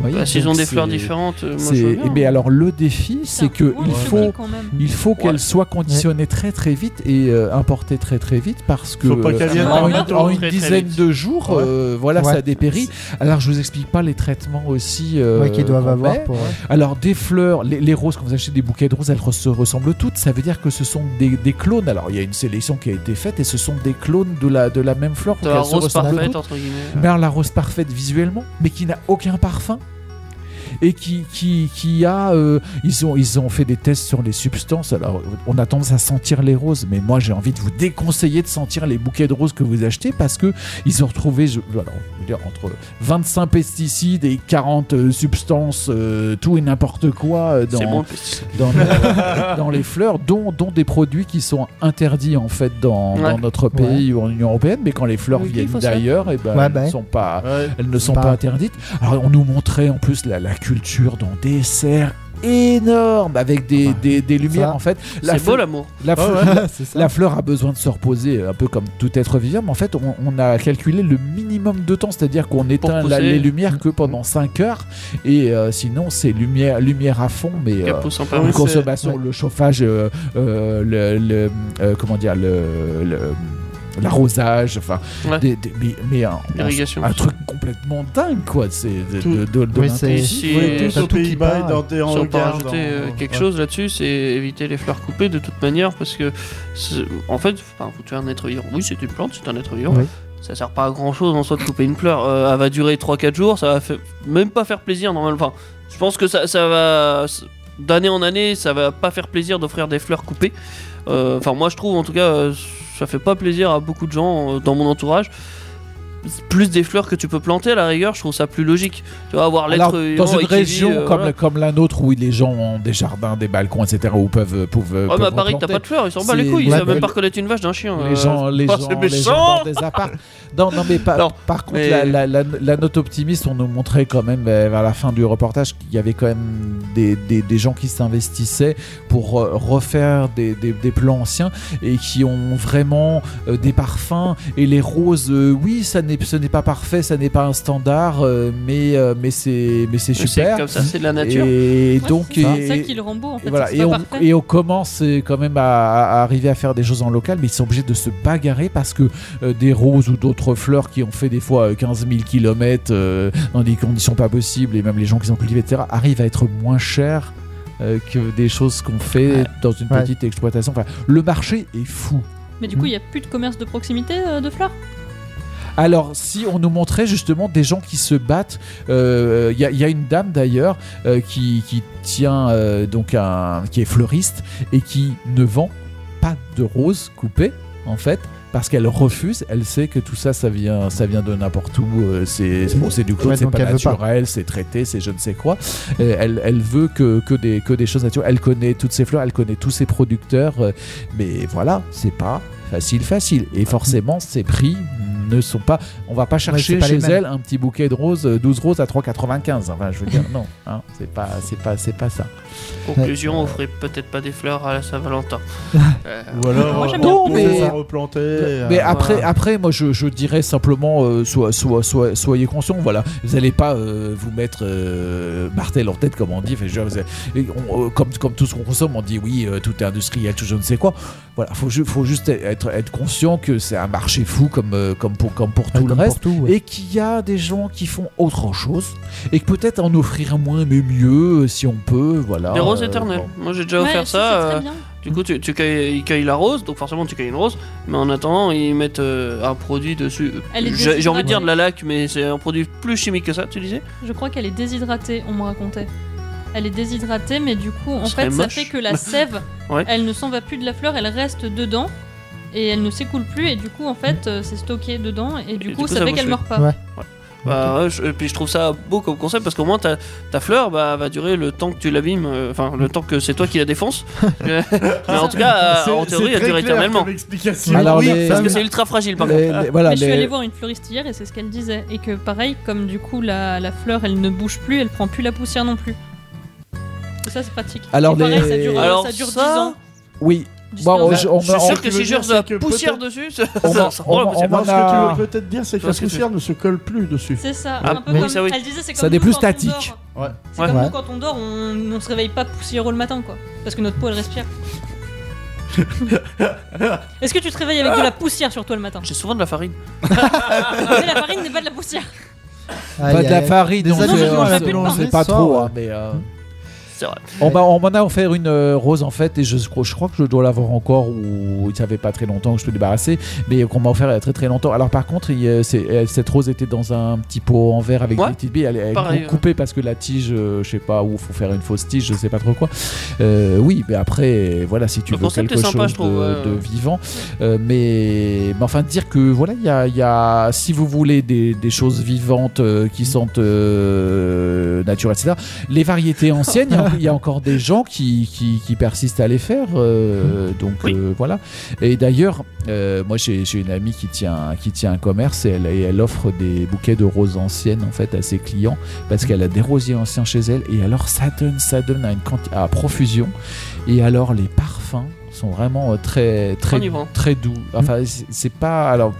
[SPEAKER 6] voyez,
[SPEAKER 5] Bah, S'ils
[SPEAKER 6] donc
[SPEAKER 5] ont des
[SPEAKER 6] c'est-
[SPEAKER 5] fleurs différentes, euh, moi
[SPEAKER 6] c'est-
[SPEAKER 5] je veux bien.
[SPEAKER 6] Mais alors le défi, c'est que il faut, il faut qu'elle
[SPEAKER 5] Ouais.
[SPEAKER 6] soit conditionnée très très vite et euh, importée très très vite parce que
[SPEAKER 8] Faut pas qu'elle
[SPEAKER 6] euh,
[SPEAKER 8] vienne
[SPEAKER 6] en,
[SPEAKER 8] en
[SPEAKER 6] une,
[SPEAKER 8] bateau.
[SPEAKER 6] en une
[SPEAKER 5] Très, très
[SPEAKER 6] dizaine
[SPEAKER 5] vite.
[SPEAKER 6] de jours,
[SPEAKER 8] Ouais.
[SPEAKER 6] euh, voilà,
[SPEAKER 4] Ouais.
[SPEAKER 6] ça dépérit. Alors je vous explique pas les traitements aussi euh,
[SPEAKER 4] Ouais, qu'ils doivent
[SPEAKER 6] qu'on
[SPEAKER 4] avoir
[SPEAKER 6] met.
[SPEAKER 4] pour.
[SPEAKER 6] Alors des fleurs, les, les roses, quand vous achetez des bouquets de roses, elles se ressemblent toutes. Ça veut dire que ce sont des, des clones. Alors il y a une sélection qui a été faite et ce sont des clones de la, de la même fleur.
[SPEAKER 5] T'as
[SPEAKER 6] donc
[SPEAKER 5] la
[SPEAKER 6] elles se
[SPEAKER 5] rose
[SPEAKER 6] ressemblent toutes.
[SPEAKER 5] parfaite, entre guillemets.
[SPEAKER 6] Mais alors, la rose parfaite visuellement, mais qui n'a aucun parfum. Et qui, qui, qui a. euh, ils, ont, ils ont fait des tests sur les substances. Alors, on a tendance à sentir les roses, mais moi, j'ai envie de vous déconseiller de sentir les bouquets de roses que vous achetez parce que ils ont retrouvé, je, alors, je veux dire, entre 25 pesticides et 40 euh, substances, euh, tout et n'importe quoi euh, dans,
[SPEAKER 5] C'est bon, le pesticide.
[SPEAKER 6] dans, le- dans les fleurs, dont, dont des produits qui sont interdits en fait dans,
[SPEAKER 5] Ouais.
[SPEAKER 6] dans notre pays ou en Union européenne, mais quand les fleurs
[SPEAKER 1] Le
[SPEAKER 6] viennent
[SPEAKER 1] glyphosate.
[SPEAKER 6] d'ailleurs, et ben,
[SPEAKER 4] Ouais,
[SPEAKER 6] elles,
[SPEAKER 4] bah
[SPEAKER 6] ne
[SPEAKER 4] ouais.
[SPEAKER 6] sont pas,
[SPEAKER 8] Ouais.
[SPEAKER 6] elles ne sont
[SPEAKER 4] Bah.
[SPEAKER 6] pas interdites. Alors on nous montrait en plus la, la culture dans des serres énormes avec des, des, des lumières
[SPEAKER 4] Ça.
[SPEAKER 6] en fait. La
[SPEAKER 5] C'est beau
[SPEAKER 6] fleur-
[SPEAKER 5] l'amour.
[SPEAKER 6] la fleur-
[SPEAKER 4] euh, c'est ça.
[SPEAKER 6] la fleur a besoin de se reposer, un peu comme tout être vivant, mais en fait, on, on a calculé le minimum de temps, c'est-à-dire qu'on éteint la-
[SPEAKER 5] pousser. Mm.
[SPEAKER 6] les lumières que pendant 5 heures, et euh, sinon, c'est lumière, lumière à fond, mais euh,
[SPEAKER 5] Qu'elle pousse en
[SPEAKER 8] Ah oui,
[SPEAKER 6] une
[SPEAKER 5] permanence.
[SPEAKER 8] c'est-
[SPEAKER 6] consommation,
[SPEAKER 4] ouais.
[SPEAKER 6] le chauffage, euh, euh, le, le- euh, comment dire, le, le- l'arrosage, enfin,
[SPEAKER 5] Ouais.
[SPEAKER 6] des- des- mais, mais un,
[SPEAKER 5] Irrigation.
[SPEAKER 6] un truc complètement dingue, quoi. C'est de,
[SPEAKER 8] Tout.
[SPEAKER 6] de, de- de
[SPEAKER 4] Oui,
[SPEAKER 6] l'intensité.
[SPEAKER 5] Et
[SPEAKER 4] c'est-
[SPEAKER 5] si-
[SPEAKER 8] Oui, tous
[SPEAKER 6] t'as
[SPEAKER 8] aux
[SPEAKER 6] tout qui
[SPEAKER 8] Pays-Bas
[SPEAKER 6] part.
[SPEAKER 8] et dans des
[SPEAKER 5] Si on peut
[SPEAKER 8] hangars.
[SPEAKER 5] rajouter
[SPEAKER 8] dans-
[SPEAKER 5] euh,
[SPEAKER 8] dans-
[SPEAKER 5] quelque
[SPEAKER 8] ouais.
[SPEAKER 5] chose là-dessus, c'est éviter les fleurs coupées de toute manière parce que, c'est- en fait, enfin, vous tuez un être vivant. Oui, c'est une plante, c'est un être vivant.
[SPEAKER 4] Oui.
[SPEAKER 5] Ça sert pas à grand chose en soi de couper une fleur. Euh, elle va durer 3-4 jours, ça va fa- même pas faire plaisir normalement. Enfin, je pense que ça, ça va. D'année en année, ça va pas faire plaisir d'offrir des fleurs coupées. Euh, Enfin, moi je trouve en tout cas, euh, ça fait pas plaisir à beaucoup de gens euh, dans mon entourage. Plus des fleurs que tu peux planter à la rigueur, je trouve ça plus logique. Tu vas avoir l'être
[SPEAKER 6] Alors,
[SPEAKER 5] vivant
[SPEAKER 6] dans
[SPEAKER 5] et
[SPEAKER 6] une
[SPEAKER 5] qui
[SPEAKER 6] région
[SPEAKER 5] vit, euh,
[SPEAKER 6] comme,
[SPEAKER 5] voilà.
[SPEAKER 6] comme la nôtre où les gens ont des jardins, des balcons, etc., où peuvent. peuvent,
[SPEAKER 5] Ouais,
[SPEAKER 6] peuvent
[SPEAKER 5] mais à Paris, t'as
[SPEAKER 6] replanter.
[SPEAKER 5] pas de fleurs, ils s'en battent
[SPEAKER 6] Euh, C'est-
[SPEAKER 5] les couilles, ils
[SPEAKER 6] Ouais,
[SPEAKER 5] savent même
[SPEAKER 6] mais-
[SPEAKER 5] pas reconnaître une vache d'un chien. euh.
[SPEAKER 6] Les gens, les
[SPEAKER 5] Oh,
[SPEAKER 6] gens,
[SPEAKER 5] c'est
[SPEAKER 6] les
[SPEAKER 5] méchant
[SPEAKER 6] gens dans des apparts. Non, non, mais par,
[SPEAKER 5] Non,
[SPEAKER 6] par contre,
[SPEAKER 5] mais-
[SPEAKER 6] la, la- la- la note optimiste, on nous montrait quand même euh, vers la fin du reportage qu'il y avait quand même des, des- des gens qui s'investissaient pour euh, refaire des, des- des plans anciens et qui ont vraiment euh, des parfums et les roses. euh, oui, ça n'est, ce n'est pas parfait, ça n'est pas un standard, euh, mais euh, mais c'est mais c'est
[SPEAKER 5] Mais C'est
[SPEAKER 6] super.
[SPEAKER 5] comme ça, c'est de la nature.
[SPEAKER 6] Et
[SPEAKER 1] Ouais,
[SPEAKER 6] donc
[SPEAKER 1] c'est ça.
[SPEAKER 6] et-
[SPEAKER 1] C'est ça qui le rend beau en fait.
[SPEAKER 6] et, voilà,
[SPEAKER 1] c'est
[SPEAKER 6] et, on,
[SPEAKER 1] pas parfait.
[SPEAKER 6] et on commence euh, quand même à, à arriver à faire des choses en local, mais ils sont obligés de se bagarrer parce que euh, des roses ou d'autres fleurs qui ont fait des fois euh, 15 000 km euh, dans des conditions pas possibles, et même les gens qui ont cultivé, etc., arrivent à être moins chers euh, que des choses qu'on fait dans une
[SPEAKER 4] Ouais.
[SPEAKER 6] petite exploitation. Enfin, le marché est fou.
[SPEAKER 1] Mais du coup, il n'y a plus de commerce de proximité euh, de fleurs
[SPEAKER 6] Alors, si on nous montrait justement des gens qui se battent, euh, il y, a- il y a une dame d'ailleurs euh, qui, qui tient euh, donc un qui est fleuriste et qui ne vend pas de roses coupées en fait. Parce qu'elle refuse, elle sait que tout ça, ça vient, ça vient de n'importe où. euh, c'est bon, c'est du clone,
[SPEAKER 4] Ouais,
[SPEAKER 6] c'est
[SPEAKER 4] donc
[SPEAKER 6] pas
[SPEAKER 4] elle veut pas.
[SPEAKER 6] naturel, c'est traité, c'est je ne sais quoi. Euh, elle, elle veut que, que, des, que des choses naturelles. Elle connaît toutes ses fleurs, elle connaît tous ses producteurs, euh, mais voilà, c'est pas facile, facile. Et forcément, ces prix ne sont pas. On va pas chercher
[SPEAKER 4] c'est pas
[SPEAKER 6] chez
[SPEAKER 4] les mêmes.
[SPEAKER 6] elle un petit bouquet de roses, euh, 12 roses à 3,95. Enfin, je veux dire, non, hein, c'est pas, c'est pas, c'est pas ça.
[SPEAKER 5] Conclusion, offrez peut-être pas des fleurs à la Saint-Valentin. Euh,
[SPEAKER 8] Ou alors,
[SPEAKER 1] Moi,
[SPEAKER 8] euh,
[SPEAKER 1] j'aime
[SPEAKER 6] bien.
[SPEAKER 8] on
[SPEAKER 6] Non,
[SPEAKER 8] peut
[SPEAKER 6] mais-
[SPEAKER 8] s'en replanter. euh,
[SPEAKER 6] Mais
[SPEAKER 5] voilà.
[SPEAKER 6] après, après, moi, je, je dirais simplement, euh, soit, soit, soit- soyez conscients. Voilà, vous n'allez pas euh, vous mettre euh, martel en tête, comme on dit. Enfin, je veux dire, vous allez- on- euh, comme, comme tout ce qu'on consomme, on dit oui, euh, tout est industriel, tout je ne sais quoi. Voilà, faut, ju- faut juste être, être conscient que c'est un marché fou, comme, euh, comme pour, comme pour tout
[SPEAKER 4] Ah, Comme
[SPEAKER 6] le
[SPEAKER 4] pour
[SPEAKER 6] reste.
[SPEAKER 4] tout, ouais.
[SPEAKER 6] et qu'il y a des gens qui font autre chose et que peut-être en offrir moins mais mieux euh, si on peut voilà
[SPEAKER 5] Des roses
[SPEAKER 6] Euh,
[SPEAKER 5] éternelles.
[SPEAKER 6] bon.
[SPEAKER 5] Moi j'ai déjà
[SPEAKER 1] Ouais,
[SPEAKER 5] offert
[SPEAKER 1] c'est
[SPEAKER 5] ça.
[SPEAKER 1] très
[SPEAKER 5] euh,
[SPEAKER 1] bien.
[SPEAKER 5] Du coup, tu, tu cueilles, ils cueillent la rose, donc forcément tu cueilles une rose, mais en attendant, ils mettent euh, un produit dessus.
[SPEAKER 1] Elle est
[SPEAKER 5] J'ai j'ai envie de dire
[SPEAKER 1] déshydratée.
[SPEAKER 5] de la laque, mais c'est un produit plus chimique que ça, tu disais
[SPEAKER 1] Je crois qu'elle est déshydratée, on me racontait. Elle est déshydratée, mais du coup, en
[SPEAKER 5] Ce
[SPEAKER 1] fait,
[SPEAKER 5] serait
[SPEAKER 1] ça
[SPEAKER 5] moche.
[SPEAKER 1] fait que la sève,
[SPEAKER 5] Ouais.
[SPEAKER 1] elle ne s'en va plus de la fleur, elle reste dedans et elle ne s'écoule plus. Et du coup, en fait, euh, c'est stocké dedans et du
[SPEAKER 5] Et
[SPEAKER 1] coup, ça fait
[SPEAKER 5] vous
[SPEAKER 1] qu'elle
[SPEAKER 5] fait-
[SPEAKER 1] meurt pas.
[SPEAKER 4] Ouais.
[SPEAKER 5] Bah, ouais, je- et puis je trouve ça beau comme concept parce qu'au moins ta, ta fleur bah, va durer le temps que tu l'abîmes, euh, enfin le temps que c'est toi qui la défonce. Mais en tout cas, euh, en théorie,
[SPEAKER 8] c'est- c'est
[SPEAKER 5] elle dure
[SPEAKER 8] très clair
[SPEAKER 5] éternellement.
[SPEAKER 8] comme explication.
[SPEAKER 6] Alors,
[SPEAKER 8] Oui,
[SPEAKER 6] les-
[SPEAKER 5] Parce que c'est ultra fragile par contre.
[SPEAKER 6] Les- les- voilà,
[SPEAKER 1] Mais je suis
[SPEAKER 6] les-
[SPEAKER 1] allée voir une fleuriste hier et c'est ce qu'elle disait. Et que pareil, comme du coup la, la fleur elle ne bouge plus, elle prend plus la poussière non plus. Et ça c'est pratique.
[SPEAKER 6] Alors,
[SPEAKER 1] Et pareil,
[SPEAKER 6] les-
[SPEAKER 1] ça dure,
[SPEAKER 5] Alors
[SPEAKER 1] ça dure
[SPEAKER 5] ça,
[SPEAKER 1] 10 ans.
[SPEAKER 6] oui
[SPEAKER 1] du
[SPEAKER 6] Bon, oh,
[SPEAKER 1] stand-up.
[SPEAKER 6] je- on-
[SPEAKER 5] Je suis
[SPEAKER 6] on-
[SPEAKER 5] sûr que
[SPEAKER 8] tu veux
[SPEAKER 5] si je
[SPEAKER 8] dire,
[SPEAKER 5] jure de la
[SPEAKER 8] c'est que
[SPEAKER 5] poussière
[SPEAKER 8] peut-être-
[SPEAKER 5] dessus, ça
[SPEAKER 6] On va-
[SPEAKER 5] ça sera pas
[SPEAKER 6] on
[SPEAKER 5] la
[SPEAKER 6] va-
[SPEAKER 4] Eh
[SPEAKER 5] poussière.
[SPEAKER 4] ben,
[SPEAKER 6] on va-
[SPEAKER 8] Non, ce que
[SPEAKER 6] Ah.
[SPEAKER 8] tu veux peut-être dire, c'est que
[SPEAKER 5] Parce
[SPEAKER 8] la
[SPEAKER 5] que
[SPEAKER 8] poussière ne se colle plus dessus.
[SPEAKER 1] C'est ça,
[SPEAKER 5] Ah,
[SPEAKER 1] un peu
[SPEAKER 5] mais
[SPEAKER 1] comme
[SPEAKER 5] ça, oui.
[SPEAKER 1] elle disait, c'est comme
[SPEAKER 6] Ça
[SPEAKER 1] nous
[SPEAKER 6] des plus
[SPEAKER 1] quand on
[SPEAKER 6] statique.
[SPEAKER 1] dort.
[SPEAKER 8] Ouais.
[SPEAKER 1] C'est comme
[SPEAKER 4] Ouais.
[SPEAKER 1] nous quand on dort, on, on se réveille pas poussiéreux le matin quoi, parce que notre peau elle respire. Est-ce que tu te réveilles avec de la poussière sur toi le matin
[SPEAKER 5] J'ai souvent de la farine.
[SPEAKER 1] Mais la farine n'est pas de la poussière.
[SPEAKER 6] Pas de la farine,
[SPEAKER 4] Des
[SPEAKER 6] on
[SPEAKER 1] aliments
[SPEAKER 6] sait-
[SPEAKER 1] qui
[SPEAKER 6] on
[SPEAKER 1] ont
[SPEAKER 6] sait-
[SPEAKER 1] plus de
[SPEAKER 6] on
[SPEAKER 1] pain.
[SPEAKER 6] sait pas
[SPEAKER 4] Ça,
[SPEAKER 6] trop,
[SPEAKER 4] ouais.
[SPEAKER 6] hein, mais euh,
[SPEAKER 5] C'est vrai.
[SPEAKER 6] on m'a- on m'en a offert une euh, rose en fait, et je, crois- je crois que je dois l'avoir encore, ou ça fait pas très longtemps que je peux débarrasser, mais qu'on m'a offert il y a très très longtemps. Alors par contre, il y a- c'est- euh, cette rose était dans un petit pot en verre avec
[SPEAKER 5] Ouais.
[SPEAKER 6] des petites billes, elle est elle est
[SPEAKER 5] Pareil,
[SPEAKER 6] coupée parce que la tige, euh, je sais pas où, faut faire une fausse tige, je sais pas trop quoi. Euh, oui, mais après, voilà, si tu
[SPEAKER 5] Le
[SPEAKER 6] veux
[SPEAKER 5] concept
[SPEAKER 6] quelque
[SPEAKER 5] est sympa,
[SPEAKER 6] chose
[SPEAKER 5] je trouve,
[SPEAKER 6] de,
[SPEAKER 5] ouais.
[SPEAKER 6] de vivant, euh, mais, mais enfin dire que voilà, il y a, il y a- si vous voulez des, des choses vivantes euh, qui sont euh, naturelles, etc. Les variétés anciennes, il y a- il y, a encore des gens qui, qui, qui persistent à les faire, euh, donc
[SPEAKER 5] Oui.
[SPEAKER 6] euh, voilà. Et d'ailleurs, euh, moi j'ai j'ai une amie qui tient qui tient un commerce et elle, et elle offre des bouquets de roses anciennes en fait à ses clients parce qu'elle a des rosiers anciens chez elle et alors ça donne ça donne à une quanti- à profusion et alors les parfums sont vraiment euh, très très
[SPEAKER 5] Enivrant.
[SPEAKER 6] très doux. Enfin c'est- c'est pas alors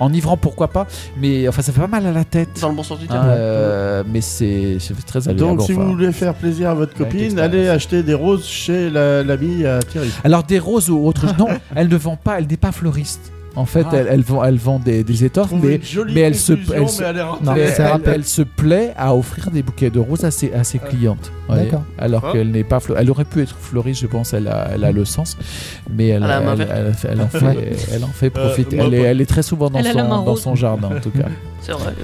[SPEAKER 6] enivrant pourquoi pas mais enfin ça fait pas mal à la tête.
[SPEAKER 5] Dans le bon sens du
[SPEAKER 6] hein,
[SPEAKER 5] terme.
[SPEAKER 6] euh, mais c'est c'est très agréable.
[SPEAKER 8] Donc, si
[SPEAKER 6] enfin.
[SPEAKER 8] vous voulez faire plaisir à votre
[SPEAKER 6] Ouais,
[SPEAKER 8] copine,
[SPEAKER 6] qu'expérience.
[SPEAKER 8] allez acheter des roses chez la- l'ami à Thierry.
[SPEAKER 6] Alors des roses ou autre non, elle ne vend pas, elle n'est pas floriste. En fait,
[SPEAKER 8] Ah.
[SPEAKER 6] elle, elle vend, elle vend des, des étoffes,
[SPEAKER 8] Trouvez
[SPEAKER 6] mais
[SPEAKER 8] une jolie
[SPEAKER 6] mais elle se-
[SPEAKER 8] conclusion,
[SPEAKER 6] elle se-
[SPEAKER 8] mais elle est rentrée.
[SPEAKER 4] Non,
[SPEAKER 6] mais
[SPEAKER 4] mais c'est un
[SPEAKER 6] elle,
[SPEAKER 4] rappel.
[SPEAKER 6] elle se plaît à offrir des bouquets de roses à ses, à ses clientes. voyez.
[SPEAKER 4] D'accord.
[SPEAKER 6] Alors
[SPEAKER 8] Ah.
[SPEAKER 6] qu'elle n'est pas fleuriste. Elle aurait pu être fleuriste, je pense, elle a, elle a
[SPEAKER 4] Mmh.
[SPEAKER 6] le sens. Mais elle,
[SPEAKER 5] Elle a la main Euh,
[SPEAKER 6] elle, elle- elle en, fait, elle en fait profiter.
[SPEAKER 8] moi,
[SPEAKER 6] elle, est,
[SPEAKER 8] pas-
[SPEAKER 6] elle est très souvent dans,
[SPEAKER 1] Elle a
[SPEAKER 6] son,
[SPEAKER 1] la main
[SPEAKER 6] dans
[SPEAKER 1] rose.
[SPEAKER 6] son jardin, en tout cas.
[SPEAKER 5] C'est vrai.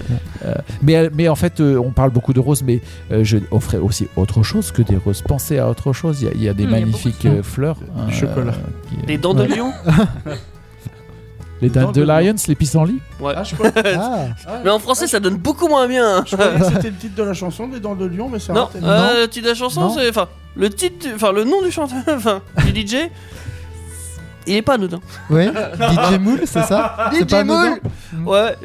[SPEAKER 6] Mais, elle- mais en fait, euh, on parle beaucoup de roses, mais euh, je offrais aussi autre chose que des roses. Pensez à autre chose. Il y a, il y a des
[SPEAKER 1] Mm, il y a beaucoup de
[SPEAKER 6] magnifiques
[SPEAKER 1] choses.
[SPEAKER 6] euh, fleurs. hein,
[SPEAKER 8] chocolat.
[SPEAKER 6] euh, qui-
[SPEAKER 5] Des dents de
[SPEAKER 6] Ouais.
[SPEAKER 5] lion
[SPEAKER 6] Les
[SPEAKER 8] Dans le-
[SPEAKER 6] dandelions, les pissenlits
[SPEAKER 5] Ouais.
[SPEAKER 8] Ah, je crois-
[SPEAKER 4] Ah,
[SPEAKER 5] Mais en français, ça donne beaucoup moins bien.
[SPEAKER 8] je croyais que c'était le titre de la chanson des Dents de Lion, mais c'est
[SPEAKER 5] Non,
[SPEAKER 8] raté.
[SPEAKER 5] euh, le titre de la chanson,
[SPEAKER 4] Non.
[SPEAKER 5] c'est. Enfin, le titre. du- Enfin, le nom du chanteur. Enfin, du DJ. Il est pas anodin.
[SPEAKER 4] ouais. DJ Mool, c'est ça C'est pas anodin
[SPEAKER 5] Ouais.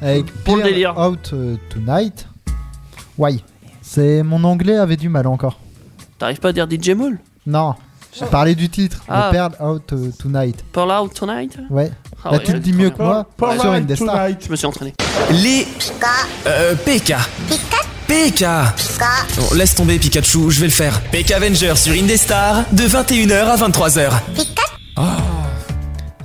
[SPEAKER 4] Avec
[SPEAKER 5] Pour le
[SPEAKER 4] Pearl
[SPEAKER 5] délire.
[SPEAKER 4] Out euh, Tonight. Why C'est mon anglais avait du mal encore.
[SPEAKER 5] T'arrives pas à dire DJ Moule
[SPEAKER 4] Non, j'ai parlé du titre. le
[SPEAKER 5] Ah.
[SPEAKER 4] Pearl Out euh, Tonight.
[SPEAKER 5] Pearl Out Tonight
[SPEAKER 4] Ouais.
[SPEAKER 5] Ah
[SPEAKER 4] Là,
[SPEAKER 5] ouais,
[SPEAKER 4] tu le dis mieux que moi.
[SPEAKER 8] Pour
[SPEAKER 4] sur Indestar.
[SPEAKER 5] Je me suis entraîné.
[SPEAKER 3] Les Euh, PK. PK. Bon, laisse tomber Pikachu, je vais le faire. PK Avenger sur Indestar de 21h à 23h.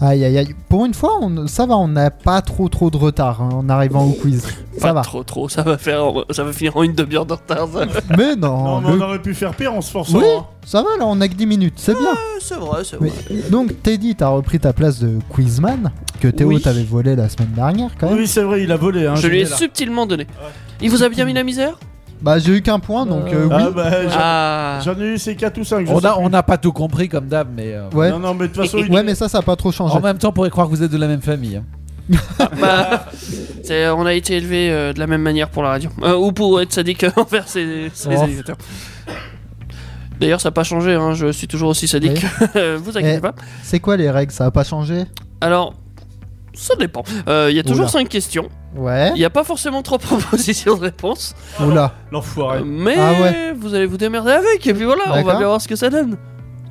[SPEAKER 4] Aïe aïe aïe. Pour une fois, on- ça va, on n'a pas trop trop de retard hein, en arrivant au quiz.
[SPEAKER 5] Pas
[SPEAKER 4] Ça va.
[SPEAKER 5] Trop, trop. Ça va faire. Ça va finir en une demi-heure de retard. ça.
[SPEAKER 4] Mais non.
[SPEAKER 8] Non, mais on
[SPEAKER 4] Oh, le-
[SPEAKER 8] aurait pu faire pire en se forçant.
[SPEAKER 4] Oui,
[SPEAKER 8] hein.
[SPEAKER 4] ça va, là, on a que 10 minutes, c'est bien.
[SPEAKER 8] Ah.
[SPEAKER 5] Ouais, c'est vrai, c'est vrai.
[SPEAKER 4] Oui. Donc, Teddy, t'as repris ta place de quizman que Théo
[SPEAKER 5] Oui.
[SPEAKER 4] t'avait volé la semaine dernière quand même.
[SPEAKER 8] Oui, c'est vrai, il a volé. Hein,
[SPEAKER 5] Je lui ai
[SPEAKER 8] l'ai là.
[SPEAKER 5] subtilement donné. Il vous a bien mis la misère
[SPEAKER 4] Bah, j'ai eu qu'un point donc euh,
[SPEAKER 8] Ah,
[SPEAKER 4] oui.
[SPEAKER 8] bah, j'en-
[SPEAKER 5] Ah.
[SPEAKER 8] j'en ai eu ces 4 ou 5.
[SPEAKER 6] On n'a on n'a pas tout compris comme d'hab, mais euh,
[SPEAKER 4] Ouais.
[SPEAKER 8] Non, non, mais bah, de toute façon, il-
[SPEAKER 4] Ouais, mais ça, ça a pas trop changé.
[SPEAKER 6] en même temps, on pourrait croire que vous êtes de la même famille. hein.
[SPEAKER 5] Bah, c'est- on a été élevé de la même manière pour la radio. Euh, ou pour être sadique envers ses, ses
[SPEAKER 6] Oh.
[SPEAKER 5] animateurs. D'ailleurs, ça n'a pas changé, hein, je suis toujours aussi sadique. vous inquiétez
[SPEAKER 4] Eh.
[SPEAKER 5] pas.
[SPEAKER 4] C'est quoi les règles Ça a pas changé
[SPEAKER 5] Alors, ça dépend. Euh, Il y a toujours
[SPEAKER 4] Oula. Eh.
[SPEAKER 5] 5 questions.
[SPEAKER 4] Ouais.
[SPEAKER 5] Il n'y a pas forcément trois propositions de réponse.
[SPEAKER 4] Oula.
[SPEAKER 8] l'enfoiré.
[SPEAKER 5] Mais
[SPEAKER 4] Ah ouais.
[SPEAKER 5] vous allez vous démerder avec. Et puis voilà, on va
[SPEAKER 4] D'accord.
[SPEAKER 5] bien voir ce que ça donne.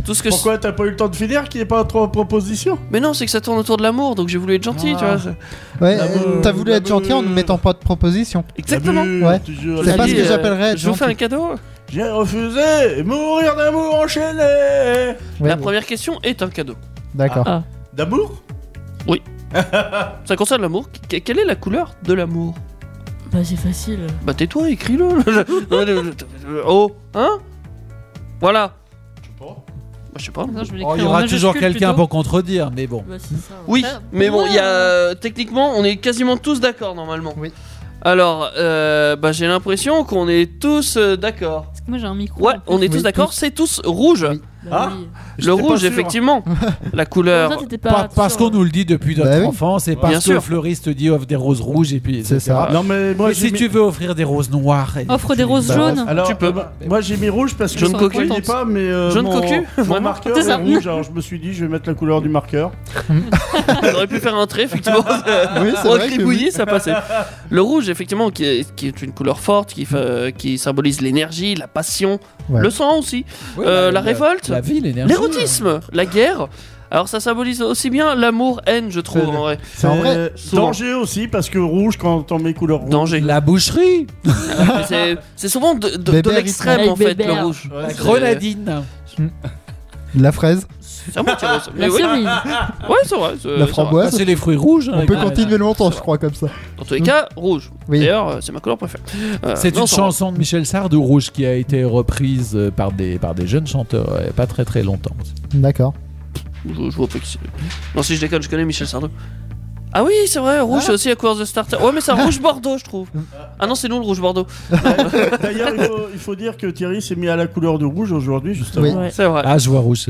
[SPEAKER 5] Tout ce que
[SPEAKER 8] Pourquoi t'as pas eu le temps de finir qu'il n'y ait pas trop de propositions
[SPEAKER 5] Mais non, c'est que ça tourne autour de l'amour, donc j'ai voulu être gentil,
[SPEAKER 8] Ah.
[SPEAKER 5] tu vois. c'est-
[SPEAKER 4] Ouais,
[SPEAKER 8] La
[SPEAKER 4] euh,
[SPEAKER 8] meuf,
[SPEAKER 4] t'as voulu
[SPEAKER 8] la
[SPEAKER 4] être gentil en ne
[SPEAKER 8] meuf.
[SPEAKER 4] mettant pas de proposition.
[SPEAKER 5] Exactement.
[SPEAKER 4] Ouais.
[SPEAKER 5] J'ai
[SPEAKER 4] C'est pas
[SPEAKER 5] dit,
[SPEAKER 4] ce que
[SPEAKER 5] euh,
[SPEAKER 4] j'appellerais être
[SPEAKER 5] Je vous fais un
[SPEAKER 4] gentil.
[SPEAKER 5] cadeau.
[SPEAKER 8] J'ai refusé mourir d'amour enchaîné.
[SPEAKER 4] Ouais,
[SPEAKER 5] La
[SPEAKER 4] ouais.
[SPEAKER 5] première question est un cadeau.
[SPEAKER 4] D'accord.
[SPEAKER 7] Ah.
[SPEAKER 8] D'amour
[SPEAKER 5] Ça concerne l'amour. Que- Quelle est la couleur de l'amour
[SPEAKER 7] Bah, c'est facile.
[SPEAKER 5] Bah tais-toi, écris-le. oh, hein Voilà.
[SPEAKER 8] Je sais pas.
[SPEAKER 5] Bah, je sais pas.
[SPEAKER 1] Non, je voulais
[SPEAKER 6] Oh, il y
[SPEAKER 1] écrire en
[SPEAKER 6] aura
[SPEAKER 1] majuscule
[SPEAKER 6] toujours quelqu'un
[SPEAKER 1] plutôt.
[SPEAKER 6] pour contredire, mais bon.
[SPEAKER 7] Bah, c'est ça.
[SPEAKER 5] Oui,
[SPEAKER 1] Ah,
[SPEAKER 5] mais bon,
[SPEAKER 1] ouais.
[SPEAKER 5] il y a euh, techniquement, on est quasiment tous d'accord normalement.
[SPEAKER 4] Oui.
[SPEAKER 5] Alors, euh, bah, j'ai l'impression qu'on est tous euh, d'accord.
[SPEAKER 1] Parce que moi j'ai un micro.
[SPEAKER 5] Ouais, on est tous
[SPEAKER 4] Oui,
[SPEAKER 5] d'accord, c'est tous rouge.
[SPEAKER 4] Oui.
[SPEAKER 7] Bah,
[SPEAKER 8] Ah.
[SPEAKER 7] oui.
[SPEAKER 5] Le
[SPEAKER 8] J'étais pas
[SPEAKER 5] rouge,
[SPEAKER 8] sûr.
[SPEAKER 5] effectivement. la
[SPEAKER 7] Toi,
[SPEAKER 5] couleur.
[SPEAKER 7] t'étais
[SPEAKER 6] Pas-
[SPEAKER 7] pas
[SPEAKER 6] parce qu'on nous le dit depuis notre
[SPEAKER 4] Bah oui.
[SPEAKER 6] enfance, et
[SPEAKER 8] Bien
[SPEAKER 6] parce que le
[SPEAKER 5] sûr.
[SPEAKER 6] fleuriste dit offre des roses rouges, et puis.
[SPEAKER 4] C'est ça.
[SPEAKER 8] Non, mais moi
[SPEAKER 6] Mais
[SPEAKER 8] j'ai
[SPEAKER 6] si
[SPEAKER 8] mis-
[SPEAKER 6] tu veux offrir des roses noires. et-
[SPEAKER 1] Offre des roses
[SPEAKER 6] Bah,
[SPEAKER 1] jaunes.
[SPEAKER 8] Alors,
[SPEAKER 5] Tu peux.
[SPEAKER 8] euh, bah, moi j'ai mis rouge parce que
[SPEAKER 5] Jaune
[SPEAKER 8] je
[SPEAKER 5] cocu.
[SPEAKER 8] voyais pas, mais euh,
[SPEAKER 5] Jaune
[SPEAKER 8] mon,
[SPEAKER 5] cocu,
[SPEAKER 8] mon
[SPEAKER 5] vraiment.
[SPEAKER 8] marqueur
[SPEAKER 1] C'est
[SPEAKER 8] est
[SPEAKER 1] ça.
[SPEAKER 8] rouge. Alors je me suis dit, je vais mettre la couleur du marqueur.
[SPEAKER 5] On aurait pu faire un trait, effectivement.
[SPEAKER 4] Oui, c'est
[SPEAKER 5] On
[SPEAKER 4] vrai que
[SPEAKER 5] cribouillait, ça passait. Le rouge, effectivement, qui est, qui est une couleur forte, qui, fa- qui symbolise l'énergie, la passion,
[SPEAKER 4] Ouais.
[SPEAKER 5] le sang aussi,
[SPEAKER 4] bah
[SPEAKER 6] Ouais,
[SPEAKER 5] euh, la,
[SPEAKER 6] la-
[SPEAKER 5] révolte,
[SPEAKER 6] La vie, l'énergie.
[SPEAKER 5] l'érotisme, la guerre. Alors ça symbolise aussi bien l'amour, haine, je trouve,
[SPEAKER 4] Euh,
[SPEAKER 5] en vrai.
[SPEAKER 4] C'est en vrai.
[SPEAKER 8] Euh,
[SPEAKER 5] souvent.
[SPEAKER 8] danger aussi, parce que rouge, quand on met couleur rouge.
[SPEAKER 5] Danger.
[SPEAKER 6] La boucherie.
[SPEAKER 5] Mais c'est- C'est souvent de, de- de
[SPEAKER 4] Bébert,
[SPEAKER 5] l'extrême
[SPEAKER 7] il
[SPEAKER 5] en
[SPEAKER 7] prend.
[SPEAKER 5] fait, le
[SPEAKER 7] Bébert.
[SPEAKER 5] rouge.
[SPEAKER 8] Ouais,
[SPEAKER 6] La
[SPEAKER 8] c'est-
[SPEAKER 6] grenadine.
[SPEAKER 4] La fraise,
[SPEAKER 5] C'est un bon tir au- mais
[SPEAKER 7] La
[SPEAKER 5] oui. Ah,
[SPEAKER 7] cerise.
[SPEAKER 5] Ouais, c'est vrai. c'est-
[SPEAKER 4] la
[SPEAKER 5] c'est vrai.
[SPEAKER 6] Ah,
[SPEAKER 4] framboise.
[SPEAKER 6] c'est les fruits rouges. hein,
[SPEAKER 4] on peut
[SPEAKER 6] avec-
[SPEAKER 4] continuer longtemps, je crois, comme ça.
[SPEAKER 5] Dans tous les cas, rouge.
[SPEAKER 4] Oui.
[SPEAKER 5] D'ailleurs, euh, c'est ma couleur préférée. Euh,
[SPEAKER 6] C'est
[SPEAKER 5] non,
[SPEAKER 6] une
[SPEAKER 5] sans-
[SPEAKER 6] chanson de Michel Sardou Rouge qui a été reprise euh, par des, par des jeunes chanteurs euh, pas très très longtemps.
[SPEAKER 4] D'accord.
[SPEAKER 5] Je, je vois pas qui c'est. Non, si je déconne, je connais Michel Sardou. Ah oui, c'est vrai, rouge, c'est aussi la couleur de Starter. Ouais, mais c'est un rouge Bordeaux, je trouve. Ah non, c'est nous le rouge Bordeaux.
[SPEAKER 8] D'ailleurs, il faut, il faut dire que Thierry s'est mis à la couleur de rouge aujourd'hui, justement.
[SPEAKER 4] Oui.
[SPEAKER 7] Ouais.
[SPEAKER 5] C'est vrai.
[SPEAKER 6] Ah, je vois rouge.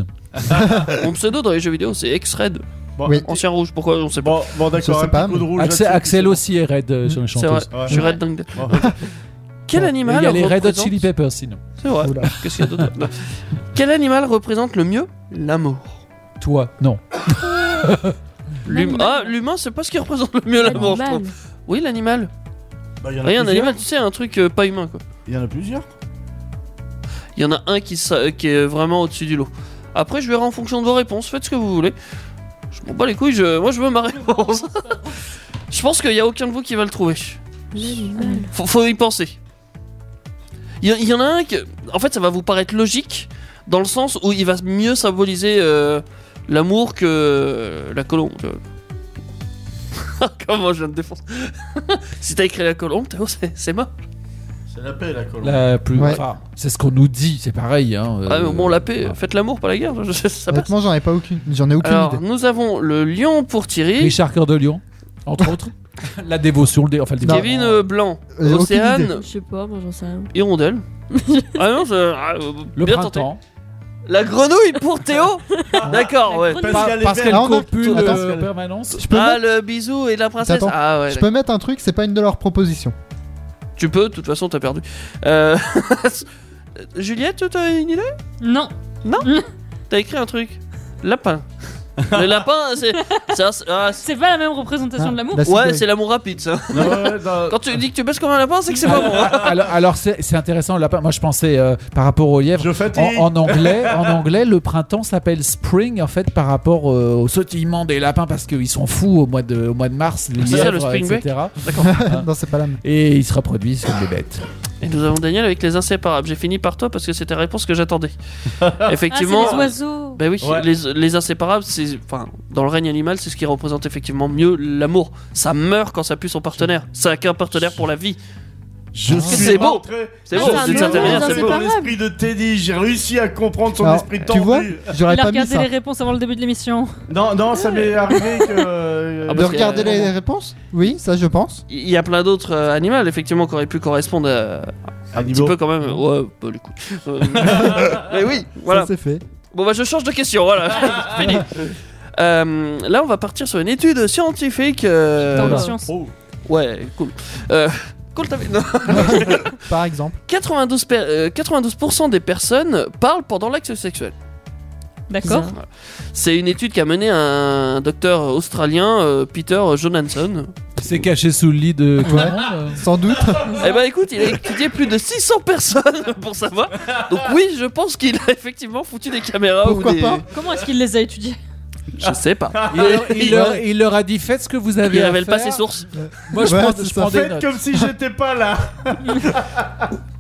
[SPEAKER 5] Mon pseudo dans les jeux vidéo, c'est X-Red.
[SPEAKER 8] Bon,
[SPEAKER 4] Oui.
[SPEAKER 5] Ancien rouge, pourquoi On sait pas.
[SPEAKER 8] bon, bon,
[SPEAKER 4] Je sais
[SPEAKER 8] d'accord, un
[SPEAKER 4] pas,
[SPEAKER 8] petit coup de rouge.
[SPEAKER 6] Axel,
[SPEAKER 8] là-dessus,
[SPEAKER 6] Axel
[SPEAKER 8] c'est
[SPEAKER 6] aussi est raide euh, sur les
[SPEAKER 5] C'est vrai,
[SPEAKER 6] chanteuses.
[SPEAKER 8] bon.
[SPEAKER 5] je suis Red Dingue.
[SPEAKER 8] Bon.
[SPEAKER 5] Quel
[SPEAKER 6] Et
[SPEAKER 5] animal
[SPEAKER 6] Il y a les Red Hot
[SPEAKER 5] représente-
[SPEAKER 6] Chili Peppers sinon.
[SPEAKER 5] C'est vrai.
[SPEAKER 4] Oula.
[SPEAKER 5] Qu'est-ce qu'il y a d'autre Non. Quel animal représente le mieux l'amour
[SPEAKER 6] Toi, non.
[SPEAKER 5] L'humain, ah, l'humain, c'est pas ce qui représente le mieux l'amour. je
[SPEAKER 7] Animal.
[SPEAKER 5] trouve. Oui, l'animal.
[SPEAKER 8] Bah, il y en a
[SPEAKER 5] Oui, un
[SPEAKER 8] plusieurs.
[SPEAKER 5] animal, tu sais, un truc euh, pas humain quoi.
[SPEAKER 8] Il y en a plusieurs.
[SPEAKER 5] Il y en a un qui, sa- euh, qui est vraiment au-dessus du lot. Après, je verrai en fonction de vos réponses. Faites ce que vous voulez. Je m'en bats les couilles. Je... Moi, je veux ma réponse. je pense qu'il n'y a aucun de vous qui va le trouver.
[SPEAKER 7] L'animal.
[SPEAKER 5] Faut, faut y penser. Il y, il y en a un que... En fait, ça va vous paraître logique dans le sens où il va mieux symboliser euh, l'amour que euh, la colombe. Comment je viens de défoncer Si t'as écrit la colombe, Théo, c'est c'est mort.
[SPEAKER 8] C'est la paix, la colombe.
[SPEAKER 6] La plus.
[SPEAKER 4] Ouais.
[SPEAKER 6] enfin, c'est ce qu'on nous dit, c'est pareil. Hein, euh,
[SPEAKER 5] Ah, mais bon, la paix,
[SPEAKER 6] voilà.
[SPEAKER 5] faites l'amour, pas la guerre. je- ça passe.
[SPEAKER 4] Honnêtement, j'en ai pas aucune. J'en ai aucune
[SPEAKER 5] Alors,
[SPEAKER 4] idée.
[SPEAKER 5] nous avons le lion pour Thierry,
[SPEAKER 6] Richard Cœur de Lion, entre autres. la dévotion, le dé... enfin le
[SPEAKER 4] Non.
[SPEAKER 5] Kevin euh, Blanc,
[SPEAKER 4] Euh, aucune idée.
[SPEAKER 5] Océane,
[SPEAKER 7] Je sais pas, moi j'en sais rien.
[SPEAKER 5] Hirondelle. ah non, c'est- ah, euh,
[SPEAKER 6] Le
[SPEAKER 5] bien tenté.
[SPEAKER 6] printemps.
[SPEAKER 5] La grenouille pour Théo D'accord, ouais.
[SPEAKER 1] grenouille.
[SPEAKER 8] Parce
[SPEAKER 6] Par-
[SPEAKER 8] qu'elle est
[SPEAKER 6] parce
[SPEAKER 8] verte.
[SPEAKER 6] qu'elle
[SPEAKER 4] Ah, on a-
[SPEAKER 6] copule
[SPEAKER 4] Attends.
[SPEAKER 6] euh, en permanence.
[SPEAKER 4] Je peux,
[SPEAKER 5] ah,
[SPEAKER 4] mettre,
[SPEAKER 5] le bisou et la princesse.
[SPEAKER 4] Attends,
[SPEAKER 5] ah ouais.
[SPEAKER 4] je peux mettre un truc, c'est pas une de leurs propositions.
[SPEAKER 5] Tu peux, de toute façon, t'as perdu. Euh... Juliette, t'as une idée
[SPEAKER 1] Non.
[SPEAKER 5] T'as écrit un truc. Lapin. le lapin, c'est. c'est un- ah, c'est-
[SPEAKER 1] C'est pas la même représentation
[SPEAKER 4] Ah,
[SPEAKER 1] de l'amour.
[SPEAKER 4] la
[SPEAKER 5] ouais,
[SPEAKER 4] cigale.
[SPEAKER 5] c'est l'amour rapide, ça.
[SPEAKER 8] Non, ouais, dans-
[SPEAKER 5] Quand tu dis que tu baisses comme un lapin, c'est que c'est pas bon. hein.
[SPEAKER 6] alors, alors- alors, c'est c'est intéressant le lapin. Moi je pensais euh, par rapport au lièvre.
[SPEAKER 8] Je
[SPEAKER 6] En,
[SPEAKER 8] fatigue.
[SPEAKER 6] en anglais, en anglais, le printemps s'appelle spring en fait par rapport euh, au sautillement des lapins parce qu'ils sont fous au mois de, au mois de mars, les
[SPEAKER 5] C'est Ah, ça, le
[SPEAKER 6] lièvres,
[SPEAKER 5] spring break
[SPEAKER 6] etc.
[SPEAKER 4] non, c'est pas la même.
[SPEAKER 6] Et ils se reproduisent comme des bêtes.
[SPEAKER 5] Et nous avons Daniel avec les inséparables. J'ai fini par toi parce que c'était la réponse que j'attendais.
[SPEAKER 1] Ah, c'est les
[SPEAKER 5] Effectivement.
[SPEAKER 1] oiseaux.
[SPEAKER 5] Ben oui,
[SPEAKER 8] Ouais.
[SPEAKER 5] les, les inséparables, c'est, enfin, dans le règne animal, c'est ce qui représente effectivement mieux l'amour. Ça meurt quand ça pue son partenaire. Ça a qu'un partenaire pour la vie.
[SPEAKER 8] Je
[SPEAKER 5] Parce que
[SPEAKER 8] suis
[SPEAKER 5] c'est beau.
[SPEAKER 8] rentré-
[SPEAKER 5] C'est
[SPEAKER 7] Ah,
[SPEAKER 5] bon,
[SPEAKER 7] c'est un
[SPEAKER 5] d'une
[SPEAKER 7] amour
[SPEAKER 5] certaine manière,
[SPEAKER 7] dans
[SPEAKER 5] c'est
[SPEAKER 7] un
[SPEAKER 5] beau.
[SPEAKER 8] Dans
[SPEAKER 7] Séparable.
[SPEAKER 8] l'esprit de Teddy, j'ai réussi à comprendre son
[SPEAKER 4] Alors,
[SPEAKER 8] esprit
[SPEAKER 4] tu vois,
[SPEAKER 8] tendu.
[SPEAKER 4] j'aurais
[SPEAKER 1] Il a
[SPEAKER 4] pas mis
[SPEAKER 1] regardé
[SPEAKER 4] ça.
[SPEAKER 1] les réponses avant le début de l'émission.
[SPEAKER 8] Non, non, ça m'est arrivé que. euh,
[SPEAKER 5] Ah
[SPEAKER 4] De
[SPEAKER 5] parce que-
[SPEAKER 4] regarder les réponses Oui, ça je pense.
[SPEAKER 5] Il y a plein d'autres euh, animaux, effectivement, qui auraient pu correspondre à, un petit
[SPEAKER 8] Animaux.
[SPEAKER 5] peu quand même. Ouais, bah, les couilles. Euh, mais oui, voilà.
[SPEAKER 4] Ça c'est fait.
[SPEAKER 5] Bon, bah, je change de question, voilà. Fini. Euh, là, on va partir sur une étude scientifique. euh,
[SPEAKER 1] Dans
[SPEAKER 6] bah.
[SPEAKER 1] la science.
[SPEAKER 8] Oh.
[SPEAKER 5] Ouais, cool. Euh, cool, t'as fait- non.
[SPEAKER 4] Par exemple.
[SPEAKER 5] 92, per- euh, 92% des personnes parlent pendant l'acte sexuel.
[SPEAKER 1] D'accord.
[SPEAKER 7] Bizarre.
[SPEAKER 5] C'est une étude qu'a menée un docteur australien, euh, Peter Jonanson.
[SPEAKER 6] C'est caché sous le lit de tout le
[SPEAKER 4] Ouais.
[SPEAKER 6] monde, euh.
[SPEAKER 4] Sans doute.
[SPEAKER 5] Eh ben écoute, il a étudié plus de 600 personnes pour savoir. Donc oui, je pense qu'il a effectivement foutu des caméras
[SPEAKER 4] Pourquoi
[SPEAKER 5] ou des...
[SPEAKER 4] pas Ah,
[SPEAKER 1] Comment est-ce qu'il les a étudiés
[SPEAKER 5] Je sais pas.
[SPEAKER 6] Il, leur, il leur- il leur a dit faites ce que vous avez
[SPEAKER 5] Il
[SPEAKER 6] à
[SPEAKER 5] révèle pas
[SPEAKER 6] faire.
[SPEAKER 5] ses sources.
[SPEAKER 6] Moi je
[SPEAKER 4] Ouais,
[SPEAKER 6] prends,
[SPEAKER 4] c'est
[SPEAKER 6] je
[SPEAKER 4] ça.
[SPEAKER 6] prends des
[SPEAKER 8] Faites
[SPEAKER 6] notes.
[SPEAKER 8] comme si j'étais pas là.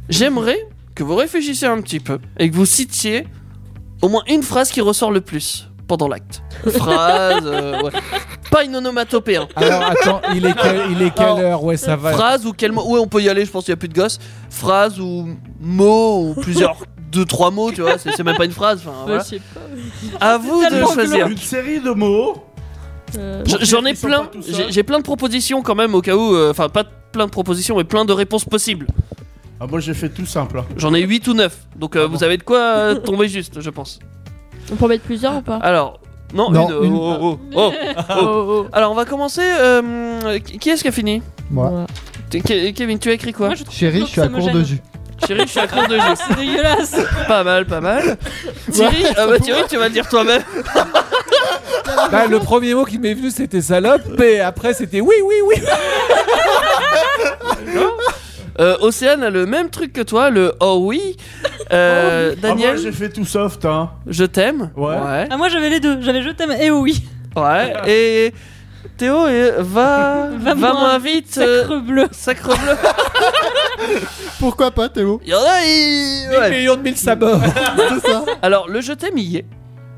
[SPEAKER 5] J'aimerais que vous réfléchissiez un petit peu et que vous citiez au moins une phrase qui ressort le plus pendant l'acte. Phrase, euh, ouais. pas une onomatopée. hein.
[SPEAKER 6] Alors attends, il est quelle, il est quelle
[SPEAKER 5] Alors,
[SPEAKER 6] heure Ouais, ça va.
[SPEAKER 5] Phrase ou quel mot Ouais, on peut y aller, je pense qu'il n'y a plus de gosses. Phrase ou mot ou plusieurs, deux, trois mots, tu vois, c'est c'est même pas une phrase. enfin,
[SPEAKER 1] Bah,
[SPEAKER 5] voilà.
[SPEAKER 1] Je sais pas.
[SPEAKER 5] À vous de
[SPEAKER 1] tellement
[SPEAKER 5] choisir.
[SPEAKER 8] Une série de mots.
[SPEAKER 7] Euh,
[SPEAKER 5] Je- J'en ai
[SPEAKER 8] Ils sont
[SPEAKER 5] plein,
[SPEAKER 8] pas tout seuls.
[SPEAKER 5] j'ai j'ai plein de propositions quand même au cas où, euh, enfin pas plein de propositions mais plein de réponses possibles.
[SPEAKER 8] Ah, moi j'ai fait tout simple. hein.
[SPEAKER 5] J'en ai 8 ou 9, donc euh, vous avez de quoi euh, tomber juste je pense.
[SPEAKER 7] On peut en mettre plusieurs ou pas
[SPEAKER 5] Alors, non,
[SPEAKER 4] Non,
[SPEAKER 5] une, euh,
[SPEAKER 4] une.
[SPEAKER 5] oh, oh, oh.
[SPEAKER 7] Ah. Oh, oh.
[SPEAKER 5] Alors on va commencer, euh, qui qui est-ce qui a fini
[SPEAKER 4] Moi.
[SPEAKER 7] Voilà.
[SPEAKER 5] T'es- Ke- Kevin, tu as écrit quoi
[SPEAKER 1] Moi, je trouve
[SPEAKER 4] Chérie, je
[SPEAKER 1] que
[SPEAKER 4] suis à
[SPEAKER 1] ça me
[SPEAKER 4] court
[SPEAKER 1] gêne.
[SPEAKER 4] de jus.
[SPEAKER 5] Thierry, je suis à court de
[SPEAKER 1] Ah,
[SPEAKER 5] jeu.
[SPEAKER 1] c'est dégueulasse.
[SPEAKER 5] Pas mal, pas mal. Thierry, ah bah, Thierry, tu vas le dire toi-même.
[SPEAKER 6] Bah, le premier mot qui m'est venu c'était salope, et après c'était oui, oui, oui.
[SPEAKER 5] Euh, Océane a le même truc que toi, le oh oui. Euh, Daniel,
[SPEAKER 8] Ah, moi, j'ai fait tout soft, hein.
[SPEAKER 5] je t'aime.
[SPEAKER 8] Ouais.
[SPEAKER 5] Ouais.
[SPEAKER 1] Ah, moi j'avais les deux, j'avais je t'aime et oh oui.
[SPEAKER 5] Ouais. Et Théo, euh, va,
[SPEAKER 1] Va
[SPEAKER 5] va,
[SPEAKER 1] moins
[SPEAKER 5] moins, vite. euh,
[SPEAKER 1] Sacre bleu.
[SPEAKER 5] Sacre bleu.
[SPEAKER 4] Pourquoi pas, Théo
[SPEAKER 5] Il y en a, il- ouais.
[SPEAKER 6] millions de mille sabots.
[SPEAKER 4] C'est ça
[SPEAKER 5] Alors, le je t'aime, il y est.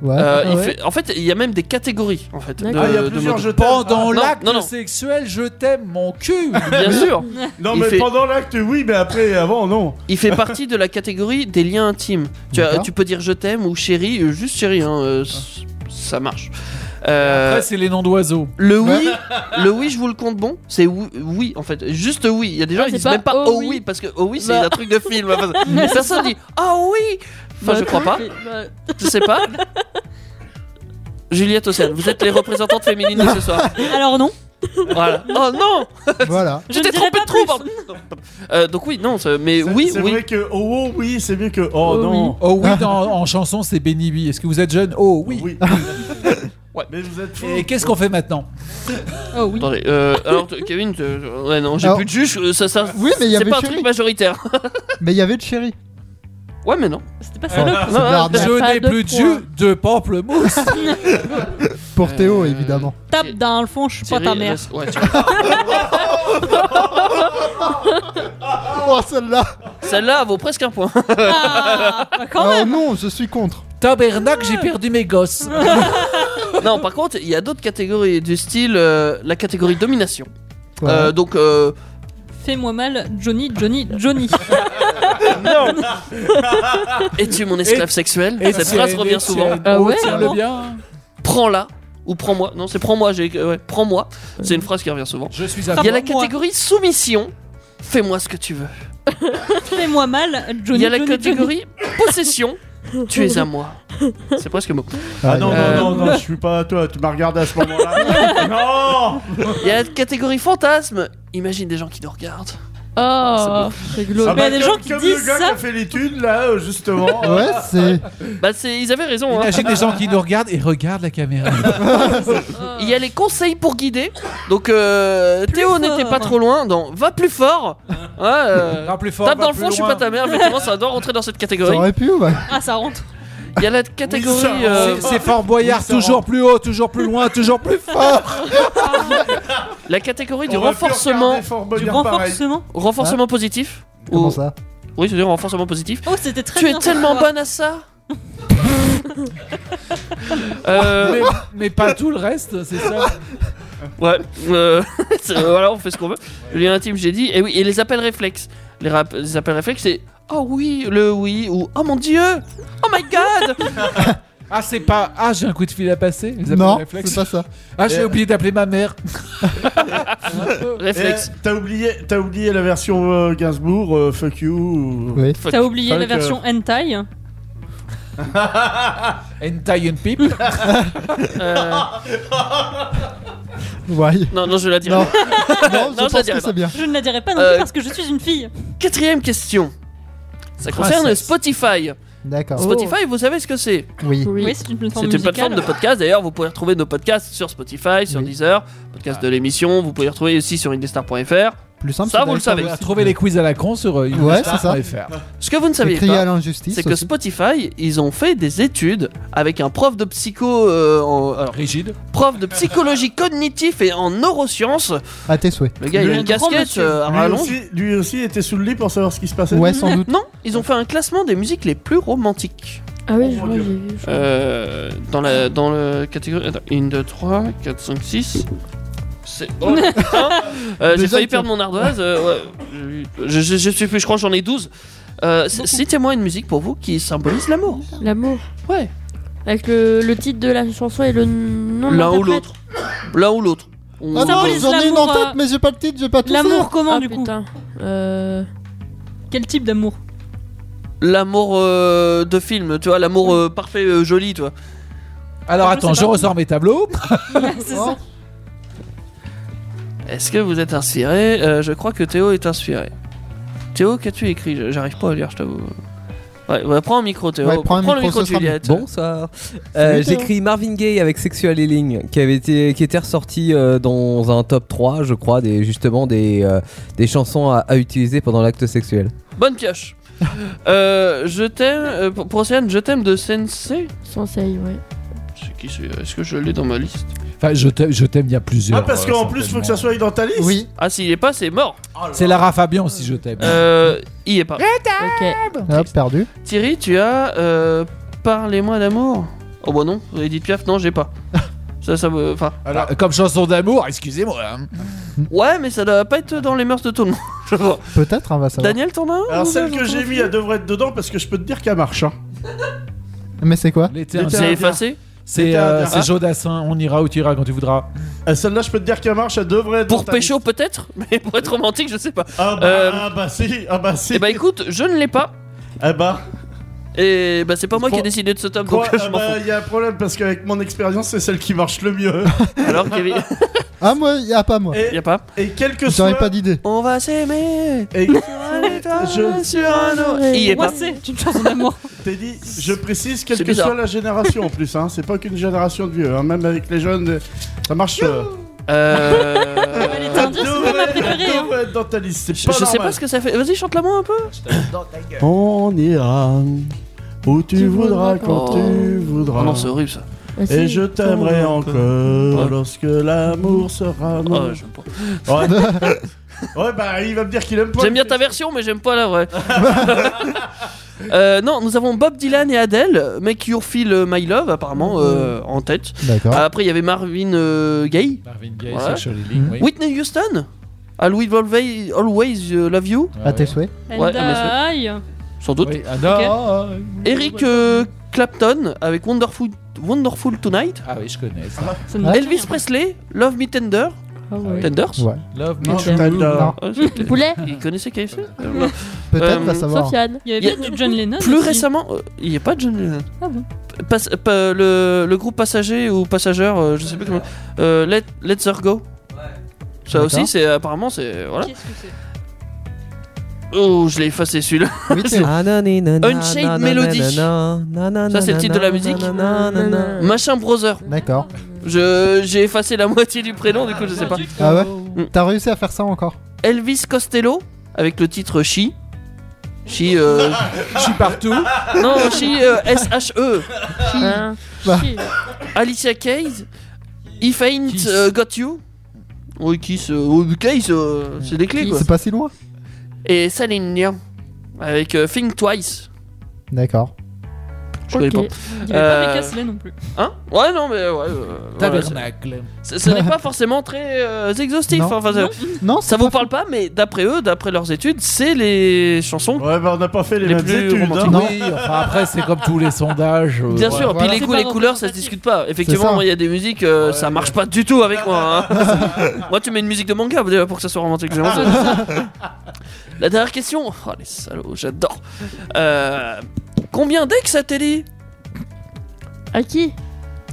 [SPEAKER 4] Ouais.
[SPEAKER 5] Euh,
[SPEAKER 4] ah
[SPEAKER 5] il
[SPEAKER 4] ouais.
[SPEAKER 5] fait- En fait, il y a même des catégories. En fait, de,
[SPEAKER 7] D'accord.
[SPEAKER 8] Ah, il y a
[SPEAKER 5] de
[SPEAKER 8] plusieurs
[SPEAKER 5] mots.
[SPEAKER 8] jeux
[SPEAKER 6] Pendant
[SPEAKER 5] Ah, non,
[SPEAKER 6] l'acte
[SPEAKER 5] non, Euh. non.
[SPEAKER 6] sexuel, je t'aime mon cul.
[SPEAKER 5] Bien sûr.
[SPEAKER 8] Non,
[SPEAKER 5] Il
[SPEAKER 8] mais
[SPEAKER 5] fait-
[SPEAKER 8] pendant l'acte, oui, mais après, avant, non.
[SPEAKER 5] Il fait partie de la catégorie des liens intimes. Tu, as-
[SPEAKER 4] D'accord.
[SPEAKER 5] tu peux dire je t'aime ou chérie, euh, juste chérie, hein, euh, c-
[SPEAKER 8] Ah.
[SPEAKER 5] ça marche. Euh,
[SPEAKER 6] Après, c'est les noms d'oiseaux.
[SPEAKER 5] le oui, le oui, je vous le compte bon, c'est oui, oui, en fait, juste oui. Il y a des gens
[SPEAKER 7] Ah,
[SPEAKER 5] qui
[SPEAKER 7] c'est
[SPEAKER 5] disent
[SPEAKER 7] pas
[SPEAKER 5] même pas
[SPEAKER 7] oh
[SPEAKER 5] oh
[SPEAKER 7] oui.
[SPEAKER 5] oui parce que oh oui c'est
[SPEAKER 7] Bah.
[SPEAKER 5] un truc de film. Enfin, personne dit oh oui. Enfin, je
[SPEAKER 7] Bah,
[SPEAKER 5] crois pas. Je sais pas. Juliette Océane, vous êtes les représentantes féminines de ce soir.
[SPEAKER 1] Alors non.
[SPEAKER 5] Voilà. Oh non,
[SPEAKER 4] Voilà.
[SPEAKER 1] Je
[SPEAKER 5] tu
[SPEAKER 1] ne
[SPEAKER 5] t'es
[SPEAKER 1] dirai
[SPEAKER 5] trompé
[SPEAKER 1] pas
[SPEAKER 5] de trou.
[SPEAKER 1] plus.
[SPEAKER 5] pardon. Euh, donc oui, non, c'est- mais
[SPEAKER 8] C'est-
[SPEAKER 5] oui,
[SPEAKER 8] C'est
[SPEAKER 5] oui.
[SPEAKER 8] vrai que oh, oh, oui, c'est mieux que oh, non.
[SPEAKER 6] Oh oui, dans- en chanson, c'est Benny B. Est-ce que vous êtes jeune Oh oui.
[SPEAKER 8] Ouais. Mais vous êtes fous.
[SPEAKER 6] Et qu'est-ce qu'on fait maintenant
[SPEAKER 1] Oh oui.
[SPEAKER 5] Attendez, euh, alors t- Kevin, t- euh, ouais, non, j'ai
[SPEAKER 4] Alors-
[SPEAKER 5] plus de juge, euh, ça, ça,
[SPEAKER 4] Oui, mais il y
[SPEAKER 5] c'est
[SPEAKER 4] avait
[SPEAKER 5] pas un
[SPEAKER 4] Chéri.
[SPEAKER 5] truc majoritaire.
[SPEAKER 4] Mais il y avait de chéri.
[SPEAKER 5] Ouais, mais non.
[SPEAKER 1] C'était pas salope.
[SPEAKER 5] Non, non,
[SPEAKER 4] l'arnaque.
[SPEAKER 5] c'est-
[SPEAKER 6] Je
[SPEAKER 7] pas
[SPEAKER 6] n'ai
[SPEAKER 7] de
[SPEAKER 6] plus de
[SPEAKER 7] point.
[SPEAKER 6] jus de pamplemousse.
[SPEAKER 4] Pour
[SPEAKER 5] Euh,
[SPEAKER 4] Théo, évidemment.
[SPEAKER 1] Tape dans le fond, je suis pas
[SPEAKER 5] Thierry,
[SPEAKER 1] ta mère.
[SPEAKER 5] reste- ouais, tu- Euh,
[SPEAKER 4] Oh, celle-là
[SPEAKER 5] Celle-là vaut presque un point.
[SPEAKER 1] Ah, bah quand
[SPEAKER 4] Oh
[SPEAKER 1] même.
[SPEAKER 4] non, je suis contre.
[SPEAKER 6] Tabernacle, j'ai perdu mes gosses.
[SPEAKER 5] non, par contre, il y a d'autres catégories du style euh, la catégorie domination.
[SPEAKER 4] Ouais.
[SPEAKER 5] Euh, donc, euh,
[SPEAKER 1] Fais-moi mal, Johnny, Johnny, Johnny.
[SPEAKER 5] es-tu mon esclave sexuel Cette
[SPEAKER 6] c'est-
[SPEAKER 5] phrase Ah, revient
[SPEAKER 6] et
[SPEAKER 5] souvent.
[SPEAKER 6] c'est-
[SPEAKER 7] Ah ouais,
[SPEAKER 6] tiens-le
[SPEAKER 1] vraiment
[SPEAKER 6] bien.
[SPEAKER 5] Prends-la ou prends-moi. Non, c'est prends-moi, j'ai. euh, ouais, prends-moi. C'est une phrase qui revient souvent.
[SPEAKER 6] Je suis
[SPEAKER 5] Il y a la
[SPEAKER 1] Prends-moi.
[SPEAKER 5] catégorie soumission. Fais-moi ce que tu veux.
[SPEAKER 1] Fais-moi mal, Johnny.
[SPEAKER 5] Il y a la
[SPEAKER 1] Johnny,
[SPEAKER 5] catégorie possession. Tu es à moi. C'est presque mot.
[SPEAKER 8] Ah non,
[SPEAKER 5] Euh,
[SPEAKER 8] non, non, non, je suis pas à toi, tu m'as regardé à ce moment-là. non
[SPEAKER 5] Il y a la catégorie fantasme. Imagine des gens qui nous regardent.
[SPEAKER 7] Oh, c'est
[SPEAKER 8] Ah
[SPEAKER 7] glauque.
[SPEAKER 1] bah, des
[SPEAKER 8] comme-
[SPEAKER 1] gens qui
[SPEAKER 8] comme
[SPEAKER 1] disent
[SPEAKER 8] le gars
[SPEAKER 1] ça.
[SPEAKER 8] qui a fait l'étude, là, euh, justement.
[SPEAKER 4] Ouais, c'est.
[SPEAKER 5] Bah c'est, ils avaient raison. hein.
[SPEAKER 6] Imagine les gens qui nous regardent et regardent la caméra.
[SPEAKER 1] Johnny.
[SPEAKER 5] Il y a les conseils pour guider. Donc euh, Théo
[SPEAKER 1] fort.
[SPEAKER 5] n'était pas trop loin. Dans va plus fort. Ouais, euh,
[SPEAKER 6] plus fort.
[SPEAKER 5] Tape dans le fond, je suis pas ta mère. Effectivement, ça doit rentrer dans cette
[SPEAKER 4] Ça
[SPEAKER 5] catégorie.
[SPEAKER 4] aurait pu ou pas
[SPEAKER 1] Ah, ça rentre.
[SPEAKER 5] Il y a la catégorie.
[SPEAKER 8] Oui, ça rentre.
[SPEAKER 5] euh,
[SPEAKER 6] C'est c'est Fort Boyard,
[SPEAKER 8] Oui, ça
[SPEAKER 6] toujours
[SPEAKER 8] rentre.
[SPEAKER 6] plus haut, toujours plus loin, toujours plus fort.
[SPEAKER 5] la catégorie du
[SPEAKER 8] On aurait pu
[SPEAKER 5] renforcement,
[SPEAKER 8] regarder Fort
[SPEAKER 1] Du
[SPEAKER 8] Boyard pareil.
[SPEAKER 1] renforcement.
[SPEAKER 5] renforcement positif.
[SPEAKER 4] Comment
[SPEAKER 5] Ou-
[SPEAKER 4] ça
[SPEAKER 5] Oui, c'est-à-dire renforcement positif.
[SPEAKER 1] Oh, c'était très
[SPEAKER 5] Tu
[SPEAKER 1] bien.
[SPEAKER 5] es tellement bonne à ça. Euh,
[SPEAKER 6] Mais, mais pas tout le reste, c'est ça.
[SPEAKER 5] Ouais, euh, c'est- euh, voilà, on fait ce qu'on veut. Le lien intime, j'ai dit. Et oui, et les appels réflexes. Les, rap- les appels réflexes, c'est Oh oui, le oui, ou Oh mon dieu, Oh my god
[SPEAKER 6] Ah, c'est pas. Ah, j'ai un coup de fil à passer. les appels
[SPEAKER 4] Non,
[SPEAKER 6] réflexes.
[SPEAKER 4] c'est pas ça.
[SPEAKER 6] Ah, j'ai oublié d'appeler ma mère.
[SPEAKER 8] Eh,
[SPEAKER 5] Réflexe.
[SPEAKER 8] T'as oublié, t'as oublié la version euh, Gainsbourg, euh, fuck you. ou-
[SPEAKER 4] Oui.
[SPEAKER 5] Fuck.
[SPEAKER 1] T'as oublié la
[SPEAKER 8] Fuck, euh.
[SPEAKER 1] version hentai.
[SPEAKER 6] Hentai and Pip.
[SPEAKER 4] Eh.
[SPEAKER 5] Euh,
[SPEAKER 4] Ouais.
[SPEAKER 5] non, non, je vais la dire.
[SPEAKER 4] Non. Non,
[SPEAKER 5] je
[SPEAKER 4] je pense
[SPEAKER 5] la dirai
[SPEAKER 4] que
[SPEAKER 5] pas.
[SPEAKER 4] c'est bien.
[SPEAKER 1] Je ne la dirai pas non
[SPEAKER 5] Euh,
[SPEAKER 1] plus parce que je suis une fille.
[SPEAKER 5] Quatrième question. Ça
[SPEAKER 4] Ah,
[SPEAKER 5] concerne
[SPEAKER 6] Princesse.
[SPEAKER 5] Spotify.
[SPEAKER 4] D'accord.
[SPEAKER 5] Oh.
[SPEAKER 4] Oh.
[SPEAKER 5] Spotify, vous savez ce que c'est
[SPEAKER 4] Oui.
[SPEAKER 1] Oui,
[SPEAKER 7] Oui.
[SPEAKER 1] c'est une plateforme
[SPEAKER 5] C'est une
[SPEAKER 1] musicale.
[SPEAKER 5] plateforme de podcast. D'ailleurs, vous pouvez retrouver nos podcasts sur Spotify, sur
[SPEAKER 4] Oui.
[SPEAKER 5] Deezer, podcast de l'émission. Vous pouvez les retrouver aussi sur indestar.fr.
[SPEAKER 4] Plus simple.
[SPEAKER 5] Ça,
[SPEAKER 4] c'est
[SPEAKER 5] vous le
[SPEAKER 4] d'aller
[SPEAKER 5] savez.
[SPEAKER 6] On a trouvé les quiz à la con sur euh,
[SPEAKER 4] Ouais, c'est ça.
[SPEAKER 6] youtube.fr.
[SPEAKER 5] Ce que vous ne
[SPEAKER 4] C'est
[SPEAKER 5] saviez
[SPEAKER 4] crier
[SPEAKER 5] pas.
[SPEAKER 4] à l'injustice.
[SPEAKER 5] c'est que
[SPEAKER 4] aussi.
[SPEAKER 5] Spotify, ils ont fait des études avec un prof de psycho, euh, en- alors,
[SPEAKER 6] Rigide.
[SPEAKER 5] prof de psychologie cognitive et en neurosciences.
[SPEAKER 4] À tes souhaits.
[SPEAKER 5] Le gars, il a
[SPEAKER 8] Lui,
[SPEAKER 5] une
[SPEAKER 1] grand
[SPEAKER 5] casquette
[SPEAKER 1] monsieur.
[SPEAKER 5] euh, à
[SPEAKER 8] Lui,
[SPEAKER 5] rallonge.
[SPEAKER 8] aussi, lui aussi était sous le lit pour savoir ce qui se passait.
[SPEAKER 4] Ouais, sans doute.
[SPEAKER 5] Non, ils ont fait un classement des musiques les plus romantiques.
[SPEAKER 7] Ah oui, je
[SPEAKER 8] Oh mon
[SPEAKER 7] crois que
[SPEAKER 8] Dieu.
[SPEAKER 7] j'ai vu. je crois.
[SPEAKER 5] Euh, dans la dans le catégorie 1 2 3 4 5 6 c'est oh, putain. Euh, j'ai
[SPEAKER 4] Déjà,
[SPEAKER 5] failli
[SPEAKER 4] tu-
[SPEAKER 5] perdre mon ardoise euh, ouais. je, je, je suis plus je crois que j'en ai 12 euh, c- citez-moi une musique pour vous qui symbolise l'amour
[SPEAKER 7] L'amour.
[SPEAKER 5] ouais
[SPEAKER 7] Avec le, le titre de la chanson et le nom de
[SPEAKER 5] l'un ou
[SPEAKER 7] l'interprète.
[SPEAKER 5] l'autre l'un ou l'autre On-
[SPEAKER 4] Ah non,
[SPEAKER 1] symbolise
[SPEAKER 4] j'en ai une en
[SPEAKER 1] l'amour, euh,
[SPEAKER 4] tête, mais j'ai pas le titre, j'ai pas tout
[SPEAKER 1] L'amour
[SPEAKER 4] fait.
[SPEAKER 1] comment
[SPEAKER 7] Ah
[SPEAKER 1] du coup
[SPEAKER 7] putain. Euh,
[SPEAKER 1] Quel type d'amour
[SPEAKER 5] l'amour euh, de film tu vois l'amour euh, parfait euh, joli tu vois
[SPEAKER 6] Alors
[SPEAKER 1] Je
[SPEAKER 6] attends,
[SPEAKER 1] sais
[SPEAKER 6] je
[SPEAKER 1] pas.
[SPEAKER 6] ressors mes tableaux.
[SPEAKER 1] C'est ça.
[SPEAKER 5] est-ce que vous êtes inspiré Euh, je crois que Théo est inspiré Théo qu'as-tu écrit j'arrive pas à lire je t'avoue Ouais, ouais, prends un micro, Théo.
[SPEAKER 4] Ouais, prends un
[SPEAKER 5] le
[SPEAKER 4] micro,
[SPEAKER 5] micro,
[SPEAKER 4] ce sera
[SPEAKER 5] Juliette.
[SPEAKER 11] Bonsoir. Euh,
[SPEAKER 4] Salut, Théo.
[SPEAKER 11] J'écris Marvin Gaye avec Sexual Healing, qui avait été, qui était ressorti euh, dans un top 3, je crois, des justement des euh, des chansons à, à utiliser pendant l'acte sexuel.
[SPEAKER 5] Bonne pioche. Euh, je t'aime, euh, pour- pour Océane, je t'aime de Sensei.
[SPEAKER 7] Sensei, ouais.
[SPEAKER 5] C'est qui c'est Est-ce que je l'ai dans ma liste
[SPEAKER 6] Enfin, je t'aime, je t'aime, il y a plusieurs. euh,
[SPEAKER 8] Ah, parce qu'en plus, faut que ça soit dans ta liste
[SPEAKER 4] Oui,
[SPEAKER 5] Ah, s'il est pas, c'est mort.
[SPEAKER 6] C'est Lara Fabian aussi, je t'aime.
[SPEAKER 5] Euh, il est pas.
[SPEAKER 7] Ok.
[SPEAKER 4] hop, perdu.
[SPEAKER 5] Thierry, tu as euh, Parlez-moi d'amour. Oh bah non, Edith Piaf, non, j'ai pas. ça, ça me. Enfin.
[SPEAKER 8] Alors,
[SPEAKER 6] Comme chanson d'amour, excusez-moi. hein.
[SPEAKER 5] Ouais, mais ça doit pas être dans les mœurs de tout le monde. je vois.
[SPEAKER 4] Peut-être, hein, on va savoir.
[SPEAKER 5] Daniel, t'en as un
[SPEAKER 8] alors
[SPEAKER 5] ou
[SPEAKER 8] celle
[SPEAKER 5] t'en
[SPEAKER 8] que
[SPEAKER 5] as
[SPEAKER 8] j'ai
[SPEAKER 5] un
[SPEAKER 8] mis, elle devrait être dedans parce que je peux te dire qu'elle marche. hein.
[SPEAKER 4] Mais c'est quoi
[SPEAKER 6] L'été,
[SPEAKER 8] L'été
[SPEAKER 6] c'est-
[SPEAKER 5] C'est effacé
[SPEAKER 6] C'est
[SPEAKER 8] L'été
[SPEAKER 6] euh,
[SPEAKER 8] indien.
[SPEAKER 6] c'est Jodassin, on ira où tu iras quand tu voudras.
[SPEAKER 8] Euh, Celle-là, je peux te dire qu'elle marche, elle devrait être
[SPEAKER 5] Pour
[SPEAKER 8] dans ta
[SPEAKER 5] pécho, peut-être, mais pour être romantique, je sais pas.
[SPEAKER 8] liste. Ah bah,
[SPEAKER 5] Euh,
[SPEAKER 8] ah bah si, ah bah si.
[SPEAKER 5] Eh bah écoute, je ne l'ai pas.
[SPEAKER 8] Ah bah,
[SPEAKER 5] Et bah c'est pas moi qui ai
[SPEAKER 8] Quoi-
[SPEAKER 5] décidé de ce top,
[SPEAKER 8] quoi
[SPEAKER 5] donc je
[SPEAKER 8] Ah
[SPEAKER 5] m'en
[SPEAKER 8] bah,
[SPEAKER 5] fous.
[SPEAKER 8] il y a un problème parce qu'avec mon expérience, c'est celle qui marche le mieux.
[SPEAKER 5] Alors Kevin,
[SPEAKER 4] Ah, moi, y a pas moi.
[SPEAKER 5] y
[SPEAKER 8] et,
[SPEAKER 5] a pas.
[SPEAKER 8] et quel que soit.
[SPEAKER 4] J'aurais pas d'idée.
[SPEAKER 5] On va s'aimer.
[SPEAKER 8] et-
[SPEAKER 5] Je
[SPEAKER 8] Je-
[SPEAKER 5] sur un
[SPEAKER 7] Il
[SPEAKER 5] Il est
[SPEAKER 1] Moi,
[SPEAKER 5] pas.
[SPEAKER 1] c'est une chanson d'amour.
[SPEAKER 8] T'es dit, je précise, quelle
[SPEAKER 5] C'est
[SPEAKER 8] que
[SPEAKER 5] bizarre.
[SPEAKER 8] soit la génération en plus, hein, c'est pas qu'une génération de vieux, hein, même avec les jeunes, ça marche. euh,
[SPEAKER 5] Euh...
[SPEAKER 1] Elle était indienne, c'est pas ma préférée. hein.
[SPEAKER 8] devrait être dans ta liste, c'est
[SPEAKER 5] Je,
[SPEAKER 8] pas
[SPEAKER 5] je sais
[SPEAKER 8] normal.
[SPEAKER 5] pas ce que ça fait. Vas-y, chante-la moi un peu.
[SPEAKER 8] On ira où tu, voudras, quand
[SPEAKER 5] Oh.
[SPEAKER 8] tu voudras.
[SPEAKER 5] Oh non, c'est horrible ça.
[SPEAKER 7] Ah, si.
[SPEAKER 8] Et je t'aimerai encore
[SPEAKER 5] Ouais.
[SPEAKER 8] lorsque l'amour sera
[SPEAKER 5] Oh,
[SPEAKER 8] mort.
[SPEAKER 5] j'aime pas.
[SPEAKER 8] Ouais. Ouais, bah il va me dire qu'il aime pas.
[SPEAKER 5] J'aime bien ta version, mais j'aime pas la vraie. Euh, non, nous avons Bob Dylan et Adele, Make Your Feel My Love, apparemment, euh, en tête. Ah,
[SPEAKER 4] D'accord.
[SPEAKER 5] Après, il y avait Marvin euh, Gaye,
[SPEAKER 6] Marvin Gaye,
[SPEAKER 5] Voilà.
[SPEAKER 6] Sexual Healing, oui.
[SPEAKER 5] Whitney Houston, I Will Always, always euh, Love You,
[SPEAKER 6] Ah,
[SPEAKER 4] À tes
[SPEAKER 6] ouais.
[SPEAKER 4] souhaits.
[SPEAKER 1] And
[SPEAKER 5] Ouais, ah,
[SPEAKER 1] I.
[SPEAKER 5] sans doute.
[SPEAKER 6] Oui, ah, non.
[SPEAKER 5] Eric euh, Clapton avec Wonderful, Wonderful Tonight.
[SPEAKER 6] Ah oui, je connais ça.
[SPEAKER 1] Ça me dit
[SPEAKER 5] Elvis
[SPEAKER 1] rien.
[SPEAKER 5] Presley, Love Me Tender.
[SPEAKER 7] Ah ouais.
[SPEAKER 5] Tenders
[SPEAKER 4] Ouais.
[SPEAKER 6] Love
[SPEAKER 8] Non,
[SPEAKER 6] me.
[SPEAKER 8] je t'adore.
[SPEAKER 5] Ah, c'était-
[SPEAKER 7] Poulet
[SPEAKER 5] Il connaissait KFC
[SPEAKER 4] Peut-être,
[SPEAKER 5] Euh,
[SPEAKER 4] va savoir.
[SPEAKER 7] Sofiane.
[SPEAKER 1] Il y
[SPEAKER 5] Il y a-
[SPEAKER 1] avait bien du John Lennon.
[SPEAKER 5] Plus
[SPEAKER 1] aussi.
[SPEAKER 5] récemment, euh, il n'y a pas de John Lennon.
[SPEAKER 1] Ah bon
[SPEAKER 5] Passe- pa- le, le groupe Passager ou Passageur, euh, je sais plus comment. euh, Let, Let's Her Go. Ça
[SPEAKER 4] D'accord.
[SPEAKER 5] aussi, c'est apparemment, c'est. Voilà.
[SPEAKER 1] Qu'est-ce que c'est
[SPEAKER 5] Oh, je l'ai effacé celui-là.
[SPEAKER 4] Oui, t'es-
[SPEAKER 5] Unchained Melody. Ça, c'est le titre de la musique. Machin Brother.
[SPEAKER 4] D'accord.
[SPEAKER 5] Je- J'ai effacé la moitié du prénom, du coup, je sais pas.
[SPEAKER 4] Ah ouais T'as réussi à faire ça encore
[SPEAKER 5] Elvis Costello avec le titre She. She. euh,
[SPEAKER 6] Chi partout.
[SPEAKER 5] non, She euh, S-H-E.
[SPEAKER 7] Hein.
[SPEAKER 4] Bah.
[SPEAKER 7] Si.
[SPEAKER 5] Alicia Keys, If I Ain't
[SPEAKER 6] Keys.
[SPEAKER 5] euh, Got You. Oui, Keys, euh, oui, Keys, euh, c'est des clés quoi.
[SPEAKER 4] C'est pas si loin
[SPEAKER 5] Et Celine Dion avec euh, Think Twice.
[SPEAKER 4] D'accord.
[SPEAKER 5] Je connais
[SPEAKER 7] Ok.
[SPEAKER 5] pas.
[SPEAKER 1] Il y avait
[SPEAKER 5] Euh,
[SPEAKER 1] pas Becca Slay non plus.
[SPEAKER 5] Hein Ouais, non, mais ouais. euh, voilà,
[SPEAKER 6] Tabernacle.
[SPEAKER 5] c'est- ce n'est pas forcément très euh, exhaustif.
[SPEAKER 4] Non.
[SPEAKER 5] Enfin, ça-
[SPEAKER 4] Non,
[SPEAKER 5] ça vous parle pas, mais d'après eux, d'après leurs études, c'est les chansons.
[SPEAKER 8] Ouais, bah on n'a pas fait les,
[SPEAKER 5] Les
[SPEAKER 8] mêmes
[SPEAKER 5] plus
[SPEAKER 8] études. hein.
[SPEAKER 5] romantiques.
[SPEAKER 4] Non.
[SPEAKER 6] Oui, enfin après, c'est comme tous les sondages. euh,
[SPEAKER 5] Bien
[SPEAKER 6] ouais.
[SPEAKER 5] sûr,
[SPEAKER 4] voilà.
[SPEAKER 5] puis
[SPEAKER 1] C'est
[SPEAKER 5] les goûts,
[SPEAKER 1] pas
[SPEAKER 5] les couleurs, ça se
[SPEAKER 1] représentatif.
[SPEAKER 5] discute pas.
[SPEAKER 4] ça.
[SPEAKER 5] Effectivement, moi, il y a des musiques, euh, ça marche pas du tout avec moi. hein. moi, tu mets une musique de manga euh, pour que ça soit romantique. j'ai honte.
[SPEAKER 6] Ah,
[SPEAKER 5] La dernière question. Oh, les salauds, j'adore. Euh, combien d'ex a Teddy
[SPEAKER 7] À qui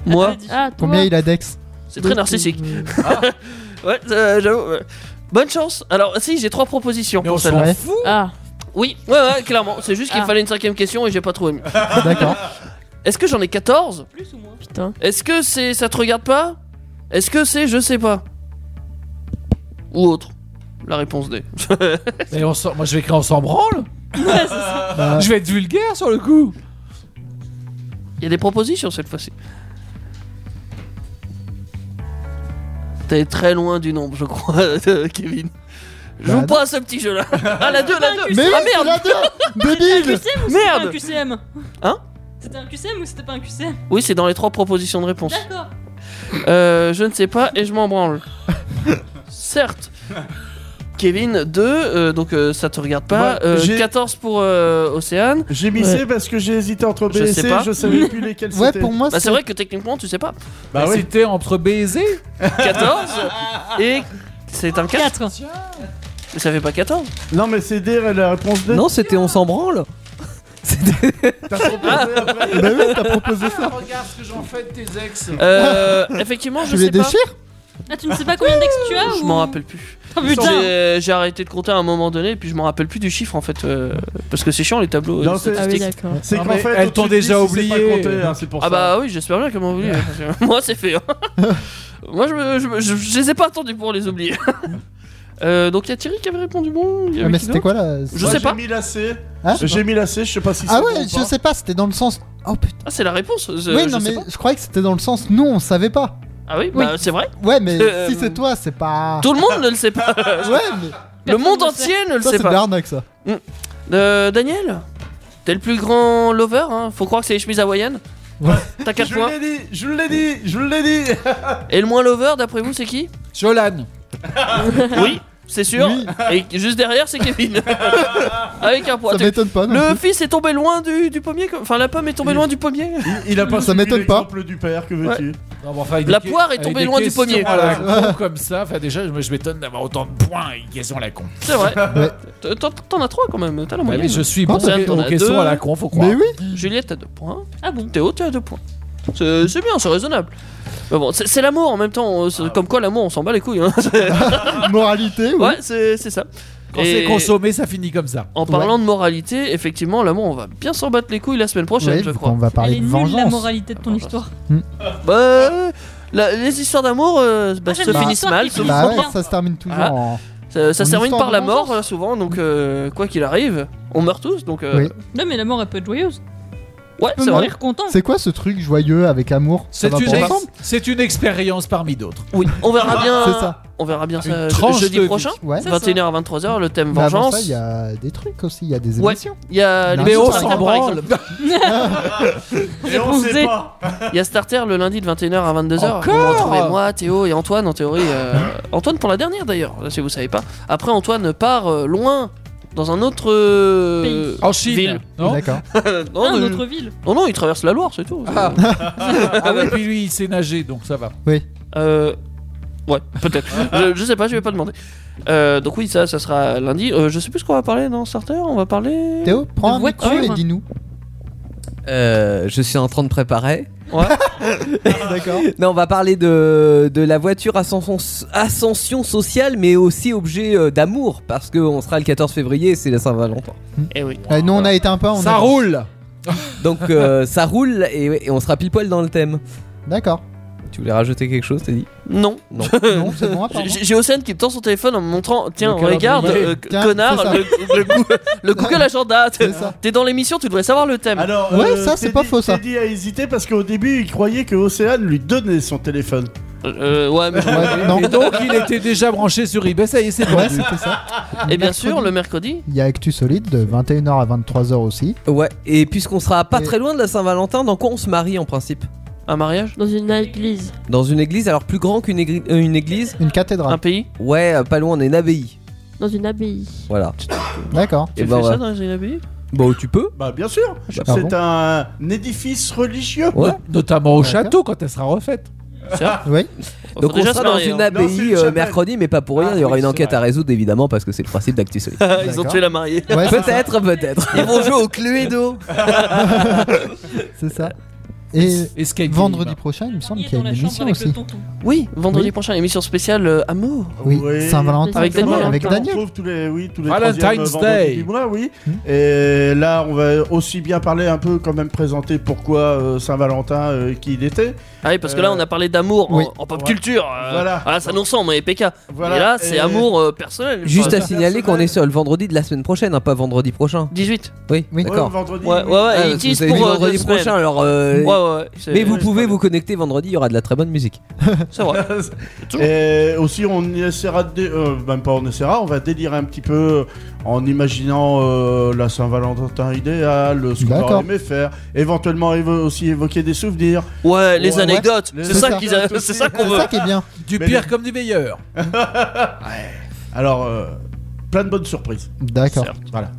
[SPEAKER 5] Moi,
[SPEAKER 7] Ah, toi.
[SPEAKER 4] Combien il a d'ex
[SPEAKER 5] c'est très narcissique.
[SPEAKER 6] Ah.
[SPEAKER 5] Ouais, euh, j'avoue. ouais. Bonne chance. Alors, si, j'ai trois propositions
[SPEAKER 6] Mais on
[SPEAKER 5] pour
[SPEAKER 6] s'en
[SPEAKER 5] celle-là.
[SPEAKER 6] fout.
[SPEAKER 7] Ah,
[SPEAKER 5] Oui, ouais, ouais, clairement. C'est juste qu'il
[SPEAKER 7] Ah.
[SPEAKER 5] fallait une cinquième question et j'ai pas trouvé mieux.
[SPEAKER 4] D'accord.
[SPEAKER 5] Est-ce que j'en ai 14
[SPEAKER 1] Plus ou moins
[SPEAKER 7] putain.
[SPEAKER 5] Est-ce que c'est ça te regarde pas Est-ce que c'est je sais pas Ou autre La réponse D.
[SPEAKER 6] Et on s'en- Moi, je vais écrire on s'en branle.
[SPEAKER 4] Bah,
[SPEAKER 6] Je vais être vulgaire sur le coup.
[SPEAKER 5] Il y a des propositions cette fois-ci. T'es très loin du nombre, je crois, euh, Kevin.
[SPEAKER 4] Bah,
[SPEAKER 5] Joue
[SPEAKER 4] non.
[SPEAKER 5] pas à ce petit jeu-là. Ah, la 2, la 2.
[SPEAKER 4] Mais
[SPEAKER 5] ah
[SPEAKER 4] oui, c'est
[SPEAKER 5] merde.
[SPEAKER 4] la deux Débile
[SPEAKER 1] QCM ou c'était
[SPEAKER 5] Merde.
[SPEAKER 1] pas un QCM
[SPEAKER 5] Hein
[SPEAKER 1] C'était un QCM ou c'était pas un QCM
[SPEAKER 5] Oui, c'est dans les trois propositions de réponse.
[SPEAKER 1] D'accord.
[SPEAKER 5] Euh, je ne sais pas et je m'en branle. Certes. Kevin 2, euh, donc euh, ça te regarde pas.
[SPEAKER 8] Bah,
[SPEAKER 5] Euh,
[SPEAKER 8] j'ai-
[SPEAKER 5] 14 pour euh, Océane.
[SPEAKER 8] J'ai mis
[SPEAKER 5] Ouais.
[SPEAKER 8] C parce que j'ai hésité entre B
[SPEAKER 5] Je
[SPEAKER 8] et
[SPEAKER 5] sais
[SPEAKER 8] C,
[SPEAKER 5] pas.
[SPEAKER 8] je savais plus lesquels
[SPEAKER 4] Ouais,
[SPEAKER 8] c'était.
[SPEAKER 4] pour moi,
[SPEAKER 5] Bah, c'est
[SPEAKER 4] c'est.
[SPEAKER 5] vrai que techniquement tu sais pas.
[SPEAKER 8] Bah oui.
[SPEAKER 6] C'était entre baiser.
[SPEAKER 5] 14 et c'est un 4.
[SPEAKER 1] 4.
[SPEAKER 5] Mais ça fait pas 14.
[SPEAKER 8] Non, mais c'est D, la réponse D.
[SPEAKER 11] Non, c'était on s'en branle. Ah. C'était-
[SPEAKER 8] T'as proposé après.
[SPEAKER 4] Bah oui, t'as proposé ça.
[SPEAKER 6] Regarde ce que j'en fais de tes ex.
[SPEAKER 5] Euh, effectivement, je
[SPEAKER 4] Tu les
[SPEAKER 5] sais pas.
[SPEAKER 4] déchires
[SPEAKER 1] Ah, tu ne sais pas combien d'ex tu as
[SPEAKER 5] Je
[SPEAKER 1] ou-
[SPEAKER 5] m'en rappelle plus.
[SPEAKER 1] Oh, putain.
[SPEAKER 5] J'ai- J'ai arrêté de compter à un moment donné, et puis je m'en rappelle plus du chiffre en fait, euh, parce que c'est chiant les tableaux.
[SPEAKER 8] Non,
[SPEAKER 5] les
[SPEAKER 8] c'est-
[SPEAKER 5] statistiques.
[SPEAKER 8] Ah oui, d'accord. c'est hein, qu'en fait, elles t'ont déjà oublié.
[SPEAKER 4] hein.
[SPEAKER 5] ah bah oui, j'espère bien qu'elles m'ont oublié. parce que Moi, c'est fait. hein. Moi, je, me- je, me- je- je les ai pas attendus pour les oublier. Euh, donc il y a Thierry qui avait répondu bon. il y
[SPEAKER 4] Ah,
[SPEAKER 5] avait
[SPEAKER 4] mais
[SPEAKER 5] qui
[SPEAKER 4] c'était
[SPEAKER 5] d'autre
[SPEAKER 4] quoi, là
[SPEAKER 5] Je
[SPEAKER 4] Moi,
[SPEAKER 5] sais
[SPEAKER 4] j'ai
[SPEAKER 5] pas.
[SPEAKER 8] mis la C.
[SPEAKER 4] Hein
[SPEAKER 8] J'ai mis la C, je sais pas si
[SPEAKER 4] Ah
[SPEAKER 8] c'est bon
[SPEAKER 4] ouais,
[SPEAKER 8] ou
[SPEAKER 4] je
[SPEAKER 8] pas.
[SPEAKER 4] sais pas, c'était dans le sens. Oh putain.
[SPEAKER 5] Ah, c'est la réponse. euh,
[SPEAKER 4] oui,
[SPEAKER 5] je
[SPEAKER 4] non,
[SPEAKER 5] sais
[SPEAKER 4] mais
[SPEAKER 5] pas.
[SPEAKER 4] je croyais que c'était dans le sens nous on savait pas.
[SPEAKER 5] Ah oui, bah, c'est vrai.
[SPEAKER 4] Ouais, mais
[SPEAKER 5] Euh,
[SPEAKER 4] si c'est toi, c'est pas.
[SPEAKER 5] Tout le monde ne le sait pas.
[SPEAKER 4] Ouais, mais-
[SPEAKER 5] Le monde entier ne le
[SPEAKER 4] Ça,
[SPEAKER 5] sait
[SPEAKER 4] C'est de
[SPEAKER 5] pas.
[SPEAKER 4] l'arnaque ça.
[SPEAKER 5] Mm. Euh, Daniel, t'es le plus grand lover, hein. faut croire que c'est les chemises hawaïennes. T'as 4
[SPEAKER 8] Je
[SPEAKER 5] points.
[SPEAKER 8] l'ai dit, je l'ai dit, je l'ai dit.
[SPEAKER 5] Et le moins lover, d'après vous, c'est qui
[SPEAKER 6] Jolan.
[SPEAKER 5] Oui, c'est sûr. Et juste derrière, c'est Kevin. Avec un point.
[SPEAKER 4] Ça m'étonne pas, non
[SPEAKER 5] Le
[SPEAKER 4] plus.
[SPEAKER 5] fils est tombé loin du, du pommier. comme- Enfin, la pomme est tombée loin du pommier.
[SPEAKER 8] Il a pas
[SPEAKER 4] Ça m'étonne pas.
[SPEAKER 8] Le du père, que veux-tu
[SPEAKER 5] Ouais.
[SPEAKER 6] Non, mais enfin, avec
[SPEAKER 5] La
[SPEAKER 6] des-
[SPEAKER 5] poire est
[SPEAKER 6] avec
[SPEAKER 5] tombée
[SPEAKER 6] des
[SPEAKER 5] loin du
[SPEAKER 6] questions
[SPEAKER 5] pommier.
[SPEAKER 6] à la
[SPEAKER 5] Voilà.
[SPEAKER 6] con comme ça, enfin déjà, je, me- je m'étonne d'avoir autant de points et questions à la con.
[SPEAKER 5] C'est vrai.
[SPEAKER 4] Ouais.
[SPEAKER 5] T'en- t'en- T'en as 3 quand même. T'as la
[SPEAKER 6] Bah
[SPEAKER 5] moyenne.
[SPEAKER 6] oui, je suis
[SPEAKER 5] Quand
[SPEAKER 6] bon
[SPEAKER 5] t'as-
[SPEAKER 6] aux-
[SPEAKER 5] t'en
[SPEAKER 6] aux
[SPEAKER 5] as
[SPEAKER 6] questions
[SPEAKER 5] deux.
[SPEAKER 6] à la con, faut croire.
[SPEAKER 4] Ah, Mais oui.
[SPEAKER 5] Juliette, t'as 2 points.
[SPEAKER 1] Ah bon
[SPEAKER 5] Théo, tu as 2 points. C'est c'est bien, c'est raisonnable. Mais bon, c'est c'est l'amour en même temps. c'est- Comme quoi, l'amour, on s'en bat les couilles. hein.
[SPEAKER 4] Moralité, oui.
[SPEAKER 5] ouais, c'est c'est ça.
[SPEAKER 6] Quand
[SPEAKER 5] Et
[SPEAKER 6] c'est consommé, ça finit comme ça.
[SPEAKER 5] En parlant de moralité, effectivement, l'amour, on va bien s'en battre les couilles la semaine prochaine,
[SPEAKER 4] Oui,
[SPEAKER 5] je crois.
[SPEAKER 4] on va
[SPEAKER 1] Elle
[SPEAKER 4] parler
[SPEAKER 1] est
[SPEAKER 4] de
[SPEAKER 1] nulle la
[SPEAKER 4] vengeance.
[SPEAKER 1] moralité de ton histoire.
[SPEAKER 5] Bah, la- les histoires d'amour euh, bah,
[SPEAKER 1] Ah, j'aime
[SPEAKER 5] se
[SPEAKER 1] bien
[SPEAKER 5] finissent
[SPEAKER 1] l'histoire
[SPEAKER 5] mal,
[SPEAKER 1] qui
[SPEAKER 5] se
[SPEAKER 4] Bah
[SPEAKER 1] finit
[SPEAKER 4] ouais,
[SPEAKER 1] bien.
[SPEAKER 4] ça se termine toujours
[SPEAKER 5] Ah.
[SPEAKER 4] en.
[SPEAKER 5] Ça, ça
[SPEAKER 4] Une
[SPEAKER 5] se termine
[SPEAKER 4] histoire
[SPEAKER 5] par
[SPEAKER 4] de
[SPEAKER 5] la
[SPEAKER 4] vengeance.
[SPEAKER 5] mort euh, souvent, donc euh, quoi qu'il arrive, on meurt tous, donc euh,
[SPEAKER 4] Oui.
[SPEAKER 1] Non, mais la mort elle peut être joyeuse. On
[SPEAKER 5] ouais, c'est
[SPEAKER 1] peut
[SPEAKER 5] vrai.
[SPEAKER 1] mourir content.
[SPEAKER 4] C'est quoi ce truc joyeux avec amour Ça
[SPEAKER 6] C'est
[SPEAKER 4] va
[SPEAKER 6] une,
[SPEAKER 4] pas
[SPEAKER 6] ex-
[SPEAKER 4] ensemble
[SPEAKER 6] c'est une expérience parmi d'autres.
[SPEAKER 5] Oui, on verra bien.
[SPEAKER 4] C'est ça.
[SPEAKER 5] On verra bien ça je-
[SPEAKER 6] tranche
[SPEAKER 5] jeudi
[SPEAKER 6] de vie.
[SPEAKER 5] prochain,
[SPEAKER 4] Ouais.
[SPEAKER 1] C'est ça.
[SPEAKER 5] 21h à 23h, le thème
[SPEAKER 4] Mais avant
[SPEAKER 5] vengeance.
[SPEAKER 4] ça, il y a des trucs aussi, il y a des
[SPEAKER 5] Ouais.
[SPEAKER 4] émissions.
[SPEAKER 5] Il y a
[SPEAKER 4] Mais
[SPEAKER 5] lundi
[SPEAKER 4] on
[SPEAKER 5] sur
[SPEAKER 4] s'en
[SPEAKER 5] Starter, par
[SPEAKER 6] branle.
[SPEAKER 5] exemple.
[SPEAKER 8] Et on
[SPEAKER 1] Réponse D.
[SPEAKER 8] sait pas.
[SPEAKER 5] Il y a Starter le lundi de 21h à 22h.
[SPEAKER 6] Encore
[SPEAKER 5] Vous retrouvez moi, Théo et Antoine en théorie. euh, Antoine pour la dernière d'ailleurs, si vous savez pas. Après Antoine part euh, loin dans un autre euh,
[SPEAKER 6] En Chine,
[SPEAKER 5] ville.
[SPEAKER 6] non
[SPEAKER 4] D'accord.
[SPEAKER 5] non,
[SPEAKER 1] Ah,
[SPEAKER 5] mais-
[SPEAKER 1] notre ville.
[SPEAKER 5] non, non, il traverse la Loire, c'est tout.
[SPEAKER 6] Ah. Ah ouais, puis lui, il sait nager, donc ça va.
[SPEAKER 5] Euh, ouais, peut-être. je, je sais pas, je vais pas demander. Euh, donc oui, ça, ça sera lundi. Euh, je sais plus ce qu'on va parler dans Starter. On va parler.
[SPEAKER 4] Théo, prends un
[SPEAKER 1] De
[SPEAKER 4] micro et
[SPEAKER 1] voiture.
[SPEAKER 4] dis-nous.
[SPEAKER 11] Euh, je suis en train de préparer.
[SPEAKER 5] Ouais.
[SPEAKER 4] D'accord.
[SPEAKER 11] Non, on va parler de, de la voiture ascension, ascension sociale, mais aussi objet euh, d'amour, parce qu'on sera le 14 février et c'est la Saint-Valentin.
[SPEAKER 5] Eh oui.
[SPEAKER 4] Euh, Nous, on a été un peu en.
[SPEAKER 6] Ça
[SPEAKER 4] avance.
[SPEAKER 6] roule
[SPEAKER 11] Donc euh, ça roule et, et on sera pile poil dans le thème.
[SPEAKER 4] D'accord.
[SPEAKER 11] Tu voulais rajouter quelque chose, t'as dit
[SPEAKER 5] Non.
[SPEAKER 11] Non.
[SPEAKER 4] Non, c'est bon, apparemment.
[SPEAKER 5] J'ai j'ai Océane qui me tend son téléphone en me montrant Tiens,
[SPEAKER 4] Le
[SPEAKER 5] regarde,
[SPEAKER 4] calendrier.
[SPEAKER 5] euh, c-
[SPEAKER 4] Tiens, c'est
[SPEAKER 5] connard,
[SPEAKER 4] ça.
[SPEAKER 5] le, le Goo- le Google Agenda. T'es
[SPEAKER 4] C'est ça.
[SPEAKER 5] t'es dans l'émission, tu devrais savoir le thème.
[SPEAKER 8] Alors, euh,
[SPEAKER 4] Ouais, ça, c'est
[SPEAKER 8] Teddy-
[SPEAKER 4] pas faux, ça.
[SPEAKER 8] Teddy a hésité parce qu'au début, il croyait que Océane lui donnait son téléphone.
[SPEAKER 5] Euh, ouais, mais.
[SPEAKER 4] Ouais, non.
[SPEAKER 6] Et donc, il était déjà branché sur eBay, ça y est, c'est bon.
[SPEAKER 4] Ouais, c'était ça.
[SPEAKER 5] Et bien
[SPEAKER 4] Mercredi.
[SPEAKER 5] sûr, le mercredi.
[SPEAKER 4] Il y a Actu Solide de 21h à 23h aussi.
[SPEAKER 11] Ouais, et puisqu'on sera pas
[SPEAKER 4] Et-
[SPEAKER 11] très loin de la Saint-Valentin, dans quoi on se marie en principe
[SPEAKER 5] Un mariage
[SPEAKER 7] Dans une église.
[SPEAKER 11] Dans une église, alors plus grand qu'une égri- euh, une église
[SPEAKER 4] Une
[SPEAKER 5] Un
[SPEAKER 4] cathédrale.
[SPEAKER 5] pays
[SPEAKER 11] Ouais, euh, pas loin, on est une abbaye.
[SPEAKER 7] Dans une abbaye.
[SPEAKER 11] Voilà.
[SPEAKER 4] D'accord.
[SPEAKER 5] Tu
[SPEAKER 11] Eh
[SPEAKER 5] fais
[SPEAKER 11] ben,
[SPEAKER 5] ça
[SPEAKER 11] ouais.
[SPEAKER 5] dans une abbaye
[SPEAKER 11] Bon, tu peux
[SPEAKER 8] Bah, bien sûr.
[SPEAKER 4] Ah
[SPEAKER 8] c'est
[SPEAKER 4] bon
[SPEAKER 8] un édifice religieux.
[SPEAKER 11] Ouais.
[SPEAKER 6] Notamment au
[SPEAKER 4] D'accord.
[SPEAKER 6] château quand elle sera refaite.
[SPEAKER 4] Oui.
[SPEAKER 5] Faut
[SPEAKER 11] Donc on
[SPEAKER 5] déjà
[SPEAKER 11] sera
[SPEAKER 5] se
[SPEAKER 11] dans
[SPEAKER 5] marier,
[SPEAKER 11] une
[SPEAKER 5] hein.
[SPEAKER 8] Non, c'est une
[SPEAKER 11] abbaye euh,
[SPEAKER 8] chapelle.
[SPEAKER 11] mercredi, mais pas pour rien,
[SPEAKER 6] Ah,
[SPEAKER 11] il y aura
[SPEAKER 6] oui,
[SPEAKER 11] une
[SPEAKER 6] c'est
[SPEAKER 11] enquête
[SPEAKER 6] vrai.
[SPEAKER 11] à résoudre évidemment, parce que c'est le principe d'Actu Solide.
[SPEAKER 5] Ils ont
[SPEAKER 4] D'accord.
[SPEAKER 5] tué la mariée.
[SPEAKER 4] Ouais, c'est ça.
[SPEAKER 11] peut-être, peut-être. Ils vont jouer au Cluedo.
[SPEAKER 4] C'est ça. Et
[SPEAKER 6] Escape
[SPEAKER 4] vendredi
[SPEAKER 6] Game.
[SPEAKER 4] prochain, il me semble
[SPEAKER 1] Il est
[SPEAKER 4] qu'il y
[SPEAKER 1] dans la
[SPEAKER 4] a une
[SPEAKER 1] chambre
[SPEAKER 4] émission
[SPEAKER 1] avec le
[SPEAKER 4] aussi.
[SPEAKER 1] tonton.
[SPEAKER 5] Oui, vendredi
[SPEAKER 4] Oui.
[SPEAKER 5] prochain, émission spéciale euh, Amour.
[SPEAKER 4] Oui,
[SPEAKER 8] Oui.
[SPEAKER 4] Saint-Valentin.
[SPEAKER 5] Avec
[SPEAKER 4] c'est
[SPEAKER 5] Daniel
[SPEAKER 4] vrai, avec
[SPEAKER 5] Valentin.
[SPEAKER 8] On
[SPEAKER 4] Daniel. Hmm.
[SPEAKER 8] trouve tous les, oui, tous les
[SPEAKER 6] Valentine's
[SPEAKER 8] troisièmes vendredis
[SPEAKER 6] Day.
[SPEAKER 8] du mois, oui. Et là, on va aussi bien parler un peu, quand même, présenter pourquoi euh, Saint-Valentin, euh, qui il était.
[SPEAKER 5] Ah oui, parce que là,
[SPEAKER 8] Euh,
[SPEAKER 5] on a parlé d'amour en-
[SPEAKER 4] oui.
[SPEAKER 5] en, pop
[SPEAKER 8] Voilà.
[SPEAKER 5] culture. euh,
[SPEAKER 8] Voilà.
[SPEAKER 5] Ah, ça nous ressemble, mais PK.
[SPEAKER 8] Voilà.
[SPEAKER 5] Et là, c'est
[SPEAKER 8] Et-
[SPEAKER 5] amour euh, personnel.
[SPEAKER 11] Juste
[SPEAKER 5] Enfin,
[SPEAKER 11] à signaler qu'on est sur le vendredi de la semaine prochaine, hein, pas vendredi prochain.
[SPEAKER 5] 18.
[SPEAKER 11] Oui,
[SPEAKER 4] Oui.
[SPEAKER 8] Ouais,
[SPEAKER 11] d'accord.
[SPEAKER 8] vendredi,
[SPEAKER 5] Ouais, ouais,
[SPEAKER 8] oui.
[SPEAKER 5] ouais.
[SPEAKER 11] Ah, parce que
[SPEAKER 5] ils
[SPEAKER 11] vous
[SPEAKER 5] disent
[SPEAKER 11] avez
[SPEAKER 5] pour
[SPEAKER 11] dit
[SPEAKER 5] euh,
[SPEAKER 11] vendredi
[SPEAKER 5] deux semaines.
[SPEAKER 11] prochain, alors. euh,
[SPEAKER 5] Ouais, ouais, ouais. c'est-
[SPEAKER 11] Mais vous
[SPEAKER 8] c'est
[SPEAKER 11] pouvez
[SPEAKER 8] pas
[SPEAKER 11] vous connecter vendredi, il y aura de la très bonne musique.
[SPEAKER 5] C'est vrai.
[SPEAKER 8] Et aussi, on essaiera de. dé- euh, même pas on essaiera, on va délirer un petit peu euh, en imaginant euh, la Saint-Valentin idéale, ce qu'on
[SPEAKER 4] D'accord.
[SPEAKER 8] aurait aimé faire, éventuellement évo- aussi évoquer des souvenirs.
[SPEAKER 5] Ouais, les
[SPEAKER 8] Ouais.
[SPEAKER 5] anecdotes.
[SPEAKER 8] Les
[SPEAKER 5] C'est ça
[SPEAKER 4] anecdotes
[SPEAKER 5] qu'ils a-
[SPEAKER 8] aussi.
[SPEAKER 5] c'est ça qu'on
[SPEAKER 4] C'est
[SPEAKER 5] veut.
[SPEAKER 4] ça qui est bien.
[SPEAKER 6] Du
[SPEAKER 8] Mais
[SPEAKER 6] pire comme du meilleur.
[SPEAKER 8] Alors, euh, plein de bonnes surprises.
[SPEAKER 4] D'accord.
[SPEAKER 5] Certes.
[SPEAKER 8] Voilà.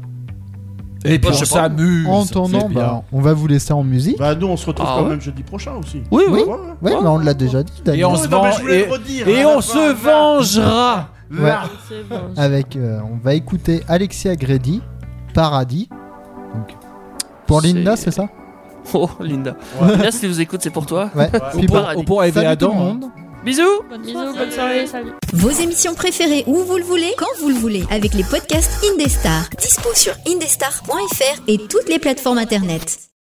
[SPEAKER 6] Et puis
[SPEAKER 5] je
[SPEAKER 6] on
[SPEAKER 5] sais pas.
[SPEAKER 6] s'amuse.
[SPEAKER 4] En
[SPEAKER 6] c'est
[SPEAKER 4] attendant,
[SPEAKER 6] bien.
[SPEAKER 4] bah, on va vous laisser en musique.
[SPEAKER 8] Bah, nous, on se retrouve
[SPEAKER 5] Ah
[SPEAKER 8] quand
[SPEAKER 5] ouais.
[SPEAKER 8] même jeudi prochain aussi.
[SPEAKER 5] Oui, oui.
[SPEAKER 4] Oui.
[SPEAKER 8] Ouais, ouais.
[SPEAKER 4] Ouais, mais on l'a déjà dit,
[SPEAKER 6] Et
[SPEAKER 4] Daniel.
[SPEAKER 6] on se
[SPEAKER 8] Non, mais je
[SPEAKER 6] vend-
[SPEAKER 8] voulais
[SPEAKER 6] et-
[SPEAKER 8] le redire,
[SPEAKER 6] et
[SPEAKER 8] hein,
[SPEAKER 6] on
[SPEAKER 8] la
[SPEAKER 6] se
[SPEAKER 8] fin, là.
[SPEAKER 6] vengera.
[SPEAKER 8] Là.
[SPEAKER 7] C'est bon.
[SPEAKER 4] Avec, euh, on va écouter Alexia Grady, Paradis. Donc, pour
[SPEAKER 5] C'est-
[SPEAKER 4] Linda, c'est ça
[SPEAKER 5] Oh, Linda. Linda, si tu nous écoutes, c'est pour toi.
[SPEAKER 4] Ouais.
[SPEAKER 6] On
[SPEAKER 4] Puis
[SPEAKER 5] pourra-
[SPEAKER 4] bon,
[SPEAKER 6] pourra aider
[SPEAKER 4] salut tout le
[SPEAKER 6] Adam. hein.
[SPEAKER 4] monde.
[SPEAKER 5] Bisous
[SPEAKER 7] Bisous, bonne soirée, salut.
[SPEAKER 10] Vos émissions préférées où vous le voulez, quand vous le voulez, avec les podcasts Indestar. Dispo sur indestar.fr et toutes les plateformes internet.